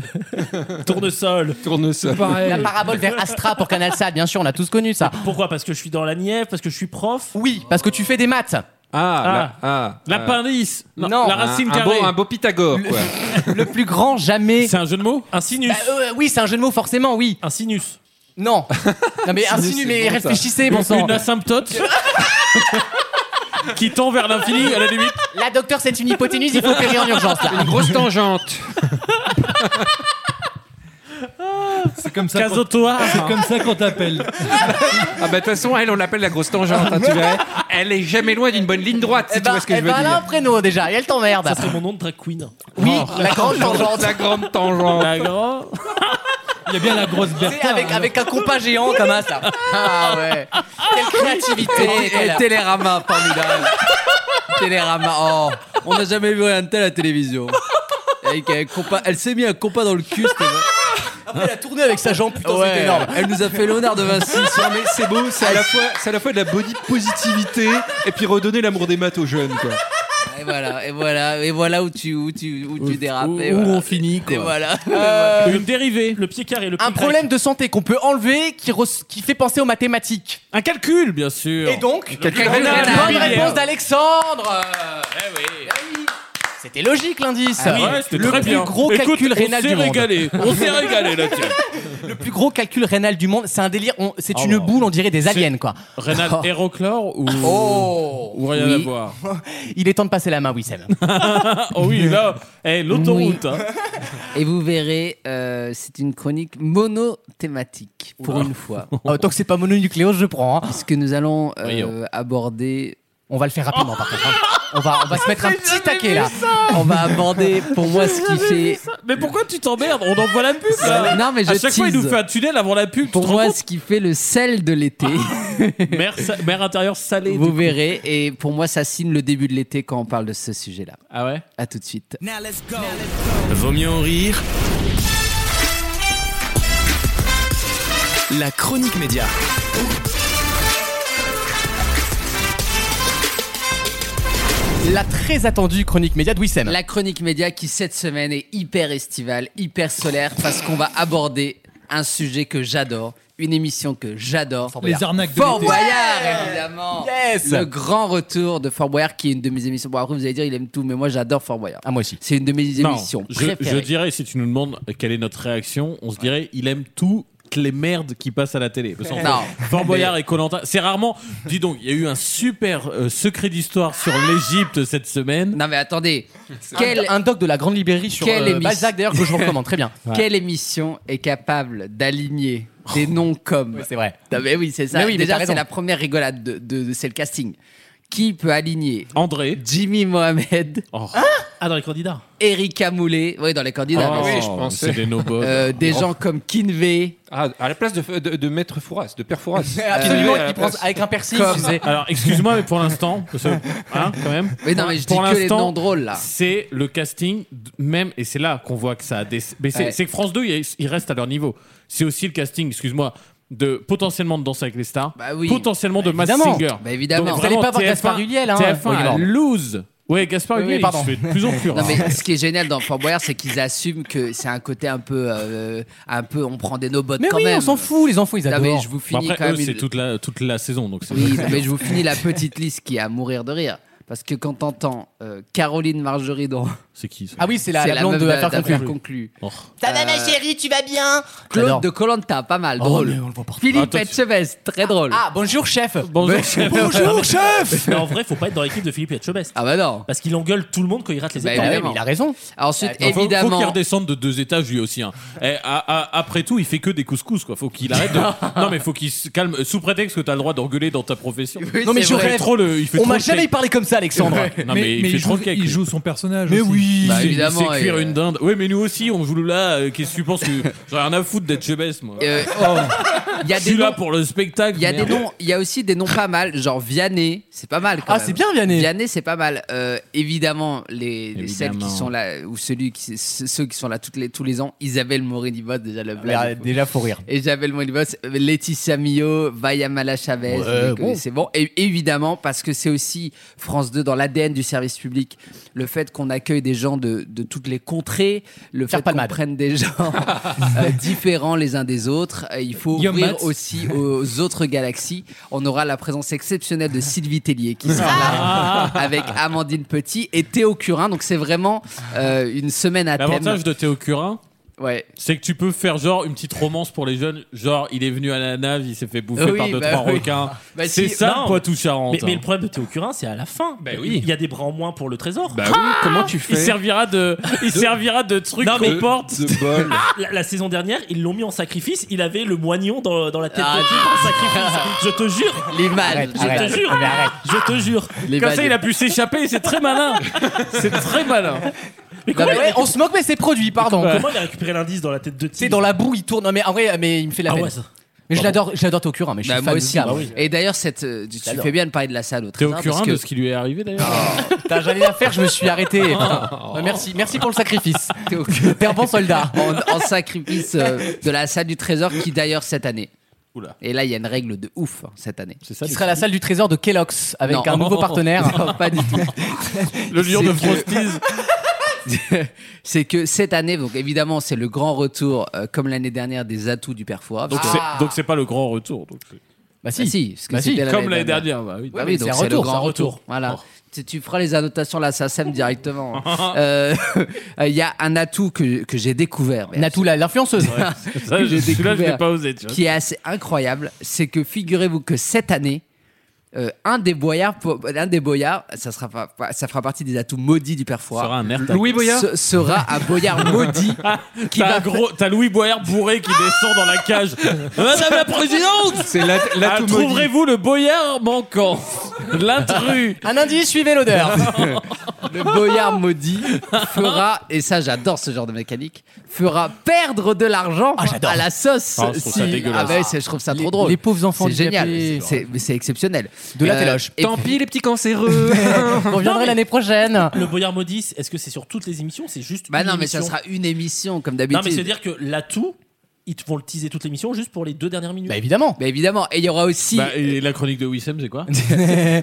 Speaker 7: suis tournesol.
Speaker 10: Tournesol.
Speaker 5: Pareil.
Speaker 2: La parabole vers Astra pour Canal Sat, bien sûr, on a tous connu ça.
Speaker 7: Pourquoi Parce que je suis dans la Nièvre, parce que je suis prof.
Speaker 2: Oui, parce que tu fais des maths.
Speaker 10: Ah, la- ah, euh,
Speaker 4: L'appendice. Non,
Speaker 2: Non.
Speaker 4: la
Speaker 10: un-
Speaker 4: racine
Speaker 10: un,
Speaker 4: carrée.
Speaker 10: beau, un beau Pythagore, quoi.
Speaker 2: Le plus grand jamais.
Speaker 4: C'est un jeu de mots
Speaker 7: Un sinus.
Speaker 2: Bah, euh, oui, c'est un jeu de mots, forcément, oui.
Speaker 7: Un sinus.
Speaker 2: Non. Non, mais insinue, mais réfléchissez, bon sang.
Speaker 4: Une asymptote qui tend vers l'infini à la limite.
Speaker 2: La docteur, c'est une hypoténuse, il faut opérer en urgence, là.
Speaker 10: Une grosse tangente.
Speaker 5: C'est comme ça. qu'on-
Speaker 4: Casotoa.
Speaker 5: C'est comme ça qu'on t'appelle.
Speaker 10: Ah bah de toute façon, elle, on l'appelle la grosse tangente, hein, tu verrais. Elle est jamais loin d'une bonne ligne droite, si
Speaker 2: Eh
Speaker 10: tu
Speaker 2: ben,
Speaker 10: vois ce que
Speaker 2: eh
Speaker 10: je veux
Speaker 2: ben, elle a un
Speaker 10: dire.
Speaker 2: prénom déjà, et elle t'emmerde.
Speaker 7: Ça serait mon nom de drag queen.
Speaker 2: Oui, la grande tangente.
Speaker 10: La grande tangente.
Speaker 4: La grande.
Speaker 5: Il y a bien la grosse
Speaker 2: Tu sais,
Speaker 5: Bertha.
Speaker 7: hein.
Speaker 2: avec, avec un compas géant comme ça, ça. Ah ouais. Quelle
Speaker 6: Oh.
Speaker 2: créativité.
Speaker 12: Et- et Télérama,
Speaker 2: formidable.
Speaker 12: Télérama, oh, on n'a jamais vu un tel à la télévision. Avec un compas- elle s'est mis un compas dans le cul, c'était vrai.
Speaker 2: Elle a tourné avec sa jambe, putain,
Speaker 12: Ouais,
Speaker 2: c'est énorme.
Speaker 12: Elle nous a fait Léonard de Vinci. sur- mais c'est beau, c'est à, la fois, c'est à la fois de la body positivité et puis redonner l'amour des maths aux jeunes. Quoi.
Speaker 6: Et voilà, et voilà, et voilà où tu, où tu, où tu dérapes.
Speaker 12: où-
Speaker 6: et
Speaker 12: où
Speaker 6: voilà.
Speaker 12: on finit, quoi.
Speaker 6: Et voilà.
Speaker 4: Euh,
Speaker 2: Une
Speaker 7: dérivée, le pied carré, le
Speaker 2: Un problème de santé qu'on peut enlever qui, res- qui fait penser aux mathématiques.
Speaker 4: Un calcul, bien sûr.
Speaker 2: Et donc,
Speaker 4: Le calcul rénal.
Speaker 2: bonne
Speaker 4: Biliaire.
Speaker 2: réponse d'Alexandre. Eh C'était logique l'indice.
Speaker 4: Eh Ah oui, Ouais, c'était
Speaker 2: le
Speaker 4: très
Speaker 2: plus
Speaker 4: bien.
Speaker 2: gros
Speaker 4: Écoute,
Speaker 2: calcul
Speaker 4: on
Speaker 2: rénal
Speaker 4: s'est
Speaker 2: du monde.
Speaker 4: régalé, on s'est régalé là-dessus.
Speaker 2: Le plus gros calcul rénal du monde, c'est un délire. on- C'est
Speaker 4: Ah
Speaker 2: une
Speaker 4: bah.
Speaker 2: boule, on dirait des aliens quoi.
Speaker 4: Rénal
Speaker 2: Oh.
Speaker 4: Héroclore ou,
Speaker 2: Oh.
Speaker 4: ou rien
Speaker 2: Oui.
Speaker 4: à voir
Speaker 2: Il est temps de passer la main, Wissem.
Speaker 4: Oh oui, là, eh, l'autoroute. hein.
Speaker 6: Et vous verrez, euh, c'est une chronique monothématique pour
Speaker 2: Oula.
Speaker 6: une fois. Ah,
Speaker 2: Oh, tant que c'est pas mononucléose, je prends.
Speaker 6: Parce que nous allons euh,
Speaker 2: Voyons.
Speaker 6: hein. aborder.
Speaker 2: On va le faire rapidement par contre. hein. On va, on
Speaker 12: Ah,
Speaker 2: va se mettre un petit taquet là.
Speaker 6: On va aborder pour moi ce qui fait.
Speaker 4: Mais pourquoi tu t'emmerdes On envoie la pub là.
Speaker 6: Non, mais je
Speaker 4: À chaque fois, il
Speaker 6: tease.
Speaker 4: nous fait un tunnel avant la pub.
Speaker 6: Pour moi, ce qui fait le sel de l'été.
Speaker 4: mer, sa- mer intérieure salée. du
Speaker 6: Vous
Speaker 4: coup.
Speaker 6: verrez. Et pour moi, ça signe le début de l'été quand on parle de ce sujet-là.
Speaker 4: Ah ouais
Speaker 6: À tout de suite.
Speaker 1: Vaut mieux en rire. La chronique média.
Speaker 2: La très attendue chronique média de Wissem.
Speaker 6: La chronique média qui cette semaine est hyper estivale, hyper solaire parce qu'on va aborder un sujet que j'adore, une émission que j'adore.
Speaker 5: Les arnaques de
Speaker 6: Fort
Speaker 5: l'été.
Speaker 6: Boyard, évidemment.
Speaker 2: Yes.
Speaker 6: Le grand retour de Fort Boyard qui est une de mes émissions. Bon après vous allez dire il aime tout, mais moi j'adore Fort Boyard.
Speaker 2: Ah moi aussi.
Speaker 6: C'est une de mes
Speaker 4: Non,
Speaker 6: émissions
Speaker 4: je,
Speaker 6: préférées.
Speaker 4: je dirais, si tu nous demandes quelle est notre réaction, on se dirait il aime toutes les merdes qui passent à la télé. Parce qu'en
Speaker 6: Non.
Speaker 4: fait, Fort Boyard et Colanta, c'est rarement. Dis donc, il y a eu un super euh, secret d'histoire sur l'Égypte cette semaine.
Speaker 6: Non mais attendez,
Speaker 2: Quel... Un doc de la Grande Librairie sur
Speaker 6: Quelle
Speaker 2: euh,
Speaker 6: émission-
Speaker 2: Balzac d'ailleurs que je vous recommande. Très bien.
Speaker 6: Quelle émission est capable d'aligner des noms comme
Speaker 2: Oh. C'est vrai.
Speaker 6: Non, mais oui, c'est ça.
Speaker 2: Mais oui, mais t'as
Speaker 6: Déjà,
Speaker 2: raison.
Speaker 6: c'est la première rigolade de, de- de- c'est le casting. Qui peut aligner
Speaker 4: André,
Speaker 6: Jimmy Mohamed,
Speaker 2: Oh.
Speaker 7: Ah, dans les candidats.
Speaker 6: Erika Moulet, oui, dans les candidats.
Speaker 10: Ah
Speaker 2: Oh,
Speaker 6: bien
Speaker 10: oui,
Speaker 6: sûr.
Speaker 10: je pensais.
Speaker 4: c'est des no-boss.
Speaker 6: Euh, des gens comme Kinvey.
Speaker 10: Ah, à la place de, de, de Maître Fouras, de Père Fouras.
Speaker 2: Absolument,
Speaker 10: Euh,
Speaker 2: il prend avec un persil.
Speaker 10: Comme-
Speaker 2: tu sais.
Speaker 4: Alors, excuse-moi, mais pour l'instant, parce que- hein, quand même.
Speaker 6: Mais non,
Speaker 4: Pour-
Speaker 6: mais je dis
Speaker 4: pour
Speaker 6: que les
Speaker 4: l'instant,
Speaker 6: noms drôles, là.
Speaker 4: C'est le casting d- même, et c'est là qu'on voit que ça a des. Mais c'est
Speaker 6: Ouais.
Speaker 4: c'est que France 2, ils ils restent à leur niveau. C'est aussi le casting, excuse-moi. De potentiellement de danser avec les stars,
Speaker 6: Bah oui.
Speaker 4: potentiellement de Mass
Speaker 2: évidemment.
Speaker 4: Singer.
Speaker 6: Bah évidemment.
Speaker 4: Donc
Speaker 6: Vous
Speaker 4: vraiment,
Speaker 2: allez pas voir
Speaker 4: TF1,
Speaker 2: Gaspard Ulliel, hein,
Speaker 4: TF1
Speaker 2: Olivier
Speaker 4: à
Speaker 2: Borne.
Speaker 4: lose. Ouais, Gaspard
Speaker 2: Oui,
Speaker 4: Ulliel, il
Speaker 2: pardon.
Speaker 4: se fait de plus en plus.
Speaker 6: Non
Speaker 4: rare.
Speaker 6: mais ce qui est génial dans Fort Boyard, c'est qu'ils assument que c'est un côté un peu, euh, un peu, on prend des no-bots
Speaker 2: Mais
Speaker 6: quand
Speaker 2: oui,
Speaker 6: même.
Speaker 2: on s'en fout, les enfants ils
Speaker 6: Non,
Speaker 2: adorent.
Speaker 6: mais je vous
Speaker 4: Bon,
Speaker 6: finis
Speaker 4: après,
Speaker 6: quand
Speaker 4: eux,
Speaker 6: même.
Speaker 4: c'est
Speaker 6: une-
Speaker 4: toute la, toute la saison, donc c'est
Speaker 6: Oui, non, mais je vous finis la petite liste qui est à mourir de rire. Parce que quand t'entends euh, Caroline Marjorie dans
Speaker 4: c'est qui ça
Speaker 2: Ah oui, c'est la,
Speaker 6: C'est
Speaker 2: la blonde
Speaker 6: meuf
Speaker 2: de l'affaire
Speaker 6: d'Affaires
Speaker 2: conclue.
Speaker 6: conclue.
Speaker 4: Oh.
Speaker 3: Ça va, Ah, ma chérie, tu vas bien
Speaker 6: Claude
Speaker 2: J'adore.
Speaker 6: de Colanta, pas mal,
Speaker 2: Oh,
Speaker 6: drôle.
Speaker 2: mais on le voit partout.
Speaker 6: Philippe
Speaker 4: Attends, Ah, tu-
Speaker 6: Etchebest, très drôle.
Speaker 2: Ah, bonjour chef.
Speaker 4: Bonjour, chef.
Speaker 2: Bonjour chef.
Speaker 7: Mais en vrai, faut pas être dans l'équipe de Philippe Etchebest.
Speaker 6: Ah bah non.
Speaker 7: Parce qu'il engueule tout le monde quand il rate les
Speaker 6: Bah,
Speaker 7: étoiles.
Speaker 4: Ah
Speaker 6: évidemment.
Speaker 2: Mais il a raison.
Speaker 6: Alors ensuite,
Speaker 4: Enfin, Bah, faut- Faut,
Speaker 6: évidemment.
Speaker 4: qu'il redescende de deux étages lui aussi. hein. Eh, a- a- après tout, il fait que des couscous quoi. Faut qu'il arrête. de- non mais faut qu'il se calme euh, sous prétexte que t'as le droit d'engueuler dans ta profession.
Speaker 6: Oui,
Speaker 2: Non mais
Speaker 6: c'est
Speaker 2: je
Speaker 6: vrai.
Speaker 4: Il fait
Speaker 2: rêve.
Speaker 4: trop le. Il fait Bah,
Speaker 2: On
Speaker 4: trop
Speaker 2: m'a
Speaker 4: le
Speaker 2: jamais
Speaker 4: cake.
Speaker 2: parlé comme ça, Alexandre.
Speaker 4: Non mais, il, fait
Speaker 5: joue,
Speaker 4: trop le cake.
Speaker 5: il
Speaker 4: lui.
Speaker 5: joue son personnage.
Speaker 2: Mais
Speaker 5: aussi.
Speaker 2: oui.
Speaker 6: Bah,
Speaker 4: Il sait-
Speaker 6: évidemment,
Speaker 4: il sait cuire
Speaker 6: et-
Speaker 4: une dinde. euh, Oui, mais nous aussi, on joue là. euh, Qu'est-ce que tu penses que j'ai rien à foutre d'être chebesse, moi. Oh.
Speaker 6: euh, Il y a
Speaker 4: je
Speaker 6: des
Speaker 4: suis là
Speaker 6: noms.
Speaker 4: pour le spectacle.
Speaker 6: Il y a des
Speaker 4: merde.
Speaker 6: noms. Il y a aussi des noms pas mal, genre Vianney, c'est pas mal. Quand
Speaker 2: Ah,
Speaker 6: même.
Speaker 2: c'est bien Vianney.
Speaker 6: Vianney, c'est pas mal. Euh, évidemment, les, les- celles
Speaker 4: Évidemment.
Speaker 6: qui sont là ou celui qui, ce- ceux qui sont là toutes les, tous les ans, Isabelle Morini-Bot déjà le
Speaker 2: Mais, euh,
Speaker 6: blague.
Speaker 2: Déjà faut rire.
Speaker 6: Isabelle Morini-Bot, Laetitia Mio, Vayamala Chavez,
Speaker 2: Ouais,
Speaker 6: vous les
Speaker 2: bon.
Speaker 6: connaissez, c'est bon. Et évidemment parce que c'est aussi France 2 dans l'ADN du service public, le fait qu'on accueille des gens de, de toutes les contrées, le
Speaker 2: Pierre
Speaker 6: fait qu'on
Speaker 2: Palmade.
Speaker 6: prenne des gens euh, différents les uns des autres, Euh, il faut
Speaker 5: Guillaume
Speaker 6: ouvrir
Speaker 5: Matz.
Speaker 6: aussi aux autres galaxies. On aura la présence exceptionnelle de Sylvie Tellier qui sera là
Speaker 2: Ah.
Speaker 6: avec Amandine Petit et Théo Curin. Donc c'est vraiment euh, une semaine à thème.
Speaker 4: L'avantage de Théo Curin,
Speaker 6: Ouais.
Speaker 4: c'est que tu peux faire genre une petite romance pour les jeunes. Genre, il est venu à la nave, il s'est fait bouffer
Speaker 6: Oui,
Speaker 4: par deux
Speaker 6: bah
Speaker 4: trois
Speaker 6: oui.
Speaker 4: requins.
Speaker 6: Bah
Speaker 4: c'est
Speaker 6: si,
Speaker 4: ça, hein.
Speaker 7: non.
Speaker 4: le Poitou-Charentes.
Speaker 7: Mais, mais le problème de Théo Curin, c'est à la fin.
Speaker 4: Bah
Speaker 7: Il-
Speaker 4: oui.
Speaker 7: Il y a des bras en moins pour le trésor.
Speaker 4: Bah oui, comment tu
Speaker 7: fais
Speaker 4: Il servira de, il servira de truc
Speaker 7: Non, mais-
Speaker 4: qu'on porte.
Speaker 12: De bol.
Speaker 7: Ah, La, la saison dernière, ils l'ont mis en sacrifice. Il avait le moignon dans, dans la tête
Speaker 6: Ah,
Speaker 7: de Dieu en sacrifice. Je te jure.
Speaker 6: L'image.
Speaker 7: Je te
Speaker 4: Ah,
Speaker 7: jure.
Speaker 2: Mais arrête.
Speaker 7: Je te jure.
Speaker 4: Comme ça, il a pu s'échapper. C'est très malin. c'est très malin.
Speaker 2: Non, mais on se moque, mais c'est produit, pardon.
Speaker 7: Comment il a récupéré l'indice dans la tête de Tim
Speaker 2: C'est dans la boue, il tourne. Non, mais en vrai, mais il me fait la
Speaker 7: Ah
Speaker 2: peine.
Speaker 7: ouais, ça-
Speaker 2: Mais je
Speaker 7: Pardon.
Speaker 2: l'adore, je l'adore Tokyo, mais je suis
Speaker 6: Bah,
Speaker 2: fan
Speaker 6: moi
Speaker 2: de
Speaker 6: aussi.
Speaker 4: Ah
Speaker 2: Gab.
Speaker 6: Et d'ailleurs, cette, euh, tu
Speaker 2: J'adore.
Speaker 6: fais bien de parler de la salle au
Speaker 2: T'es au
Speaker 6: trésor.
Speaker 2: curin
Speaker 6: parce que-
Speaker 2: de ce qui
Speaker 4: lui est arrivé d'ailleurs
Speaker 6: Ah,
Speaker 2: Putain, J'allais la faire, je me suis arrêté.
Speaker 4: Oh.
Speaker 2: Putain. Ouais, Bah, Merci, merci pour le sacrifice. T'es un bon soldat.
Speaker 6: En, en sacrifice euh, de la salle du trésor qui d'ailleurs cette année. Et là, il y a une règle de ouf hein, cette année. C'est ça.
Speaker 2: Qui sera la salle du trésor de Kellogg's avec
Speaker 6: Non.
Speaker 2: un nouveau partenaire.
Speaker 6: Non, pas du tout.
Speaker 2: Le lion de
Speaker 6: Frosties. c'est que cette année, donc évidemment, c'est le grand retour, euh, comme l'année dernière, des atouts du père Fouras.
Speaker 4: Donc c'est- donc c'est pas le grand retour. donc c'est-
Speaker 6: Bah si, parce que
Speaker 4: Bah si,
Speaker 6: c'était
Speaker 4: comme l'année dernière. bah oui.
Speaker 6: Bah oui, donc c'est le grand retour. Voilà.
Speaker 4: Oh.
Speaker 6: Tu, tu feras les annotations là, ça sème directement. Euh, euh, Il y a un atout que, que j'ai découvert. mais
Speaker 2: Natou, la- l'influenceuse.
Speaker 6: Ouais.
Speaker 4: Ça,
Speaker 6: que
Speaker 4: je-
Speaker 6: j'ai
Speaker 4: celui-là, je l'ai
Speaker 6: découvert,
Speaker 4: pas osé, tu vois.
Speaker 6: Qui est assez incroyable, c'est que figurez-vous que cette année, euh, un des boyards, po- un des boyards, ça sera pas- pas- ça fera partie des atouts maudits du père Fouras.
Speaker 4: Sera un air
Speaker 6: Louis
Speaker 4: tactique.
Speaker 6: Boyard se- sera un boyard maudit qui
Speaker 4: Ah, T'as
Speaker 6: va Ah,
Speaker 4: un gros- t'as Louis Boyard bourré qui descend dans la cage. Madame la présidente
Speaker 10: C'est la,
Speaker 4: Ah, Trouverez-vous le boyard manquant L'intrus
Speaker 2: Un indice, suivez l'odeur.
Speaker 6: le boyard maudit fera, et ça j'adore ce genre de mécanique, fera perdre de l'argent à la sauce.
Speaker 2: Ah, je trouve ça dégueulasse.
Speaker 6: Ah bah oui, c'est- je trouve ça trop
Speaker 2: Ah, Les-
Speaker 6: drôle.
Speaker 2: les pauvres enfants
Speaker 6: C'est génial.
Speaker 2: handicapés.
Speaker 6: C'est- C'est mais c'est exceptionnel. Euh,
Speaker 2: De la
Speaker 6: téloche
Speaker 2: téloche.
Speaker 7: Tant pis,
Speaker 6: les petits cancéreux.
Speaker 2: Vous reviendrez l'année prochaine.
Speaker 7: Le Boyard Maudit, est-ce que c'est sur toutes les émissions C'est juste.
Speaker 6: Bah
Speaker 7: une
Speaker 6: non, mais ça
Speaker 7: émission
Speaker 6: sera une émission comme d'habitude.
Speaker 7: Non, mais c'est-à-dire que l'atout, ils te vont le teaser toute l'émission juste pour les deux dernières minutes.
Speaker 2: évidemment.
Speaker 6: Bah évidemment. Et il y aura aussi
Speaker 4: Bah, et la chronique de Wissem, c'est quoi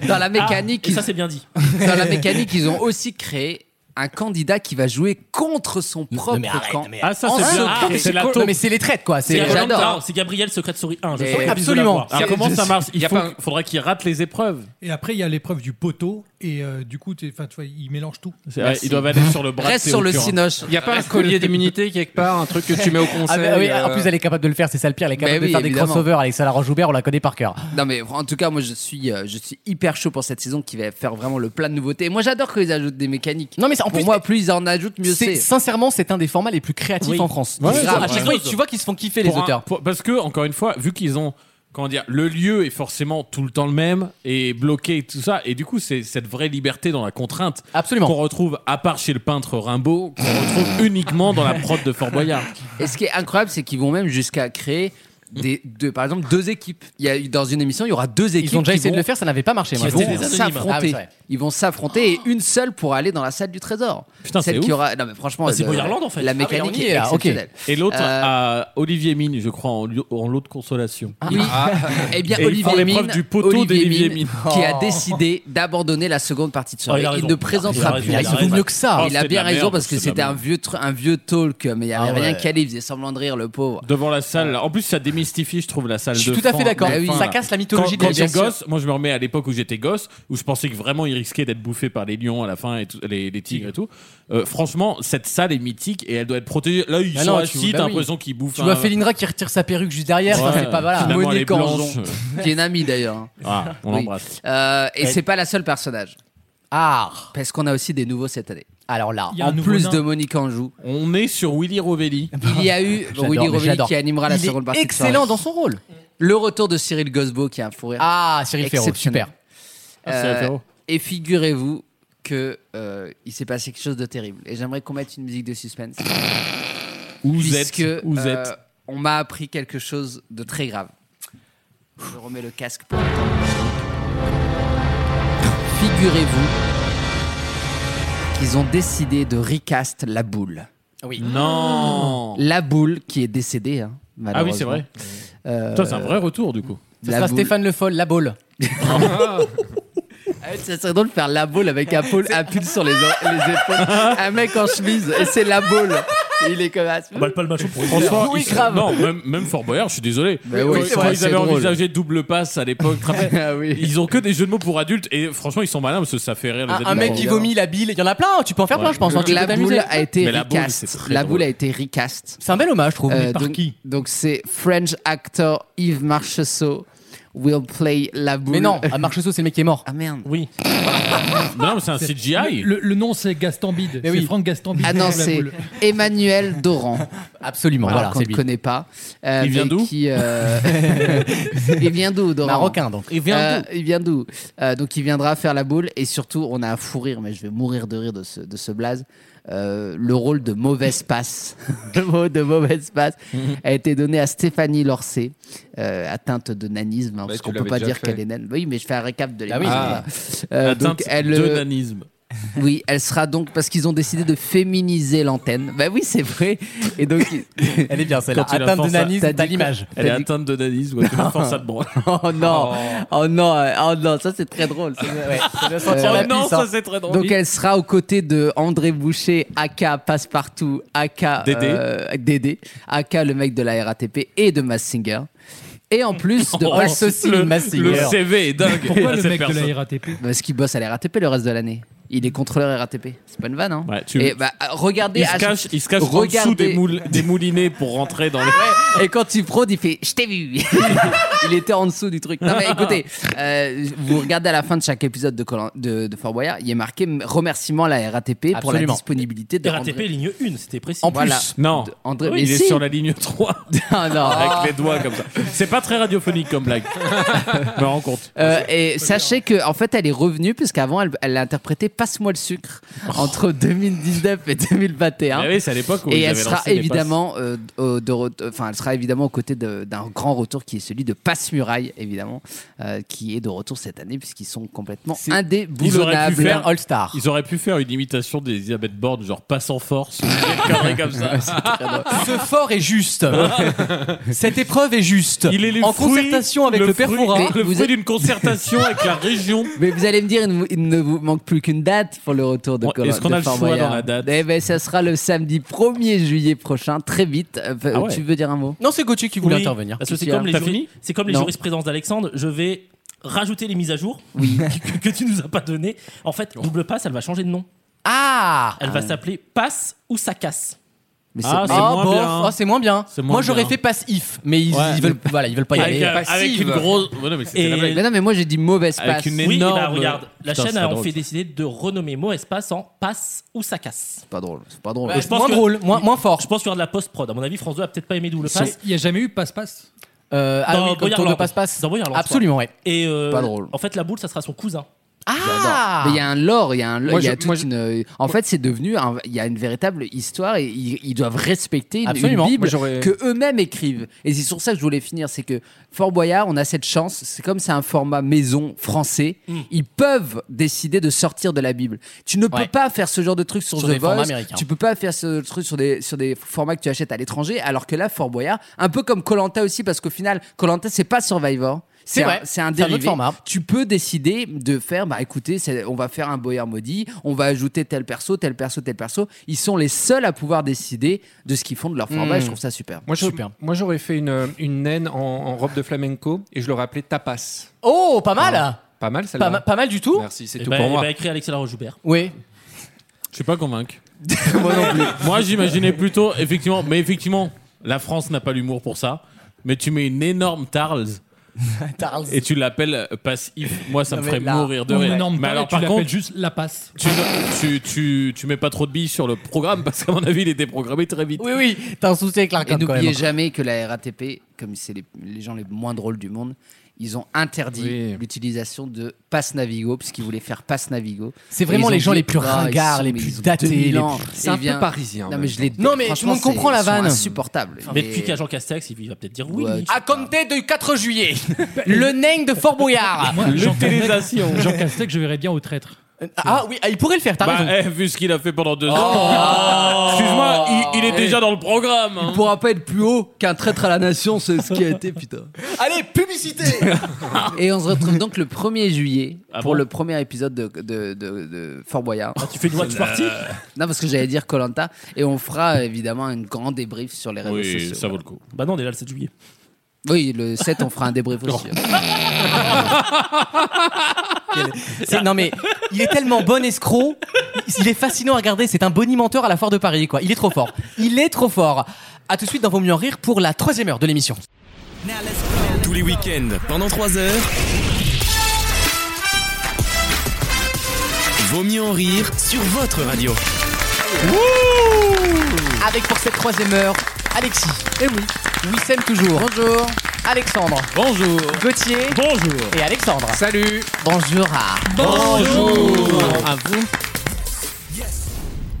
Speaker 6: dans la mécanique.
Speaker 7: Ah, et ça,
Speaker 6: ils-
Speaker 7: c'est bien dit.
Speaker 6: Dans la mécanique, ils ont aussi créé un candidat qui va jouer contre son propre camp.
Speaker 7: Ah, ça,
Speaker 6: en
Speaker 7: c'est bien.
Speaker 6: secret.
Speaker 7: Ah, c'est la taupe.
Speaker 2: Non, mais c'est les traites, quoi.
Speaker 7: C'est
Speaker 2: C'est
Speaker 7: Colanta, c'est Gabriel Secret Souris 1. Je
Speaker 2: Mais
Speaker 7: sais pas,
Speaker 2: absolument.
Speaker 7: je vais la voir. Alors,
Speaker 5: C'est-
Speaker 7: comment
Speaker 5: je-
Speaker 7: ça marche
Speaker 5: y
Speaker 7: Il
Speaker 5: a
Speaker 7: faut-
Speaker 5: pas un-
Speaker 4: faudra qu'il rate les épreuves.
Speaker 5: Et après, il y a l'épreuve du poteau, et euh, du coup, t'es- 'fin, tu vois, ils mélangent tout.
Speaker 4: C'est vrai, ils doivent aller sur le bras.
Speaker 6: Reste sur le cinoche.
Speaker 10: Il n'y a pas un collier d'immunité quelque part, un truc que tu mets au
Speaker 2: Ah,
Speaker 10: conseil
Speaker 2: bah oui,
Speaker 10: euh,
Speaker 2: En plus, elle est capable de le faire, c'est ça le pire. Elle est capable
Speaker 6: Mais
Speaker 2: de
Speaker 6: Bah oui,
Speaker 2: faire des
Speaker 6: évidemment.
Speaker 2: crossovers. Alexa Laroche-Joubert, on la connaît par cœur.
Speaker 6: Non mais en tout cas moi je suis euh, je suis hyper chaud pour cette saison qui va faire vraiment le plein de nouveautés. Moi j'adore qu'ils ajoutent des mécaniques.
Speaker 2: Non mais en
Speaker 6: pour
Speaker 2: plus-
Speaker 6: moi plus ils en ajoutent mieux
Speaker 2: C'est-
Speaker 6: c'est.
Speaker 2: Sincèrement, c'est un des formats les plus créatifs
Speaker 6: Oui.
Speaker 2: en France.
Speaker 6: Ouais,
Speaker 2: Ils
Speaker 6: c'est
Speaker 2: sont- à
Speaker 6: vrai.
Speaker 2: chaque fois, tu vois qu'ils se font kiffer les
Speaker 4: Pour un-
Speaker 2: auteurs.
Speaker 4: pour- parce que, encore une fois, vu qu'ils ont. Comment dire Le lieu est forcément tout le temps le même et bloqué et tout ça. Et du coup, c'est cette vraie liberté dans la contrainte
Speaker 2: Absolument.
Speaker 4: qu'on retrouve, à part chez le peintre Rimbaud, qu'on retrouve uniquement dans la prod de Fort Boyard.
Speaker 6: Et ce qui est incroyable c'est qu'ils vont même jusqu'à créer des deux par exemple deux équipes. Il y a dans une émission il y aura deux équipes.
Speaker 2: Ils ont déjà
Speaker 6: qui
Speaker 2: essayé de
Speaker 6: vont-
Speaker 2: le faire, ça n'avait pas marché.
Speaker 6: qui
Speaker 2: moi, je
Speaker 6: vont
Speaker 2: me souviens. Ah, oui,
Speaker 6: s'affronter.
Speaker 2: c'est vrai.
Speaker 6: Ils vont s'affronter et une seule pour aller dans la salle du trésor.
Speaker 4: Putain, c'est
Speaker 6: Celle qui
Speaker 4: ouf.
Speaker 6: aura. Non mais franchement.
Speaker 7: Bah, c'est
Speaker 6: le-
Speaker 7: Boyarland, en fait.
Speaker 6: La
Speaker 7: Ah, mais on
Speaker 6: mécanique
Speaker 7: y
Speaker 6: est,
Speaker 7: est, là, ok.
Speaker 6: exceptionnelle.
Speaker 4: Et l'autre
Speaker 6: Euh,
Speaker 4: à Olivier Mine, je crois, en, lieu- en lot de consolation.
Speaker 6: Oui.
Speaker 4: Ah.
Speaker 6: Eh bien,
Speaker 4: Et ils font
Speaker 6: Olivier
Speaker 4: l'épreuve
Speaker 6: Mine,
Speaker 4: du poteau
Speaker 6: Olivier
Speaker 4: d'Olivier
Speaker 6: Mine,
Speaker 4: Mine.
Speaker 6: qui a
Speaker 4: Oh.
Speaker 6: décidé d'abandonner la seconde partie de soirée.
Speaker 4: Oh, il a
Speaker 6: il,
Speaker 4: raison.
Speaker 6: ne
Speaker 4: Il a
Speaker 6: présentera
Speaker 4: raison,
Speaker 6: plus.
Speaker 4: il a raison.
Speaker 2: mieux que ça.
Speaker 4: Oh,
Speaker 6: il
Speaker 4: c'était
Speaker 6: a
Speaker 4: de
Speaker 6: bien
Speaker 4: la
Speaker 6: raison
Speaker 4: merde,
Speaker 6: parce
Speaker 4: c'était
Speaker 6: que
Speaker 4: de
Speaker 6: c'était
Speaker 4: la
Speaker 6: un vieux, tr- un vieux talk, mais il n'y avait
Speaker 4: Ah
Speaker 6: rien
Speaker 4: ouais.
Speaker 6: qu'à lui, il faisait semblant de rire, le pauvre.
Speaker 4: Devant la salle. En plus, ça démystifie, je trouve, la salle
Speaker 2: Je suis
Speaker 4: de
Speaker 2: tout à fait
Speaker 4: fin-
Speaker 2: d'accord.
Speaker 4: de
Speaker 2: Bah oui.
Speaker 4: fin,
Speaker 2: Ça
Speaker 4: là.
Speaker 2: casse la
Speaker 4: quand,
Speaker 2: mythologie de
Speaker 4: quand
Speaker 2: la
Speaker 4: j'étais
Speaker 2: bien sûr.
Speaker 4: gosse. Moi, je me remets à l'époque où j'étais gosse, où je pensais que vraiment il risquait d'être bouffé par les lions à la fin et tout- les, les tigres et tout. Euh, franchement, cette salle est mythique et elle doit être protégée. Là, ils
Speaker 2: Bah
Speaker 4: sont
Speaker 2: non, tu-
Speaker 4: assis,
Speaker 2: bah
Speaker 4: t'as
Speaker 2: oui.
Speaker 4: l'impression qu'ils bouffent.
Speaker 2: Tu vois
Speaker 4: un-
Speaker 2: Felindra qui retire sa perruque juste derrière, enfin,
Speaker 4: Ouais.
Speaker 2: c'est pas voilà.
Speaker 4: Finalement, elle est
Speaker 6: Monique Anjon,
Speaker 4: blanche.
Speaker 6: qui est une amie d'ailleurs.
Speaker 4: Ah, on
Speaker 6: Oui.
Speaker 4: l'embrasse.
Speaker 6: Euh, et
Speaker 4: Elle-
Speaker 6: c'est pas la seule personnage.
Speaker 2: Ah
Speaker 6: Parce qu'on a aussi des nouveaux cette année.
Speaker 2: Alors là,
Speaker 6: en plus de Monique Anjou,
Speaker 4: On est sur Willy Rovelli.
Speaker 2: Ah bah
Speaker 6: il y a eu
Speaker 4: Ah, J'adore,
Speaker 6: Willy
Speaker 4: mais
Speaker 6: Rovelli
Speaker 4: j'adore.
Speaker 6: qui animera la
Speaker 4: Il est
Speaker 6: seconde partie. de
Speaker 2: excellent
Speaker 6: soirée.
Speaker 2: dans son rôle.
Speaker 6: Le retour de Cyril Gosbo qui a un fou rire.
Speaker 2: Ah, Cyril Ferraud,
Speaker 6: Exceptionnel. Euh,
Speaker 2: super. Ah, Cyril Ferraud.
Speaker 6: et figurez-vous que euh, il s'est passé quelque chose de terrible. Et j'aimerais qu'on mette une musique de suspense.
Speaker 4: Vous
Speaker 6: Puisque,
Speaker 4: êtes. Vous
Speaker 6: euh,
Speaker 4: êtes.
Speaker 6: on m'a appris quelque chose de très grave. Je remets le casque pour Figurez-vous qu'ils ont décidé de recast la boule.
Speaker 2: Oui.
Speaker 4: Non.
Speaker 6: La boule qui est décédée. hein,
Speaker 4: Ah oui, c'est
Speaker 6: malheureusement.
Speaker 4: vrai.
Speaker 6: Euh,
Speaker 4: Putain, c'est un vrai retour du coup.
Speaker 2: Ça
Speaker 6: La
Speaker 2: sera
Speaker 6: boule.
Speaker 2: Stéphane Le Foll, la boule.
Speaker 6: Ah ouais, Ça serait drôle de faire la boule avec un, pôle, un pull sur les, o- les épaules. Un mec en chemise, et c'est la boule. Et Il est comme ça.
Speaker 7: Bah, le palmachon pour
Speaker 4: François,
Speaker 6: Oui,
Speaker 4: ils sont-
Speaker 6: grave.
Speaker 4: Non, même, même Fort Boyard, je suis désolé.
Speaker 2: Bah
Speaker 6: Mais
Speaker 4: quand
Speaker 6: oui,
Speaker 4: quand
Speaker 6: c'est vrai,
Speaker 4: ils
Speaker 6: c'est
Speaker 4: avaient
Speaker 6: drôle.
Speaker 4: envisagé double passe à l'époque, te rappelles
Speaker 6: Ah oui.
Speaker 4: ils ont que des jeux de mots pour adultes et franchement, ils sont malins parce que ça fait rire les
Speaker 2: Un, un
Speaker 4: adultes.
Speaker 2: mec qui vomit la bile, il y en a plein, tu peux en faire plein,
Speaker 4: Ouais.
Speaker 2: je pense. hein, tu peux
Speaker 6: la boule
Speaker 2: t'amuser.
Speaker 6: a été
Speaker 4: Mais la boule,
Speaker 6: recast.
Speaker 4: c'est très
Speaker 6: La
Speaker 4: drôle.
Speaker 6: boule a été recast.
Speaker 2: C'est un bel hommage, je trouve.
Speaker 6: Euh, donc, donc c'est French actor Yves Marcheseau will play la boule.
Speaker 2: Mais non, à Marcheseau, c'est le mec qui est mort.
Speaker 6: Ah merde.
Speaker 7: Oui.
Speaker 4: Non, mais c'est un CGI.
Speaker 5: Le, le nom, c'est Gastambide.
Speaker 2: Eh
Speaker 5: C'est Franck Gastambide.
Speaker 6: Ah non,
Speaker 5: qui joue la
Speaker 6: c'est
Speaker 5: boule.
Speaker 6: Emmanuel Doran.
Speaker 2: Absolument,
Speaker 6: Voilà,
Speaker 2: voilà,
Speaker 6: qu'on
Speaker 2: c'est
Speaker 6: ne
Speaker 2: lui.
Speaker 6: connaît pas. Euh,
Speaker 2: Il vient
Speaker 6: mais
Speaker 2: d'où
Speaker 6: qui, euh, Il vient d'où, Doran
Speaker 2: Marocain, donc.
Speaker 6: Il vient d'où Il vient d'où Euh, Donc il viendra faire la boule et surtout, on a à fou rire, mais je vais mourir de rire de ce, de ce blaze. euh, le rôle de mauvaise passe. le mot de mauvaise passe a été donné à Stéphanie Lorcé, euh, atteinte de nanisme, hein, parce
Speaker 10: Bah, tu
Speaker 6: qu'on peut
Speaker 10: l'avais
Speaker 6: pas
Speaker 10: déjà
Speaker 6: dire
Speaker 10: fait.
Speaker 6: qu'elle est naine. Oui, mais je fais un récap de
Speaker 10: Ah oui.
Speaker 6: l'émission.
Speaker 10: Ah.
Speaker 6: voilà. Euh,
Speaker 4: Atteinte de
Speaker 6: euh,
Speaker 4: nanisme.
Speaker 6: Oui, elle sera donc parce qu'ils ont décidé de féminiser l'antenne. Bah oui, c'est vrai. Et donc
Speaker 2: elle est bien
Speaker 4: Quand tu la forces à- Elle est atteinte de nanisme, ouais, tu la forces à te branler.
Speaker 6: Oh non, oh, non, oh non, ça c'est très drôle. Ça, ouais, ça doit sentir
Speaker 4: Oh
Speaker 6: la
Speaker 4: non,
Speaker 6: pisse,
Speaker 4: ça,
Speaker 6: hein.
Speaker 4: c'est très drôle.
Speaker 6: Donc elle sera aux côtés de André Boucher, aka Passepartout, aka
Speaker 4: Dédé.
Speaker 6: euh, Dédé, aka le mec de la RATP et de Massinger. Et en plus de
Speaker 4: Oh,
Speaker 6: Associé
Speaker 4: le-
Speaker 6: Massinger.
Speaker 4: le CV est dingue. Pourquoi le Cette mec de la personne.
Speaker 5: RATP
Speaker 6: Bah, Parce qu'il bosse à la RATP le reste de l'année. Il est contrôleur RATP. C'est pas une vanne, hein
Speaker 4: tu-
Speaker 6: Et bah, regardez,
Speaker 4: Il se
Speaker 6: à-
Speaker 4: cache, il se cache en dessous
Speaker 6: regardez-
Speaker 4: des, moules- des moulinets pour rentrer dans les.
Speaker 6: et quand il prône, il fait Je t'ai vu Il était en dessous du truc. Non, mais écoutez, euh, vous regardez à la fin de chaque épisode de, Colin- de, de Fort Boyard, il est marqué remerciement à la RATP pour la
Speaker 7: Absolument.
Speaker 6: disponibilité de
Speaker 7: RATP
Speaker 6: André-
Speaker 7: ligne 1, c'était précis.
Speaker 6: En plus,
Speaker 4: Non,
Speaker 6: de André-
Speaker 4: il
Speaker 6: mais
Speaker 4: est
Speaker 6: si.
Speaker 4: sur la ligne 3.
Speaker 6: Ah, non.
Speaker 4: Avec les doigts comme ça. C'est pas très radiophonique comme blague. Je me rends compte.
Speaker 6: Euh, et sachez que en fait elle est revenue puisqu'avant elle, elle a interprété Passe-moi le sucre entre 2019 et 2021.
Speaker 4: Mais oui, c'est à l'époque où
Speaker 6: et
Speaker 4: ils
Speaker 6: elle
Speaker 4: avaient
Speaker 6: sera
Speaker 4: lancé les
Speaker 6: évidemment euh, au- de re- enfin elle sera évidemment aux côtés de- d'un grand retour qui est celui de Passe Muraille évidemment euh, qui est de retour cette année puisqu'ils sont complètement
Speaker 4: Ils auraient pu
Speaker 6: indéboulonnables.
Speaker 4: faire Ils auraient pu faire une imitation d'Elisabeth Borne, genre passe en force, ou quelque connerie comme ça.
Speaker 2: Ce fort est juste. Cette épreuve est juste.
Speaker 4: Il est le
Speaker 2: en
Speaker 4: fruit-
Speaker 2: concertation avec le, père
Speaker 4: fruit-
Speaker 2: Fourat.
Speaker 4: Le fruit d'une concertation avec la région.
Speaker 6: Mais vous allez me dire, il ne, il ne vous manque plus qu'une date pour le retour de
Speaker 4: Bon,
Speaker 6: Colin.
Speaker 4: est-ce qu'on a
Speaker 6: de
Speaker 4: le
Speaker 6: Fort
Speaker 4: choix
Speaker 6: Boyard.
Speaker 4: dans la date
Speaker 6: Eh ben, ça sera le samedi 1er juillet prochain, très vite. Euh,
Speaker 7: Ah ouais.
Speaker 6: Tu veux dire un mot
Speaker 2: Non, c'est Gauthier qui
Speaker 7: Oui, Parce que c'est comme les, juri- c'est comme les
Speaker 6: euh, Non.
Speaker 7: jurisprudences d'Alexandre. Je vais rajouter les mises à jour que, que tu nous as pas données. En fait, double passe, elle va changer de nom.
Speaker 2: Ah
Speaker 7: Elle va s'appeler passe ou ça casse.
Speaker 2: Mais c'est- Ah, c'est Ah, moins bof. bien. Ah, c'est moins bien. C'est moins Moi, j'aurais bien. fait passe if, mais ils- ils veulent- voilà, ils veulent pas y Avec, aller. euh, avec une grosse-
Speaker 4: Voilà, mais c'était
Speaker 7: Et-
Speaker 4: la blague.
Speaker 6: Mais non, mais moi j'ai dit mauvaise passe.
Speaker 7: Oui, bah, regarde, la
Speaker 6: Putain,
Speaker 7: chaîne
Speaker 6: c'est
Speaker 7: a
Speaker 6: pas
Speaker 7: en fait
Speaker 6: drôle.
Speaker 7: décider de renommer mot espace en passe ou ça casse.
Speaker 6: C'est pas drôle, c'est pas drôle.
Speaker 7: Et
Speaker 2: moins
Speaker 7: Bah, que-
Speaker 2: drôle, moins, moins fort.
Speaker 7: Je pense qu'il y aura de la post-prod. À mon avis, France 2 a peut-être pas aimé double
Speaker 5: Sauf-
Speaker 7: passe.
Speaker 5: Il n'y a jamais eu passe-passe
Speaker 2: Euh, ah oui, comme
Speaker 7: Boyard
Speaker 2: tour de
Speaker 7: Land.
Speaker 2: passe-passe.
Speaker 7: Dans Boyard Land,
Speaker 2: Absolument,
Speaker 7: je
Speaker 2: ouais. Ah
Speaker 7: crois. Et euh,
Speaker 6: Pas drôle.
Speaker 7: En fait, la boule, ça sera son cousin.
Speaker 6: J'adore. Mais il y a un lore, il y a un lore,
Speaker 7: Moi,
Speaker 6: il y a
Speaker 7: je-
Speaker 6: toute une. euh, En fait, c'est devenu. un- Il y a une véritable histoire et ils, ils doivent respecter une,
Speaker 2: Absolument.
Speaker 6: une Bible
Speaker 2: Moi, j'aurais-
Speaker 6: que eux-mêmes écrivent. Et c'est sur ça que je voulais finir, c'est que Fort Boyard, on a cette chance. C'est comme c'est un format maison français,
Speaker 2: Hmm.
Speaker 6: ils peuvent décider de sortir de la Bible. Tu ne peux
Speaker 2: Ouais.
Speaker 6: pas faire ce genre de truc sur,
Speaker 2: Sur
Speaker 6: The
Speaker 2: des formats
Speaker 6: Voice,
Speaker 2: américains.
Speaker 6: Tu peux pas faire ce truc sur des sur des formats que tu achètes à l'étranger. Alors que là, Fort Boyard, un peu comme Colanta aussi, parce qu'au final, Colanta, c'est pas Survivor.
Speaker 2: C'est
Speaker 6: un-
Speaker 2: vrai.
Speaker 6: C'est un
Speaker 2: C'est un autre
Speaker 6: dérivé.
Speaker 2: format.
Speaker 6: Tu peux décider de faire, bah écoutez, c'est- on va faire un Boyard maudit, on va ajouter tel perso, tel perso, tel perso. Ils sont les seuls à pouvoir décider de ce qu'ils font de leur format.
Speaker 10: Mmh.
Speaker 2: Hmm.
Speaker 6: Je trouve ça super.
Speaker 10: Moi, je- moi, j'aurais fait une, une naine en, en robe de flamenco et je l'aurais appelée tapas.
Speaker 2: Oh, pas mal
Speaker 10: Pas mal, ça
Speaker 2: Pas ma- pas mal du tout.
Speaker 10: Merci, c'est
Speaker 7: Eh
Speaker 10: tout
Speaker 7: ben-
Speaker 10: pour
Speaker 7: eh
Speaker 10: moi.
Speaker 7: ben, écrit Alexis Laroche-Joubert.
Speaker 2: Oui.
Speaker 4: Je suis pas convaincu. Moi, j'imaginais plutôt, effectivement, mais effectivement, la France n'a pas l'humour pour ça. Mais tu mets une énorme tarles.
Speaker 2: Tarles.
Speaker 4: Et tu l'appelles passif. Moi, ça
Speaker 5: Non,
Speaker 4: me
Speaker 5: mais
Speaker 4: ferait
Speaker 5: là,
Speaker 4: mourir de
Speaker 5: on
Speaker 4: rire.
Speaker 5: énorme
Speaker 4: mais
Speaker 5: tarle,
Speaker 4: alors,
Speaker 5: tu
Speaker 4: par
Speaker 5: l'appelles
Speaker 4: contre,
Speaker 5: juste la passe.
Speaker 4: tu, tu, tu, tu mets pas trop de billes sur le programme parce qu'à mon avis, il était programmé très vite.
Speaker 2: Oui, oui, t'as un souci avec
Speaker 6: Et
Speaker 2: l'arcade quand
Speaker 6: n'oubliez
Speaker 2: même.
Speaker 6: jamais que la RATP, comme c'est les, les gens les moins drôles du monde, ils ont interdit l'utilisation de passe Navigo parce qu'ils voulaient faire passe Navigo.
Speaker 2: C'est
Speaker 6: Et
Speaker 2: vraiment
Speaker 6: ils
Speaker 2: les
Speaker 6: ont
Speaker 2: gens
Speaker 6: dit,
Speaker 2: les plus
Speaker 6: Ah, ils
Speaker 2: ringards,
Speaker 6: sont-
Speaker 2: les
Speaker 6: mais
Speaker 2: plus
Speaker 6: ils ont
Speaker 2: datés,
Speaker 6: 2000
Speaker 2: les
Speaker 6: ans.
Speaker 2: plus-
Speaker 6: Eh bien, Non, mais je les
Speaker 2: Non, mais tout le monde comprend la vanne.
Speaker 6: insupportable.
Speaker 7: Mais depuis qu'il y a Jean Castex, il va peut-être dire oui. lui.
Speaker 2: À compter du 4 juillet, le nain de Fort Boyard.
Speaker 5: Jean, Castex, je verrais bien au traître.
Speaker 2: Ah oui, ah, il pourrait le faire, t'as
Speaker 4: Bah,
Speaker 2: raison. Oh.
Speaker 4: eh, vu ce qu'il a fait pendant deux ans. Excuse-moi, il, il
Speaker 2: Eh.
Speaker 4: est déjà dans le programme. hein.
Speaker 6: Il pourra pas être plus haut qu'un traître à la nation, c'est ce qui a été, putain.
Speaker 2: Allez, publicité
Speaker 6: Et on se retrouve donc le 1er juillet
Speaker 2: Ah
Speaker 6: pour
Speaker 2: bon
Speaker 6: le premier épisode de, de- de- de Fort Boyard.
Speaker 7: tu fais une watch party
Speaker 6: Non, parce que j'allais dire Colanta. Et on fera évidemment un grand débrief sur les réseaux
Speaker 4: Oui,
Speaker 6: sociaux.
Speaker 4: ça vaut le coup.
Speaker 7: Bah non, on est là le 7 juillet.
Speaker 6: Oui, le 7, on fera un débrief aussi.
Speaker 2: C'est- Non mais il est tellement bon escroc, il est fascinant à regarder. C'est un bonimenteur à la foire de Paris, quoi. Il est trop fort. Il est trop fort. À tout de suite dans Vaut mieux en rire pour la troisième heure de l'émission.
Speaker 1: Tous les week-ends, pendant 3 heures. Vaut mieux en rire sur votre radio.
Speaker 2: Avec pour cette troisième heure, Alexis.
Speaker 5: Eh
Speaker 2: Et oui. Wissem toujours. Bonjour. Alexandre.
Speaker 4: Bonjour.
Speaker 2: Gauthier.
Speaker 4: Bonjour.
Speaker 2: Et Alexandre.
Speaker 10: Salut.
Speaker 2: Bonjour à.
Speaker 4: Bonjour.
Speaker 2: À vous.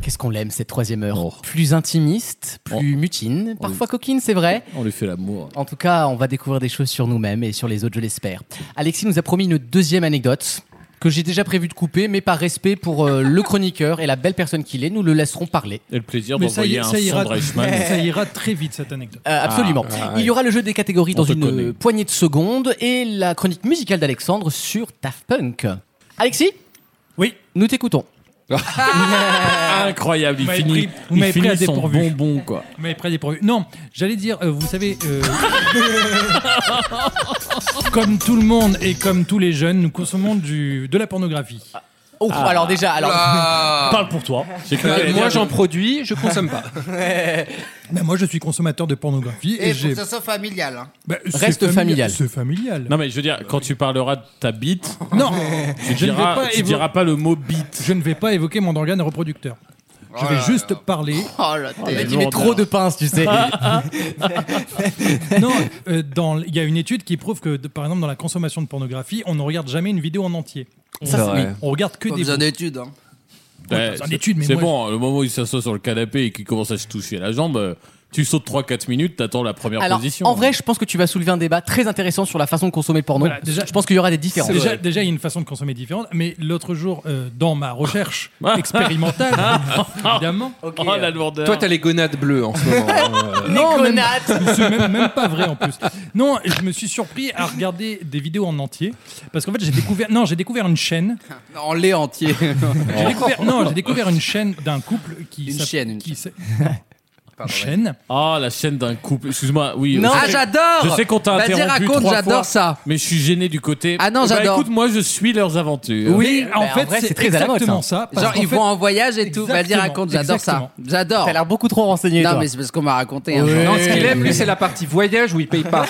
Speaker 2: Qu'est-ce qu'on l'aime cette troisième heure
Speaker 4: Oh.
Speaker 2: Plus intimiste, plus mutine, parfois coquine, c'est vrai.
Speaker 4: On lui fait l'amour.
Speaker 2: En tout cas, on va découvrir des choses sur nous-mêmes et sur les autres, je l'espère. Alexis nous a promis une deuxième anecdote que j'ai déjà prévu de couper, mais par respect pour euh, le chroniqueur et la belle personne qu'il est, nous le laisserons parler.
Speaker 4: Et le plaisir
Speaker 5: Mais ça, y-
Speaker 4: d'envoyer un
Speaker 5: ça ira, Eh.
Speaker 4: son Reichmann.
Speaker 5: ça ira très vite cette anecdote.
Speaker 2: Euh, absolument.
Speaker 4: Ah,
Speaker 2: Il y aura le jeu des catégories
Speaker 5: Ah, On
Speaker 2: dans
Speaker 5: se
Speaker 2: une
Speaker 5: connaît.
Speaker 2: poignée de secondes et la chronique musicale d'Alexandre sur Daft Punk. Alexis
Speaker 5: Oui.
Speaker 2: Nous t'écoutons.
Speaker 5: Ah.
Speaker 4: Incroyable, il
Speaker 5: Vous m'avez
Speaker 4: finit,
Speaker 5: pris- vous
Speaker 4: il
Speaker 5: m'avez pris
Speaker 4: finit
Speaker 5: à
Speaker 4: son
Speaker 5: dépourvu.
Speaker 4: bonbon, quoi.
Speaker 5: Mais près des pourvus. Non, j'allais dire, euh, vous savez, euh, comme tout le monde et comme tous les jeunes, nous consommons du, de la pornographie.
Speaker 2: Oh,
Speaker 5: Ah.
Speaker 2: alors déjà, alors. Euh,
Speaker 5: Là.
Speaker 7: Parle pour toi.
Speaker 5: Ah. J'ai cru que t'allais dire-
Speaker 10: Euh, produis, je consomme pas.
Speaker 5: Ben, moi, je suis consommateur de pornographie et,
Speaker 3: Et faut
Speaker 5: j'ai.
Speaker 3: que ça soit familial. hein.
Speaker 5: Ben, c'est famili- C'est familial.
Speaker 4: Non, mais je veux dire, quand tu parleras de ta bite,
Speaker 5: Non,
Speaker 4: tu diras, tu
Speaker 5: évo-
Speaker 4: diras pas le mot bite.
Speaker 5: Je ne vais pas évoquer mon organe reproducteur. Je vais juste parler.
Speaker 3: Oh là,
Speaker 2: Le mec, il met trop de pinces, tu sais.
Speaker 5: non, euh, dans l- il y a une étude qui prouve que, de- par exemple, dans la consommation de pornographie, on ne regarde jamais une vidéo en entier.
Speaker 4: Ça, C'est oui. vrai.
Speaker 5: On regarde que
Speaker 4: Pas
Speaker 5: des.
Speaker 4: besoin
Speaker 5: bouts.
Speaker 3: d'études, hein.
Speaker 5: Ouais,
Speaker 4: Ouais,
Speaker 5: pas besoin d'études, mais
Speaker 4: c'est
Speaker 5: moi,
Speaker 4: bon, le moment où il s'assoit sur le canapé et qu'il commence à se toucher la jambe, euh, tu sautes 3-4 minutes, t'attends la première
Speaker 2: Alors,
Speaker 4: position.
Speaker 5: hein.
Speaker 2: en vrai, je pense que tu vas soulever un débat très intéressant sur la façon de consommer le porno.
Speaker 5: Voilà, déjà-
Speaker 2: je pense qu'il y aura des différences.
Speaker 5: Déjà, déjà, il y a une façon de consommer différente, mais l'autre jour, euh, dans ma recherche expérimentale, évidemment.
Speaker 4: Ah. Oh, la lourdeur.
Speaker 10: Toi, t'as les gonades bleues en ce moment. Euh,
Speaker 5: Non, même,
Speaker 10: gonades.
Speaker 5: c'est même, même pas vrai en plus. Non, je me suis surpris à regarder des vidéos en entier parce qu'en fait j'ai découvert non j'ai découvert une chaîne.
Speaker 6: En lait entier.
Speaker 5: J'ai découvert- non j'ai découvert une chaîne d'un couple qui
Speaker 6: Une
Speaker 5: s'appelle-
Speaker 6: chaîne, une
Speaker 5: qui s'est- chaîne.
Speaker 4: Ah, la chaîne d'un couple. Excuse-moi, oui.
Speaker 5: Non.
Speaker 4: je
Speaker 5: Ah,
Speaker 4: sais-
Speaker 5: j'adore
Speaker 4: Je sais qu'on t'a
Speaker 5: Vas-y,
Speaker 4: interrompu
Speaker 5: raconte,
Speaker 4: trois
Speaker 5: j'adore
Speaker 4: fois,
Speaker 5: ça.
Speaker 4: Mais je suis gêné du côté.
Speaker 6: Ah non,
Speaker 4: Eh ben,
Speaker 6: j'adore.
Speaker 4: écoute, moi, je suis leurs aventures.
Speaker 6: Oui, en fait, c'est exactement ça.
Speaker 4: parce
Speaker 6: Genre,
Speaker 4: qu'en
Speaker 6: ils
Speaker 4: fait-
Speaker 6: vont en voyage et tout. Vas-y,
Speaker 4: Exactement,
Speaker 6: raconte, j'adore ça. J'adore.
Speaker 2: T'as l'air beaucoup trop renseigné.
Speaker 6: Non,
Speaker 2: toi.
Speaker 6: mais c'est parce qu'on m'a raconté. hein.
Speaker 2: Ouais.
Speaker 6: Non,
Speaker 10: Non, ce qu'il aime, lui, c'est la partie voyage où il paye pas.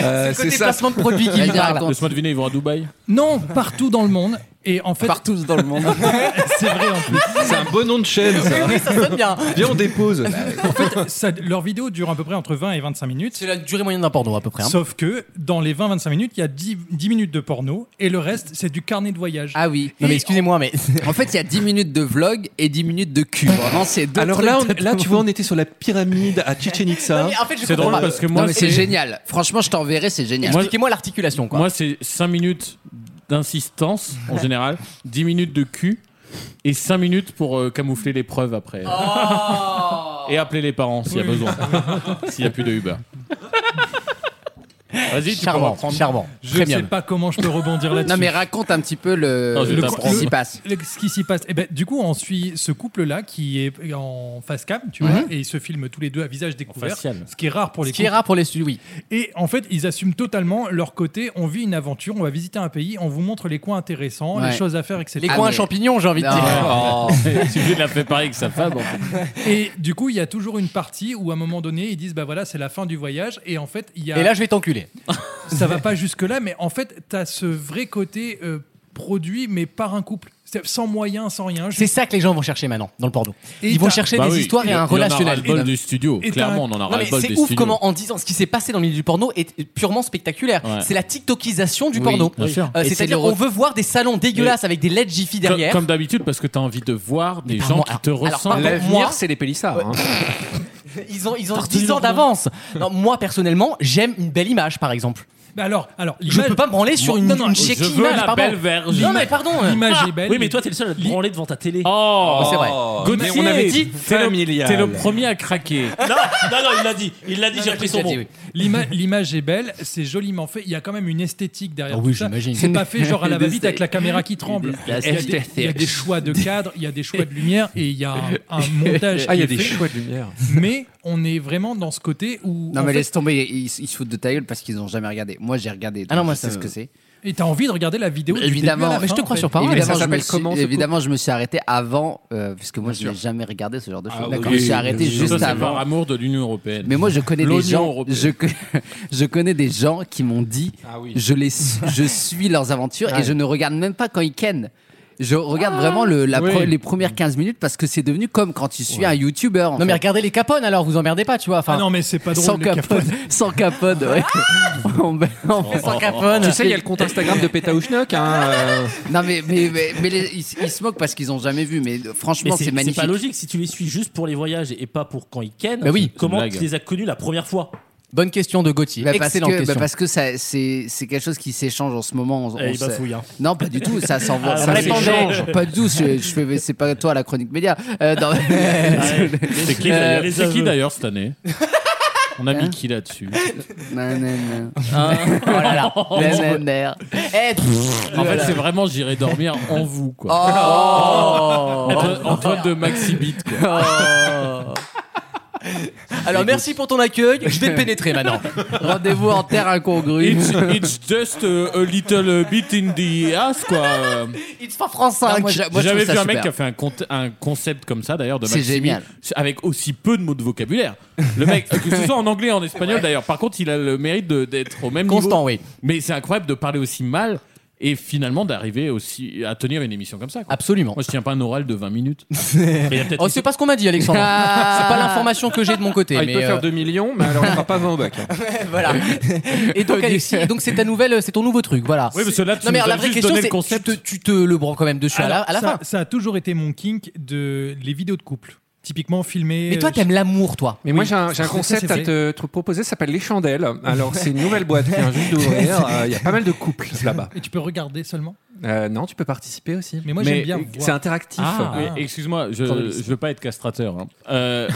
Speaker 10: Euh,
Speaker 6: C'est le côté placement de produits qui lui
Speaker 10: Vas-y,
Speaker 6: parle.
Speaker 10: raconte.
Speaker 4: Laisse-moi deviner, ils vont à Dubaï.
Speaker 5: Non, partout dans le monde. Et en fait.
Speaker 6: Partout dans le monde.
Speaker 5: c'est vrai en plus.
Speaker 10: C'est un bon nom de chaîne, ça.
Speaker 5: Oui, oui, ça sonne bien.
Speaker 10: hein.
Speaker 5: Bah,
Speaker 10: Viens, on dépose.
Speaker 5: En fait, ça- leurs vidéos durent à peu près entre 20 et 25 minutes. C'est
Speaker 2: la durée moyenne d'un porno à peu près. hein.
Speaker 5: Sauf que dans les 20-25 minutes, il y a 10, 10 minutes de porno et le reste, c'est du carnet de voyage.
Speaker 6: Ah oui.
Speaker 5: Non, mais
Speaker 2: excusez-moi, mais.
Speaker 6: En fait, il y a 10 minutes de vlog et 10 minutes de cul. Vraiment, c'est deux
Speaker 10: Alors
Speaker 6: trucs
Speaker 10: là, on-
Speaker 6: totalement-
Speaker 10: là, tu vois, on était sur la pyramide à Chichen Itza.
Speaker 6: Non, mais c'est génial. Franchement, je t'enverrai, c'est génial.
Speaker 2: Expliquez-moi l'articulation, quoi.
Speaker 4: Moi, c'est 5 minutes d'insistance, en général, 10 minutes de cul et 5 minutes pour euh, camoufler les preuves après.
Speaker 2: Oh.
Speaker 20: Oh.
Speaker 4: et appeler les parents s'il y a
Speaker 5: Oui.
Speaker 4: besoin. S'il n'y a plus de Uber. Vas-y, tu peux
Speaker 5: Charmant,
Speaker 4: reprendre.
Speaker 5: charmant. Je ne sais pas comment je peux rebondir là-dessus.
Speaker 6: Non, mais raconte un petit peu le,
Speaker 4: Non, je vais
Speaker 6: le-
Speaker 4: t'apprendre.
Speaker 6: ce qui s'y passe.
Speaker 5: Le- ce qui s'y passe. Et ben, du coup, on suit ce couple-là qui est en face cam, tu
Speaker 2: Mhm.
Speaker 5: vois, et ils se filment tous les deux à visage découvert.
Speaker 2: facial.
Speaker 5: Ce qui est rare pour les
Speaker 2: Ce qui est
Speaker 5: couples.
Speaker 2: rare pour les studios, oui.
Speaker 5: Et en fait, ils assument totalement leur côté. On vit une aventure, on va visiter un pays, on vous montre les coins intéressants,
Speaker 2: Ouais.
Speaker 5: les choses à faire, etc.
Speaker 2: Les
Speaker 6: Ah,
Speaker 2: coins à champignons, j'ai envie de
Speaker 4: Oh,
Speaker 2: dire.
Speaker 4: tu veux la préparer avec sa femme en fait.
Speaker 5: Et du coup, il y a toujours une partie où, à un moment donné, ils disent Bah voilà, c'est la fin du voyage. Et en fait, il y a.
Speaker 2: Et là, je vais t'enculer.
Speaker 5: ça va pas jusque là, mais en fait, t'as ce vrai côté euh, produit, mais par un couple, C'est- sans moyens, sans rien.
Speaker 2: C'est ça que les gens vont chercher maintenant dans le porno.
Speaker 5: Et
Speaker 2: Ils vont
Speaker 5: t'as-
Speaker 2: chercher
Speaker 5: Bah
Speaker 2: des
Speaker 5: oui,
Speaker 2: histoires
Speaker 5: il
Speaker 2: et
Speaker 5: y en
Speaker 2: un
Speaker 5: a
Speaker 2: relationnel.
Speaker 5: ras-le-bol
Speaker 2: Et-
Speaker 5: du
Speaker 4: studio,
Speaker 2: et
Speaker 4: clairement,
Speaker 2: t'as-
Speaker 4: on en a
Speaker 2: Non, mais
Speaker 4: ras-le-bol
Speaker 2: C'est
Speaker 4: des
Speaker 2: ouf
Speaker 4: studios.
Speaker 2: comment en disant ce qui s'est passé dans le milieu du porno est purement spectaculaire.
Speaker 4: Ouais.
Speaker 2: C'est la TikTokisation du
Speaker 4: Oui,
Speaker 2: porno.
Speaker 4: bien sûr.
Speaker 2: Euh,
Speaker 4: Et c'est
Speaker 2: C'est-à-dire
Speaker 4: le re-
Speaker 2: on veut voir des salons dégueulasses avec des LED Jiffy
Speaker 4: Comme-
Speaker 2: derrière.
Speaker 4: Comme, d'habitude, parce que t'as envie de voir des gens
Speaker 2: pardon,
Speaker 4: qui te
Speaker 2: alors- alors,
Speaker 4: ressemblent.
Speaker 2: pardon, L'avenir, moi- c'est hein.
Speaker 10: les pélissards.
Speaker 2: Ils ont, ils ont
Speaker 4: hein. Partout
Speaker 2: 10 ans
Speaker 4: dans le monde.
Speaker 2: d'avance. Non, Moi, personnellement, j'aime une belle image, par exemple.
Speaker 5: Mais alors, alors
Speaker 2: Je peux pas me branler sur une, une shaky image, Ah, pardon. Non, mais pardon.
Speaker 5: L'image est belle.
Speaker 7: Ah, Oui, mais toi, t'es le seul à te branler devant ta télé.
Speaker 4: Oh,
Speaker 7: c'est vrai.
Speaker 4: Gauthier,
Speaker 7: Mais on avait dit
Speaker 4: t'es le,
Speaker 7: familial.
Speaker 4: t'es le premier à craquer.
Speaker 7: Non, non, non, il l'a dit. Il l'a dit, j'ai repris son mot.
Speaker 5: L'ima- L'image est belle, c'est joliment fait. Il y a quand même une esthétique derrière
Speaker 2: Ah oui,
Speaker 5: tout ça.
Speaker 2: j'imagine.
Speaker 5: C'est pas fait genre à la
Speaker 2: Des
Speaker 5: va-vite avec la
Speaker 2: esthé-
Speaker 5: caméra qui tremble.
Speaker 2: des
Speaker 5: Il y, a des,
Speaker 2: esthétiques.
Speaker 5: il y a des choix de cadre, il y a des choix de lumière et il y a un, un montage.
Speaker 10: Ah, il y a
Speaker 5: qui est
Speaker 10: des
Speaker 5: fait.
Speaker 10: choix de lumière.
Speaker 5: Mais on est vraiment dans ce côté où.
Speaker 6: Non,
Speaker 5: en
Speaker 6: mais
Speaker 5: fait,
Speaker 6: laisse tomber, ils, ils se foutent de ta gueule parce qu'ils n'ont jamais regardé. Moi, j'ai regardé.
Speaker 5: Ah non,
Speaker 6: donc
Speaker 5: moi,
Speaker 6: je sais
Speaker 5: ça
Speaker 6: ce
Speaker 5: me-
Speaker 6: que c'est.
Speaker 5: Et t'as envie de regarder la vidéo du début à
Speaker 6: Évidemment,
Speaker 5: la fin, en fait.
Speaker 6: Évidemment, je me suis- Évidemment, je me suis arrêté avant, euh, parce que moi, je n'ai jamais regardé ce genre
Speaker 5: Ah
Speaker 4: Ah,
Speaker 6: de choses. D'accord, je me suis arrêté juste avant.
Speaker 4: Par amour de l'Union Européenne.
Speaker 6: Mais moi, je connais des
Speaker 4: L'Union
Speaker 6: gens.
Speaker 4: Européenne.
Speaker 6: Je, co- je connais des gens qui m'ont dit,
Speaker 4: Ah oui.
Speaker 6: je les, su- je suis leurs aventures
Speaker 4: Ouais.
Speaker 6: et je ne regarde même pas quand ils kennent. Je regarde vraiment le- la
Speaker 2: Oui.
Speaker 6: pre- les premières 15 minutes parce que c'est devenu comme quand tu suis un YouTuber. en
Speaker 2: Non mais
Speaker 6: fait.
Speaker 2: regardez les capones alors, vous emmerdez pas, tu vois. Enfin,
Speaker 6: Ah non, mais c'est pas drôle, Sans les Capone. Capone.
Speaker 2: Sans capone, ouais. on, on fait sans capone.
Speaker 10: Tu sais, il y a le compte Instagram de Pétaouchnock. Hein, euh.
Speaker 6: Non mais, mais, mais, mais les- ils, ils se moquent parce qu'ils ont jamais vu. Mais euh,
Speaker 7: Mais
Speaker 6: franchement, c'est magnifique.
Speaker 7: pas logique si tu les suis juste pour les voyages et pas pour quand ils ken.
Speaker 6: Bah oui. C'est
Speaker 7: comment
Speaker 6: une blague.
Speaker 7: tu les as connus la première fois
Speaker 2: Bonne question de Gauthier.
Speaker 6: Bah, parce
Speaker 2: Excellente
Speaker 6: que, bah,
Speaker 2: question.
Speaker 6: parce que ça, c'est, c'est quelque chose qui s'échange en ce moment. On-
Speaker 7: Eh,
Speaker 6: on
Speaker 7: il
Speaker 6: se-
Speaker 7: bafouille, hein.
Speaker 6: Non, pas du tout. Ça s'en
Speaker 7: Ah,
Speaker 6: ça
Speaker 7: répondez.
Speaker 6: s'échange. Pas du tout. Je, je fais, c'est pas toi la chronique média. Euh, non.
Speaker 4: C'est qui
Speaker 6: Euh,
Speaker 4: d'ailleurs- c'est qui d'ailleurs cette année On a mis qui là-dessus
Speaker 6: Hein Non, non, non.
Speaker 7: Ah.
Speaker 4: Hein
Speaker 6: Oh là là.
Speaker 4: Oh.
Speaker 6: Non, non, non. Eh,
Speaker 4: En fait,
Speaker 6: voilà.
Speaker 4: c'est vraiment j'irai dormir en vous quoi. Oh,
Speaker 2: Oh.
Speaker 4: Antoine- Antoine de Maxibit quoi.
Speaker 2: Alors Ah, merci pour ton accueil, je vais te pénétrer maintenant.
Speaker 6: Rendez-vous en terre incongrue.
Speaker 4: It's, it's just a, a little bit in the ass quoi.
Speaker 2: It's for France 5.
Speaker 4: Ah, J'ai jamais vu un mec qui a fait un, conte- un concept comme ça d'ailleurs de
Speaker 6: C'est
Speaker 4: Maximi,
Speaker 6: génial.
Speaker 4: avec aussi peu de mots de vocabulaire. Le mec, que ce soit en anglais, en espagnol d'ailleurs. Par contre, il a le mérite de- d'être au même niveau.
Speaker 2: Constant,
Speaker 4: oui. Mais c'est incroyable de parler aussi mal et finalement d'arriver aussi à tenir une émission comme ça.
Speaker 2: Absolument.
Speaker 4: Moi, je tiens pas un oral de 20 minutes.
Speaker 2: Oh, c'est pas ce qu'on m'a dit, Alexandre.
Speaker 4: Ah.
Speaker 2: C'est pas l'information que j'ai de mon côté.
Speaker 10: Ah, il
Speaker 2: mais
Speaker 10: peut
Speaker 2: euh,
Speaker 10: faire 2 millions, mais alors il fera pas 20 au bac.
Speaker 2: voilà. Et donc Alexis, et donc c'est ta nouvelle, c'est ton nouveau truc, voilà.
Speaker 10: Oui, parce que là, tu
Speaker 2: non, mais
Speaker 10: nous as
Speaker 2: la vraie
Speaker 10: juste
Speaker 2: question,
Speaker 10: donné le
Speaker 2: c'est tu te, tu te le branles quand même dessus à la,
Speaker 5: Alors,
Speaker 2: à la
Speaker 5: ça,
Speaker 2: fin.
Speaker 5: ça a toujours été mon kink de les vidéos de couple. Typiquement filmées.
Speaker 2: Mais toi,
Speaker 5: euh,
Speaker 2: t'aimes l'amour, toi.
Speaker 10: Mais moi, j'ai un, j'ai un concept à te, te proposer, ça s'appelle Les Chandelles. Alors, c'est une nouvelle boîte qui vient juste d'ouvrir. Euh, Il y a pas mal de couples là-bas.
Speaker 5: Et tu peux regarder seulement.
Speaker 10: Euh, non, tu peux participer aussi.
Speaker 5: Mais moi, j'aime bien voir.
Speaker 10: C'est interactif.
Speaker 4: Ah, mais excuse-moi, je, je veux pas être castrateur. hein. Euh,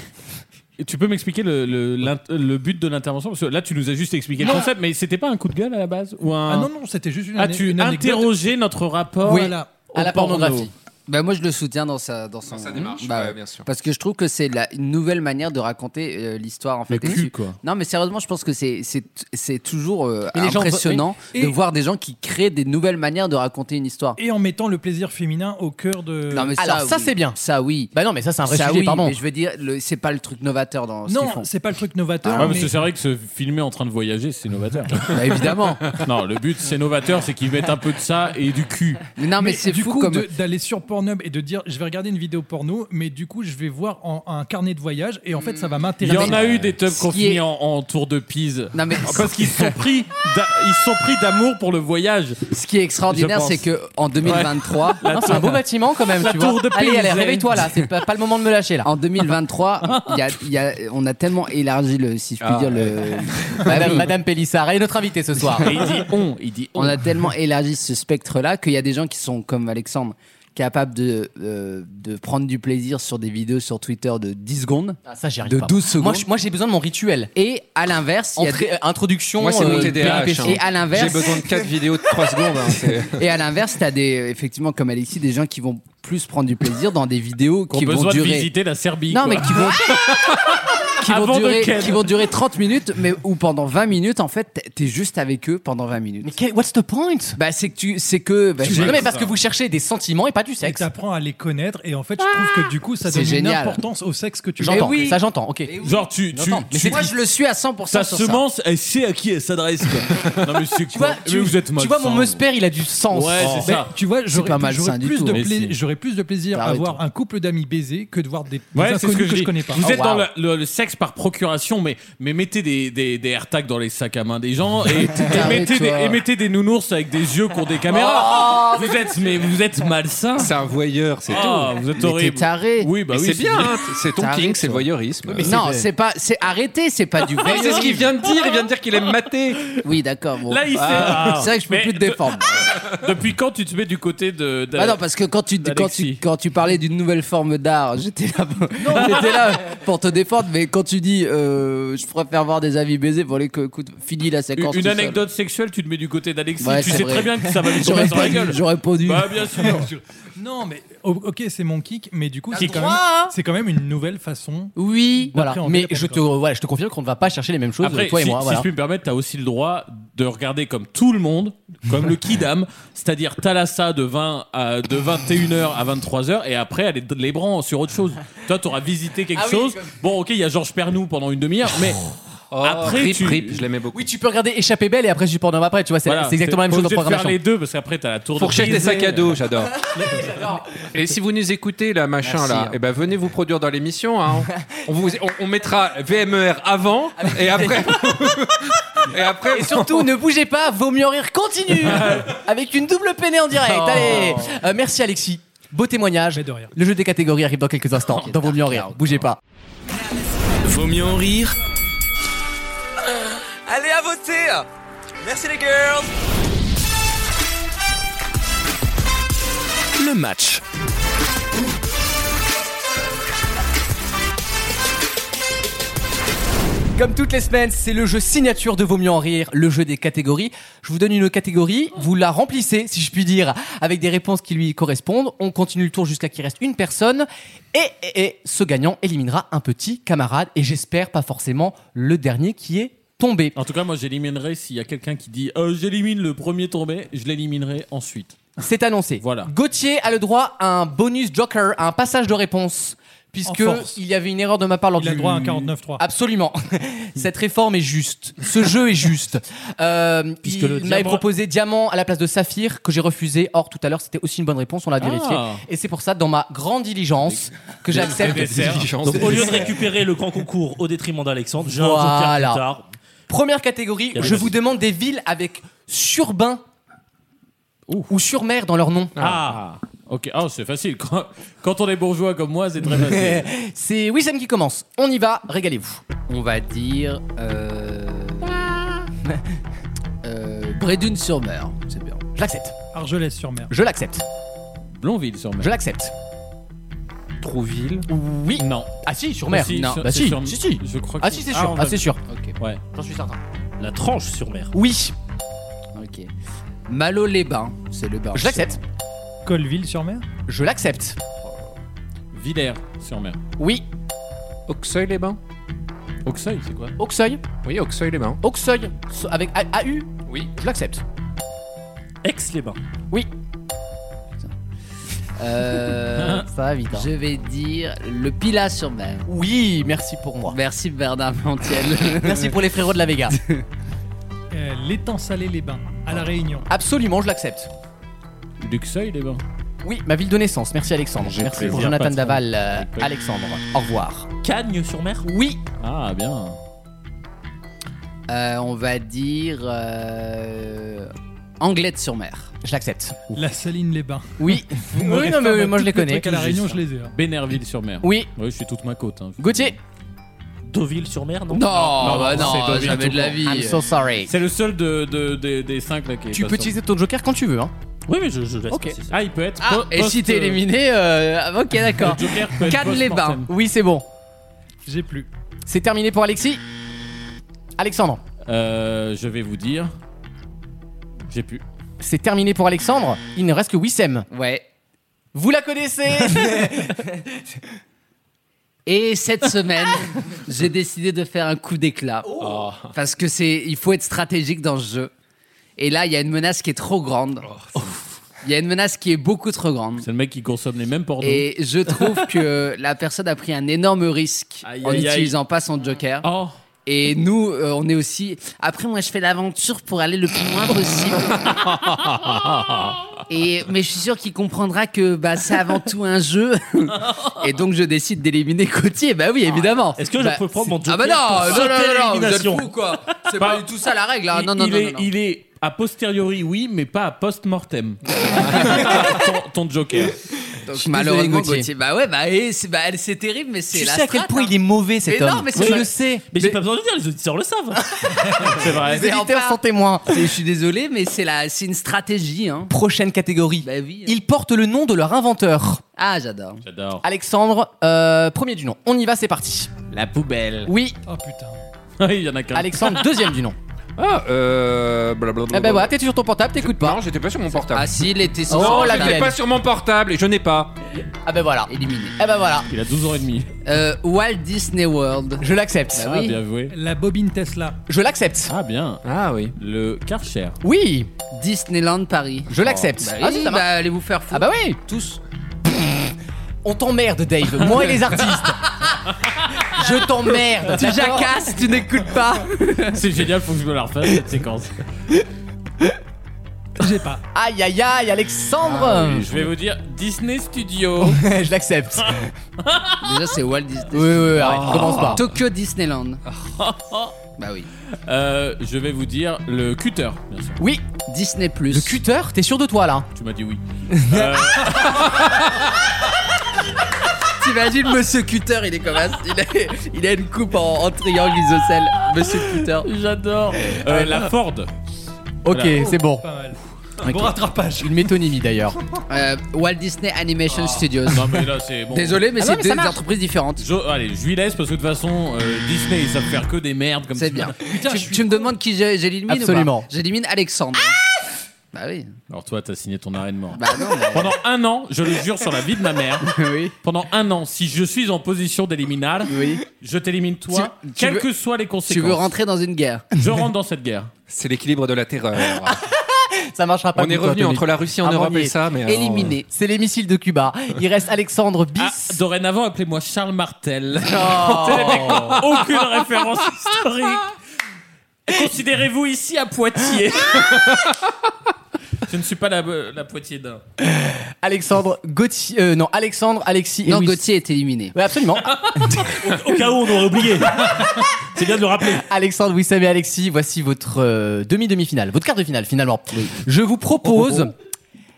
Speaker 4: tu peux m'expliquer le, le- l'int- le but de l'intervention Parce que là, tu nous as juste expliqué le
Speaker 5: Non.
Speaker 4: concept, mais c'était pas un coup de gueule à la base ou un...
Speaker 5: Ah non, non, c'était juste une
Speaker 4: Ah,
Speaker 5: ané-
Speaker 4: tu
Speaker 5: une anecdote.
Speaker 4: interrogeais notre rapport
Speaker 5: Oui,
Speaker 4: au
Speaker 6: à la
Speaker 4: porno.
Speaker 6: pornographie. Ben moi, je le soutiens dans sa, dans son-
Speaker 10: sa démarche,
Speaker 6: Bah
Speaker 10: ouais,
Speaker 6: ouais.
Speaker 10: bien sûr.
Speaker 6: Parce que je trouve que c'est la- une nouvelle manière de raconter euh, l'histoire. En fait.
Speaker 10: Le
Speaker 6: Et
Speaker 10: cul,
Speaker 6: tu-
Speaker 10: quoi.
Speaker 6: Non, mais sérieusement, je pense que c'est- c'est c'est toujours euh,
Speaker 5: Et les gens-
Speaker 6: impressionnant
Speaker 5: oui.
Speaker 6: de
Speaker 5: Et-
Speaker 6: voir des gens qui créent des nouvelles manières de raconter une histoire.
Speaker 5: Et en mettant le plaisir féminin au cœur de.
Speaker 6: Non, mais ça, Alors, ça, oui. c'est bien. Ça, oui.
Speaker 2: Bah non, mais ça, c'est
Speaker 5: un vrai
Speaker 6: ça,
Speaker 5: sujet,
Speaker 6: oui,
Speaker 5: pardon.
Speaker 6: Mais je veux dire, le- c'est pas le truc novateur dans ce qu'ils
Speaker 5: Non,
Speaker 6: font.
Speaker 5: c'est pas le truc
Speaker 10: Ah
Speaker 5: novateur.
Speaker 4: Ah Ouais, parce que
Speaker 5: mais-
Speaker 4: c'est vrai que se filmer en train de voyager, c'est novateur.
Speaker 6: Bah, évidemment.
Speaker 4: Non, le but, c'est novateur, c'est qu'ils mettent un peu de ça et du cul.
Speaker 6: Non, mais, c'est
Speaker 5: du
Speaker 6: fou
Speaker 5: coup,
Speaker 6: comme.
Speaker 5: de- d'aller sur Pornhub et de dire je vais regarder une vidéo porno, mais du coup je vais voir en- un carnet de voyage et en fait ça va
Speaker 4: Il
Speaker 5: m'intéresser.
Speaker 4: y en a eu des teufs
Speaker 5: Ce
Speaker 4: qu'on
Speaker 5: qui
Speaker 4: finit
Speaker 5: est-
Speaker 4: en, en tour de Pise. Ah,
Speaker 6: Non, mais-
Speaker 4: Parce qu'ils se sont pris d'a- ils se sont pris d'amour pour le voyage.
Speaker 6: Ce qui est extraordinaire, c'est que en 2023,
Speaker 4: Ouais. La
Speaker 2: Non, c'est un
Speaker 4: tour-
Speaker 2: beau bâtiment quand même,
Speaker 4: La
Speaker 2: tu vois.
Speaker 4: tour de
Speaker 2: allez, allez,
Speaker 4: Pise.
Speaker 2: réveille-toi là, c'est pas, pas le moment de me lâcher là.
Speaker 6: En 2023, il y a- il y a- on a tellement élargi le, si je puis
Speaker 2: Ah.
Speaker 6: dire le. bah
Speaker 2: Madame, Madame Pélissard, elle est notre invitée ce soir.
Speaker 6: Et il dit
Speaker 4: on, il dit
Speaker 6: on a tellement élargi ce spectre-là qu'il y a des gens qui sont comme Alexandre, capables de, euh, de prendre du plaisir sur des vidéos sur Twitter de 10 secondes,
Speaker 2: Ah, ça, j'y arrive
Speaker 6: de
Speaker 2: pas.
Speaker 6: 12 secondes.
Speaker 2: Moi, je- moi, j'ai besoin de mon rituel.
Speaker 6: Et à l'inverse, il y a
Speaker 2: Entrée-
Speaker 6: des-
Speaker 2: euh, introduction,
Speaker 6: Moi, c'est mon
Speaker 2: euh,
Speaker 6: TDAH,
Speaker 2: péripéties.
Speaker 6: hein. Et à l'inverse-
Speaker 10: J'ai besoin de 4 vidéos de 3 secondes. hein, c'est-
Speaker 6: Et à l'inverse, t'as des, effectivement, comme Alexis, des gens qui vont plus prendre du plaisir dans des vidéos
Speaker 4: Qu'on
Speaker 6: qui vont
Speaker 4: besoin de
Speaker 6: durer.
Speaker 4: visiter la Serbie.
Speaker 6: Non,
Speaker 4: quoi.
Speaker 6: mais qui vont. Qui vont,
Speaker 4: Avant de
Speaker 6: durer,
Speaker 4: Ken.
Speaker 6: qui vont durer 30 minutes, mais où pendant 20 minutes, en fait, t'es- t'es juste avec eux pendant 20 minutes. Mais
Speaker 2: what's the point
Speaker 6: Bah, c'est que tu. C'est que. bah,
Speaker 5: Tu-
Speaker 6: je-
Speaker 5: Non, mais parce que vous
Speaker 2: cherchez des sentiments et pas Ah, du
Speaker 5: Et
Speaker 2: sexe.
Speaker 5: t'apprends à les connaître et en fait je trouve que du coup ça
Speaker 6: C'est
Speaker 5: donne une
Speaker 6: génial.
Speaker 5: importance au sexe que tu
Speaker 2: J'entends,
Speaker 5: Mais
Speaker 2: ça j'entends, ok.
Speaker 4: Genre, tu. tu,
Speaker 2: J'entends, mais
Speaker 4: tu-
Speaker 2: c'est
Speaker 6: Moi, je le suis à 100%
Speaker 4: Ta
Speaker 6: sur
Speaker 4: semence, elle sait à qui elle s'adresse. quoi. non, mais c'est
Speaker 2: Tu vois,
Speaker 4: quoi
Speaker 2: tu,
Speaker 4: Mais vous êtes
Speaker 2: tu
Speaker 4: malsain,
Speaker 2: vois mon
Speaker 4: vous.
Speaker 2: Meusper, il a du sens.
Speaker 4: Ouais, c'est
Speaker 5: Oh. Mais
Speaker 4: ça.
Speaker 5: tu vois,
Speaker 4: C'est
Speaker 5: j'aurais
Speaker 4: pas mal
Speaker 5: j'aurais
Speaker 4: sain du
Speaker 5: plus,
Speaker 4: tout.
Speaker 5: de
Speaker 4: Mais
Speaker 5: pla-
Speaker 4: si.
Speaker 5: j'aurais plus de plaisir à
Speaker 4: T'arrêtes
Speaker 5: voir un couple d'amis baiser que de voir des, des
Speaker 4: Ouais, c'est
Speaker 5: inconnus
Speaker 4: ce que, je, dis.
Speaker 5: connais pas.
Speaker 4: Vous êtes
Speaker 5: Oh,
Speaker 4: dans
Speaker 5: wow.
Speaker 4: le, le- le sexe par procuration, mais, mais mettez des, des, des AirTags dans les sacs à main des gens et, et
Speaker 5: T'arrêtes,
Speaker 4: mettez des,
Speaker 5: toi.
Speaker 4: et mettez des nounours avec des yeux qui ont des caméras.
Speaker 10: Oh
Speaker 4: vous êtes mais vous êtes malsain.
Speaker 10: C'est un voyeur, c'est
Speaker 4: Ah,
Speaker 10: tout.
Speaker 4: vous êtes Mais t'es horrible. taré. Oui, bah
Speaker 10: Mais
Speaker 4: oui,
Speaker 10: C'est
Speaker 4: c'est-
Speaker 10: bien, hein, c'est ton
Speaker 4: Taré,
Speaker 10: king, c'est le
Speaker 4: toi.
Speaker 10: voyeurisme.
Speaker 6: ça. Non, c'est pas. C'est arrêté, c'est pas du
Speaker 10: Mais
Speaker 6: voyeurisme.
Speaker 10: c'est ce qu'il vient de dire, il vient de dire qu'il aime mater.
Speaker 6: Oui, d'accord. bon.
Speaker 4: Là, il sait.
Speaker 6: Ah, C'est vrai que je peux
Speaker 4: Mais
Speaker 6: plus te
Speaker 4: de- Ah.
Speaker 6: défendre.
Speaker 4: Depuis quand tu te mets du côté de. de-
Speaker 6: Ah non, parce que quand tu, quand tu,
Speaker 4: d'Alexis.
Speaker 6: quand tu parlais d'une nouvelle forme d'art, j'étais là, pour- j'étais là pour te défendre, mais quand tu dis euh, je préfère voir des amis baiser, bon, allez, que- écoute, finis la séquence.
Speaker 4: Une- Une
Speaker 6: tout seul.
Speaker 4: anecdote sexuelle, tu te mets du côté d'Alexis.
Speaker 6: Ouais,
Speaker 4: tu
Speaker 6: c'est
Speaker 4: sais
Speaker 6: vrai.
Speaker 4: très bien que ça va lui tomber
Speaker 6: J'aurais
Speaker 4: sur la
Speaker 6: pas dû-
Speaker 4: gueule.
Speaker 6: j'aurais pas dû.
Speaker 4: Bah, bien sûr.
Speaker 5: Non, mais o- ok, c'est mon kick, mais du coup,
Speaker 2: T'as
Speaker 5: c'est
Speaker 2: le
Speaker 5: quand,
Speaker 2: droit,
Speaker 5: même-
Speaker 2: hein
Speaker 5: c'est quand même une nouvelle façon.
Speaker 6: Oui,
Speaker 2: Voilà.
Speaker 5: Après, on
Speaker 2: Mais
Speaker 5: verra pas
Speaker 2: je te, voilà, je te confirme qu'on ne va pas chercher les mêmes choses,
Speaker 4: Après,
Speaker 2: toi et
Speaker 4: si,
Speaker 2: moi.
Speaker 4: si
Speaker 2: voilà.
Speaker 4: je puis me permettre, t'as aussi le droit de regarder comme tout le monde, comme le Kidam, c'est-à-dire Thalassa de, 20 à, de 21h à 23h et après aller de les branles sur autre chose. Toi, t'auras visité quelque
Speaker 2: Ah oui,
Speaker 4: chose.
Speaker 2: comme-
Speaker 4: Bon, ok, il y a Georges Pernou pendant une demi-heure, mais.
Speaker 6: Oh,
Speaker 4: après,
Speaker 10: Rip,
Speaker 4: tu...
Speaker 10: Rip, je l'aimais beaucoup.
Speaker 2: Oui, tu peux regarder Échapper Belle et après je porno après, tu vois, c'est
Speaker 4: Voilà,
Speaker 2: c'est exactement la même
Speaker 4: t'es
Speaker 2: chose en
Speaker 4: obligé de
Speaker 2: programmation.
Speaker 4: faire les deux parce qu'après t'as la tour de euh,
Speaker 10: Fourchette et
Speaker 4: Baiser.
Speaker 10: sac à dos, j'adore. Et si vous nous écoutez là, machin
Speaker 4: Merci,
Speaker 10: là,
Speaker 4: hein.
Speaker 10: eh ben venez vous produire dans l'émission. hein. On, vous- on- on mettra VMER avant et après. et après.
Speaker 2: E Et surtout, ne bougez pas, vaut mieux en rire continue Avec une double peinée en direct,
Speaker 10: Oh.
Speaker 2: allez Euh, Merci Alexis, beau témoignage. Le jeu des catégories arrive dans quelques instants,
Speaker 4: Oh,
Speaker 2: dans Vaut mieux en rire, bougez pas.
Speaker 1: Vaut mieux en rire.
Speaker 20: Allez à voter Merci les girls
Speaker 1: Le match.
Speaker 2: Comme toutes les semaines, c'est le jeu signature de Vaut mieux en rire, le jeu des catégories. Je vous donne une catégorie, vous la remplissez, si je puis dire, avec des réponses qui lui correspondent. On continue le tour jusqu'à qu'il reste une personne. Et, et- et ce gagnant éliminera un petit camarade, et j'espère pas forcément le dernier qui est tombé.
Speaker 4: En tout cas, moi j'éliminerai s'il y a quelqu'un qui dit Euh, j'élimine le premier tombé, je l'éliminerai ensuite.
Speaker 2: C'est annoncé.
Speaker 4: Voilà.
Speaker 2: Gauthier a le droit à un bonus joker, à un passage de réponse, puisque
Speaker 5: En force.
Speaker 2: il y avait une erreur de ma part lors
Speaker 5: Il a
Speaker 2: du-
Speaker 5: droit à un 49-3.
Speaker 2: Absolument. Cette réforme est juste. Ce jeu est juste. Euh,
Speaker 5: Puisque le
Speaker 2: il m'avait
Speaker 5: diamant-
Speaker 2: proposé diamant à la place de saphir que j'ai refusé. Or tout à l'heure c'était aussi une bonne réponse, on l'a
Speaker 7: Ah.
Speaker 2: vérifié. Et c'est pour ça, dans ma grande diligence, que j'accepte.
Speaker 7: Des desserts. Donc, au lieu de récupérer le grand concours au détriment d'Alexandre, j'ai un joker
Speaker 2: Voilà.
Speaker 7: plus tard.
Speaker 2: Première catégorie,
Speaker 7: Y a des
Speaker 2: je vous demande des villes avec surbain ou surmer dans leur nom.
Speaker 4: Ah, ok. Ah, c'est facile. Quand, quand on est bourgeois comme moi, c'est très facile.
Speaker 2: C'est Wissem qui commence. On y va, régalez-vous.
Speaker 6: On va dire. Euh... euh, Bredune-sur-Mer, c'est bien.
Speaker 2: Je l'accepte.
Speaker 5: Argelès-sur-Mer.
Speaker 2: Je l'accepte.
Speaker 4: Blonville-sur-Mer.
Speaker 2: Je l'accepte.
Speaker 10: Trouville.
Speaker 2: Oui.
Speaker 4: Non.
Speaker 2: Ah si, sur mer.
Speaker 4: Si,
Speaker 2: non.
Speaker 4: sur-
Speaker 2: bah
Speaker 4: c'est
Speaker 2: si.
Speaker 4: sur-
Speaker 2: si, si.
Speaker 4: je crois
Speaker 2: ah
Speaker 4: que-
Speaker 2: si, c'est
Speaker 4: Ah,
Speaker 2: sûr.
Speaker 4: on
Speaker 2: Ah,
Speaker 4: va-
Speaker 2: c'est sûr.
Speaker 6: Ok.
Speaker 4: Ouais.
Speaker 6: J'en suis certain.
Speaker 7: La tranche sur mer.
Speaker 2: Oui.
Speaker 6: Ok. Malo-les-Bains, c'est le bar.
Speaker 5: Je l'accepte. Colville-sur-Mer
Speaker 2: Je l'accepte.
Speaker 4: Villers-sur-Mer.
Speaker 2: Oui.
Speaker 10: Auxeuil-les-Bains.
Speaker 4: Auxeuil, c'est quoi
Speaker 2: Auxeuil.
Speaker 10: Oui, Auxeuil-les-Bains.
Speaker 2: Auxeuil. so- Avec A- AU.
Speaker 10: Oui.
Speaker 2: Je l'accepte.
Speaker 7: Aix-les-Bains.
Speaker 2: Oui.
Speaker 6: Euh,
Speaker 2: Ça va vite. hein.
Speaker 6: Je vais dire le Pilat-sur-Mer.
Speaker 2: Oui, merci pour moi.
Speaker 6: Merci Bernard Montiel.
Speaker 2: Merci pour les frérots de la Vega.
Speaker 5: Euh, L'étang salé-les-Bains, à La Réunion.
Speaker 2: Absolument, je l'accepte.
Speaker 4: Luxeuil-les-Bains.
Speaker 2: Oui, ma ville de naissance. Merci Alexandre.
Speaker 4: J'ai
Speaker 2: Merci
Speaker 4: plaisir,
Speaker 2: pour Jonathan
Speaker 4: patron.
Speaker 2: Daval. euh,
Speaker 4: Avec plaisir.
Speaker 2: Alexandre. Au revoir.
Speaker 7: Cagnes-sur-Mer
Speaker 2: Oui.
Speaker 4: Ah, bien.
Speaker 6: Euh, on va dire euh, Anglette-sur-Mer.
Speaker 2: Je l'accepte.
Speaker 5: La Saline-les-Bains.
Speaker 2: Oui.
Speaker 5: Vous m'aurez fait un petit truc À La Réunion, je les ai. hein.
Speaker 4: Bénerville-sur-Mer.
Speaker 2: Oui.
Speaker 4: Oui, je suis toute ma côte. hein.
Speaker 2: Gauthier.
Speaker 7: Deauville-sur-Mer, non
Speaker 6: Non, bah non,
Speaker 4: c'est Deauville,
Speaker 6: jamais
Speaker 4: tout
Speaker 6: de la
Speaker 4: court.
Speaker 6: vie. I'm so
Speaker 2: sorry.
Speaker 4: C'est le seul de, de- des- des cinq là qui est
Speaker 2: Tu
Speaker 4: pas
Speaker 2: peux
Speaker 4: sur-
Speaker 2: utiliser ton joker quand tu veux. Hein.
Speaker 7: Oui, mais je, je laisse
Speaker 2: Ok.
Speaker 7: passer ça.
Speaker 4: Ah, il peut être.
Speaker 6: Ah,
Speaker 4: po-
Speaker 6: et si
Speaker 4: post-
Speaker 6: t'es éliminé, euh, ok d'accord.
Speaker 4: Le Joker peut être
Speaker 6: Cannes-les-Bains.
Speaker 4: post-mortem.
Speaker 2: Oui, c'est bon.
Speaker 5: J'ai plus.
Speaker 2: C'est terminé pour Alexis. Alexandre.
Speaker 4: Euh, je vais vous dire. J'ai pu.
Speaker 2: C'est terminé pour Alexandre. Il ne reste que Wissem.
Speaker 6: Ouais.
Speaker 2: Vous la connaissez
Speaker 6: Et cette semaine, j'ai décidé de faire un coup d'éclat. Oh. Parce que c'est, il faut être stratégique dans ce jeu. Et là, il y a une menace qui est trop grande. Il y a une menace qui est beaucoup trop grande.
Speaker 4: C'est le mec qui consomme les mêmes pornos.
Speaker 6: Et je trouve que la personne a pris un énorme risque
Speaker 4: Aïe,
Speaker 6: en
Speaker 4: aïe, aïe.
Speaker 6: n'utilisant pas son joker. Et nous, euh, on est aussi. Après, moi, je fais l'aventure pour aller le plus loin possible. Et mais je suis sûr qu'il comprendra que bah c'est avant tout un jeu. Et donc je décide d'éliminer Gauthier. Bah oui, évidemment.
Speaker 7: Est-ce que je
Speaker 6: Bah,
Speaker 7: peux prendre mon
Speaker 6: Ah
Speaker 7: joker
Speaker 6: bah
Speaker 7: pour
Speaker 6: non, non,
Speaker 7: sauter
Speaker 6: non, non, non, vous êtes
Speaker 7: l'élimination
Speaker 6: fous, quoi. C'est pas du tout ça la règle. hein.
Speaker 4: Il-
Speaker 6: Non, non,
Speaker 4: il
Speaker 6: non,
Speaker 4: est,
Speaker 6: non, non.
Speaker 4: Il est a posteriori, oui, mais pas à post-mortem. ton, ton joker.
Speaker 6: Donc,
Speaker 4: suis
Speaker 6: malheureusement,
Speaker 4: désolé, Gauthier.
Speaker 6: Gauthier. Bah ouais, bah, et c'est bah, c'est terrible, mais c'est
Speaker 2: Tu
Speaker 6: la
Speaker 2: sais à quel
Speaker 6: strat,
Speaker 2: point
Speaker 6: hein.
Speaker 2: il est mauvais cet
Speaker 6: Mais
Speaker 2: homme.
Speaker 6: non, mais
Speaker 2: Oui,
Speaker 6: c'est
Speaker 2: je
Speaker 6: vrai.
Speaker 2: le sais.
Speaker 7: Mais j'ai pas besoin de le dire, les auditeurs le savent. c'est vrai.
Speaker 2: Les éditeurs sont témoins.
Speaker 6: Je suis désolé, mais c'est la, c'est une stratégie. Hein.
Speaker 2: Prochaine catégorie.
Speaker 6: Bah oui.
Speaker 2: Ils portent le nom de leur inventeur.
Speaker 6: Ah, j'adore.
Speaker 4: J'adore.
Speaker 2: Alexandre, euh, premier du nom. On y va, c'est parti.
Speaker 4: La poubelle.
Speaker 2: Oui.
Speaker 5: Oh putain.
Speaker 4: il y en a qu'un.
Speaker 2: Alexandre, deuxième du nom.
Speaker 10: Ah, euh. Blablabla.
Speaker 2: Eh ben voilà, t'es sur ton portable, t'écoutes pas.
Speaker 10: Non, j'étais pas sur mon portable.
Speaker 6: Ah si, il était
Speaker 2: Oh,
Speaker 10: Non,
Speaker 2: la
Speaker 10: j'étais
Speaker 2: vilaine.
Speaker 10: pas sur mon portable et je n'ai pas.
Speaker 2: Ah ben voilà.
Speaker 6: Éliminé.
Speaker 2: Eh ben voilà.
Speaker 4: Il a 12 ans et demi. Ah,
Speaker 6: Euh, Walt Disney World.
Speaker 2: Je l'accepte.
Speaker 6: Bah oui.
Speaker 4: bien joué.
Speaker 5: La bobine Tesla.
Speaker 2: Je l'accepte.
Speaker 4: Ah, bien.
Speaker 10: Ah oui.
Speaker 4: Le Karcher.
Speaker 2: Oui.
Speaker 6: Disneyland Paris.
Speaker 2: Je l'accepte.
Speaker 6: Bah,
Speaker 2: Ah,
Speaker 6: oui,
Speaker 2: si, ça marche.
Speaker 6: bah, allez vous faire foutre.
Speaker 2: Ah bah oui.
Speaker 6: Tous.
Speaker 2: On t'emmerde, Dave. Moi et les artistes. Je t'emmerde.
Speaker 21: Tu
Speaker 2: d'accord
Speaker 21: jacasses, tu n'écoutes pas.
Speaker 4: C'est génial, faut que je me la refasse cette séquence.
Speaker 5: J'ai pas.
Speaker 2: Aïe aïe aïe, Alexandre.
Speaker 4: Ah, je vais vous dire Disney Studio.
Speaker 2: je l'accepte.
Speaker 6: Déjà, c'est Walt Disney.
Speaker 2: Oui, oui, oui,
Speaker 6: Ah.
Speaker 2: arrête, commence pas. Ah.
Speaker 21: Tokyo Disneyland.
Speaker 6: Bah oui.
Speaker 4: Euh, je vais vous dire le cutter, bien sûr.
Speaker 2: Oui.
Speaker 6: Disney Plus.
Speaker 2: Le cutter, t'es sûr de toi là
Speaker 4: Tu m'as dit oui. Euh.
Speaker 21: T'imagines Monsieur Cutter, il est comme un- il a, il a une coupe en, en triangle isocèle. Monsieur Cutter.
Speaker 4: J'adore. Euh, la Ford.
Speaker 2: Ok,
Speaker 21: Voilà.
Speaker 2: c'est bon.
Speaker 21: Bon
Speaker 2: rattrapage. Une métonymie d'ailleurs.
Speaker 6: Euh, Walt Disney Animation Studios.
Speaker 4: Ah. Non mais là c'est bon.
Speaker 6: Désolé, mais
Speaker 4: Ah non,
Speaker 6: c'est
Speaker 4: mais ça
Speaker 6: deux
Speaker 4: marche.
Speaker 6: entreprises différentes.
Speaker 4: Je- allez, je lui laisse parce que de toute façon, euh, Disney, ils savent faire que des merdes comme ça. C'est bien.
Speaker 6: tu tu me demandes qui j'ai- j'élimine ou
Speaker 4: Absolument. Ah
Speaker 6: pas J'élimine Alexandre. bah oui.
Speaker 4: Alors toi, t'as signé ton arrêt de mort.
Speaker 6: Bah non, mais-
Speaker 4: Pendant un an, je le jure sur la vie de ma mère. Pendant un an, si je suis en position d'éliminal, je t'élimine toi,
Speaker 6: Tu- tu
Speaker 4: quelles
Speaker 6: veux-
Speaker 4: que soient les
Speaker 6: Tu
Speaker 4: conséquences.
Speaker 6: veux rentrer dans une guerre
Speaker 4: Je rentre dans cette guerre.
Speaker 10: C'est l'équilibre de la terreur.
Speaker 2: Ça marchera pas.
Speaker 10: On est
Speaker 2: contre toi,
Speaker 10: revenu
Speaker 2: Tony.
Speaker 10: entre la Russie en
Speaker 2: Ah, bon,
Speaker 10: Europe
Speaker 2: on y
Speaker 10: et
Speaker 2: est.
Speaker 10: ça, mais euh, alors,
Speaker 2: Éliminé. C'est les missiles de Cuba. Il reste Alexandre bis.
Speaker 4: Ah, dorénavant, appelez-moi Charles Martel.
Speaker 2: Oh.
Speaker 4: C'est les mecs, aucune référence historique. Et Considérez-vous ici à Poitiers. je ne suis pas la, la Poitiers d'un.
Speaker 10: Ah.
Speaker 2: Alexandre Gauthier. euh, non, Alexandre Alexis.
Speaker 6: Non,
Speaker 2: Ewis.
Speaker 6: Gauthier est éliminé. Ah.
Speaker 2: Ouais, absolument.
Speaker 7: Au cas où on aurait oublié. C'est bien de le rappeler.
Speaker 2: Alexandre, Wissam et Alexis, voici votre euh, demi-demi-finale, votre quart de finale finalement. Je vous propose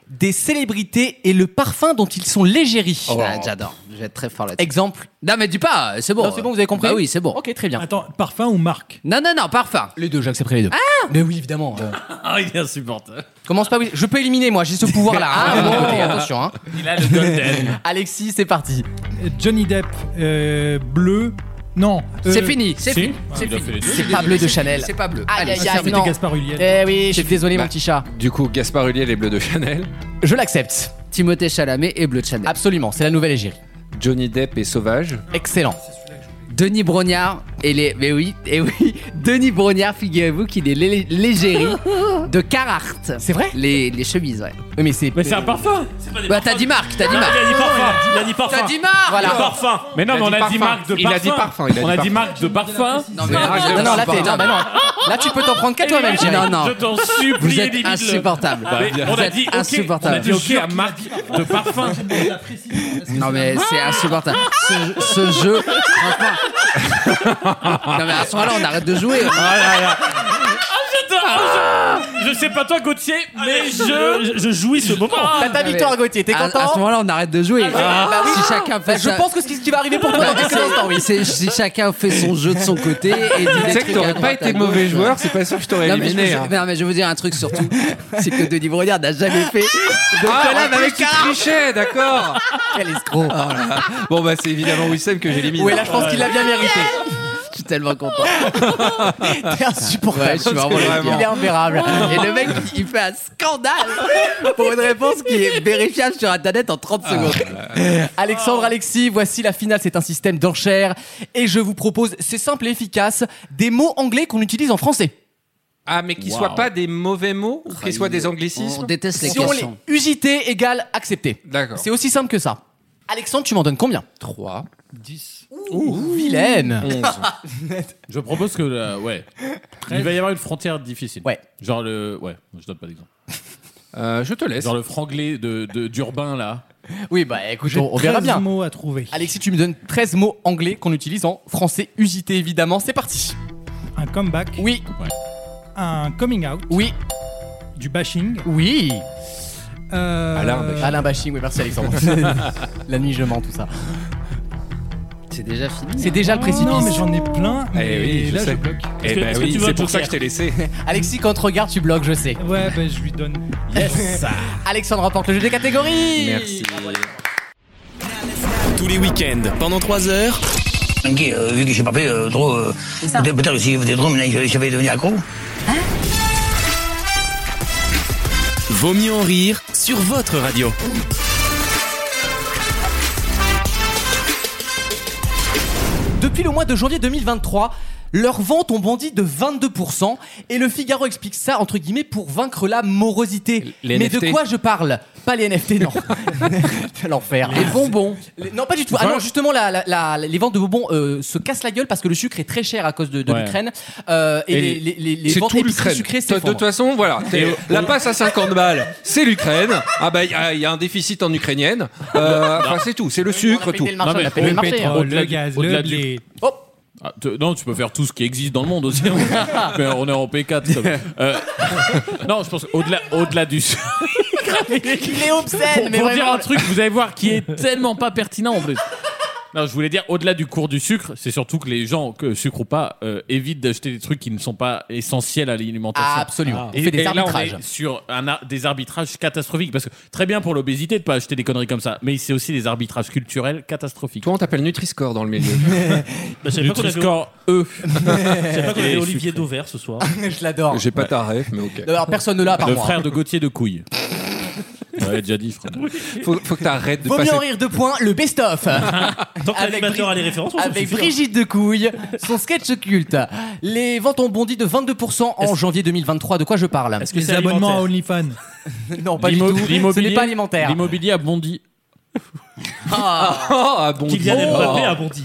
Speaker 2: des célébrités et le parfum dont ils sont légéris.
Speaker 10: Oh,
Speaker 6: Ah, J'adore. Je vais être très fort là-dessus.
Speaker 2: Exemple.
Speaker 6: Non, mais dis pas, c'est bon.
Speaker 2: Non, c'est bon, vous avez compris
Speaker 6: Bah oui, c'est bon.
Speaker 2: Ok, très bien.
Speaker 5: Attends, parfum ou marque
Speaker 6: Non, non, non, parfum.
Speaker 2: Les deux, j'accepterai les deux. Ah Mais oui, évidemment. euh.
Speaker 4: Ah, il est insupportable.
Speaker 2: Commence pas, Wissam. je peux éliminer moi, j'ai ce pouvoir là.
Speaker 4: Ah, bon.
Speaker 2: attention. hein.
Speaker 4: Il a le golden.
Speaker 2: Alexis, c'est parti.
Speaker 5: Johnny Depp, euh, bleu. Non. euh,
Speaker 2: C'est fini, c'est fini,
Speaker 6: Ah,
Speaker 4: c'est fini.
Speaker 2: C'est pas bleu de Chanel.
Speaker 6: C'est pas bleu.
Speaker 2: Aïe, aïe,
Speaker 5: ça,
Speaker 2: aïe,
Speaker 5: c'était
Speaker 2: non.
Speaker 5: Ah, Gaspard Ulliel.
Speaker 2: Eh oui, je suis désolé,
Speaker 10: Bah.
Speaker 2: mon petit chat.
Speaker 10: Du coup, Gaspard Ulliel et Bleu de Chanel.
Speaker 2: Je l'accepte.
Speaker 6: Timothée Chalamet et Bleu de Chanel.
Speaker 2: Absolument, c'est la nouvelle égérie.
Speaker 10: Johnny Depp et Sauvage.
Speaker 2: Excellent.
Speaker 6: Denis Brognard et les. Mais oui, et oui. Denis Brognard, figurez-vous qu'il est lé- l'égérie de Carhartt.
Speaker 2: C'est vrai
Speaker 6: les, les chemises, ouais.
Speaker 2: mais c'est.
Speaker 4: Mais c'est un parfum.
Speaker 6: Bah, t'as dit marque, t'as dit
Speaker 4: Non,
Speaker 6: marque.
Speaker 4: Ah, il a dit parfum, il a dit parfum.
Speaker 6: T'as dit marque
Speaker 4: Voilà. Parfum. Mais non,
Speaker 10: Il a
Speaker 4: mais on
Speaker 10: dit
Speaker 4: a
Speaker 10: parfum.
Speaker 4: dit marque de
Speaker 10: Il a dit parfum, il a
Speaker 4: On
Speaker 10: dit
Speaker 4: a dit
Speaker 10: parfum.
Speaker 4: marque de parfum. Ah,
Speaker 6: Non, mais-
Speaker 2: Non, non, là, t'es- non, bah non. Là, tu peux t'en prendre qu'à toi-même, Jérémy.
Speaker 6: Non, non.
Speaker 4: Eh, Je t'en supplie,
Speaker 6: Vous êtes
Speaker 4: élimine-le.
Speaker 6: insupportable.
Speaker 4: Mais on
Speaker 6: Vous
Speaker 4: a
Speaker 6: êtes
Speaker 4: dit ok, on
Speaker 6: insupportable.
Speaker 4: a dit ok à marque de parfum.
Speaker 6: Non, mais c'est insupportable. Ce, ce jeu, franchement. Non, mais à ce moment-là, on arrête de jouer.
Speaker 10: Ah,
Speaker 4: Ah, je, je sais pas toi Gauthier, mais je, Ah, je jouis ce moment.
Speaker 2: T'as ta victoire, Gauthier, t'es
Speaker 6: À-
Speaker 2: content
Speaker 6: À ce moment-là, on arrête de jouer.
Speaker 2: Ah, bah oui.
Speaker 6: Si chacun fait
Speaker 2: Je
Speaker 6: sa-
Speaker 2: pense que c'est ce qui va arriver pour toi dans quelques instants, oui.
Speaker 6: C'est- Si chacun fait son jeu de son côté et dit des
Speaker 10: Tu sais que
Speaker 6: trucs à
Speaker 10: t'aurais pas
Speaker 6: droite, à
Speaker 10: été
Speaker 6: gauche,
Speaker 10: mauvais
Speaker 6: euh,
Speaker 10: joueur, c'est pas sûr que je t'aurais
Speaker 6: non, mais
Speaker 10: éliminé.
Speaker 6: je,
Speaker 10: hein.
Speaker 6: je- non, mais je vais vous dire un truc surtout, c'est que Denis Brognard n'a jamais fait de
Speaker 10: Ah, en
Speaker 6: collab
Speaker 10: plus,
Speaker 6: avec
Speaker 10: tu
Speaker 6: Cara.
Speaker 10: trichais, d'accord.
Speaker 2: Quel escroc.
Speaker 10: Oh là là. Bon, bah, c'est évidemment Wissem que j'élimine.
Speaker 2: Ouais, là, je pense qu'il l'a bien mérité.
Speaker 6: Je suis tellement content.
Speaker 2: T'es insupportable.
Speaker 6: Ouais, je suis vraiment le pire.
Speaker 2: Il est imbérable.
Speaker 6: Et le mec, il fait un scandale pour une réponse qui est vérifiable sur Internet en 30 secondes.
Speaker 2: Ah. Alexandre, Alexis, voici la finale. C'est un système d'enchères. Et je vous propose, c'est simple et efficace, des mots anglais qu'on utilise en français.
Speaker 10: Ah, mais qu'ils
Speaker 4: Wow.
Speaker 10: soient pas des mauvais mots ou qu'ils soient des anglicismes.
Speaker 6: On déteste les
Speaker 2: Si on les
Speaker 6: questions.
Speaker 2: usité égale accepté.
Speaker 10: D'accord.
Speaker 2: C'est aussi simple que ça. Alexandre, tu m'en donnes combien
Speaker 10: 3.
Speaker 5: 10.
Speaker 2: Vilaine.
Speaker 10: 11.
Speaker 4: Je propose que là, ouais, il va y avoir une frontière difficile.
Speaker 2: Ouais.
Speaker 4: Genre le, ouais, je donne pas d'exemple.
Speaker 10: Euh, je te laisse.
Speaker 4: Genre le franglais de de- d'urbain là.
Speaker 2: Oui, bah écoute,
Speaker 5: J'ai
Speaker 2: on, on verra
Speaker 5: 13
Speaker 2: bien.
Speaker 5: mots à trouver.
Speaker 2: Alexis, tu me donnes 13 mots anglais qu'on utilise en français usité, évidemment. C'est parti.
Speaker 5: Un comeback.
Speaker 2: Oui,
Speaker 5: Un coming out.
Speaker 2: oui,
Speaker 5: Du bashing.
Speaker 2: oui.
Speaker 5: Euh,
Speaker 10: Alain Bashing.
Speaker 2: Alain Bashing, oui, merci Alexandre. La nuit, je mens, tout ça.
Speaker 6: C'est déjà fini.
Speaker 2: C'est déjà le précipice.
Speaker 5: Non, mais j'en ai plein. Mais
Speaker 10: Eh oui, je
Speaker 5: là,
Speaker 10: sais.
Speaker 5: je bloque.
Speaker 10: Eh
Speaker 7: que-
Speaker 10: ben
Speaker 7: est-ce que
Speaker 10: oui,
Speaker 7: tu veux
Speaker 10: c'est
Speaker 7: un
Speaker 10: pour ça que
Speaker 7: joker
Speaker 10: je t'ai laissé.
Speaker 2: Alexis, quand tu regardes, tu bloques, je sais.
Speaker 5: Ouais, bah, je lui donne.
Speaker 4: Yes.
Speaker 2: Alexandre remporte le jeu des catégories.
Speaker 10: Merci.
Speaker 1: Tous les week-ends, pendant 3 heures,
Speaker 19: euh, vu que j'ai pas fait trop. euh, Peut-être que si vous êtes trop, j'avais devenu accro.
Speaker 1: Vaut mieux en rire sur votre radio.
Speaker 2: Depuis le mois de janvier 2023, leurs ventes ont bondi de 22% et le Figaro explique ça entre guillemets pour vaincre la morosité.
Speaker 10: Les
Speaker 2: Mais
Speaker 10: NFT.
Speaker 2: de quoi je parle Pas les NFT, non. L'enfer. Les bonbons. non, pas du tout. Ah non, justement, la- la- la- les ventes de bonbons euh, se cassent la gueule parce que le sucre est très cher à cause de, de
Speaker 10: Ouais.
Speaker 2: l'Ukraine. Euh, et, les, les, les- les
Speaker 10: c'est
Speaker 2: ventes
Speaker 10: tout
Speaker 2: d'épiceries
Speaker 10: l'Ukraine.
Speaker 2: sucrées
Speaker 10: De
Speaker 2: s'effondrent.
Speaker 10: toute façon, voilà. t'es-
Speaker 2: Et-
Speaker 10: la passe à 50 balles, c'est l'Ukraine. Ah bah, il y, a- il y a un déficit en ukrainienne. Euh, enfin, c'est tout. C'est le sucre, tout.
Speaker 4: Non, mais au-
Speaker 10: pétrole,
Speaker 4: pétrole,
Speaker 10: hein. au-delà
Speaker 4: au-delà
Speaker 10: du-
Speaker 4: du-
Speaker 10: au-delà
Speaker 4: au-delà
Speaker 10: du-
Speaker 4: du-
Speaker 2: Oh.
Speaker 4: Ah, tu- non, tu peux faire tout ce qui existe dans le monde aussi. mais on est en P4. ça va. Euh, non, je pense qu'au-delà au-delà du.
Speaker 3: Il est obscène,
Speaker 4: pour
Speaker 3: mais
Speaker 4: pour
Speaker 3: vraiment.
Speaker 4: dire un truc, vous allez voir qui est tellement pas pertinent en plus. Non, je voulais dire, au-delà du cours du sucre, c'est surtout que les gens, que sucre ou pas, euh, évitent d'acheter des trucs qui ne sont pas essentiels à l'alimentation.
Speaker 2: Ah, absolument.
Speaker 4: Et,
Speaker 2: On fait des
Speaker 4: et là, on
Speaker 2: arbitrages.
Speaker 4: est sur un ar- des arbitrages catastrophiques. Parce que très bien pour l'obésité de pas acheter des conneries comme ça, mais c'est aussi des arbitrages culturels catastrophiques.
Speaker 10: Toi, on t'appelle Nutri-Score dans le milieu.
Speaker 7: Bah, je savais pas qu'on avait-
Speaker 4: Nutri-Score E.
Speaker 7: Je savais pas qu'on avait
Speaker 4: Et
Speaker 7: Olivier
Speaker 4: sucré.
Speaker 7: Dauvert ce soir.
Speaker 2: Je l'adore.
Speaker 10: J'ai pas
Speaker 4: Ouais.
Speaker 10: ta ref, mais ok.
Speaker 2: D'ailleurs, personne ne l'a, à part
Speaker 4: Le
Speaker 2: moi.
Speaker 4: frère de Gauthier de Couille. Ouais, déjà dit, frère.
Speaker 10: Faut, faut que t'arrêtes de
Speaker 2: Vaut
Speaker 10: passer.
Speaker 2: mieux en rire deux points, le best-of.
Speaker 7: Tant que
Speaker 2: Avec
Speaker 7: l'animateur
Speaker 2: Bri-
Speaker 7: a les références, on s'en
Speaker 2: Avec
Speaker 7: suffit, hein.
Speaker 2: Brigitte de Couille, son sketch culte. Les ventes ont bondi de 22% en janvier 2023. De quoi je parle
Speaker 5: que Les c'est abonnements à OnlyFans
Speaker 2: Non, pas du
Speaker 5: L'immo-
Speaker 2: tout. Ce
Speaker 5: l'immobilier-
Speaker 2: n'est pas alimentaire.
Speaker 4: L'immobilier a bondi.
Speaker 2: Ah.
Speaker 10: Ah, bon
Speaker 7: Kylian Mbappé a bondi.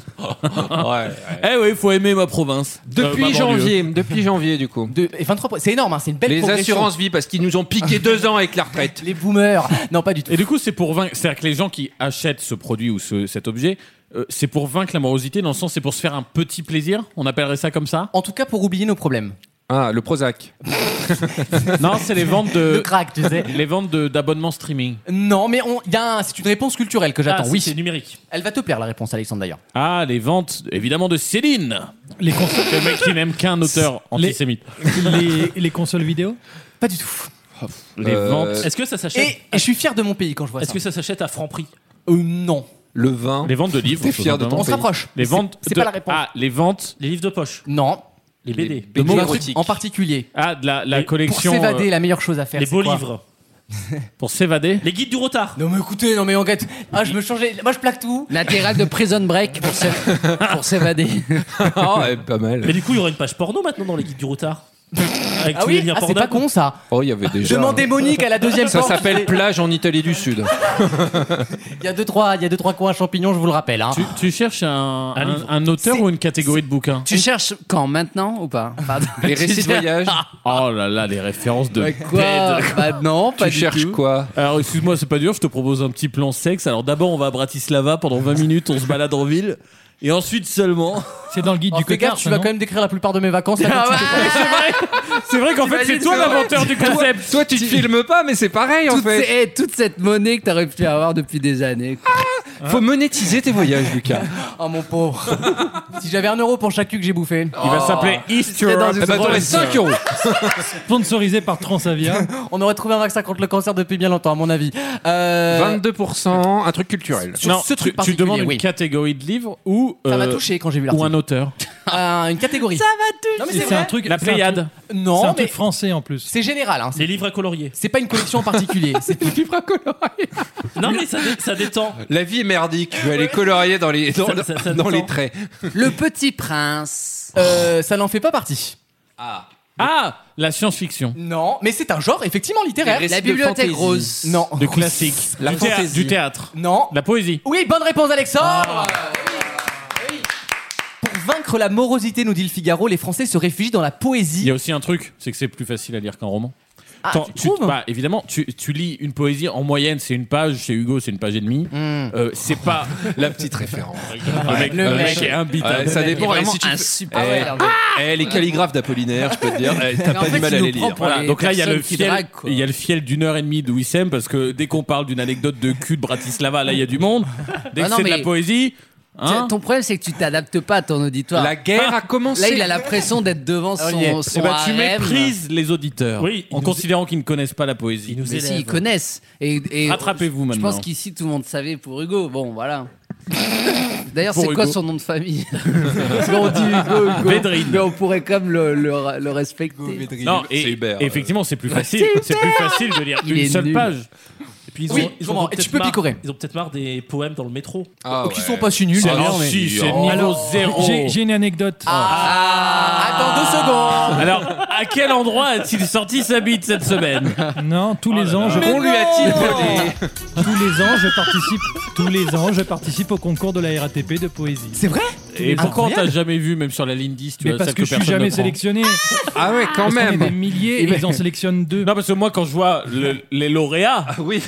Speaker 4: Eh oui, faut aimer ma province.
Speaker 10: Depuis
Speaker 4: Euh, ma banlieue.
Speaker 10: janvier, depuis janvier du coup.
Speaker 2: De- et 23%, c'est énorme, hein, c'est une belle
Speaker 10: Les
Speaker 2: progression.
Speaker 10: assurances vie parce qu'ils nous ont piqué deux ans avec la retraite.
Speaker 2: Les boomers. Non, pas du tout.
Speaker 4: Et du coup, c'est pour vaincre. C'est-à-dire que les gens qui achètent ce produit ou ce- cet objet, euh, c'est pour vaincre l'amorosité, dans le sens, c'est pour se faire un petit plaisir. On appellerait ça comme ça
Speaker 2: En tout cas, pour oublier nos problèmes.
Speaker 10: Ah, le Prozac.
Speaker 4: non, c'est les ventes de.
Speaker 2: Le crack, tu sais.
Speaker 4: Les ventes de- d'abonnements streaming.
Speaker 2: Non, mais on- il y a un- c'est une réponse culturelle que j'attends.
Speaker 4: Ah, c'est-
Speaker 2: oui,
Speaker 4: c'est numérique.
Speaker 2: Elle va te plaire la réponse, Alexandre d'ailleurs.
Speaker 4: Ah, les ventes, évidemment, de Céline.
Speaker 5: Les consoles.
Speaker 4: Le mec qui n'aime qu'un auteur
Speaker 5: Les-
Speaker 4: antisémite.
Speaker 5: les, les consoles vidéo
Speaker 2: Pas du tout.
Speaker 4: Les
Speaker 2: Euh,
Speaker 4: ventes.
Speaker 7: Est-ce que ça
Speaker 2: Et,
Speaker 7: s'achète
Speaker 2: et je suis fier de mon pays quand je vois ça.
Speaker 7: Est-ce que ça s'achète à franc prix
Speaker 2: Euh, non.
Speaker 10: Le vin.
Speaker 4: Les ventes de livres.
Speaker 2: T'es fier de ton
Speaker 4: notamment.
Speaker 2: On se pays. rapproche.
Speaker 4: Les
Speaker 2: Mais c'est-
Speaker 4: ventes.
Speaker 2: c'est
Speaker 4: de-
Speaker 2: pas la réponse.
Speaker 4: Ah, les ventes.
Speaker 7: Les livres de poche.
Speaker 2: Non.
Speaker 7: Les BD.
Speaker 2: De
Speaker 4: mots
Speaker 2: mon
Speaker 4: érotiques.
Speaker 2: en particulier.
Speaker 4: Ah, de la, la
Speaker 2: Pour
Speaker 4: collection.
Speaker 2: s'évader,
Speaker 4: euh,
Speaker 2: la meilleure chose à faire.
Speaker 7: les
Speaker 2: c'est
Speaker 7: beaux
Speaker 2: quoi
Speaker 7: livres.
Speaker 4: Pour s'évader.
Speaker 7: Les guides du retard.
Speaker 2: Non mais écoutez, non mais enquête. Ah, je me changeais. Moi, je plaque tout.
Speaker 6: Latéral de Prison Break pour s'é- pour s'évader.
Speaker 10: Ah, ouais, pas mal.
Speaker 7: Mais du coup, il y aura une page porno maintenant dans les guides du retard. Avec
Speaker 2: Ah
Speaker 7: tous les
Speaker 2: oui,
Speaker 7: liens
Speaker 2: ah, c'est
Speaker 7: porno.
Speaker 2: pas con ça.
Speaker 10: Oh, il y avait déjà.
Speaker 2: Demandez Monique à la deuxième
Speaker 10: Ça
Speaker 2: porte.
Speaker 10: s'appelle plage en Italie du Sud.
Speaker 2: Il y a deux trois, il y a deux trois coins à champignons, je vous le rappelle. Hein.
Speaker 4: Tu, tu cherches un,
Speaker 7: Un
Speaker 4: un,
Speaker 7: livre.
Speaker 4: un auteur ou une catégorie de bouquins
Speaker 6: Tu cherches quand Maintenant ou pas Pardon.
Speaker 10: Les récits de voyage.
Speaker 4: Oh là là, les références de.
Speaker 6: Quoi Bah non, pas
Speaker 10: Tu
Speaker 6: du
Speaker 10: cherches
Speaker 6: tout.
Speaker 10: quoi
Speaker 4: Alors excuse-moi, c'est pas dur, je te propose un petit plan sexe. Alors d'abord, on va à Bratislava pendant 20 minutes, on se balade en ville. Et ensuite seulement.
Speaker 5: C'est dans le guide
Speaker 2: Alors,
Speaker 5: du
Speaker 2: Oh, fais
Speaker 5: cotard.
Speaker 2: gaffe, tu vas quand même décrire la plupart de mes vacances. là, quand tu fais-
Speaker 4: C'est vrai qu'en fait, c'est toi l'inventeur du concept.
Speaker 10: Toi, tu te filmes pas, mais c'est pareil en
Speaker 6: Toute,
Speaker 10: fait.
Speaker 6: ces- eh, toute cette monnaie que t'aurais pu avoir depuis des années. quoi.
Speaker 10: Ah, Faut monétiser tes voyages, Lucas.
Speaker 2: Oh mon pauvre. si j'avais un euro pour chaque cul que j'ai bouffé.
Speaker 4: Il va s'appeler East
Speaker 6: serais dans
Speaker 4: Europe.
Speaker 6: une
Speaker 10: Eh ben, t'aurais 5 euros.
Speaker 5: Sponsorisé par Transavia.
Speaker 2: On aurait trouvé un vaccin contre le cancer depuis bien longtemps, à mon avis. Euh,
Speaker 10: 22%, un truc culturel.
Speaker 2: sur
Speaker 4: non,
Speaker 2: ce truc
Speaker 4: tu, tu
Speaker 2: particulier,
Speaker 4: demandes une
Speaker 2: oui.
Speaker 4: catégorie de livres ou
Speaker 2: Ça m'a
Speaker 4: euh,
Speaker 2: touché quand j'ai vu
Speaker 4: ou un
Speaker 2: l'article.
Speaker 4: auteur.
Speaker 2: Euh, une catégorie. Ça m'a touché. Non Ah, mais
Speaker 5: Et
Speaker 2: c'est
Speaker 5: C'est un
Speaker 2: vrai.
Speaker 5: truc.
Speaker 4: La
Speaker 5: c'est un
Speaker 4: Pléiade.
Speaker 5: truc- C'est un
Speaker 2: Non mais
Speaker 5: truc français en plus.
Speaker 2: c'est général. Hein.
Speaker 7: Les livres à colorier.
Speaker 2: C'est pas une collection en particulier. C'est
Speaker 7: Non, mais ça, dé- ça détend.
Speaker 10: La vie est merdique. Je vais aller colorier dans les, dans,
Speaker 7: Ça- ça- ça
Speaker 10: dans les
Speaker 7: détend.
Speaker 10: traits.
Speaker 6: Le Petit Prince.
Speaker 2: Euh, ça n'en fait pas partie.
Speaker 4: Ah, la science-fiction.
Speaker 2: Non, mais c'est un genre effectivement littéraire.
Speaker 6: La bibliothèque rose.
Speaker 2: Non.
Speaker 4: Du classique.
Speaker 10: La
Speaker 4: du, théâ-
Speaker 10: fantaisie.
Speaker 4: du théâtre.
Speaker 2: Non.
Speaker 4: La poésie.
Speaker 2: Oui, bonne réponse Alexandre.
Speaker 5: Ah.
Speaker 2: Oui. Pour vaincre la morosité, nous dit le Figaro, les Français se réfugient dans la
Speaker 4: Il y
Speaker 2: poésie.
Speaker 4: a aussi un truc, c'est que c'est plus facile à lire qu'un roman.
Speaker 2: Ah,
Speaker 4: Tant-
Speaker 2: tu
Speaker 4: tu-
Speaker 2: trouves
Speaker 4: bah, évidemment, tu, tu lis une poésie en moyenne, c'est une page. Chez Hugo, c'est une page et demie.
Speaker 2: Hmm.
Speaker 4: Euh, c'est pas
Speaker 10: La petite référence.
Speaker 4: le mec, le mec est imbitable.
Speaker 10: Ouais, ça dépend.
Speaker 6: est
Speaker 10: Et
Speaker 6: vraiment
Speaker 10: si tu-
Speaker 6: un super
Speaker 10: Eh,
Speaker 6: héros.
Speaker 4: Ah
Speaker 10: eh, les calligraphes d'Apollinaire, je peux te dire, eh, t'as
Speaker 6: Mais en
Speaker 10: pas du
Speaker 6: fait,
Speaker 10: mal à
Speaker 6: il
Speaker 10: les
Speaker 6: nous prend
Speaker 10: lire.
Speaker 6: pour
Speaker 4: Voilà,
Speaker 6: les
Speaker 4: donc là, il y a le
Speaker 6: personnes qui
Speaker 4: fiel,
Speaker 6: draguent, quoi.
Speaker 4: il y a le fiel d'une heure et demie de Wissem parce que dès qu'on parle d'une anecdote de cul de Bratislava, là, il y a du monde. Dès
Speaker 6: Ah
Speaker 4: que
Speaker 6: non,
Speaker 4: c'est de la
Speaker 6: mais-
Speaker 4: poésie, hein,
Speaker 6: Ton problème, c'est que tu t'adaptes pas à ton auditoire. Ah,
Speaker 10: La guerre a
Speaker 6: Là,
Speaker 10: commencé.
Speaker 6: il a la pression d'être devant
Speaker 2: Ah, on y est.
Speaker 6: son, son
Speaker 4: eh ben, tu
Speaker 6: harem.
Speaker 4: méprises les auditeurs
Speaker 7: Oui, il
Speaker 4: en
Speaker 7: nous-
Speaker 4: considérant qu'ils ne connaissent pas la poésie.
Speaker 7: Il nous
Speaker 6: Mais
Speaker 7: élève.
Speaker 6: si, ils connaissent. Et, et-
Speaker 4: Rattrapez-vous
Speaker 6: Je
Speaker 4: maintenant.
Speaker 6: pense qu'ici, tout le monde savait pour Hugo. Bon, voilà. D'ailleurs,
Speaker 4: Pour
Speaker 6: c'est quoi
Speaker 4: Hugo.
Speaker 6: son nom de famille Parce qu'on dit Hugo, Hugo.
Speaker 4: Védrine.
Speaker 6: Mais on pourrait comme le, le, le respecter.
Speaker 4: Non,
Speaker 10: C'est
Speaker 4: et,
Speaker 10: Hubert, euh.
Speaker 4: effectivement, c'est plus facile. C'est plus facile de lire
Speaker 6: Il
Speaker 4: une
Speaker 6: est
Speaker 4: seule
Speaker 6: nul.
Speaker 4: page. Et
Speaker 7: Puis ils ont,
Speaker 2: Oui,
Speaker 7: ils
Speaker 2: comment
Speaker 7: ont
Speaker 2: Et tu
Speaker 7: peut-être
Speaker 2: peux
Speaker 7: marre-
Speaker 2: picorer.
Speaker 7: Ils ont peut-être marre des poèmes dans le métro.
Speaker 2: Ah
Speaker 5: Oh,
Speaker 2: Ou qui ouais. sont pas si nuls,
Speaker 7: C'est-
Speaker 2: d'ailleurs,
Speaker 7: ah,
Speaker 2: mais-
Speaker 7: si, c'est
Speaker 2: Oh.
Speaker 7: niveau
Speaker 2: Alors,
Speaker 7: zéro.
Speaker 5: J'ai j'ai une anecdote.
Speaker 2: Ah, Attends deux secondes.
Speaker 4: Ah. Alors, à quel endroit a-t-il sorti sa bite cette semaine
Speaker 5: Non, tous
Speaker 10: Oh
Speaker 5: les ans, je...
Speaker 4: Mais On lui a-t-il non volé
Speaker 5: Tous les ans, je participe. Tous les ans, je participe au concours de la RATP de poésie.
Speaker 2: C'est vrai
Speaker 4: Et pourquoi on t'a jamais vu, même sur la ligne 10, tu
Speaker 5: Mais
Speaker 4: vois,
Speaker 5: parce
Speaker 4: celle
Speaker 5: que je suis
Speaker 4: personne ne
Speaker 5: jamais
Speaker 4: prend
Speaker 5: sélectionné.
Speaker 4: Ah ouais, quand
Speaker 5: Parce qu'on
Speaker 4: même.
Speaker 5: est des milliers et ils en sélectionnent deux.
Speaker 4: Non, parce que moi, quand je vois le- les lauréats,
Speaker 10: oui.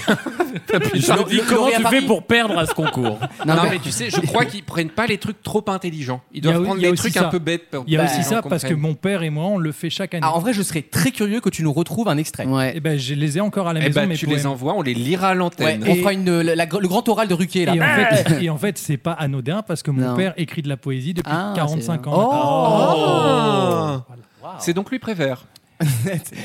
Speaker 4: je me
Speaker 10: Le-
Speaker 4: dis
Speaker 10: le
Speaker 4: comment
Speaker 10: lauréat
Speaker 4: tu
Speaker 10: Paris.
Speaker 4: fais pour perdre à ce concours
Speaker 10: Non, mais tu sais, je crois qu'ils prennent pas les trucs trop intelligents. Ils doivent
Speaker 5: Il y a-
Speaker 10: prendre
Speaker 5: il y a
Speaker 10: les
Speaker 5: aussi
Speaker 10: trucs
Speaker 5: ça.
Speaker 10: un peu bêtes. pour
Speaker 5: Il y a
Speaker 10: que
Speaker 5: aussi
Speaker 10: les
Speaker 5: ça
Speaker 10: gens
Speaker 5: parce que
Speaker 10: comprennent.
Speaker 5: mon père et moi, on le fait chaque année.
Speaker 2: Ah, en vrai, je serais très curieux que tu nous retrouves un extrait.
Speaker 5: Eh ben, je les ai encore à la
Speaker 10: Eh
Speaker 5: maison.
Speaker 10: ben,
Speaker 5: mes
Speaker 10: tu
Speaker 5: poèmes.
Speaker 10: les envoies, on les lira à l'antenne.
Speaker 2: On fera une, euh, la- la- le grand oral de Ruquier là. Ah
Speaker 5: Et en,
Speaker 10: Ah.
Speaker 5: fait, et en fait, c'est pas anodin parce que mon
Speaker 2: Non.
Speaker 5: père écrit de la poésie depuis
Speaker 2: Ah,
Speaker 5: 45
Speaker 2: c'est
Speaker 5: ans.
Speaker 2: vrai.
Speaker 5: maintenant.
Speaker 2: Oh.
Speaker 10: C'est donc lui Prévert.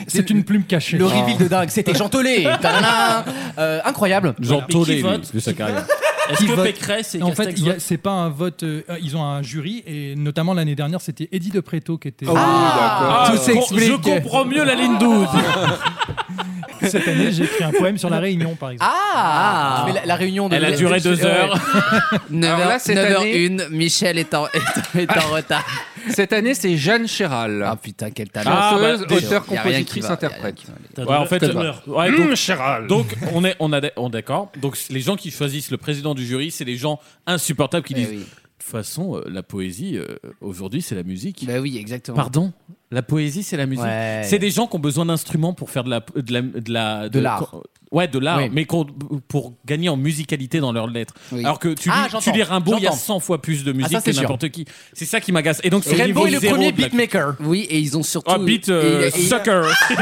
Speaker 5: C'est une plume cachée. Ah.
Speaker 2: Le reveal de dingue, c'était Jean Tellet. Tadadam. Euh, incroyable.
Speaker 4: Jean
Speaker 5: Voilà. Mais qui
Speaker 4: Tollet, lui,
Speaker 5: vote
Speaker 4: de sa carrière.
Speaker 7: Est-ce
Speaker 5: Qui
Speaker 7: que
Speaker 5: vote
Speaker 7: Pécresse et
Speaker 5: En fait,
Speaker 7: Castex
Speaker 5: il y a-
Speaker 7: votent
Speaker 5: c'est pas un vote. euh, euh, ils ont un jury et notamment l'année dernière, c'était Eddie de Preto qui était.
Speaker 4: Ah, Ah, Tout com- s'explique. je comprends mieux la ligne 12.
Speaker 5: Cette année, j'ai écrit un poème sur la Réunion, par exemple.
Speaker 2: Ah, Mais la, la réunion de
Speaker 5: Elle a duré deux heures.
Speaker 10: Alors là, cette
Speaker 6: 9h01, Michel est en, est, en- est en retard.
Speaker 10: Cette année, c'est Jeanne Chéral. Ah
Speaker 6: putain, quelle
Speaker 10: Chanteuse,
Speaker 4: bah,
Speaker 10: auteur,
Speaker 4: y a rien qui
Speaker 10: compositrice,
Speaker 4: va,
Speaker 10: interprète.
Speaker 4: Ouais, en fait, bah, Mmh, ouais, donc, donc on est, on a, on est d'accord. Donc les gens qui choisissent le président du jury, c'est les gens insupportables qui disent. De toute façon, euh, la poésie euh, aujourd'hui, c'est la musique.
Speaker 6: Bah oui, exactement.
Speaker 4: Pardon. La poésie, c'est la musique.
Speaker 6: Ouais.
Speaker 4: C'est des gens qui ont besoin d'instruments pour faire de la, de la, de la-
Speaker 6: De l'art.
Speaker 4: Ouais, de l'art,
Speaker 6: Oui.
Speaker 4: mais qu'on- pour gagner en musicalité dans leurs lettres.
Speaker 6: Oui.
Speaker 4: Alors que tu
Speaker 2: Ah,
Speaker 4: lis, tu
Speaker 2: j'entends,
Speaker 4: lis Rimbaud, il y a
Speaker 2: j'entends.
Speaker 4: 100 fois plus de musique
Speaker 2: ça,
Speaker 4: que
Speaker 2: c'est sûr.
Speaker 4: n'importe qui. C'est ça qui m'agace. Et donc, c'est au
Speaker 2: Rimbaud
Speaker 4: niveau
Speaker 2: est le
Speaker 4: zéro
Speaker 2: premier
Speaker 4: de la-
Speaker 2: beatmaker.
Speaker 6: Oui, et ils ont surtout.
Speaker 4: Ah, beat euh,
Speaker 6: et- et-
Speaker 4: sucker.
Speaker 6: Et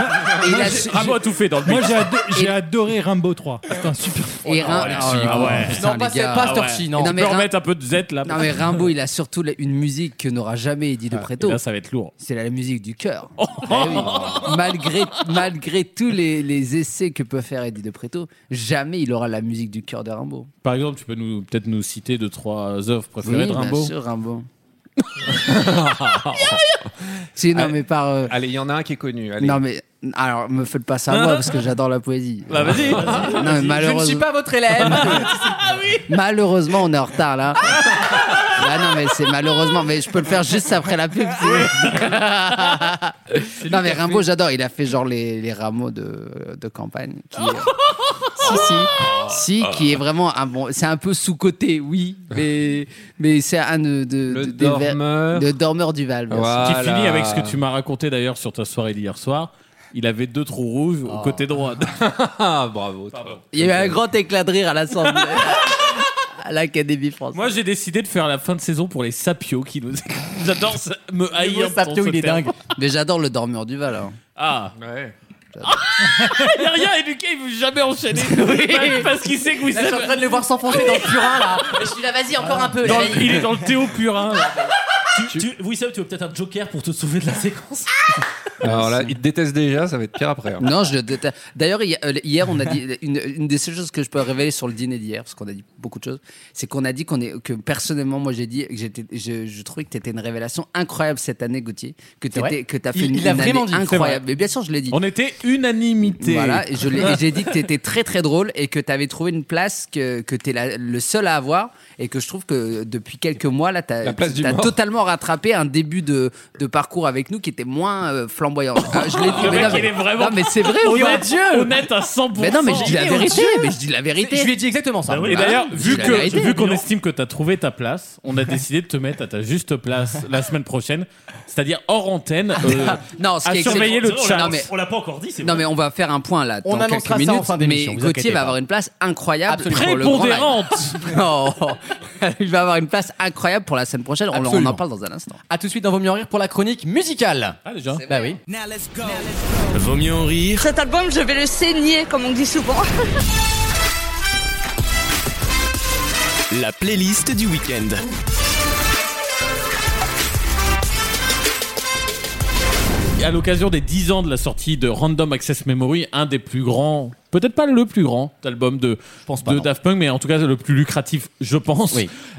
Speaker 6: il a-
Speaker 4: Rimbaud a tout fait dans le beat.
Speaker 5: Moi, j'ai ado- j'ai adoré Rimbaud 3. C'est un super. Oh,
Speaker 6: Et Rim-
Speaker 4: Ah ouais.
Speaker 6: Putain, les gars.
Speaker 4: Ah ouais.
Speaker 6: Non,
Speaker 4: Tu
Speaker 6: mais
Speaker 4: peux
Speaker 6: Rim-
Speaker 4: remettre un peu de Z là.
Speaker 6: Non mais Rimbaud, il a surtout la- une musique que n'aura jamais Eddie de Préto.
Speaker 4: Ah, et là, ça va être lourd. Oh.
Speaker 6: C'est la musique du cœur. Eh oui. malgré, malgré tous les, les essais que peut faire Eddie de Préto, jamais il aura la musique du cœur de Rimbaud.
Speaker 4: Par exemple, tu peux nous peut-être nous citer deux trois œuvres
Speaker 6: Oui,
Speaker 4: préférées de Rimbaud.
Speaker 6: bien sûr, Rimbaud. Si, non,
Speaker 10: Allez.
Speaker 6: mais par. euh,
Speaker 10: Allez, il y en a un qui est connu. allez.
Speaker 6: Non, mais. Alors, me faites pas ça à moi parce que j'adore la poésie.
Speaker 10: Bah, vas-y.
Speaker 6: Non, mais
Speaker 2: Je ne
Speaker 6: malheureusement, Ah
Speaker 2: suis pas votre élève.
Speaker 6: malheureusement, on est en retard là. Ah non, mais c'est malheureusement, mais je peux le faire juste après la pub. si vous voulez. non, mais Rimbaud, j'adore. Il a fait genre les, les rameaux de, de campagne. Qui, si, si. Si, qui est vraiment un bon. C'est un peu sous-côté, oui, mais, mais c'est un de, de-
Speaker 10: Le
Speaker 6: des ver-
Speaker 10: dormeur.
Speaker 6: le dormeur du Val. merci.
Speaker 4: Qui finit avec ce que tu m'as raconté d'ailleurs sur ta soirée d'hier soir. Il avait deux trous rouges au côté droit.
Speaker 10: Ah, bravo.
Speaker 6: Oh. Il y a eu un grand éclat de rire à l'Assemblée. à l'Académie française.
Speaker 4: Moi, j'ai décidé de faire la fin de saison pour les sapios qui nous. J'adore ce- me haïr. pour
Speaker 6: Sapio,
Speaker 4: ce
Speaker 6: il est
Speaker 4: terme.
Speaker 6: dingue. Mais j'adore le dormeur du Val. hein.
Speaker 4: Ah.
Speaker 10: Ouais.
Speaker 4: Il y a rien, et Lucas, il veut jamais enchaîner. Parce qu'il sait que vous
Speaker 2: Ah Là, je suis en train de le voir s'enfoncer dans le purin là.
Speaker 3: Je suis là, vas-y, encore un peu.
Speaker 7: Dans-
Speaker 3: vas-y.
Speaker 7: il est dans
Speaker 4: le Théo purin.
Speaker 7: tu, tu, Wissem, tu veux peut-être un joker pour te sauver de la séquence
Speaker 10: Alors là, il te déteste déjà, ça va être pire après. hein.
Speaker 6: Non, je le déteste. D'ailleurs, hi- euh, hier, on a dit une, une des seules choses que je peux révéler sur le dîner d'hier, parce qu'on a dit beaucoup de choses, c'est qu'on a dit qu'on est que personnellement, moi, j'ai dit que j'étais, je, je trouvais que t'étais une révélation incroyable cette année, Gauthier, que t'étais,
Speaker 4: vrai
Speaker 6: que t'as fait
Speaker 4: Il-
Speaker 6: une,
Speaker 4: il l'a
Speaker 6: une
Speaker 4: vraiment
Speaker 6: année
Speaker 4: dit, c'est
Speaker 6: incroyable.
Speaker 4: vrai.
Speaker 6: Mais bien sûr, je l'ai dit.
Speaker 4: On était unanimité. Bah
Speaker 6: Voilà, et je l'ai- et j'ai dit que t'étais très très drôle et que t'avais trouvé une place que, que t'es la- le seul à avoir et que je trouve que depuis quelques mois là t'as
Speaker 10: La place du
Speaker 6: t'as
Speaker 10: mort.
Speaker 6: totalement rattrapé un début de, de parcours avec nous qui était moins euh, flamboyant. Ah, je l'ai dit,
Speaker 4: Le
Speaker 6: mais
Speaker 4: mec,
Speaker 6: non, mais,
Speaker 4: il est vraiment.
Speaker 6: non, mais c'est vrai, ou pas
Speaker 4: honnête, honnête à 100%.
Speaker 6: Mais non, mais je dis la vérité, mais je dis la vérité. Bah
Speaker 2: Je lui ai dit exactement ça. Bah
Speaker 4: Et d'ailleurs, vu
Speaker 6: Ah, la
Speaker 4: que-
Speaker 6: vérité.
Speaker 4: vu qu'on estime que tu as trouvé ta place, on a décidé de te mettre à ta juste place la semaine prochaine, c'est-à-dire hors
Speaker 6: Ah,
Speaker 4: antenne, euh,
Speaker 6: Non, ce
Speaker 4: à
Speaker 6: qui est
Speaker 4: surveiller le
Speaker 6: excellent-
Speaker 4: chat.
Speaker 6: Non, mais-
Speaker 7: On l'a pas encore dit, c'est
Speaker 6: Non mais on va faire un point là
Speaker 2: On
Speaker 6: dans
Speaker 2: annoncera ça
Speaker 6: quelques
Speaker 2: en
Speaker 6: minutes.
Speaker 2: fin d'émission,
Speaker 6: mais
Speaker 2: vous
Speaker 6: Gauthier
Speaker 2: inquiétez
Speaker 6: va
Speaker 2: pas.
Speaker 6: avoir une place incroyable
Speaker 2: Absolument.
Speaker 6: pour le grand live.
Speaker 4: Prépondérante.
Speaker 6: Non, il va avoir une place incroyable pour la scène prochaine. On, on en
Speaker 2: Absolument.
Speaker 6: parle dans un instant.
Speaker 2: A tout de suite dans Vos mieux en rire pour la chronique musicale.
Speaker 4: Ah déjà.
Speaker 2: Bah oui.
Speaker 1: Vaut mieux en rire
Speaker 17: Cet album, je vais le saigner, comme on dit souvent.
Speaker 1: La playlist du week-end.
Speaker 4: à l'occasion des 10 ans de la sortie de Random Access Memory, un des plus grands, peut-être pas le plus grand album de, de Daft Punk, mais en tout cas le plus lucratif, je pense.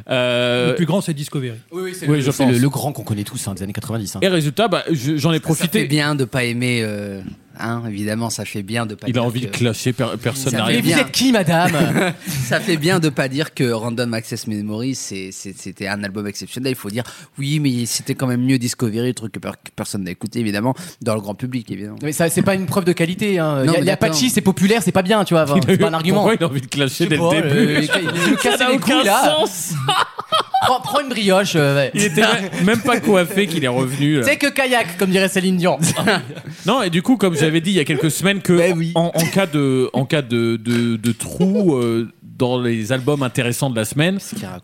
Speaker 4: Euh,
Speaker 5: Le plus grand, c'est Discovery.
Speaker 2: Oui, oui, c'est
Speaker 4: Oui,
Speaker 2: le,
Speaker 4: je
Speaker 2: c'est
Speaker 4: pense. E
Speaker 2: le- le grand qu'on connaît tous hein, des années 90. hein.
Speaker 4: Et résultat, bah, je- j'en ai profité.
Speaker 6: bien de pas aimer euh, Hein, évidemment, ça fait bien de pas
Speaker 4: Il a
Speaker 6: dire
Speaker 4: envie de
Speaker 6: que-
Speaker 4: clasher, per- personne
Speaker 6: Ça
Speaker 4: n'arrive.
Speaker 6: fait bien.
Speaker 2: madame
Speaker 6: Ça fait bien de pas dire que Random Access Memory, c'est- c'est- c'était un album exceptionnel. Il faut dire, oui, mais c'était quand même mieux Discovery, le truc que, per- que personne n'a écouté, évidemment, dans le grand public, évidemment.
Speaker 2: Mais ça, c'est pas une preuve de qualité. Hein.
Speaker 6: Non,
Speaker 2: y
Speaker 6: mais
Speaker 2: a, y a
Speaker 6: d'accord.
Speaker 2: Apache, c'est populaire, c'est pas bien, tu vois.
Speaker 6: Il a
Speaker 2: C'est
Speaker 6: eu-
Speaker 2: pas un argument.
Speaker 4: Pourquoi il a envie de clasher dès
Speaker 2: pas,
Speaker 4: le début
Speaker 2: euh, il- il- il nous cassait
Speaker 4: Ça n'a
Speaker 2: les couilles,
Speaker 4: aucun
Speaker 2: là.
Speaker 4: sens.
Speaker 2: prends, prends une brioche. euh, ouais.
Speaker 4: Il était même pas coiffé qu'il est revenu. là.
Speaker 2: C'est que kayak, comme dirait Céline Dion.
Speaker 4: Non, et du coup, comme j'avais dit il y a quelques semaines, que
Speaker 2: Bah
Speaker 4: en, en cas de, en cas de, de, de trou euh, dans les albums intéressants de la semaine,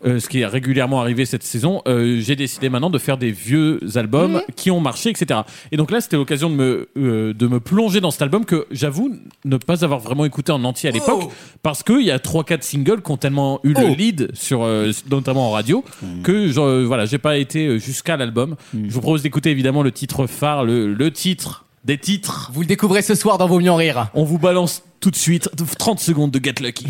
Speaker 4: euh, ce qui est régulièrement arrivé cette saison, euh, j'ai décidé maintenant de faire des vieux albums qui ont marché, etc. Et donc là, c'était l'occasion de, me, euh, de me plonger dans cet album que j'avoue ne pas avoir vraiment écouté en entier à l'époque,
Speaker 2: Oh.
Speaker 4: parce qu'il y a 3-4 singles qui ont tellement eu le lead, sur, euh, notamment en radio,
Speaker 2: Mmh.
Speaker 4: que je, euh, voilà, j'ai pas été jusqu'à l'album. Je vous propose d'écouter évidemment le titre phare, le, le titre des titres.
Speaker 2: Vous le découvrez ce soir dans Vos Mieux en Rire.
Speaker 4: On vous balance tout de suite 30 secondes de Get Lucky.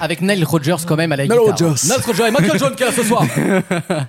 Speaker 2: Avec Nile Rodgers quand même à la
Speaker 12: Nile
Speaker 2: guitare.
Speaker 12: Rodgers.
Speaker 2: Nile Rodgers et Michael Jones qui est là ce soir.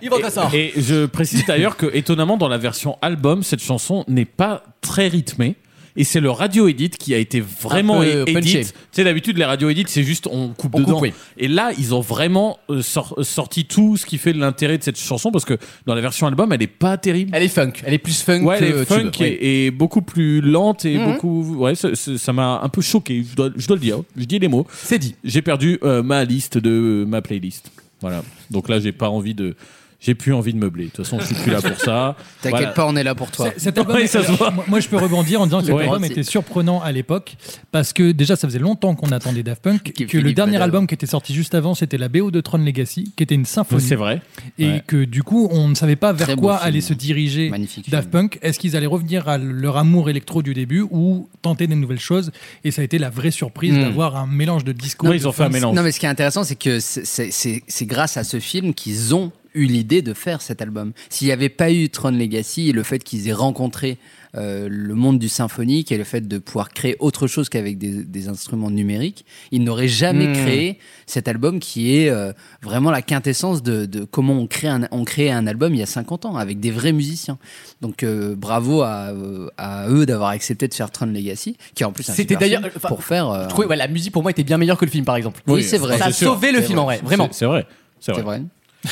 Speaker 2: Yvan Cassar.
Speaker 4: Et je précise d'ailleurs que, étonnamment, dans la version album, cette chanson n'est pas très rythmée. Et c'est le radio edit qui a été vraiment
Speaker 2: Un peu Ah, euh, punché.
Speaker 4: edit. Tu sais, d'habitude, les radio edits, c'est juste on coupe dedans.
Speaker 2: coupe, oui.
Speaker 4: Et là, ils ont vraiment euh, sor- sorti tout ce qui fait l'intérêt de cette chanson parce que dans la version album, elle est pas terrible.
Speaker 2: Elle est funk. Elle est plus funk
Speaker 4: Ouais, elle
Speaker 2: que
Speaker 4: est funk
Speaker 2: tube,
Speaker 4: et, et beaucoup plus lente et
Speaker 2: Mhm.
Speaker 4: beaucoup. Ouais, ça- ça ça m'a un peu choqué. Je dois, je dois le dire. Je dis les mots. C'est dit. J'ai perdu euh, ma liste de euh, ma playlist. Voilà. Donc là, j'ai pas envie de. J'ai plus envie de meubler. De toute façon, je suis plus là pour ça.
Speaker 6: T'inquiète
Speaker 4: Voilà.
Speaker 6: pas, on est là pour toi.
Speaker 4: C'est-
Speaker 5: Cet album,
Speaker 4: Ouais, ça se voit.
Speaker 5: moi, moi, je peux rebondir en disant que cet
Speaker 4: Ouais.
Speaker 5: album était surprenant à l'époque parce que déjà ça faisait longtemps qu'on attendait Daft Punk que le
Speaker 4: Philippe
Speaker 5: dernier
Speaker 4: Madame.
Speaker 5: album qui était sorti juste avant c'était la BO de Tron Legacy qui était une symphonie
Speaker 4: C'est vrai.
Speaker 5: et
Speaker 4: Ouais.
Speaker 5: que du coup on ne savait pas vers
Speaker 4: Très beau
Speaker 5: quoi
Speaker 4: film.
Speaker 5: allait se diriger Daft Punk est-ce qu'ils allaient revenir à leur amour électro du début ou tenter des nouvelles choses et ça a été la vraie surprise
Speaker 6: Mm.
Speaker 5: d'avoir un mélange de discours de fans.
Speaker 6: Non, mais ce qui est intéressant, c'est que c'est- c'est c'est- c'est grâce à ce film qu'ils ont eu l'idée de faire cet album. S'il n'y avait pas eu Tron Legacy et le fait qu'ils aient rencontré euh, le monde du symphonique et le fait de pouvoir créer autre chose qu'avec des, des instruments numériques, ils n'auraient jamais
Speaker 2: Mm.
Speaker 6: créé cet album qui est euh, vraiment la quintessence de, de comment on crée un, on crée un album il y a 50 ans avec des vrais musiciens. Donc euh, bravo à, euh, à eux d'avoir accepté de faire Tron Legacy, qui est en plus un
Speaker 2: C'était
Speaker 6: super film
Speaker 2: d'ailleurs- enfin,
Speaker 6: pour faire. euh,
Speaker 2: Je trouvais, ouais, la musique pour moi était bien meilleure que le film par exemple.
Speaker 6: Oui, c'est vrai.
Speaker 2: Ça a
Speaker 6: C'est sûr.
Speaker 2: sauvé le
Speaker 6: C'est
Speaker 2: film en vrai,
Speaker 6: vrai.
Speaker 2: vraiment.
Speaker 4: C'est vrai. C'est
Speaker 6: vrai.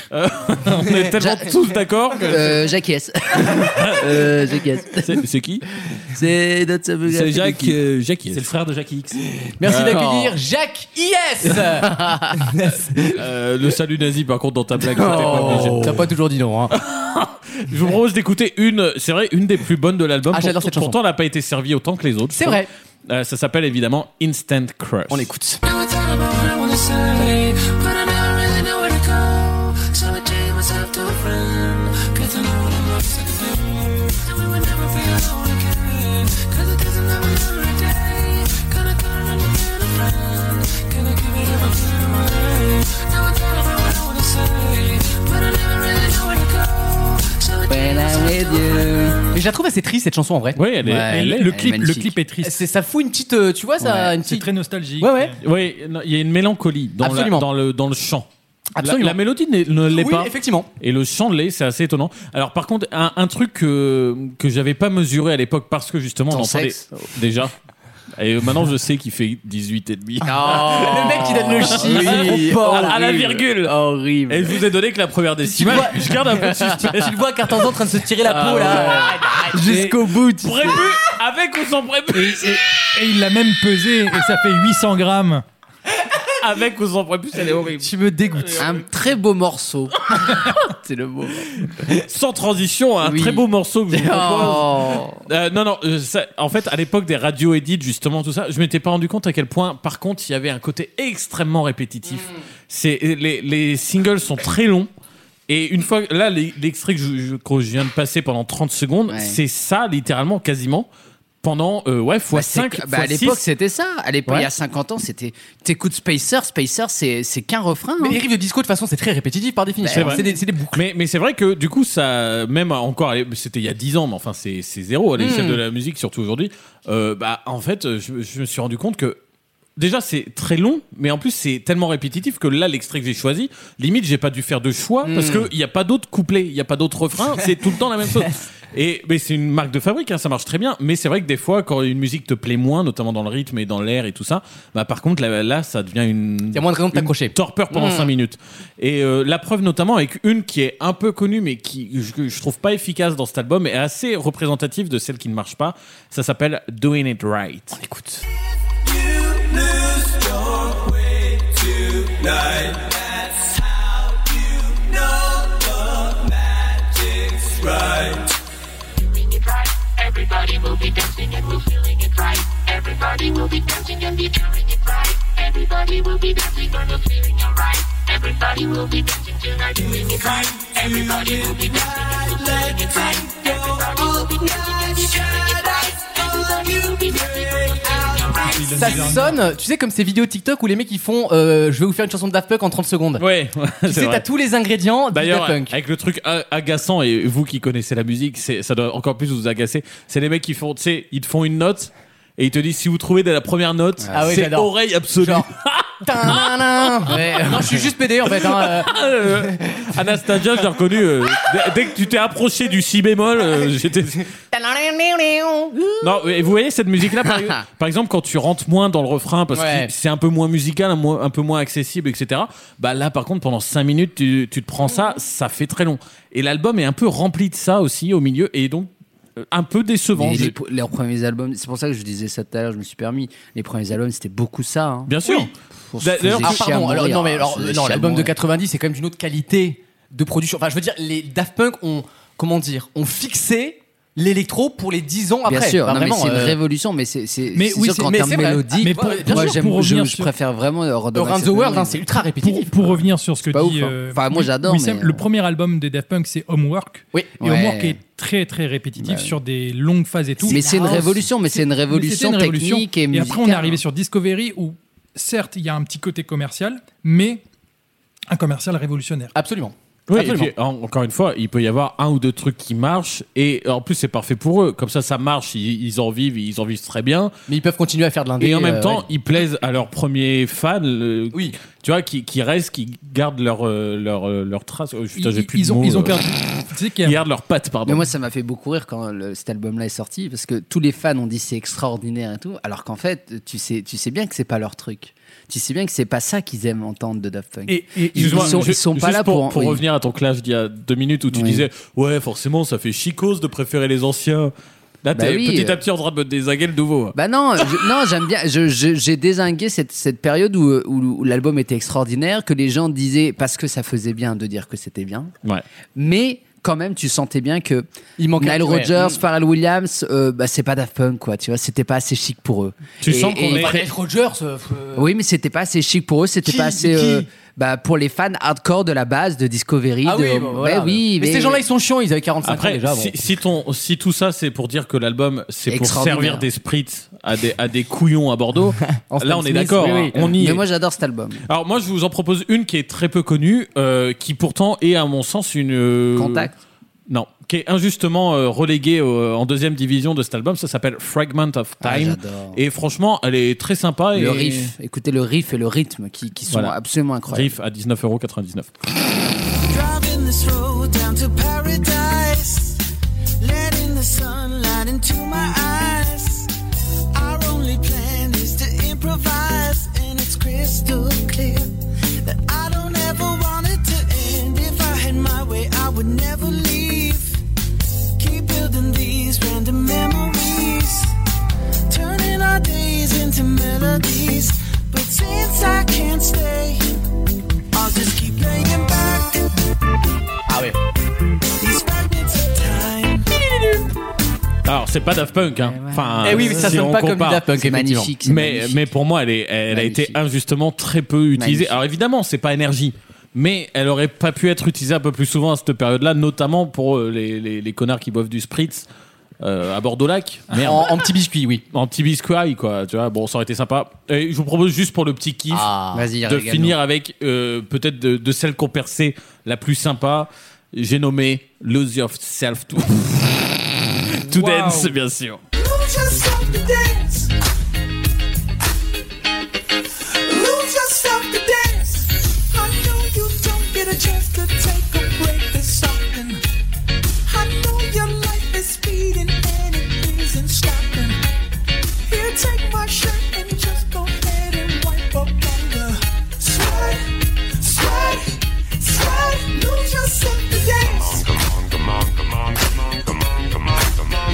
Speaker 4: On est tellement
Speaker 6: Ja-
Speaker 4: tous d'accord que.
Speaker 6: Euh, J'acquiesce. euh, J'acquiesce.
Speaker 4: C'est- C'est qui
Speaker 6: C'est notre samouraï.
Speaker 4: C'est Jacques. euh, Jacques.
Speaker 7: C'est le frère de Jackie X.
Speaker 2: Merci
Speaker 4: Euh,
Speaker 2: d'accueillir Jacques IS.
Speaker 4: Euh, le salut nazi, par contre, dans ta blague, t'étais pas obligé.
Speaker 2: Oh, T'as pas toujours dit non. hein.
Speaker 4: Je vous propose d'écouter une, c'est vrai, une des plus bonnes de l'album.
Speaker 2: Ah, j'adore
Speaker 4: Pourtant-
Speaker 2: cette chanson.
Speaker 4: Pourtant, elle n'a pas été servie autant que les autres.
Speaker 2: C'est vrai.
Speaker 4: Euh, ça s'appelle évidemment Instant Crush. On
Speaker 2: écoute.
Speaker 11: Never thought about what I wanna say, but I never really know where to go. So I chained myself to a friend, 'cause I know what I'm up to do. And we would never be alone again, 'cause it doesn't ever end a day. Gonna call on a little friend, gonna give it everything away. Never thought about what I wanna say, but I never really know where to go. So I chained myself to a
Speaker 2: Mais je la trouve assez triste cette chanson en vrai.
Speaker 4: Oui, elle est- Ouais, elle est- le elle est clip- le magnifique.
Speaker 5: clip est triste.
Speaker 2: ça fout une petite, euh, tu vois ça,
Speaker 4: Ouais.
Speaker 2: une petite.
Speaker 5: très nostalgique.
Speaker 2: Ouais ouais.
Speaker 4: Oui, non, il y a une mélancolie dans, la-
Speaker 2: Absolument.
Speaker 4: dans le, dans le chant. La-
Speaker 2: Absolument.
Speaker 4: La, mélodie n'est- ne l'est
Speaker 2: Oui,
Speaker 4: pas.
Speaker 2: effectivement.
Speaker 4: Et le chant l'est, c'est assez étonnant. Alors, par contre, un, un truc que, que j'avais pas mesuré à l'époque parce que justement,
Speaker 2: Ton
Speaker 4: on entendait.
Speaker 2: sexe.
Speaker 4: Déjà. Et maintenant, je sais qu'il fait 18 et demi.
Speaker 2: Le mec qui donne le chiffre
Speaker 4: Oui,
Speaker 2: au porc.
Speaker 4: à, à la
Speaker 2: Horrible.
Speaker 4: virgule.
Speaker 6: Horrible.
Speaker 4: Et je vous ai donné que la première décimale. Je garde un peu de suspense.
Speaker 2: Tu le vois Cartanzan en train de se tirer la
Speaker 4: Ah
Speaker 2: peau là.
Speaker 4: ouais.
Speaker 2: Jusqu'au bout.
Speaker 4: Prévu avec ou sans prévu
Speaker 5: et, et il l'a même pesé et ça fait 800 grammes
Speaker 4: Avec ou sans prépuce, elle est horrible.
Speaker 2: Tu me dégoûtes.
Speaker 6: Un très beau morceau. c'est le mot.
Speaker 4: Sans transition, un très beau morceau que je vous propose.
Speaker 6: Oh.
Speaker 4: Euh, non, non, euh, ça- en fait, à l'époque des radio edits, justement, tout ça, je m'étais pas rendu compte à quel point, par contre, il y avait un côté extrêmement répétitif.
Speaker 6: Mm.
Speaker 4: C'est les, les singles sont très longs. Et une fois, là, les- l'extrait que je, je- que je viens de passer pendant 30 secondes, c'est ça, littéralement, quasiment. pendant euh, ouais fois
Speaker 6: Bah, c'est-
Speaker 4: 5
Speaker 6: bah, à l'époque, c'était ça. À l'époque,
Speaker 4: Ouais.
Speaker 6: il y a 50 ans, c'était. T'écoutes Spacer, Spacer, c'est c'est qu'un refrain.
Speaker 2: Mais les riffs de disco, de toute façon, c'est très répétitif par définition. C'est des-
Speaker 4: boucles. Mais, mais c'est vrai que du coup, ça, même encore, à l'é- c'était il y a 10 ans, mais enfin, c'est c'est zéro à l'échelle
Speaker 2: Mm.
Speaker 4: de la musique, surtout aujourd'hui. Euh, bah, en fait, je, je me suis rendu compte que. Déjà, c'est très long, mais en plus, c'est tellement répétitif que là, l'extrait que j'ai choisi, limite, j'ai pas dû faire de choix parce
Speaker 2: Mm.
Speaker 4: qu'il n'y a pas d'autre couplet, il n'y a pas d'autre refrain, c'est tout le temps la même chose. Et mais c'est une marque de fabrique, hein, ça marche très bien. Mais c'est vrai que des fois, quand une musique te plaît moins, notamment dans le rythme et dans l'air et tout ça, bah par contre, là, là, ça devient une. Il y a moins de raison de t'accrocher. Hmm. Torpeur pendant
Speaker 2: Mm.
Speaker 4: 5 minutes. Et euh, la preuve, notamment, avec une qui est un peu connue, mais qui je, je trouve pas efficace dans cet album et assez représentative de celle qui ne marche pas. Ça s'appelle Doing It Right. écoute.
Speaker 2: Oh,
Speaker 15: Tonight, that's how you know the magic's right.
Speaker 11: Everybody will be dancing and we're feeling it right. Everybody will be dancing and be doing it right. Everybody will be dancing and we're feeling it right. Everybody will be dancing tonight, doing it right. Everybody will be dancing and we're feeling it right. Everybody will be dancing and be doing it right. Everybody will be dancing and we're feeling it right.
Speaker 2: Ça sonne, tu sais, comme ces vidéos TikTok où les mecs ils font euh, Je vais vous faire une chanson de Daft Punk en 30 secondes.
Speaker 4: Ouais,
Speaker 2: tu sais, t'as tous les ingrédients du
Speaker 4: D'ailleurs,
Speaker 2: Daft Punk.
Speaker 4: avec le truc a- agaçant, et vous qui connaissez la musique, c'est- ça doit encore plus vous agacer. C'est les mecs qui font, tu sais, ils te font une note et ils te disent si vous trouvez dès la première note,
Speaker 2: Ah oui,
Speaker 4: c'est
Speaker 2: j'adore.
Speaker 4: oreille absolue.
Speaker 2: Tadadam. Ouais, non, je suis juste pédé en fait. hein, euh.
Speaker 4: Euh, Anastasia, je l'ai reconnu. euh, dès- dès que tu t'es approché du si bémol, euh, j'étais. Non, et vous voyez cette musique-là, par, par exemple, quand tu rentres moins dans le refrain parce
Speaker 2: Ouais.
Speaker 4: que c'est un peu moins musical, un, mo- un peu moins accessible, etc. Bah là, par contre, pendant 5 minutes, tu, tu te prends ça, ça fait très long. Et l'album est un peu rempli de ça aussi au milieu, et donc euh, un peu décevant.
Speaker 6: Mais
Speaker 4: Je-
Speaker 6: les pr- leurs premiers albums, c'est pour ça que je disais ça tout à l'heure, je me suis permis. Les premiers albums, c'était beaucoup ça. hein.
Speaker 4: Bien sûr.
Speaker 6: On se
Speaker 2: D'ailleurs,
Speaker 6: faisait
Speaker 2: ah,
Speaker 6: chier à
Speaker 2: pardon, alors,
Speaker 6: mourir,
Speaker 2: non, mais
Speaker 6: hein,
Speaker 2: alors, euh,
Speaker 6: on se faisait
Speaker 2: non,
Speaker 6: chier à
Speaker 2: l'album de
Speaker 6: mourir.
Speaker 2: 90, c'est quand même d'une autre qualité de production. Enfin, je veux dire, les Daft Punk ont, comment dire, ont fixé l'électro pour les 10 ans après.
Speaker 6: Bien sûr,
Speaker 2: Enfin,
Speaker 6: non, mais
Speaker 2: vraiment,
Speaker 6: c'est une
Speaker 2: euh,
Speaker 6: révolution, mais c'est c'est-
Speaker 2: mais
Speaker 6: c'est
Speaker 2: oui,
Speaker 6: sûr
Speaker 2: c'est-
Speaker 6: qu'en
Speaker 2: mais
Speaker 6: termes
Speaker 2: c'est vrai.
Speaker 6: mélodiques,
Speaker 2: Mais pour- bien
Speaker 6: moi
Speaker 2: sûr,
Speaker 6: j'aime,
Speaker 2: pour
Speaker 6: je,
Speaker 2: revenir
Speaker 6: je
Speaker 2: sur-
Speaker 6: préfère vraiment euh, redonner
Speaker 2: Around
Speaker 6: cette
Speaker 2: the World,
Speaker 6: mélodie.
Speaker 2: hein, c'est ultra répétitif.
Speaker 5: Pour revenir sur ce que
Speaker 6: pas
Speaker 5: dit.
Speaker 6: ouf, hein.
Speaker 5: euh,
Speaker 6: Enfin, moi,
Speaker 5: Wi-
Speaker 6: j'adore,
Speaker 5: Wissem,
Speaker 6: mais, euh,
Speaker 5: Le premier album des Daft Punk, c'est Homework.
Speaker 6: Oui.
Speaker 5: Et
Speaker 6: Ouais.
Speaker 5: Homework est très très répétitif
Speaker 6: Bah oui.
Speaker 5: sur des longues phases et tout.
Speaker 6: Mais c'est une
Speaker 5: Ah,
Speaker 6: révolution, mais c'est une
Speaker 5: mais c'était
Speaker 6: révolution technique et
Speaker 5: après, on est
Speaker 6: musicale,
Speaker 5: arrivé
Speaker 6: hein.
Speaker 5: sur Discovery où, certes, il y a un petit côté commercial, mais un commercial révolutionnaire.
Speaker 2: Absolument.
Speaker 4: Oui, et puis, en- encore une fois, il peut y avoir un ou deux trucs qui marchent, et en plus, c'est parfait pour eux. Comme ça, ça marche, ils, ils en vivent, ils en vivent très bien.
Speaker 2: Mais ils peuvent continuer à faire de l'indé.
Speaker 4: Et en même
Speaker 2: euh,
Speaker 4: temps,
Speaker 2: ouais.
Speaker 4: ils plaisent à leurs premiers fans, le- tu vois, qui, qui restent, qui gardent leur, euh, leur, euh, leur trace. Oh, putain,
Speaker 6: Ils-
Speaker 4: j'ai plus
Speaker 6: ils
Speaker 4: de
Speaker 6: ont-
Speaker 4: mots,
Speaker 6: ils ont
Speaker 4: euh.
Speaker 6: perdu-
Speaker 4: Ils gardent leurs pattes, pardon.
Speaker 6: Mais moi, ça m'a fait beaucoup rire quand le- cet album-là est sorti, parce que tous les fans ont dit c'est extraordinaire et tout, alors qu'en fait, tu sais, tu sais bien que c'est pas leur truc. Tu sais bien que c'est pas ça qu'ils aiment entendre de Daft Punk. ils,
Speaker 4: Excuse-moi,
Speaker 6: sont,
Speaker 4: ju-
Speaker 6: ils sont pas
Speaker 4: juste
Speaker 6: là
Speaker 4: pour,
Speaker 6: pour. oui.
Speaker 4: revenir à ton clash d'il y a deux minutes où tu
Speaker 6: Oui.
Speaker 4: disais ouais forcément ça fait chicose de préférer les anciens. Là
Speaker 6: Bah
Speaker 4: t'es
Speaker 6: oui,
Speaker 4: petit
Speaker 6: euh.
Speaker 4: à petit en train de me désaguer le nouveau.
Speaker 6: Bah non, je- non, j'aime bien. je- je- J'ai désingué cette, cette période où, euh, où- où l'album était extraordinaire, que les gens disaient parce que ça faisait bien de dire que c'était bien.
Speaker 4: Ouais.
Speaker 6: Mais quand même, tu sentais bien que
Speaker 2: Il
Speaker 4: manquait-
Speaker 6: Nile
Speaker 4: ouais.
Speaker 6: Rodgers,
Speaker 4: Mm.
Speaker 6: Pharrell Williams, euh, bah, c'est pas Daft Punk, quoi. Tu vois, c'était pas assez chic pour eux.
Speaker 4: Tu
Speaker 6: Et-
Speaker 4: sens qu'on
Speaker 6: et-
Speaker 4: est-
Speaker 2: Nile Rodgers. euh, f-
Speaker 6: Oui, mais c'était pas assez chic pour eux, c'était
Speaker 2: Qui-
Speaker 6: pas assez.
Speaker 2: qui
Speaker 6: euh, bah, pour les fans hardcore de la base, de Discovery.
Speaker 2: Ah
Speaker 6: de-
Speaker 2: oui, bon,
Speaker 6: Ouais,
Speaker 2: voilà.
Speaker 6: oui,
Speaker 2: mais, ces gens-là, ils sont chiants, ils avaient 45 ans
Speaker 4: Après,
Speaker 2: déjà. bon.
Speaker 4: si, si ton, si tout ça c'est pour dire que l'album c'est pour
Speaker 2: Extraordinaire.
Speaker 4: servir des sprites à des, à des couillons à Bordeaux,
Speaker 6: En Stan
Speaker 4: là on est
Speaker 6: Smith,
Speaker 4: d'accord,
Speaker 6: oui, oui.
Speaker 4: hein, on y
Speaker 6: Mais
Speaker 4: est.
Speaker 6: moi, j'adore cet album.
Speaker 4: Alors moi je vous en propose une qui est très peu connue, euh, qui pourtant est à mon sens une... euh,
Speaker 6: Contact.
Speaker 4: Non, qui est injustement euh, reléguée euh, en deuxième division de cet album, ça s'appelle Fragment of
Speaker 6: Ah,
Speaker 4: Time.
Speaker 6: j'adore.
Speaker 4: et franchement elle est très sympa. et...
Speaker 6: Le riff, écoutez le riff et le rythme qui, qui sont
Speaker 4: Voilà.
Speaker 6: absolument incroyables.
Speaker 4: Riff à 19,99€.
Speaker 11: Driving this road down to paradise. Letting the sunlight into my eyes. Our only plan is to improvise. And it's crystal clear that I don't ever want it to end. If I had my way, I would never leave. Keep building these random memories. Turning our days into melodies. But since I can't stay, I'll just keep playing back.
Speaker 2: Ah ouais.
Speaker 11: These fragments of time.
Speaker 4: Alors, c'est pas Daft Punk, hein. Enfin,
Speaker 2: Eh oui, mais ça
Speaker 4: si
Speaker 2: sonne
Speaker 4: on
Speaker 2: pas comme du
Speaker 4: compare.
Speaker 2: Daft Punk, C'est effectivement. magnifique, c'est
Speaker 4: Mais, mais pour moi, elle, est- elle a été injustement très peu utilisée.
Speaker 2: Magnifique.
Speaker 4: Alors, évidemment, c'est pas énergie. Mais elle aurait pas pu être utilisée un peu plus souvent à cette période-là, notamment pour euh, les, les- les connards qui boivent du spritz. euh, à Bordeaux-Lac.
Speaker 2: Merde. En- en petit biscuit, oui.
Speaker 4: En petit biscuit, quoi. Tu vois, bon, ça aurait été sympa. Et je vous propose juste pour le petit kiff
Speaker 2: vas-y,
Speaker 4: de
Speaker 2: régale-nous.
Speaker 4: finir avec euh, peut-être de, de celle qu'on perçait la plus sympa. J'ai nommé Lose Yourself to, to
Speaker 11: Wow.
Speaker 4: Dance, bien sûr.
Speaker 11: Lose yourself to dance. Lose yourself to dance. I know you don't get a chance to take a break this something. I know your life is speeding and it isn't stopping. Here, take my shirt and just go ahead and wipe up on the sweat, sweat, sweat. Lose yourself to dance.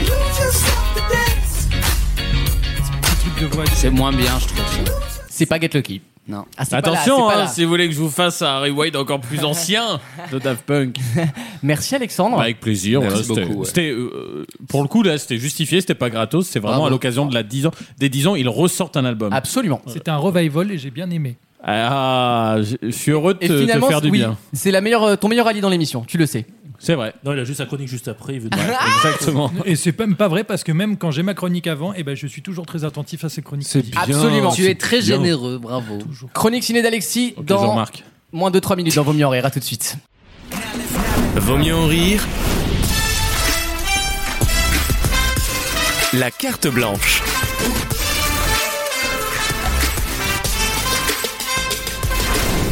Speaker 11: Lose yourself to dance.
Speaker 6: C'est moins bien, je trouve.
Speaker 2: C'est Ah, pas Get Lucky. Non.
Speaker 5: Ah,
Speaker 4: Attention, hein, si vous voulez que je vous fasse un rewind encore plus ancien de Daft Punk.
Speaker 2: Merci Alexandre.
Speaker 4: Bah, avec plaisir.
Speaker 2: Merci
Speaker 4: voilà, c'était-
Speaker 2: beaucoup, ouais.
Speaker 4: c'était, euh, pour le coup, là, c'était justifié, c'était pas gratos, c'est vraiment
Speaker 5: Bravo.
Speaker 4: à l'occasion de la 10 ans, des 10 ans, ils ressortent un album.
Speaker 2: Absolument.
Speaker 5: C'était un revival et j'ai bien aimé.
Speaker 4: Ah, je je suis heureux de
Speaker 2: Et
Speaker 4: te, te
Speaker 2: finalement,
Speaker 4: faire du
Speaker 2: oui,
Speaker 4: bien.
Speaker 2: c'est la meilleure, euh, ton meilleur allié dans l'émission, tu le sais.
Speaker 4: C'est vrai.
Speaker 7: Non, il a juste sa chronique juste après. Il veut
Speaker 4: exactement.
Speaker 5: Et c'est même pas vrai parce que même quand j'ai ma chronique avant, et ben je suis toujours très attentif à ces chroniques.
Speaker 2: Absolument.
Speaker 6: bravo.
Speaker 2: Chronique ciné d'Alexis dans
Speaker 4: remarque.
Speaker 2: moins de 3 minutes dans Vaut mieux en rire. À tout de suite.
Speaker 1: Vaut mieux en rire. La carte blanche.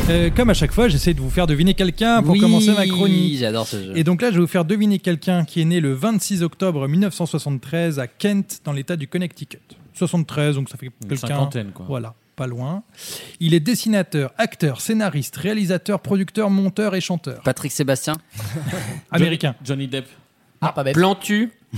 Speaker 5: Euh, comme à chaque fois, j'essaie de vous faire deviner quelqu'un pour
Speaker 6: Oui,
Speaker 5: commencer ma chronique.
Speaker 6: j'adore ce jeu.
Speaker 5: Et donc là, je vais vous faire deviner quelqu'un qui est né le 26 octobre 1973 à Kent, dans l'état du Connecticut. 73, donc ça fait quelqu'un.
Speaker 4: cinquantaine, quoi.
Speaker 5: Voilà, pas loin. Il est dessinateur, acteur, scénariste, réalisateur, producteur, monteur et chanteur.
Speaker 6: Patrick Sébastien
Speaker 5: Américain.
Speaker 4: Johnny Depp.
Speaker 2: Ah, pas bête.
Speaker 6: Plantu.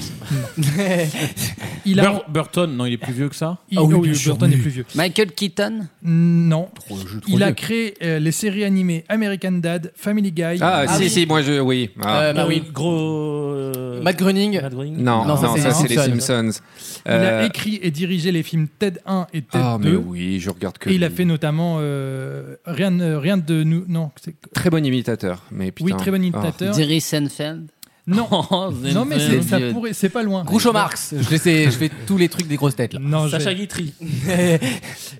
Speaker 5: Il a-
Speaker 4: Bur- Burton, non, il est plus vieux que ça
Speaker 5: Il- Ah oui, oui, bien sûr, Burton oui. est plus vieux.
Speaker 6: Michael Keaton
Speaker 5: Non.
Speaker 4: je trouve
Speaker 5: Il a
Speaker 4: vieux.
Speaker 5: créé euh, les séries animées American Dad, Family Guy.
Speaker 10: Ah, si, si, moi je. Oui. Ah.
Speaker 5: Euh, bah oui.
Speaker 7: Gros.
Speaker 2: Matt Groening.
Speaker 10: Non, non, ça, c'est les Simpsons.
Speaker 5: Il
Speaker 10: Euh,
Speaker 5: a écrit et dirigé les films Ted 1 et Ted
Speaker 10: Ah, mais
Speaker 5: 2.
Speaker 10: oui, je regarde que.
Speaker 5: Et il a
Speaker 10: lui.
Speaker 5: fait notamment euh, rien, de- rien de nous. Non, c'est-
Speaker 10: Très bon imitateur. Mais putain.
Speaker 5: oui, très bon
Speaker 10: Ah.
Speaker 5: imitateur.
Speaker 6: Jerry Seinfeld
Speaker 5: Non, non mais c'est- ça
Speaker 6: Dieu.
Speaker 5: pourrait, c'est pas loin.
Speaker 2: Oh, Groucho Marx. Je, les sais- je fais tous les trucs des grosses têtes là.
Speaker 5: Non,
Speaker 7: Sacha
Speaker 5: j'ai-
Speaker 7: Guitry.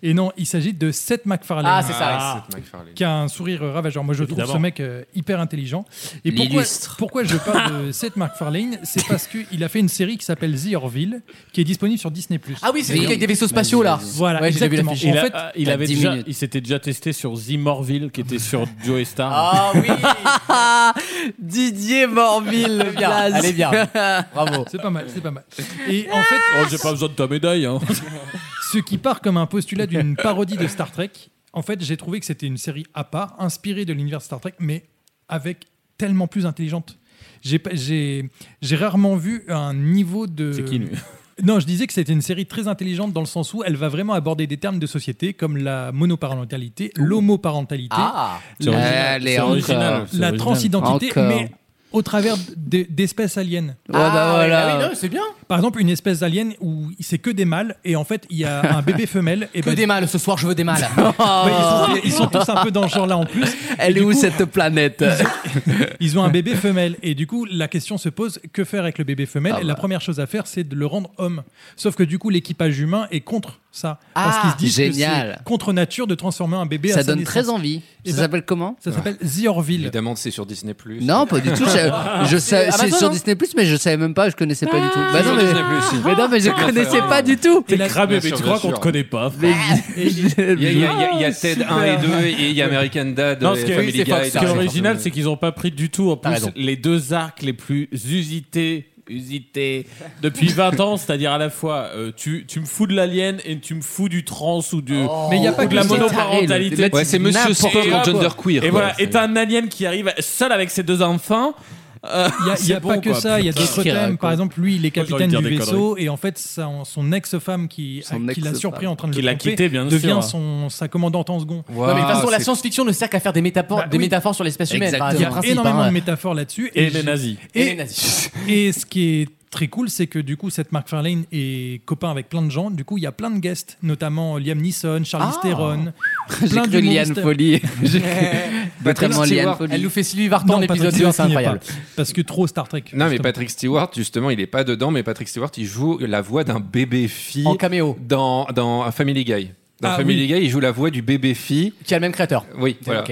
Speaker 5: et non, il s'agit de Seth MacFarlane.
Speaker 2: Ah, c'est ça, Ah, oui. Seth MacFarlane.
Speaker 5: Qui a un sourire euh, ravageur. Moi, je trouve
Speaker 2: Évidemment.
Speaker 5: ce mec euh, hyper intelligent. Et pourquoi,
Speaker 2: L'illustre.
Speaker 5: pourquoi je parle de Seth MacFarlane C'est parce qu'il a fait une série qui s'appelle The Orville, qui est disponible sur Disney+.
Speaker 2: Ah oui, c'est le truc avec des vaisseaux spatiaux là.
Speaker 5: Voilà,
Speaker 2: Ouais, j'ai déjà vu
Speaker 5: exactement.
Speaker 4: Il,
Speaker 2: l'affiche.
Speaker 5: En
Speaker 4: a-
Speaker 5: fait,
Speaker 4: ah, il
Speaker 5: t'as
Speaker 4: avait
Speaker 5: 10
Speaker 4: déjà,
Speaker 5: minutes.
Speaker 4: il s'était déjà testé sur Zimorville qui était sur Joe Star.
Speaker 2: Ah oui.
Speaker 6: Didier Morville,
Speaker 5: le blaze.
Speaker 2: elle est bien. Bravo.
Speaker 5: C'est pas mal, c'est pas mal. Et
Speaker 6: Ah,
Speaker 5: en fait,
Speaker 4: Oh, j'ai pas besoin de ta médaille. Hein.
Speaker 5: ce qui part comme un postulat d'une parodie de Star Trek, en fait, j'ai trouvé que c'était une série à part, inspirée de l'univers Star Trek, mais avec tellement plus intelligente. J'ai pas- J'ai j'ai rarement vu un niveau de.
Speaker 4: C'est qui, lui
Speaker 5: Non, je disais que c'était une série très intelligente dans le sens où elle va vraiment aborder des termes de société comme la monoparentalité, l'homoparentalité,
Speaker 6: Ah C'est
Speaker 5: la,
Speaker 6: original. Allez, C'est original, encore. c'est
Speaker 5: la
Speaker 6: original.
Speaker 5: transidentité,
Speaker 6: Encore.
Speaker 5: mais au travers d- d'espèces aliens.
Speaker 6: Ouais, bah Ah, voilà. bah oui, non,
Speaker 2: c'est bien.
Speaker 5: Euh, Par exemple, une espèce d'alien où c'est que des mâles et en fait il y a un bébé femelle. Et ben
Speaker 2: Que des mâles, ce soir je veux des mâles.
Speaker 5: Ouais, ils, sont, ils sont tous un peu dans ce genre-là en plus.
Speaker 6: Elle est où cette planète
Speaker 5: Ils ont un bébé femelle et du coup la question se pose que faire avec le bébé femelle
Speaker 6: Ah
Speaker 5: Et La première chose à faire c'est de le rendre homme. Sauf que du coup l'équipage humain est contre ça parce
Speaker 6: Ah,
Speaker 5: qu'ils se disent que
Speaker 6: génial.
Speaker 5: c'est contre nature de transformer
Speaker 10: Ah.
Speaker 5: un bébé. à
Speaker 6: Ça
Speaker 5: sa
Speaker 6: donne
Speaker 5: naissance.
Speaker 6: très envie.
Speaker 5: Et
Speaker 6: Ça
Speaker 5: ben,
Speaker 6: s'appelle comment
Speaker 5: Ça s'appelle The Orville. Ah.
Speaker 10: Évidemment, c'est sur Disney. Plus.
Speaker 6: Non, pas du tout. Je, je
Speaker 10: C'est
Speaker 6: sais- c'est
Speaker 5: bah,
Speaker 10: Amazon,
Speaker 6: sur
Speaker 10: hein
Speaker 6: Disney mais je savais même pas. Je connaissais pas du tout.
Speaker 10: Ah,
Speaker 6: Bah
Speaker 10: c'est sur
Speaker 6: non, mais,
Speaker 10: Disney+, si.
Speaker 6: mais non, mais je
Speaker 10: C'est bien
Speaker 6: connaissais
Speaker 10: fait,
Speaker 6: pas
Speaker 10: ouais.
Speaker 6: du tout.
Speaker 10: T'es cramé, Bien mais sûr, tu bien crois qu'on sûr. te connaît
Speaker 4: pas.
Speaker 10: Il y a- il y a- il y a- il y
Speaker 5: Ah,
Speaker 10: a Ted 1 et 2 et il y a American Dad,
Speaker 4: Non, ce
Speaker 10: euh,
Speaker 4: qui est,
Speaker 10: Family
Speaker 4: ce qui est
Speaker 10: Guy, Tarzan.
Speaker 4: original, c'est qu'ils n'ont pas pris du tout en
Speaker 10: T'as
Speaker 4: plus
Speaker 10: raison.
Speaker 4: les deux arcs les plus usités, usités depuis 20 ans, c'est-à-dire à la fois euh, tu, tu me fous de l'alien et tu me fous du trans ou du
Speaker 10: Mais il y a pas
Speaker 4: ou
Speaker 10: que
Speaker 4: de la
Speaker 10: ça.
Speaker 4: monoparentalité.
Speaker 10: Oh. Ouais, c'est Monsieur
Speaker 4: N'importe
Speaker 10: Spock en
Speaker 4: quoi.
Speaker 10: genderqueer,
Speaker 4: Et
Speaker 10: quoi.
Speaker 4: voilà, et t'as un alien qui arrive seul avec ses deux enfants. Euh,
Speaker 5: Il y a, il y a pas que ça, il y a d'autres thèmes. Par exemple, lui, il est capitaine du vaisseau et en fait, sa- son ex-femme qui,
Speaker 4: Son
Speaker 5: qui l'a
Speaker 4: ex-femme.
Speaker 5: surpris en train de
Speaker 4: Qui
Speaker 5: le
Speaker 4: l'a
Speaker 5: tromper
Speaker 4: quitté, bien sûr.
Speaker 5: devient son, sa commandante en second.
Speaker 2: Non, mais de toute
Speaker 1: Ah,
Speaker 2: façon, la science-fiction ne sert qu'à faire des
Speaker 1: Bah
Speaker 2: métaphores, des
Speaker 5: oui.
Speaker 2: métaphores sur l'espèce humaine. par
Speaker 5: Il y a
Speaker 2: exemple, principe,
Speaker 5: énormément
Speaker 2: hein.
Speaker 5: de métaphores là-dessus.
Speaker 2: Et
Speaker 5: j'ai-
Speaker 2: les nazis.
Speaker 5: Et,
Speaker 2: Et les nazis.
Speaker 5: et ce qui est très cool, c'est que du coup, cette Mark Farlane est copain avec plein de gens. Du coup, il y a plein de guests, notamment Liam Neeson, Charlize
Speaker 2: Ah.
Speaker 5: Theron.
Speaker 2: J'ai
Speaker 5: plein
Speaker 2: cru
Speaker 5: d'humoristes.
Speaker 2: Liane Folly. J'ai cru
Speaker 5: Patrick
Speaker 2: vraiment Liane
Speaker 5: Stewart.
Speaker 2: Folly. Elle nous fait Sylvie Vartan
Speaker 5: Non,
Speaker 2: en
Speaker 5: Patrick
Speaker 2: épisode
Speaker 5: Stewart,
Speaker 2: deux, c'est
Speaker 5: il n'y est
Speaker 2: incroyable.
Speaker 5: pas, Parce que trop Star Trek.
Speaker 10: Non, mais Patrick Stewart, justement, il est pas dedans, mais Patrick Stewart, il joue la voix d'un bébé-fille. En caméo. Dans, dans Family Guy. Dans
Speaker 5: Ah,
Speaker 10: Family
Speaker 5: oui.
Speaker 10: Guy, il joue la voix du bébé-fille.
Speaker 2: Qui a le même créateur.
Speaker 10: Oui, voilà.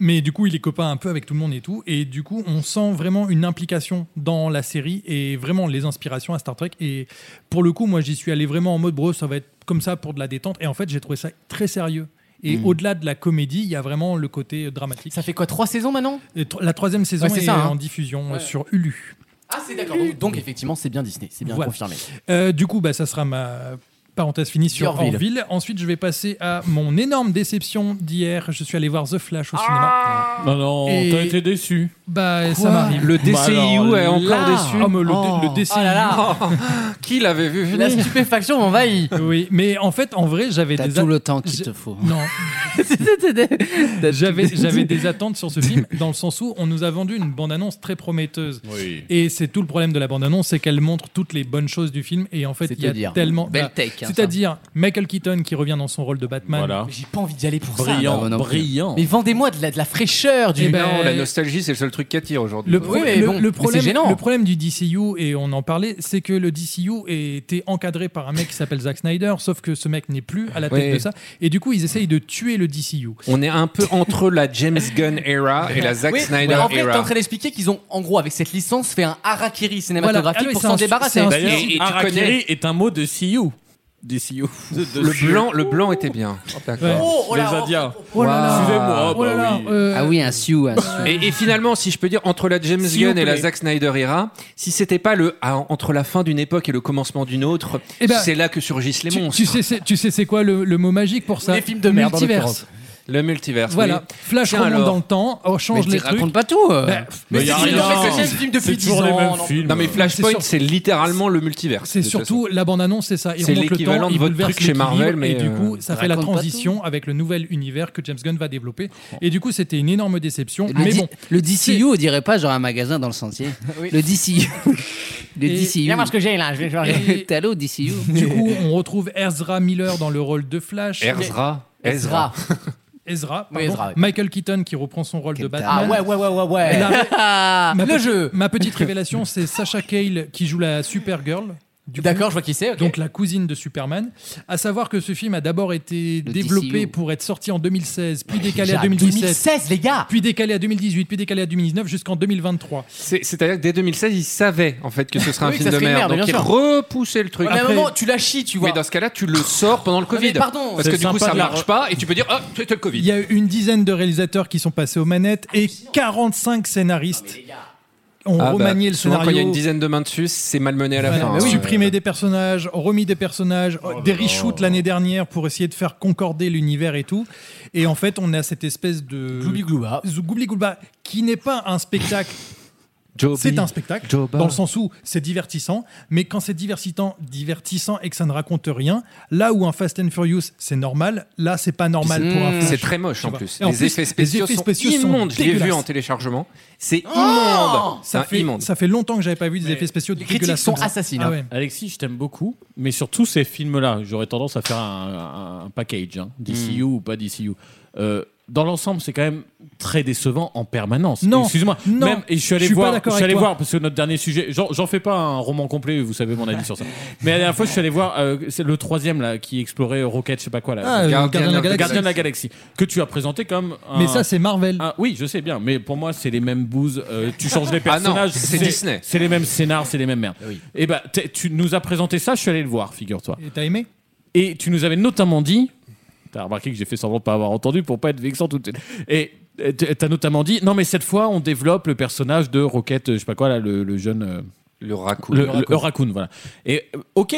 Speaker 5: Mais du coup, il est copain un peu avec tout le monde et tout. Et du coup, on sent vraiment une implication dans la série et vraiment les inspirations à Star Trek. Et pour le coup, moi, j'y suis allé vraiment en mode, bro, ça va être comme ça pour de la détente. Et en fait, j'ai trouvé ça très sérieux. Et
Speaker 2: Mm.
Speaker 5: au-delà de la comédie, il y a vraiment le côté dramatique. Ça
Speaker 2: fait quoi, trois saisons maintenant
Speaker 5: La troisième saison
Speaker 2: Ouais, c'est
Speaker 5: est,
Speaker 2: ça, hein.
Speaker 5: en diffusion euh, sur Hulu.
Speaker 2: Ah, c'est d'accord. Donc, donc, effectivement, c'est bien Disney, c'est bien
Speaker 5: Voilà.
Speaker 2: confirmé.
Speaker 5: Euh, du coup, bah, ça sera ma parenthèse finie sur
Speaker 2: Orville.
Speaker 5: Orville. Ensuite, je vais passer à mon énorme déception d'hier. Je suis allé voir The Flash au cinéma.
Speaker 4: Ah. Non, non,
Speaker 5: Et-
Speaker 4: t'as été déçu.
Speaker 5: Bah,
Speaker 4: Quoi
Speaker 5: ça m'arrive.
Speaker 4: Le DCIU est encore
Speaker 5: déçu. Oh, mais le, le DCIU.
Speaker 2: Oh là là.
Speaker 10: Qui l'avait vu
Speaker 2: La stupéfaction m'envahit.
Speaker 5: Oui, mais en fait, en vrai, j'avais
Speaker 2: T'as
Speaker 5: des
Speaker 2: tout
Speaker 5: a-
Speaker 2: le temps qu'il
Speaker 5: j'ai-
Speaker 2: te faut.
Speaker 5: Non. j'avais j'avais des attentes sur ce film dans le sens où on nous a vendu une bande annonce très prometteuse.
Speaker 4: Oui.
Speaker 5: Et c'est tout le problème de la bande annonce, c'est qu'elle montre toutes les bonnes choses du film et en fait, il y a
Speaker 2: C'est-à-dire
Speaker 5: tellement
Speaker 2: Belle
Speaker 5: bah,
Speaker 2: take, hein, ça.
Speaker 5: C'est-à-dire Michael Keaton qui revient dans son rôle de Batman.
Speaker 4: Voilà.
Speaker 2: J'ai pas envie d'y aller pour
Speaker 5: Brillant,
Speaker 2: ça. Ah, moi, non plus.
Speaker 5: brillant.
Speaker 2: Mais vendez-moi de la, de la fraîcheur du.
Speaker 5: Eh ben,
Speaker 10: Non, la nostalgie, c'est le seul truc qui attire aujourd'hui.
Speaker 5: Le, pro-
Speaker 2: mais
Speaker 5: le-
Speaker 2: bon,
Speaker 5: le
Speaker 2: mais
Speaker 5: problème,
Speaker 2: c'est gênant.
Speaker 5: le problème du DCU, et on en parlait, c'est que le DCU était encadré par un mec qui s'appelle Zack Snyder, sauf que ce mec n'est plus à la tête
Speaker 10: Ouais.
Speaker 5: de ça. Et du coup, ils essayent de tuer le DCU.
Speaker 10: On est un peu entre la James Gunn era et la Zack
Speaker 2: Oui,
Speaker 10: Snyder
Speaker 2: En fait, t'es en
Speaker 10: era.
Speaker 2: train d'expliquer qu'ils ont, en gros, avec cette licence, fait un harakiri
Speaker 5: Voilà. Ah
Speaker 2: cinématographique
Speaker 5: oui,
Speaker 2: pour
Speaker 5: c'est
Speaker 2: s'en
Speaker 5: un-
Speaker 2: débarrasser.
Speaker 5: c'est un-
Speaker 4: D'ailleurs,
Speaker 5: Et- et tu
Speaker 4: harakiri
Speaker 5: connais-
Speaker 4: est un mot de CU. Des CU.
Speaker 10: Le blanc, le blanc était bien.
Speaker 5: Ouais.
Speaker 10: D'accord.
Speaker 4: Les
Speaker 5: oh,
Speaker 4: Indiens. Excusez-moi.
Speaker 2: Oh
Speaker 4: bah oui.
Speaker 2: euh,
Speaker 6: Ah oui, un Sioux. Un Sioux.
Speaker 10: Et, et finalement, si je peux dire, entre la James
Speaker 6: S'il
Speaker 10: Gunn
Speaker 6: vous
Speaker 10: et la
Speaker 6: plaît.
Speaker 10: Zack Snyder era, si c'était pas le ah, entre la fin d'une époque et le commencement d'une autre,
Speaker 5: Eh ben,
Speaker 10: c'est là que surgissent les
Speaker 5: Tu,
Speaker 10: monstres.
Speaker 5: tu sais, c'est- tu sais c'est quoi le, le mot magique pour ça Multiverse.
Speaker 10: Le multiverse.
Speaker 5: Voilà,
Speaker 10: oui.
Speaker 5: Flash
Speaker 10: Tiens,
Speaker 5: remonte
Speaker 10: alors.
Speaker 5: dans le temps, oh, change
Speaker 10: Mais
Speaker 5: les
Speaker 10: t'y
Speaker 5: trucs.
Speaker 10: raconte pas tout, euh.
Speaker 5: Bah,
Speaker 10: Mais y a
Speaker 5: si,
Speaker 10: rien.
Speaker 5: non, mais
Speaker 10: C'est
Speaker 4: toujours les mêmes films.
Speaker 10: Non mais Flashpoint,
Speaker 5: C'est
Speaker 10: c'est littéralement le multivers.
Speaker 5: C'est
Speaker 10: de toute
Speaker 5: surtout la bande-annonce, c'est ça. Il
Speaker 10: C'est
Speaker 5: remonte le
Speaker 10: l'équivalent
Speaker 5: temps,
Speaker 10: de
Speaker 5: il
Speaker 10: votre
Speaker 5: bouleverse
Speaker 10: truc chez
Speaker 5: l'équilibre,
Speaker 10: Marvel, mais,
Speaker 5: Et du coup,
Speaker 10: euh,
Speaker 5: ça fait la
Speaker 10: raconte pas
Speaker 5: transition avec le nouvel univers que James Gunn va développer. Et du coup, c'était une énorme déception.
Speaker 6: Le,
Speaker 5: Mais
Speaker 6: di-
Speaker 5: bon,
Speaker 6: le DCU, on dirait pas genre un magasin dans le sentier. Le DCU. le DCU.
Speaker 5: Viens voir ce que
Speaker 6: j'ai là, je vais
Speaker 5: Et-
Speaker 6: T'es allé au DCU
Speaker 5: du coup, on retrouve Ezra Miller dans le rôle de Flash.
Speaker 10: Ezra. Ezra.
Speaker 5: Ezra,
Speaker 2: Oui,
Speaker 5: pardon.
Speaker 2: Ezra, oui.
Speaker 5: Michael Keaton qui reprend son rôle de
Speaker 2: Ah
Speaker 5: Batman.
Speaker 2: ouais, ouais, ouais, ouais, ouais.
Speaker 4: Ah.
Speaker 2: Ah,
Speaker 5: La- ma
Speaker 2: Le
Speaker 5: petite-
Speaker 2: jeu.
Speaker 5: Ma petite révélation, c'est Sacha Cale qui joue la Supergirl. du coup.
Speaker 2: D'accord, je vois qui c'est. ok.
Speaker 5: Donc la cousine de Superman. À savoir que ce film a d'abord été développé
Speaker 2: DCU.
Speaker 5: pour être sorti en 2016, puis décalé à
Speaker 2: Déjà,
Speaker 5: 2017,
Speaker 2: 2016, les gars.
Speaker 5: puis décalé à 2018, puis décalé à 2019 jusqu'en 2023.
Speaker 10: C'est- C'est-à-dire que dès 2016, ils savaient en fait que ce serait un
Speaker 5: Oui, que ça
Speaker 10: film de
Speaker 5: serait une
Speaker 10: merde,
Speaker 5: merde,
Speaker 10: donc ils
Speaker 5: bien sûr.
Speaker 10: repoussaient le truc.
Speaker 5: Mais à un Après- moment,
Speaker 2: tu la chies, tu
Speaker 10: vois. Mais dans ce cas-là, tu le sors pendant le
Speaker 2: mais
Speaker 10: Covid.
Speaker 2: pardon.
Speaker 10: parce que
Speaker 2: C'est
Speaker 10: du coup,
Speaker 2: sympa
Speaker 10: ça
Speaker 2: de la
Speaker 10: marche
Speaker 2: re-
Speaker 10: pas et tu peux dire, ah, c'était le Covid.
Speaker 5: Il y a eu une dizaine de réalisateurs qui sont passés aux manettes et 45 scénaristes ont
Speaker 10: Ah bah,
Speaker 5: remanié le
Speaker 10: souvent,
Speaker 5: scénario.
Speaker 10: Quand il y a une dizaine de mains dessus, c'est malmené à la
Speaker 5: Voilà,
Speaker 10: fin.
Speaker 5: bah
Speaker 10: hein.
Speaker 5: oui, supprimer des personnages, remis des personnages, des reshoots l'année dernière pour essayer de faire concorder l'univers et tout. Et en fait, on a cette espèce de
Speaker 2: Gloubi-glouba.
Speaker 5: Gloubi-glouba, qui n'est pas un spectacle.
Speaker 10: Joby.
Speaker 5: C'est un spectacle
Speaker 10: Joba.
Speaker 5: dans le sens où c'est divertissant, mais quand c'est divertissant, divertissant et que ça ne raconte rien, là où un Fast and Furious c'est normal, là c'est pas normal
Speaker 10: Puis
Speaker 5: pour un
Speaker 10: c'est- Mmh,
Speaker 5: Flash.
Speaker 10: C'est très moche
Speaker 5: Tu
Speaker 10: en
Speaker 5: vois.
Speaker 10: plus.
Speaker 5: Et en
Speaker 10: les effets spéciaux,
Speaker 5: les effets
Speaker 10: sont immondes. Je l'ai vu
Speaker 5: dégueulasses.
Speaker 10: en téléchargement. C'est
Speaker 5: Oh
Speaker 10: immonde. C'est
Speaker 5: ça
Speaker 10: un
Speaker 5: fait,
Speaker 10: immonde.
Speaker 5: ça fait longtemps que j'avais pas vu des effets spéciaux
Speaker 4: Les critiques
Speaker 5: dégueulasses
Speaker 4: sont
Speaker 5: comme ça.
Speaker 4: assassines.
Speaker 5: Ah
Speaker 4: hein.
Speaker 5: ouais.
Speaker 4: Alexis, je t'aime beaucoup, mais sur tous ces films-là, j'aurais tendance à faire un, un- un package, hein,
Speaker 5: Hmm.
Speaker 4: DCU ou pas DCU. Euh, dans l'ensemble, c'est quand même très décevant en permanence.
Speaker 5: Non,
Speaker 4: excuse-moi.
Speaker 5: non,
Speaker 4: Même et je suis allé
Speaker 5: je suis pas
Speaker 4: voir, je
Speaker 5: d'accord
Speaker 4: suis
Speaker 5: avec
Speaker 4: allé
Speaker 5: toi.
Speaker 4: voir parce que notre dernier sujet, j'en j'en fais pas un roman complet, vous savez mon avis sur ça. Mais la dernière fois, je suis allé voir, euh, c'est le troisième là qui explorait Rocket, je sais pas quoi là.
Speaker 5: Ah, euh, Gardien de la Galaxie.
Speaker 4: Gardien de la Galaxie, que tu as présenté comme. un-
Speaker 5: Mais ça, c'est Marvel.
Speaker 4: Ah, oui, je sais bien, mais pour moi, c'est les mêmes bouses. euh, tu changes les
Speaker 10: Ah non,
Speaker 4: personnages.
Speaker 10: c'est Disney.
Speaker 4: C'est les mêmes scénars, c'est les mêmes merdes. Et bah, t'es- tu nous as présenté ça, je suis allé le voir, figure-toi.
Speaker 5: Et t'as aimé
Speaker 4: Et tu nous avais notamment dit. T'as remarqué que j'ai fait semblant de pas avoir entendu pour pas être vexant tout de suite. Et euh, t- t'as notamment dit non, mais cette fois, on développe le personnage de Rocket, euh, je sais pas quoi, là, le, le jeune. euh,
Speaker 10: Le raccoon.
Speaker 4: le, le- le raccoon, voilà. Et euh, ok,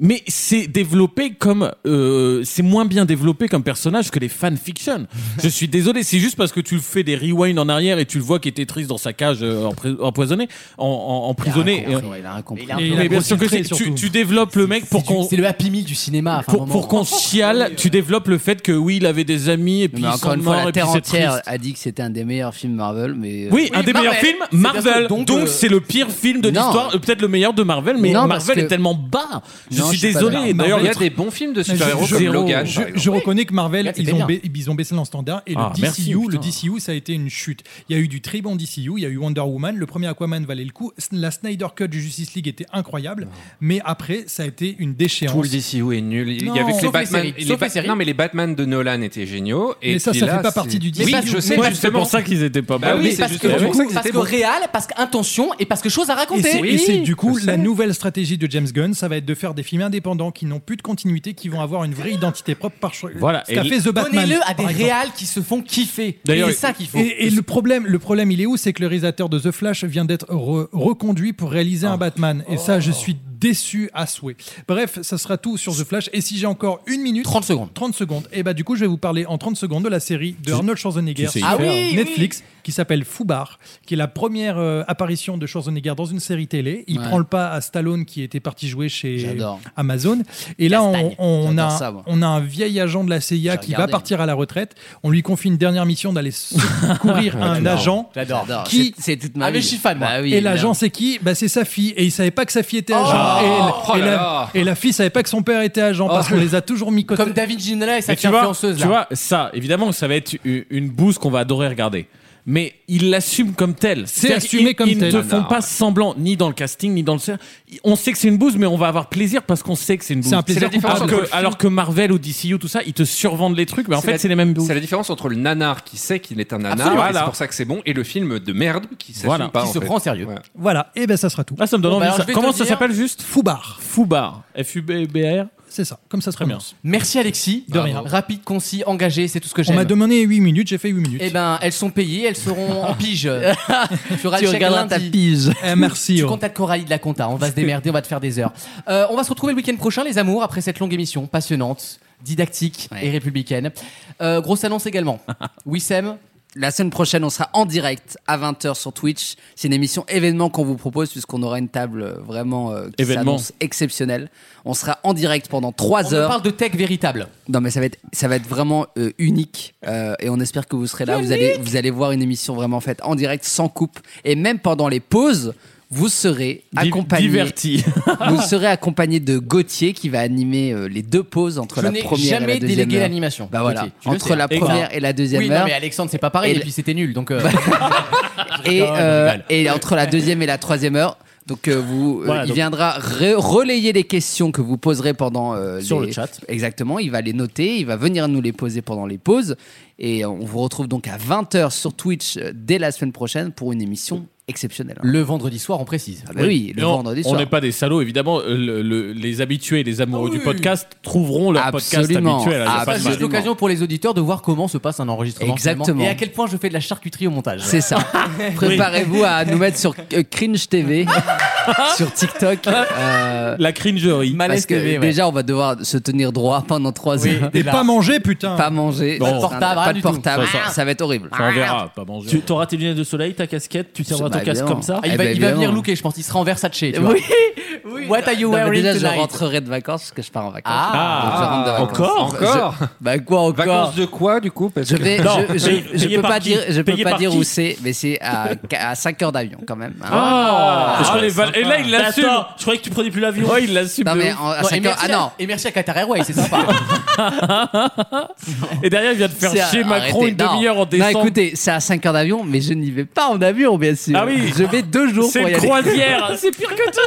Speaker 4: Mais c'est développé comme. euh, c'est moins bien développé comme personnage que les fanfictions. Je suis désolé, c'est juste parce que tu fais des rewinds en arrière et tu le vois qui était triste dans sa cage euh, empris- empoisonné, en, en- emprisonné.
Speaker 2: Il a rien
Speaker 4: Et-
Speaker 2: compris, il a rien compris.
Speaker 4: Et-
Speaker 2: Il a un
Speaker 4: mais
Speaker 2: peu
Speaker 4: bien sûr que
Speaker 2: infiltré,
Speaker 4: c'est- tu,
Speaker 2: surtout.
Speaker 4: tu développes le mec pour qu'on.
Speaker 2: C'est le happy meal du cinéma. enfin,
Speaker 4: Pour,
Speaker 2: vraiment.
Speaker 4: pour qu'on chiale, tu développes le fait que oui, il avait des amis et puis
Speaker 6: Mais
Speaker 4: ils
Speaker 6: encore
Speaker 4: sont
Speaker 6: une fois,
Speaker 4: morts
Speaker 6: la
Speaker 4: et puis
Speaker 6: Terre
Speaker 4: c'est
Speaker 6: entière
Speaker 4: triste.
Speaker 6: a dit que c'était un des meilleurs films Marvel, mais euh,
Speaker 4: Oui, un des meilleurs films,
Speaker 6: C'est bien
Speaker 4: Marvel.
Speaker 6: sûr,
Speaker 4: Donc
Speaker 6: euh,
Speaker 4: c'est le pire film de
Speaker 6: Non.
Speaker 4: l'histoire, euh, peut-être le meilleur de Marvel, mais
Speaker 6: Non, parce
Speaker 4: Marvel
Speaker 6: que-
Speaker 4: est tellement bas. Je suis
Speaker 6: Non, je suis pas
Speaker 4: désolé.
Speaker 6: d'accord.
Speaker 4: D'ailleurs,
Speaker 10: il y a
Speaker 4: le-
Speaker 10: des bons films de
Speaker 4: Mais je-
Speaker 10: super-héros
Speaker 4: je-
Speaker 10: comme
Speaker 4: je-
Speaker 10: Logan.
Speaker 4: je-
Speaker 10: par
Speaker 5: Je-
Speaker 10: exemple.
Speaker 5: Je reconnais que Marvel,
Speaker 10: Là, c'était
Speaker 5: ils ont,
Speaker 10: bien.
Speaker 5: ba- ils ont baissé le standard et
Speaker 4: Ah,
Speaker 5: le, DCU,
Speaker 4: merci,
Speaker 5: le DCU, ça a été une chute. Il y a eu du très bon DCU, il y a eu Wonder Woman, le premier Aquaman valait le coup, S- la Snyder Cut du Justice League était incroyable, mais après, ça a été une déchéance.
Speaker 10: Tout le DCU est nul. Il y
Speaker 5: Non.
Speaker 10: avait que
Speaker 5: Sauf
Speaker 10: les
Speaker 5: les
Speaker 10: Batman.
Speaker 5: séries.
Speaker 10: les
Speaker 5: Sauf
Speaker 10: Ba-
Speaker 5: les séries.
Speaker 10: Non, mais les Batman de Nolan étaient géniaux. Et
Speaker 5: Mais ça,
Speaker 10: puis
Speaker 5: ça
Speaker 10: là,
Speaker 5: fait pas
Speaker 10: c'est-
Speaker 5: partie du
Speaker 10: Oui,
Speaker 5: DCU.
Speaker 10: je sais.
Speaker 5: Ouais, c'est
Speaker 10: justement.
Speaker 5: pour ça
Speaker 4: qu'ils étaient pas
Speaker 10: Bah
Speaker 2: Bah
Speaker 10: oui,
Speaker 2: oui,
Speaker 10: c'est
Speaker 2: parce que,
Speaker 10: justement pour ça qu'ils
Speaker 2: parce
Speaker 10: étaient
Speaker 2: que
Speaker 10: bons.
Speaker 2: réel, parce qu'intention et parce que chose à
Speaker 5: Et
Speaker 2: raconter.
Speaker 5: c'est et c'est du coup la nouvelle stratégie de James Gunn, ça va être de faire des films indépendants qui n'ont plus de continuité, qui vont avoir une vraie identité propre par choix.
Speaker 4: Voilà,
Speaker 5: Ce qu'a
Speaker 4: et
Speaker 5: fait The Batman.
Speaker 2: Donnez-le à des
Speaker 5: par exemple.
Speaker 2: réals qui se font kiffer. Et
Speaker 5: D'ailleurs,
Speaker 2: C'est ça qu'il faut.
Speaker 5: Et, et le problème, le problème, il est où C'est que le réalisateur de The Flash vient d'être re- reconduit pour réaliser
Speaker 2: Ah.
Speaker 5: un Batman. Et ça,
Speaker 2: Oh.
Speaker 5: je suis déçu à souhait. Bref, ça sera tout sur The Flash. Et si j'ai encore une minute, 30
Speaker 2: secondes,
Speaker 5: 30 secondes. Et bah du coup, je vais vous parler en 30 secondes de la série de Arnold Schwarzenegger
Speaker 4: tu sais y
Speaker 5: sur
Speaker 4: Ah faire. oui,
Speaker 5: Netflix qui s'appelle Foubar, qui est la première euh, apparition de Schwarzenegger dans une série télé. Il
Speaker 6: Ouais.
Speaker 5: prend le pas à Stallone qui était parti jouer chez
Speaker 6: J'adore.
Speaker 5: Amazon. Et là, on, on
Speaker 6: J'adore
Speaker 5: a
Speaker 6: ça, moi.
Speaker 5: on a un vieil agent de la CIA qui va
Speaker 6: regardé.
Speaker 5: partir à la retraite. On lui confie une dernière mission d'aller secourir un agent.
Speaker 6: J'adore.
Speaker 5: Qui-
Speaker 6: C'est c'est toute ma
Speaker 5: Ah, mais
Speaker 6: vie.
Speaker 5: je suis fan,
Speaker 6: Bah oui,
Speaker 5: et l'agent,
Speaker 6: évidemment.
Speaker 5: c'est qui bah, C'est sa fille. Et il savait pas que sa fille était agent.
Speaker 6: Oh
Speaker 5: et, la- et
Speaker 6: Oh là
Speaker 5: la,
Speaker 6: là.
Speaker 5: et la fille savait pas que son père était agent parce
Speaker 2: Oh.
Speaker 5: qu'on les a toujours mis côté.
Speaker 2: Comme David Ginola et sa
Speaker 4: Mais
Speaker 2: fille
Speaker 4: tu vois,
Speaker 2: influenceuse.
Speaker 4: tu
Speaker 2: là.
Speaker 4: vois, ça, évidemment, ça va être u- une bouse qu'on va adorer regarder. Mais ils l'assument comme tel.
Speaker 5: C'est
Speaker 4: C'est-à-dire
Speaker 5: assumé
Speaker 4: qu'ils-
Speaker 5: comme
Speaker 4: ils
Speaker 5: tel.
Speaker 4: ne te font
Speaker 5: Non.
Speaker 4: pas semblant, ni dans le casting, ni dans le. ser- On sait que c'est une bouse, mais on va avoir plaisir parce qu'on sait que c'est une bouse.
Speaker 5: C'est un plaisir
Speaker 4: la différence
Speaker 5: coupable.
Speaker 4: alors, que, alors que Marvel ou DCU, tout ça, ils te survendent les trucs, mais en
Speaker 10: C'est
Speaker 4: fait,
Speaker 10: la-
Speaker 4: c'est les mêmes bouses.
Speaker 10: C'est la différence entre le nanar qui sait qu'il est un nanar,
Speaker 4: Absolument.
Speaker 10: et c'est
Speaker 4: Voilà.
Speaker 10: pour ça que c'est bon, et le film de merde qui s'assume
Speaker 4: Voilà.
Speaker 10: pas.
Speaker 4: Qui
Speaker 10: en
Speaker 4: se
Speaker 10: fait.
Speaker 4: prend au sérieux.
Speaker 10: Ouais.
Speaker 5: Voilà. Et ben ça sera tout.
Speaker 4: Là, ça me donne
Speaker 5: Bon,
Speaker 4: envie.
Speaker 5: bah, alors,
Speaker 4: ça.
Speaker 5: je vais te
Speaker 4: Comment ça
Speaker 5: dire-
Speaker 4: s'appelle juste
Speaker 5: Foubar.
Speaker 4: Foubar. F-U-B-B-R.
Speaker 5: C'est ça. Comme ça se prononce.
Speaker 2: Merci Alexis.
Speaker 5: De rien.
Speaker 2: Rapide, concis, engagé, c'est tout ce que
Speaker 5: On
Speaker 2: j'aime.
Speaker 5: m'a demandé 8 minutes, j'ai fait 8 minutes.
Speaker 2: Eh ben, elles sont payées, elles seront en pige. tu auras
Speaker 5: Tu
Speaker 2: le chèque
Speaker 5: regarderas
Speaker 2: lundi.
Speaker 5: ta pige. Eh, merci,
Speaker 2: Tu
Speaker 5: oh.
Speaker 2: contactes Coralie de la compta. On va se démerder, on va te faire des heures. Euh, on va se retrouver le week-end prochain, les amours, après cette longue émission passionnante, didactique et républicaine. Euh, grosse annonce également. Wissem.
Speaker 6: La semaine prochaine, on sera en direct à 20h sur Twitch. C'est une émission événement qu'on vous propose puisqu'on aura une table euh, vraiment euh, qui
Speaker 2: Événement.
Speaker 6: s'annonce exceptionnelle. On sera en direct pendant 3
Speaker 2: on
Speaker 6: heures.
Speaker 2: nous parle de tech véritable.
Speaker 6: Non mais ça va être ça va être vraiment euh, unique Euh, et on espère que vous serez là. Vous allez vous allez voir une émission vraiment faite en direct sans coupe et même pendant les pauses. Vous serez
Speaker 4: Di-
Speaker 6: accompagné.
Speaker 4: diverti.
Speaker 6: vous serez accompagné de Gauthier qui va animer euh, les deux pauses entre
Speaker 2: Je
Speaker 6: la
Speaker 2: n'ai
Speaker 6: première et la
Speaker 2: jamais
Speaker 6: deuxième.
Speaker 2: délégué
Speaker 6: heure.
Speaker 2: l'animation.
Speaker 6: Bah voilà,
Speaker 2: Gauthier, tu le sais.
Speaker 6: entre la première et la deuxième
Speaker 2: Oui,
Speaker 6: heure.
Speaker 2: non, mais Alexandre, c'est pas pareil.
Speaker 6: Et bah,
Speaker 2: Et,
Speaker 6: la-
Speaker 2: puis c'était nul, donc. euh,
Speaker 6: et,
Speaker 2: rigole,
Speaker 6: euh,
Speaker 2: je rigole.
Speaker 6: et entre la deuxième et la troisième heure. Donc euh, vous, euh,
Speaker 2: Voilà,
Speaker 6: il
Speaker 2: donc-
Speaker 6: viendra re- relayer les questions que vous poserez pendant euh,
Speaker 7: Sur
Speaker 6: les-
Speaker 7: le chat.
Speaker 6: Exactement, il va les noter, il va venir nous les poser pendant les pauses et euh, on vous retrouve donc à 20h sur Twitch euh, dès la semaine prochaine pour une émission exceptionnelle.
Speaker 2: Le vendredi soir, on précise.
Speaker 6: Ah bah oui, le
Speaker 4: Non,
Speaker 6: vendredi
Speaker 4: On
Speaker 6: soir.
Speaker 4: n'est pas des salauds, évidemment. euh, le- le- les habitués et les amoureux du podcast trouveront leur
Speaker 6: Absolument,
Speaker 4: podcast habituel. hein,
Speaker 2: C'est
Speaker 4: c'est pas
Speaker 2: juste
Speaker 4: mal.
Speaker 2: l'occasion pour les auditeurs de voir comment se passe un enregistrement.
Speaker 6: Exactement.
Speaker 2: finalement, Et à quel point je fais de la charcuterie au montage.
Speaker 6: C'est ça. Préparez-vous à nous mettre sur euh, Cringe TV, sur TikTok. euh,
Speaker 4: La cringerie.
Speaker 6: Parce que
Speaker 2: TV, ouais.
Speaker 6: déjà, on va devoir se tenir droit pendant 3
Speaker 2: Oui,
Speaker 6: heures.
Speaker 5: Et pas manger, putain. Ah,
Speaker 6: Pas manger.
Speaker 5: Pas de portable,
Speaker 6: Pas
Speaker 5: rien
Speaker 6: de
Speaker 5: du tout.
Speaker 6: portable.
Speaker 5: Ça,
Speaker 6: Ça,
Speaker 5: ça-
Speaker 6: va être horrible.
Speaker 4: pas manger.
Speaker 7: Tu auras tes lunettes de soleil, ta casquette, tu tiendras ton
Speaker 6: Bah,
Speaker 7: casque
Speaker 6: évidemment.
Speaker 7: comme ça.
Speaker 6: Ah, il va- Eh ben, il va venir évidemment. looker,
Speaker 2: je pense. Il sera en Versace. Tu
Speaker 6: vois. Oui,
Speaker 2: What are you
Speaker 6: Non, mais
Speaker 2: wearing
Speaker 6: déjà, je
Speaker 2: tonight
Speaker 6: rentrerai de vacances parce que je pars en vacances.
Speaker 2: Ah.
Speaker 6: Donc, je rentre de
Speaker 10: Ah,
Speaker 6: vacances.
Speaker 10: encore
Speaker 6: Je-
Speaker 10: Encore
Speaker 6: Bah quoi encore
Speaker 10: Vacances de quoi, du coup parce
Speaker 6: Je
Speaker 10: que-
Speaker 6: vais,
Speaker 10: Non,
Speaker 6: je, je-
Speaker 10: payé-
Speaker 6: je
Speaker 10: payé
Speaker 6: peux
Speaker 10: par
Speaker 6: pas
Speaker 10: qui
Speaker 6: dire, je peux
Speaker 10: Payé
Speaker 6: pas
Speaker 10: par
Speaker 6: dire
Speaker 10: qui
Speaker 6: où c'est, mais c'est à, à 5 heures d'avion quand même. hein.
Speaker 4: Ah, Ah, les val- et là, il l'assume.
Speaker 7: Bah, Attends, je croyais que tu prenais plus l'avion.
Speaker 4: Oh, il l'assume.
Speaker 6: Non,
Speaker 4: de
Speaker 6: mais
Speaker 4: ouf.
Speaker 6: en- à
Speaker 2: Bon, et
Speaker 6: 5 heures.
Speaker 2: merci
Speaker 6: Ah
Speaker 2: à-
Speaker 6: non
Speaker 2: Et merci à Qatar Airways, c'est sympa.
Speaker 4: Et derrière, il vient de faire
Speaker 6: C'est à-
Speaker 4: chier Macron
Speaker 6: arrêtez,
Speaker 4: une
Speaker 6: non.
Speaker 4: demi-heure en décembre.
Speaker 6: Non, écoutez, c'est à 5 heures d'avion, mais je n'y vais pas en avion, bien sûr.
Speaker 4: Ah oui.
Speaker 6: Je vais deux jours
Speaker 4: C'est
Speaker 6: pour y
Speaker 4: une
Speaker 6: aller.
Speaker 4: croisière. C'est pire que tout.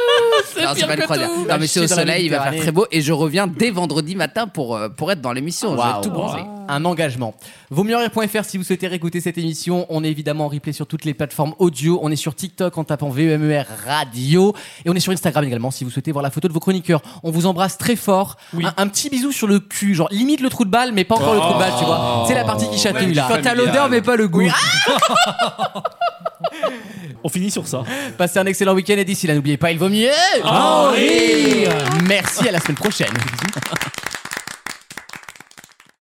Speaker 4: C'est
Speaker 6: Non, c'est
Speaker 4: pire
Speaker 6: pas une
Speaker 4: que
Speaker 6: croisière.
Speaker 4: tout.
Speaker 6: Non, mais c'est au
Speaker 4: Chier dans la
Speaker 6: soleil, il va faire
Speaker 4: Méditerranée.
Speaker 6: très beau. Et je reviens dès vendredi matin pour, euh, pour être dans l'émission. Je vais tout bronzer.
Speaker 2: Un engagement. Vaut mieux en rire.fr si vous souhaitez réécouter cette émission. On est évidemment en replay sur toutes les plateformes audio. On est sur TikTok en tapant E VEMER Radio. Et on est sur Instagram également si vous souhaitez voir la photo de vos chroniqueurs. On vous embrasse très fort. Un, un petit bisou sur le cul, genre limite le trou de balle, mais pas encore le
Speaker 4: Oh.
Speaker 2: trou de
Speaker 6: Oh.
Speaker 2: balle, tu vois. C'est la partie qui chatouille là.
Speaker 6: Quand t'as l'odeur, mais pas le goût.
Speaker 7: On finit sur ça.
Speaker 2: Passez un excellent week-end et d'ici là, n'oubliez pas, il vaut mieux
Speaker 7: En rire
Speaker 2: Merci, à la semaine prochaine.